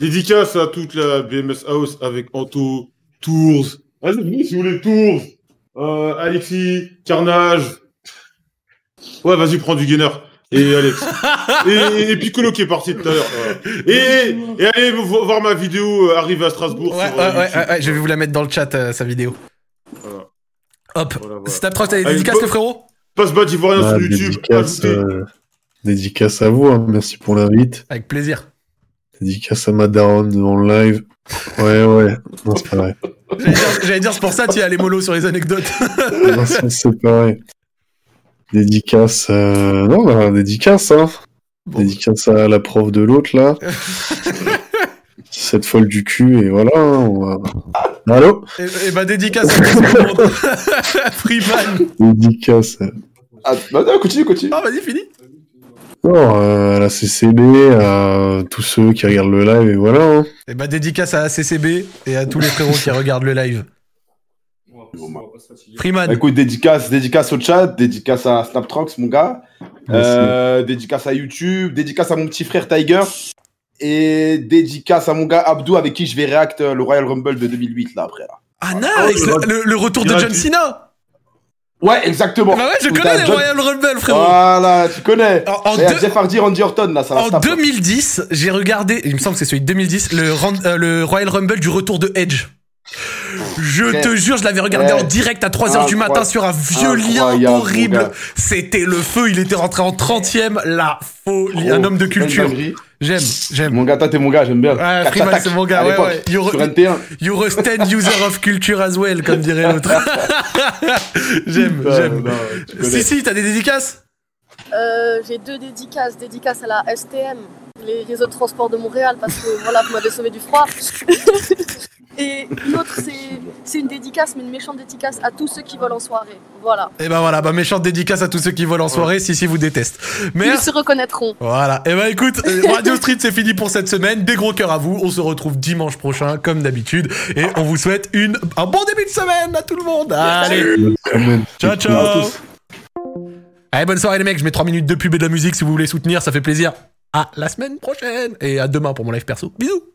Speaker 4: Dédicace à toute la BMS House avec Anto, Tours. Vas-y, venez si vous voulez, Tours. Euh, Alexis, Carnage. Ouais, vas-y, prends du gainer. Et Alex. et, et Piccolo qui est parti tout à l'heure. voilà. Et, et allez vo- voir ma vidéo euh, arrive à Strasbourg.
Speaker 1: Ouais,
Speaker 4: sur,
Speaker 1: Ah, ouais,
Speaker 4: euh,
Speaker 1: ouais,
Speaker 4: YouTube.
Speaker 1: ouais, ouais, je vais vous la mettre dans le chat, euh, sa vidéo.
Speaker 4: Voilà.
Speaker 1: Hop.
Speaker 4: voilà.
Speaker 1: Snaptrox, t'as des
Speaker 4: Ah, une
Speaker 1: dédicaces,
Speaker 4: bonne-
Speaker 1: le frérot
Speaker 4: Passe bas d'ivoirien
Speaker 6: Ah,
Speaker 4: sur YouTube.
Speaker 6: dédicace, euh, dédicace à vous, hein. merci pour l'invite.
Speaker 1: Avec plaisir.
Speaker 6: Dédicace à ma daronne en live. Ouais, ouais, non, c'est pas vrai.
Speaker 1: J'allais dire- J'allais dire, c'est pour ça, tu as les mollo sur les anecdotes.
Speaker 6: Ah, Non, c'est- c'est pas vrai. Dédicace, euh, non, bah, dédicace, hein. Dédicace à la prof de l'autre, là. Cette folle du cul, et voilà, hein, on va- Allô?
Speaker 1: et, et bah, dédicace à tout le monde. Freeman.
Speaker 6: Dédicace. euh,
Speaker 5: Ah, bah, non, continue, continue.
Speaker 1: Ah, vas-y, fini.
Speaker 6: Non, euh, à la CCB, à tous ceux qui regardent le live, et voilà, hein.
Speaker 1: Et bah, dédicace à la CCB et à tous les frérots qui regardent le live. Freeman.
Speaker 8: Bah, Écoute, dédicace, dédicace au chat, dédicace à Snaptrox, mon gars. Euh, dédicace à YouTube, dédicace à mon petit frère Tiger. Et dédicace à mon gars Abdou, avec qui je vais réact euh, le Royal Rumble de 2008, là, après. Là.
Speaker 1: Ah, nice
Speaker 4: oh,
Speaker 1: le, le- le retour de John
Speaker 8: Ah,
Speaker 1: Cena
Speaker 8: Ouais, exactement.
Speaker 1: Bah ouais, je
Speaker 8: Où
Speaker 1: connais
Speaker 8: t'as
Speaker 1: les
Speaker 8: John-
Speaker 1: Royal Rumble, frérot
Speaker 8: Voilà, tu connais.
Speaker 1: En, en
Speaker 8: Et à
Speaker 1: deux-
Speaker 8: Jeff Hardy, Randy Orton, là, ça va se
Speaker 1: En
Speaker 8: taper.
Speaker 1: 2010, j'ai regardé, il me semble que c'est celui de 2010, le, Ran- euh, le Royal Rumble du retour de Edge. Je
Speaker 8: Ouais.
Speaker 1: te jure, je l'avais regardé
Speaker 8: Ouais.
Speaker 1: en direct à 3h du
Speaker 8: Incroyable.
Speaker 1: matin sur un vieux
Speaker 8: Incroyable,
Speaker 1: lien
Speaker 8: mon
Speaker 1: horrible.
Speaker 8: gars.
Speaker 1: C'était le feu, il était rentré en 30ème, la folie, un
Speaker 8: Gros,
Speaker 1: homme de culture.
Speaker 8: belle dinguerie.
Speaker 1: J'aime, j'aime.
Speaker 8: Mon gars, toi, t'es mon gars, j'aime bien.
Speaker 1: Ouais,
Speaker 8: Tac,
Speaker 1: Ah, Freeman,
Speaker 8: tac,
Speaker 1: c'est mon gars,
Speaker 8: à
Speaker 1: ouais,
Speaker 8: l'époque,
Speaker 1: ouais. You're,
Speaker 8: sur NT1.
Speaker 1: you're a stand user of culture as well, comme dirait l'autre. j'aime,
Speaker 8: Non,
Speaker 1: j'aime.
Speaker 8: Ah, non, tu connais.
Speaker 1: Si, si, t'as des dédicaces
Speaker 2: Euh, J'ai deux dédicaces. Dédicace à la STM, les réseaux de transport de Montréal, parce que voilà, vous m'avez sauvé du froid. Et l'autre, c'est- c'est une dédicace, mais une méchante dédicace à tous ceux qui volent en soirée. Voilà.
Speaker 1: Et ben voilà, bah méchante dédicace à tous ceux qui volent en soirée, si si vous détestez.
Speaker 2: Ils
Speaker 1: Merci.
Speaker 2: se reconnaîtront.
Speaker 1: Voilà. Et bah écoute, euh, Radio Street c'est fini pour cette semaine. Des gros cœurs à vous. On se retrouve dimanche prochain comme d'habitude et on vous souhaite une un bon début de semaine à tout le monde. Allez. Ciao ciao. Allez, bonne soirée les mecs. Je mets 3 minutes de pub et de la musique si vous voulez soutenir, ça fait plaisir. À la semaine prochaine et à demain pour mon live perso. Bisous.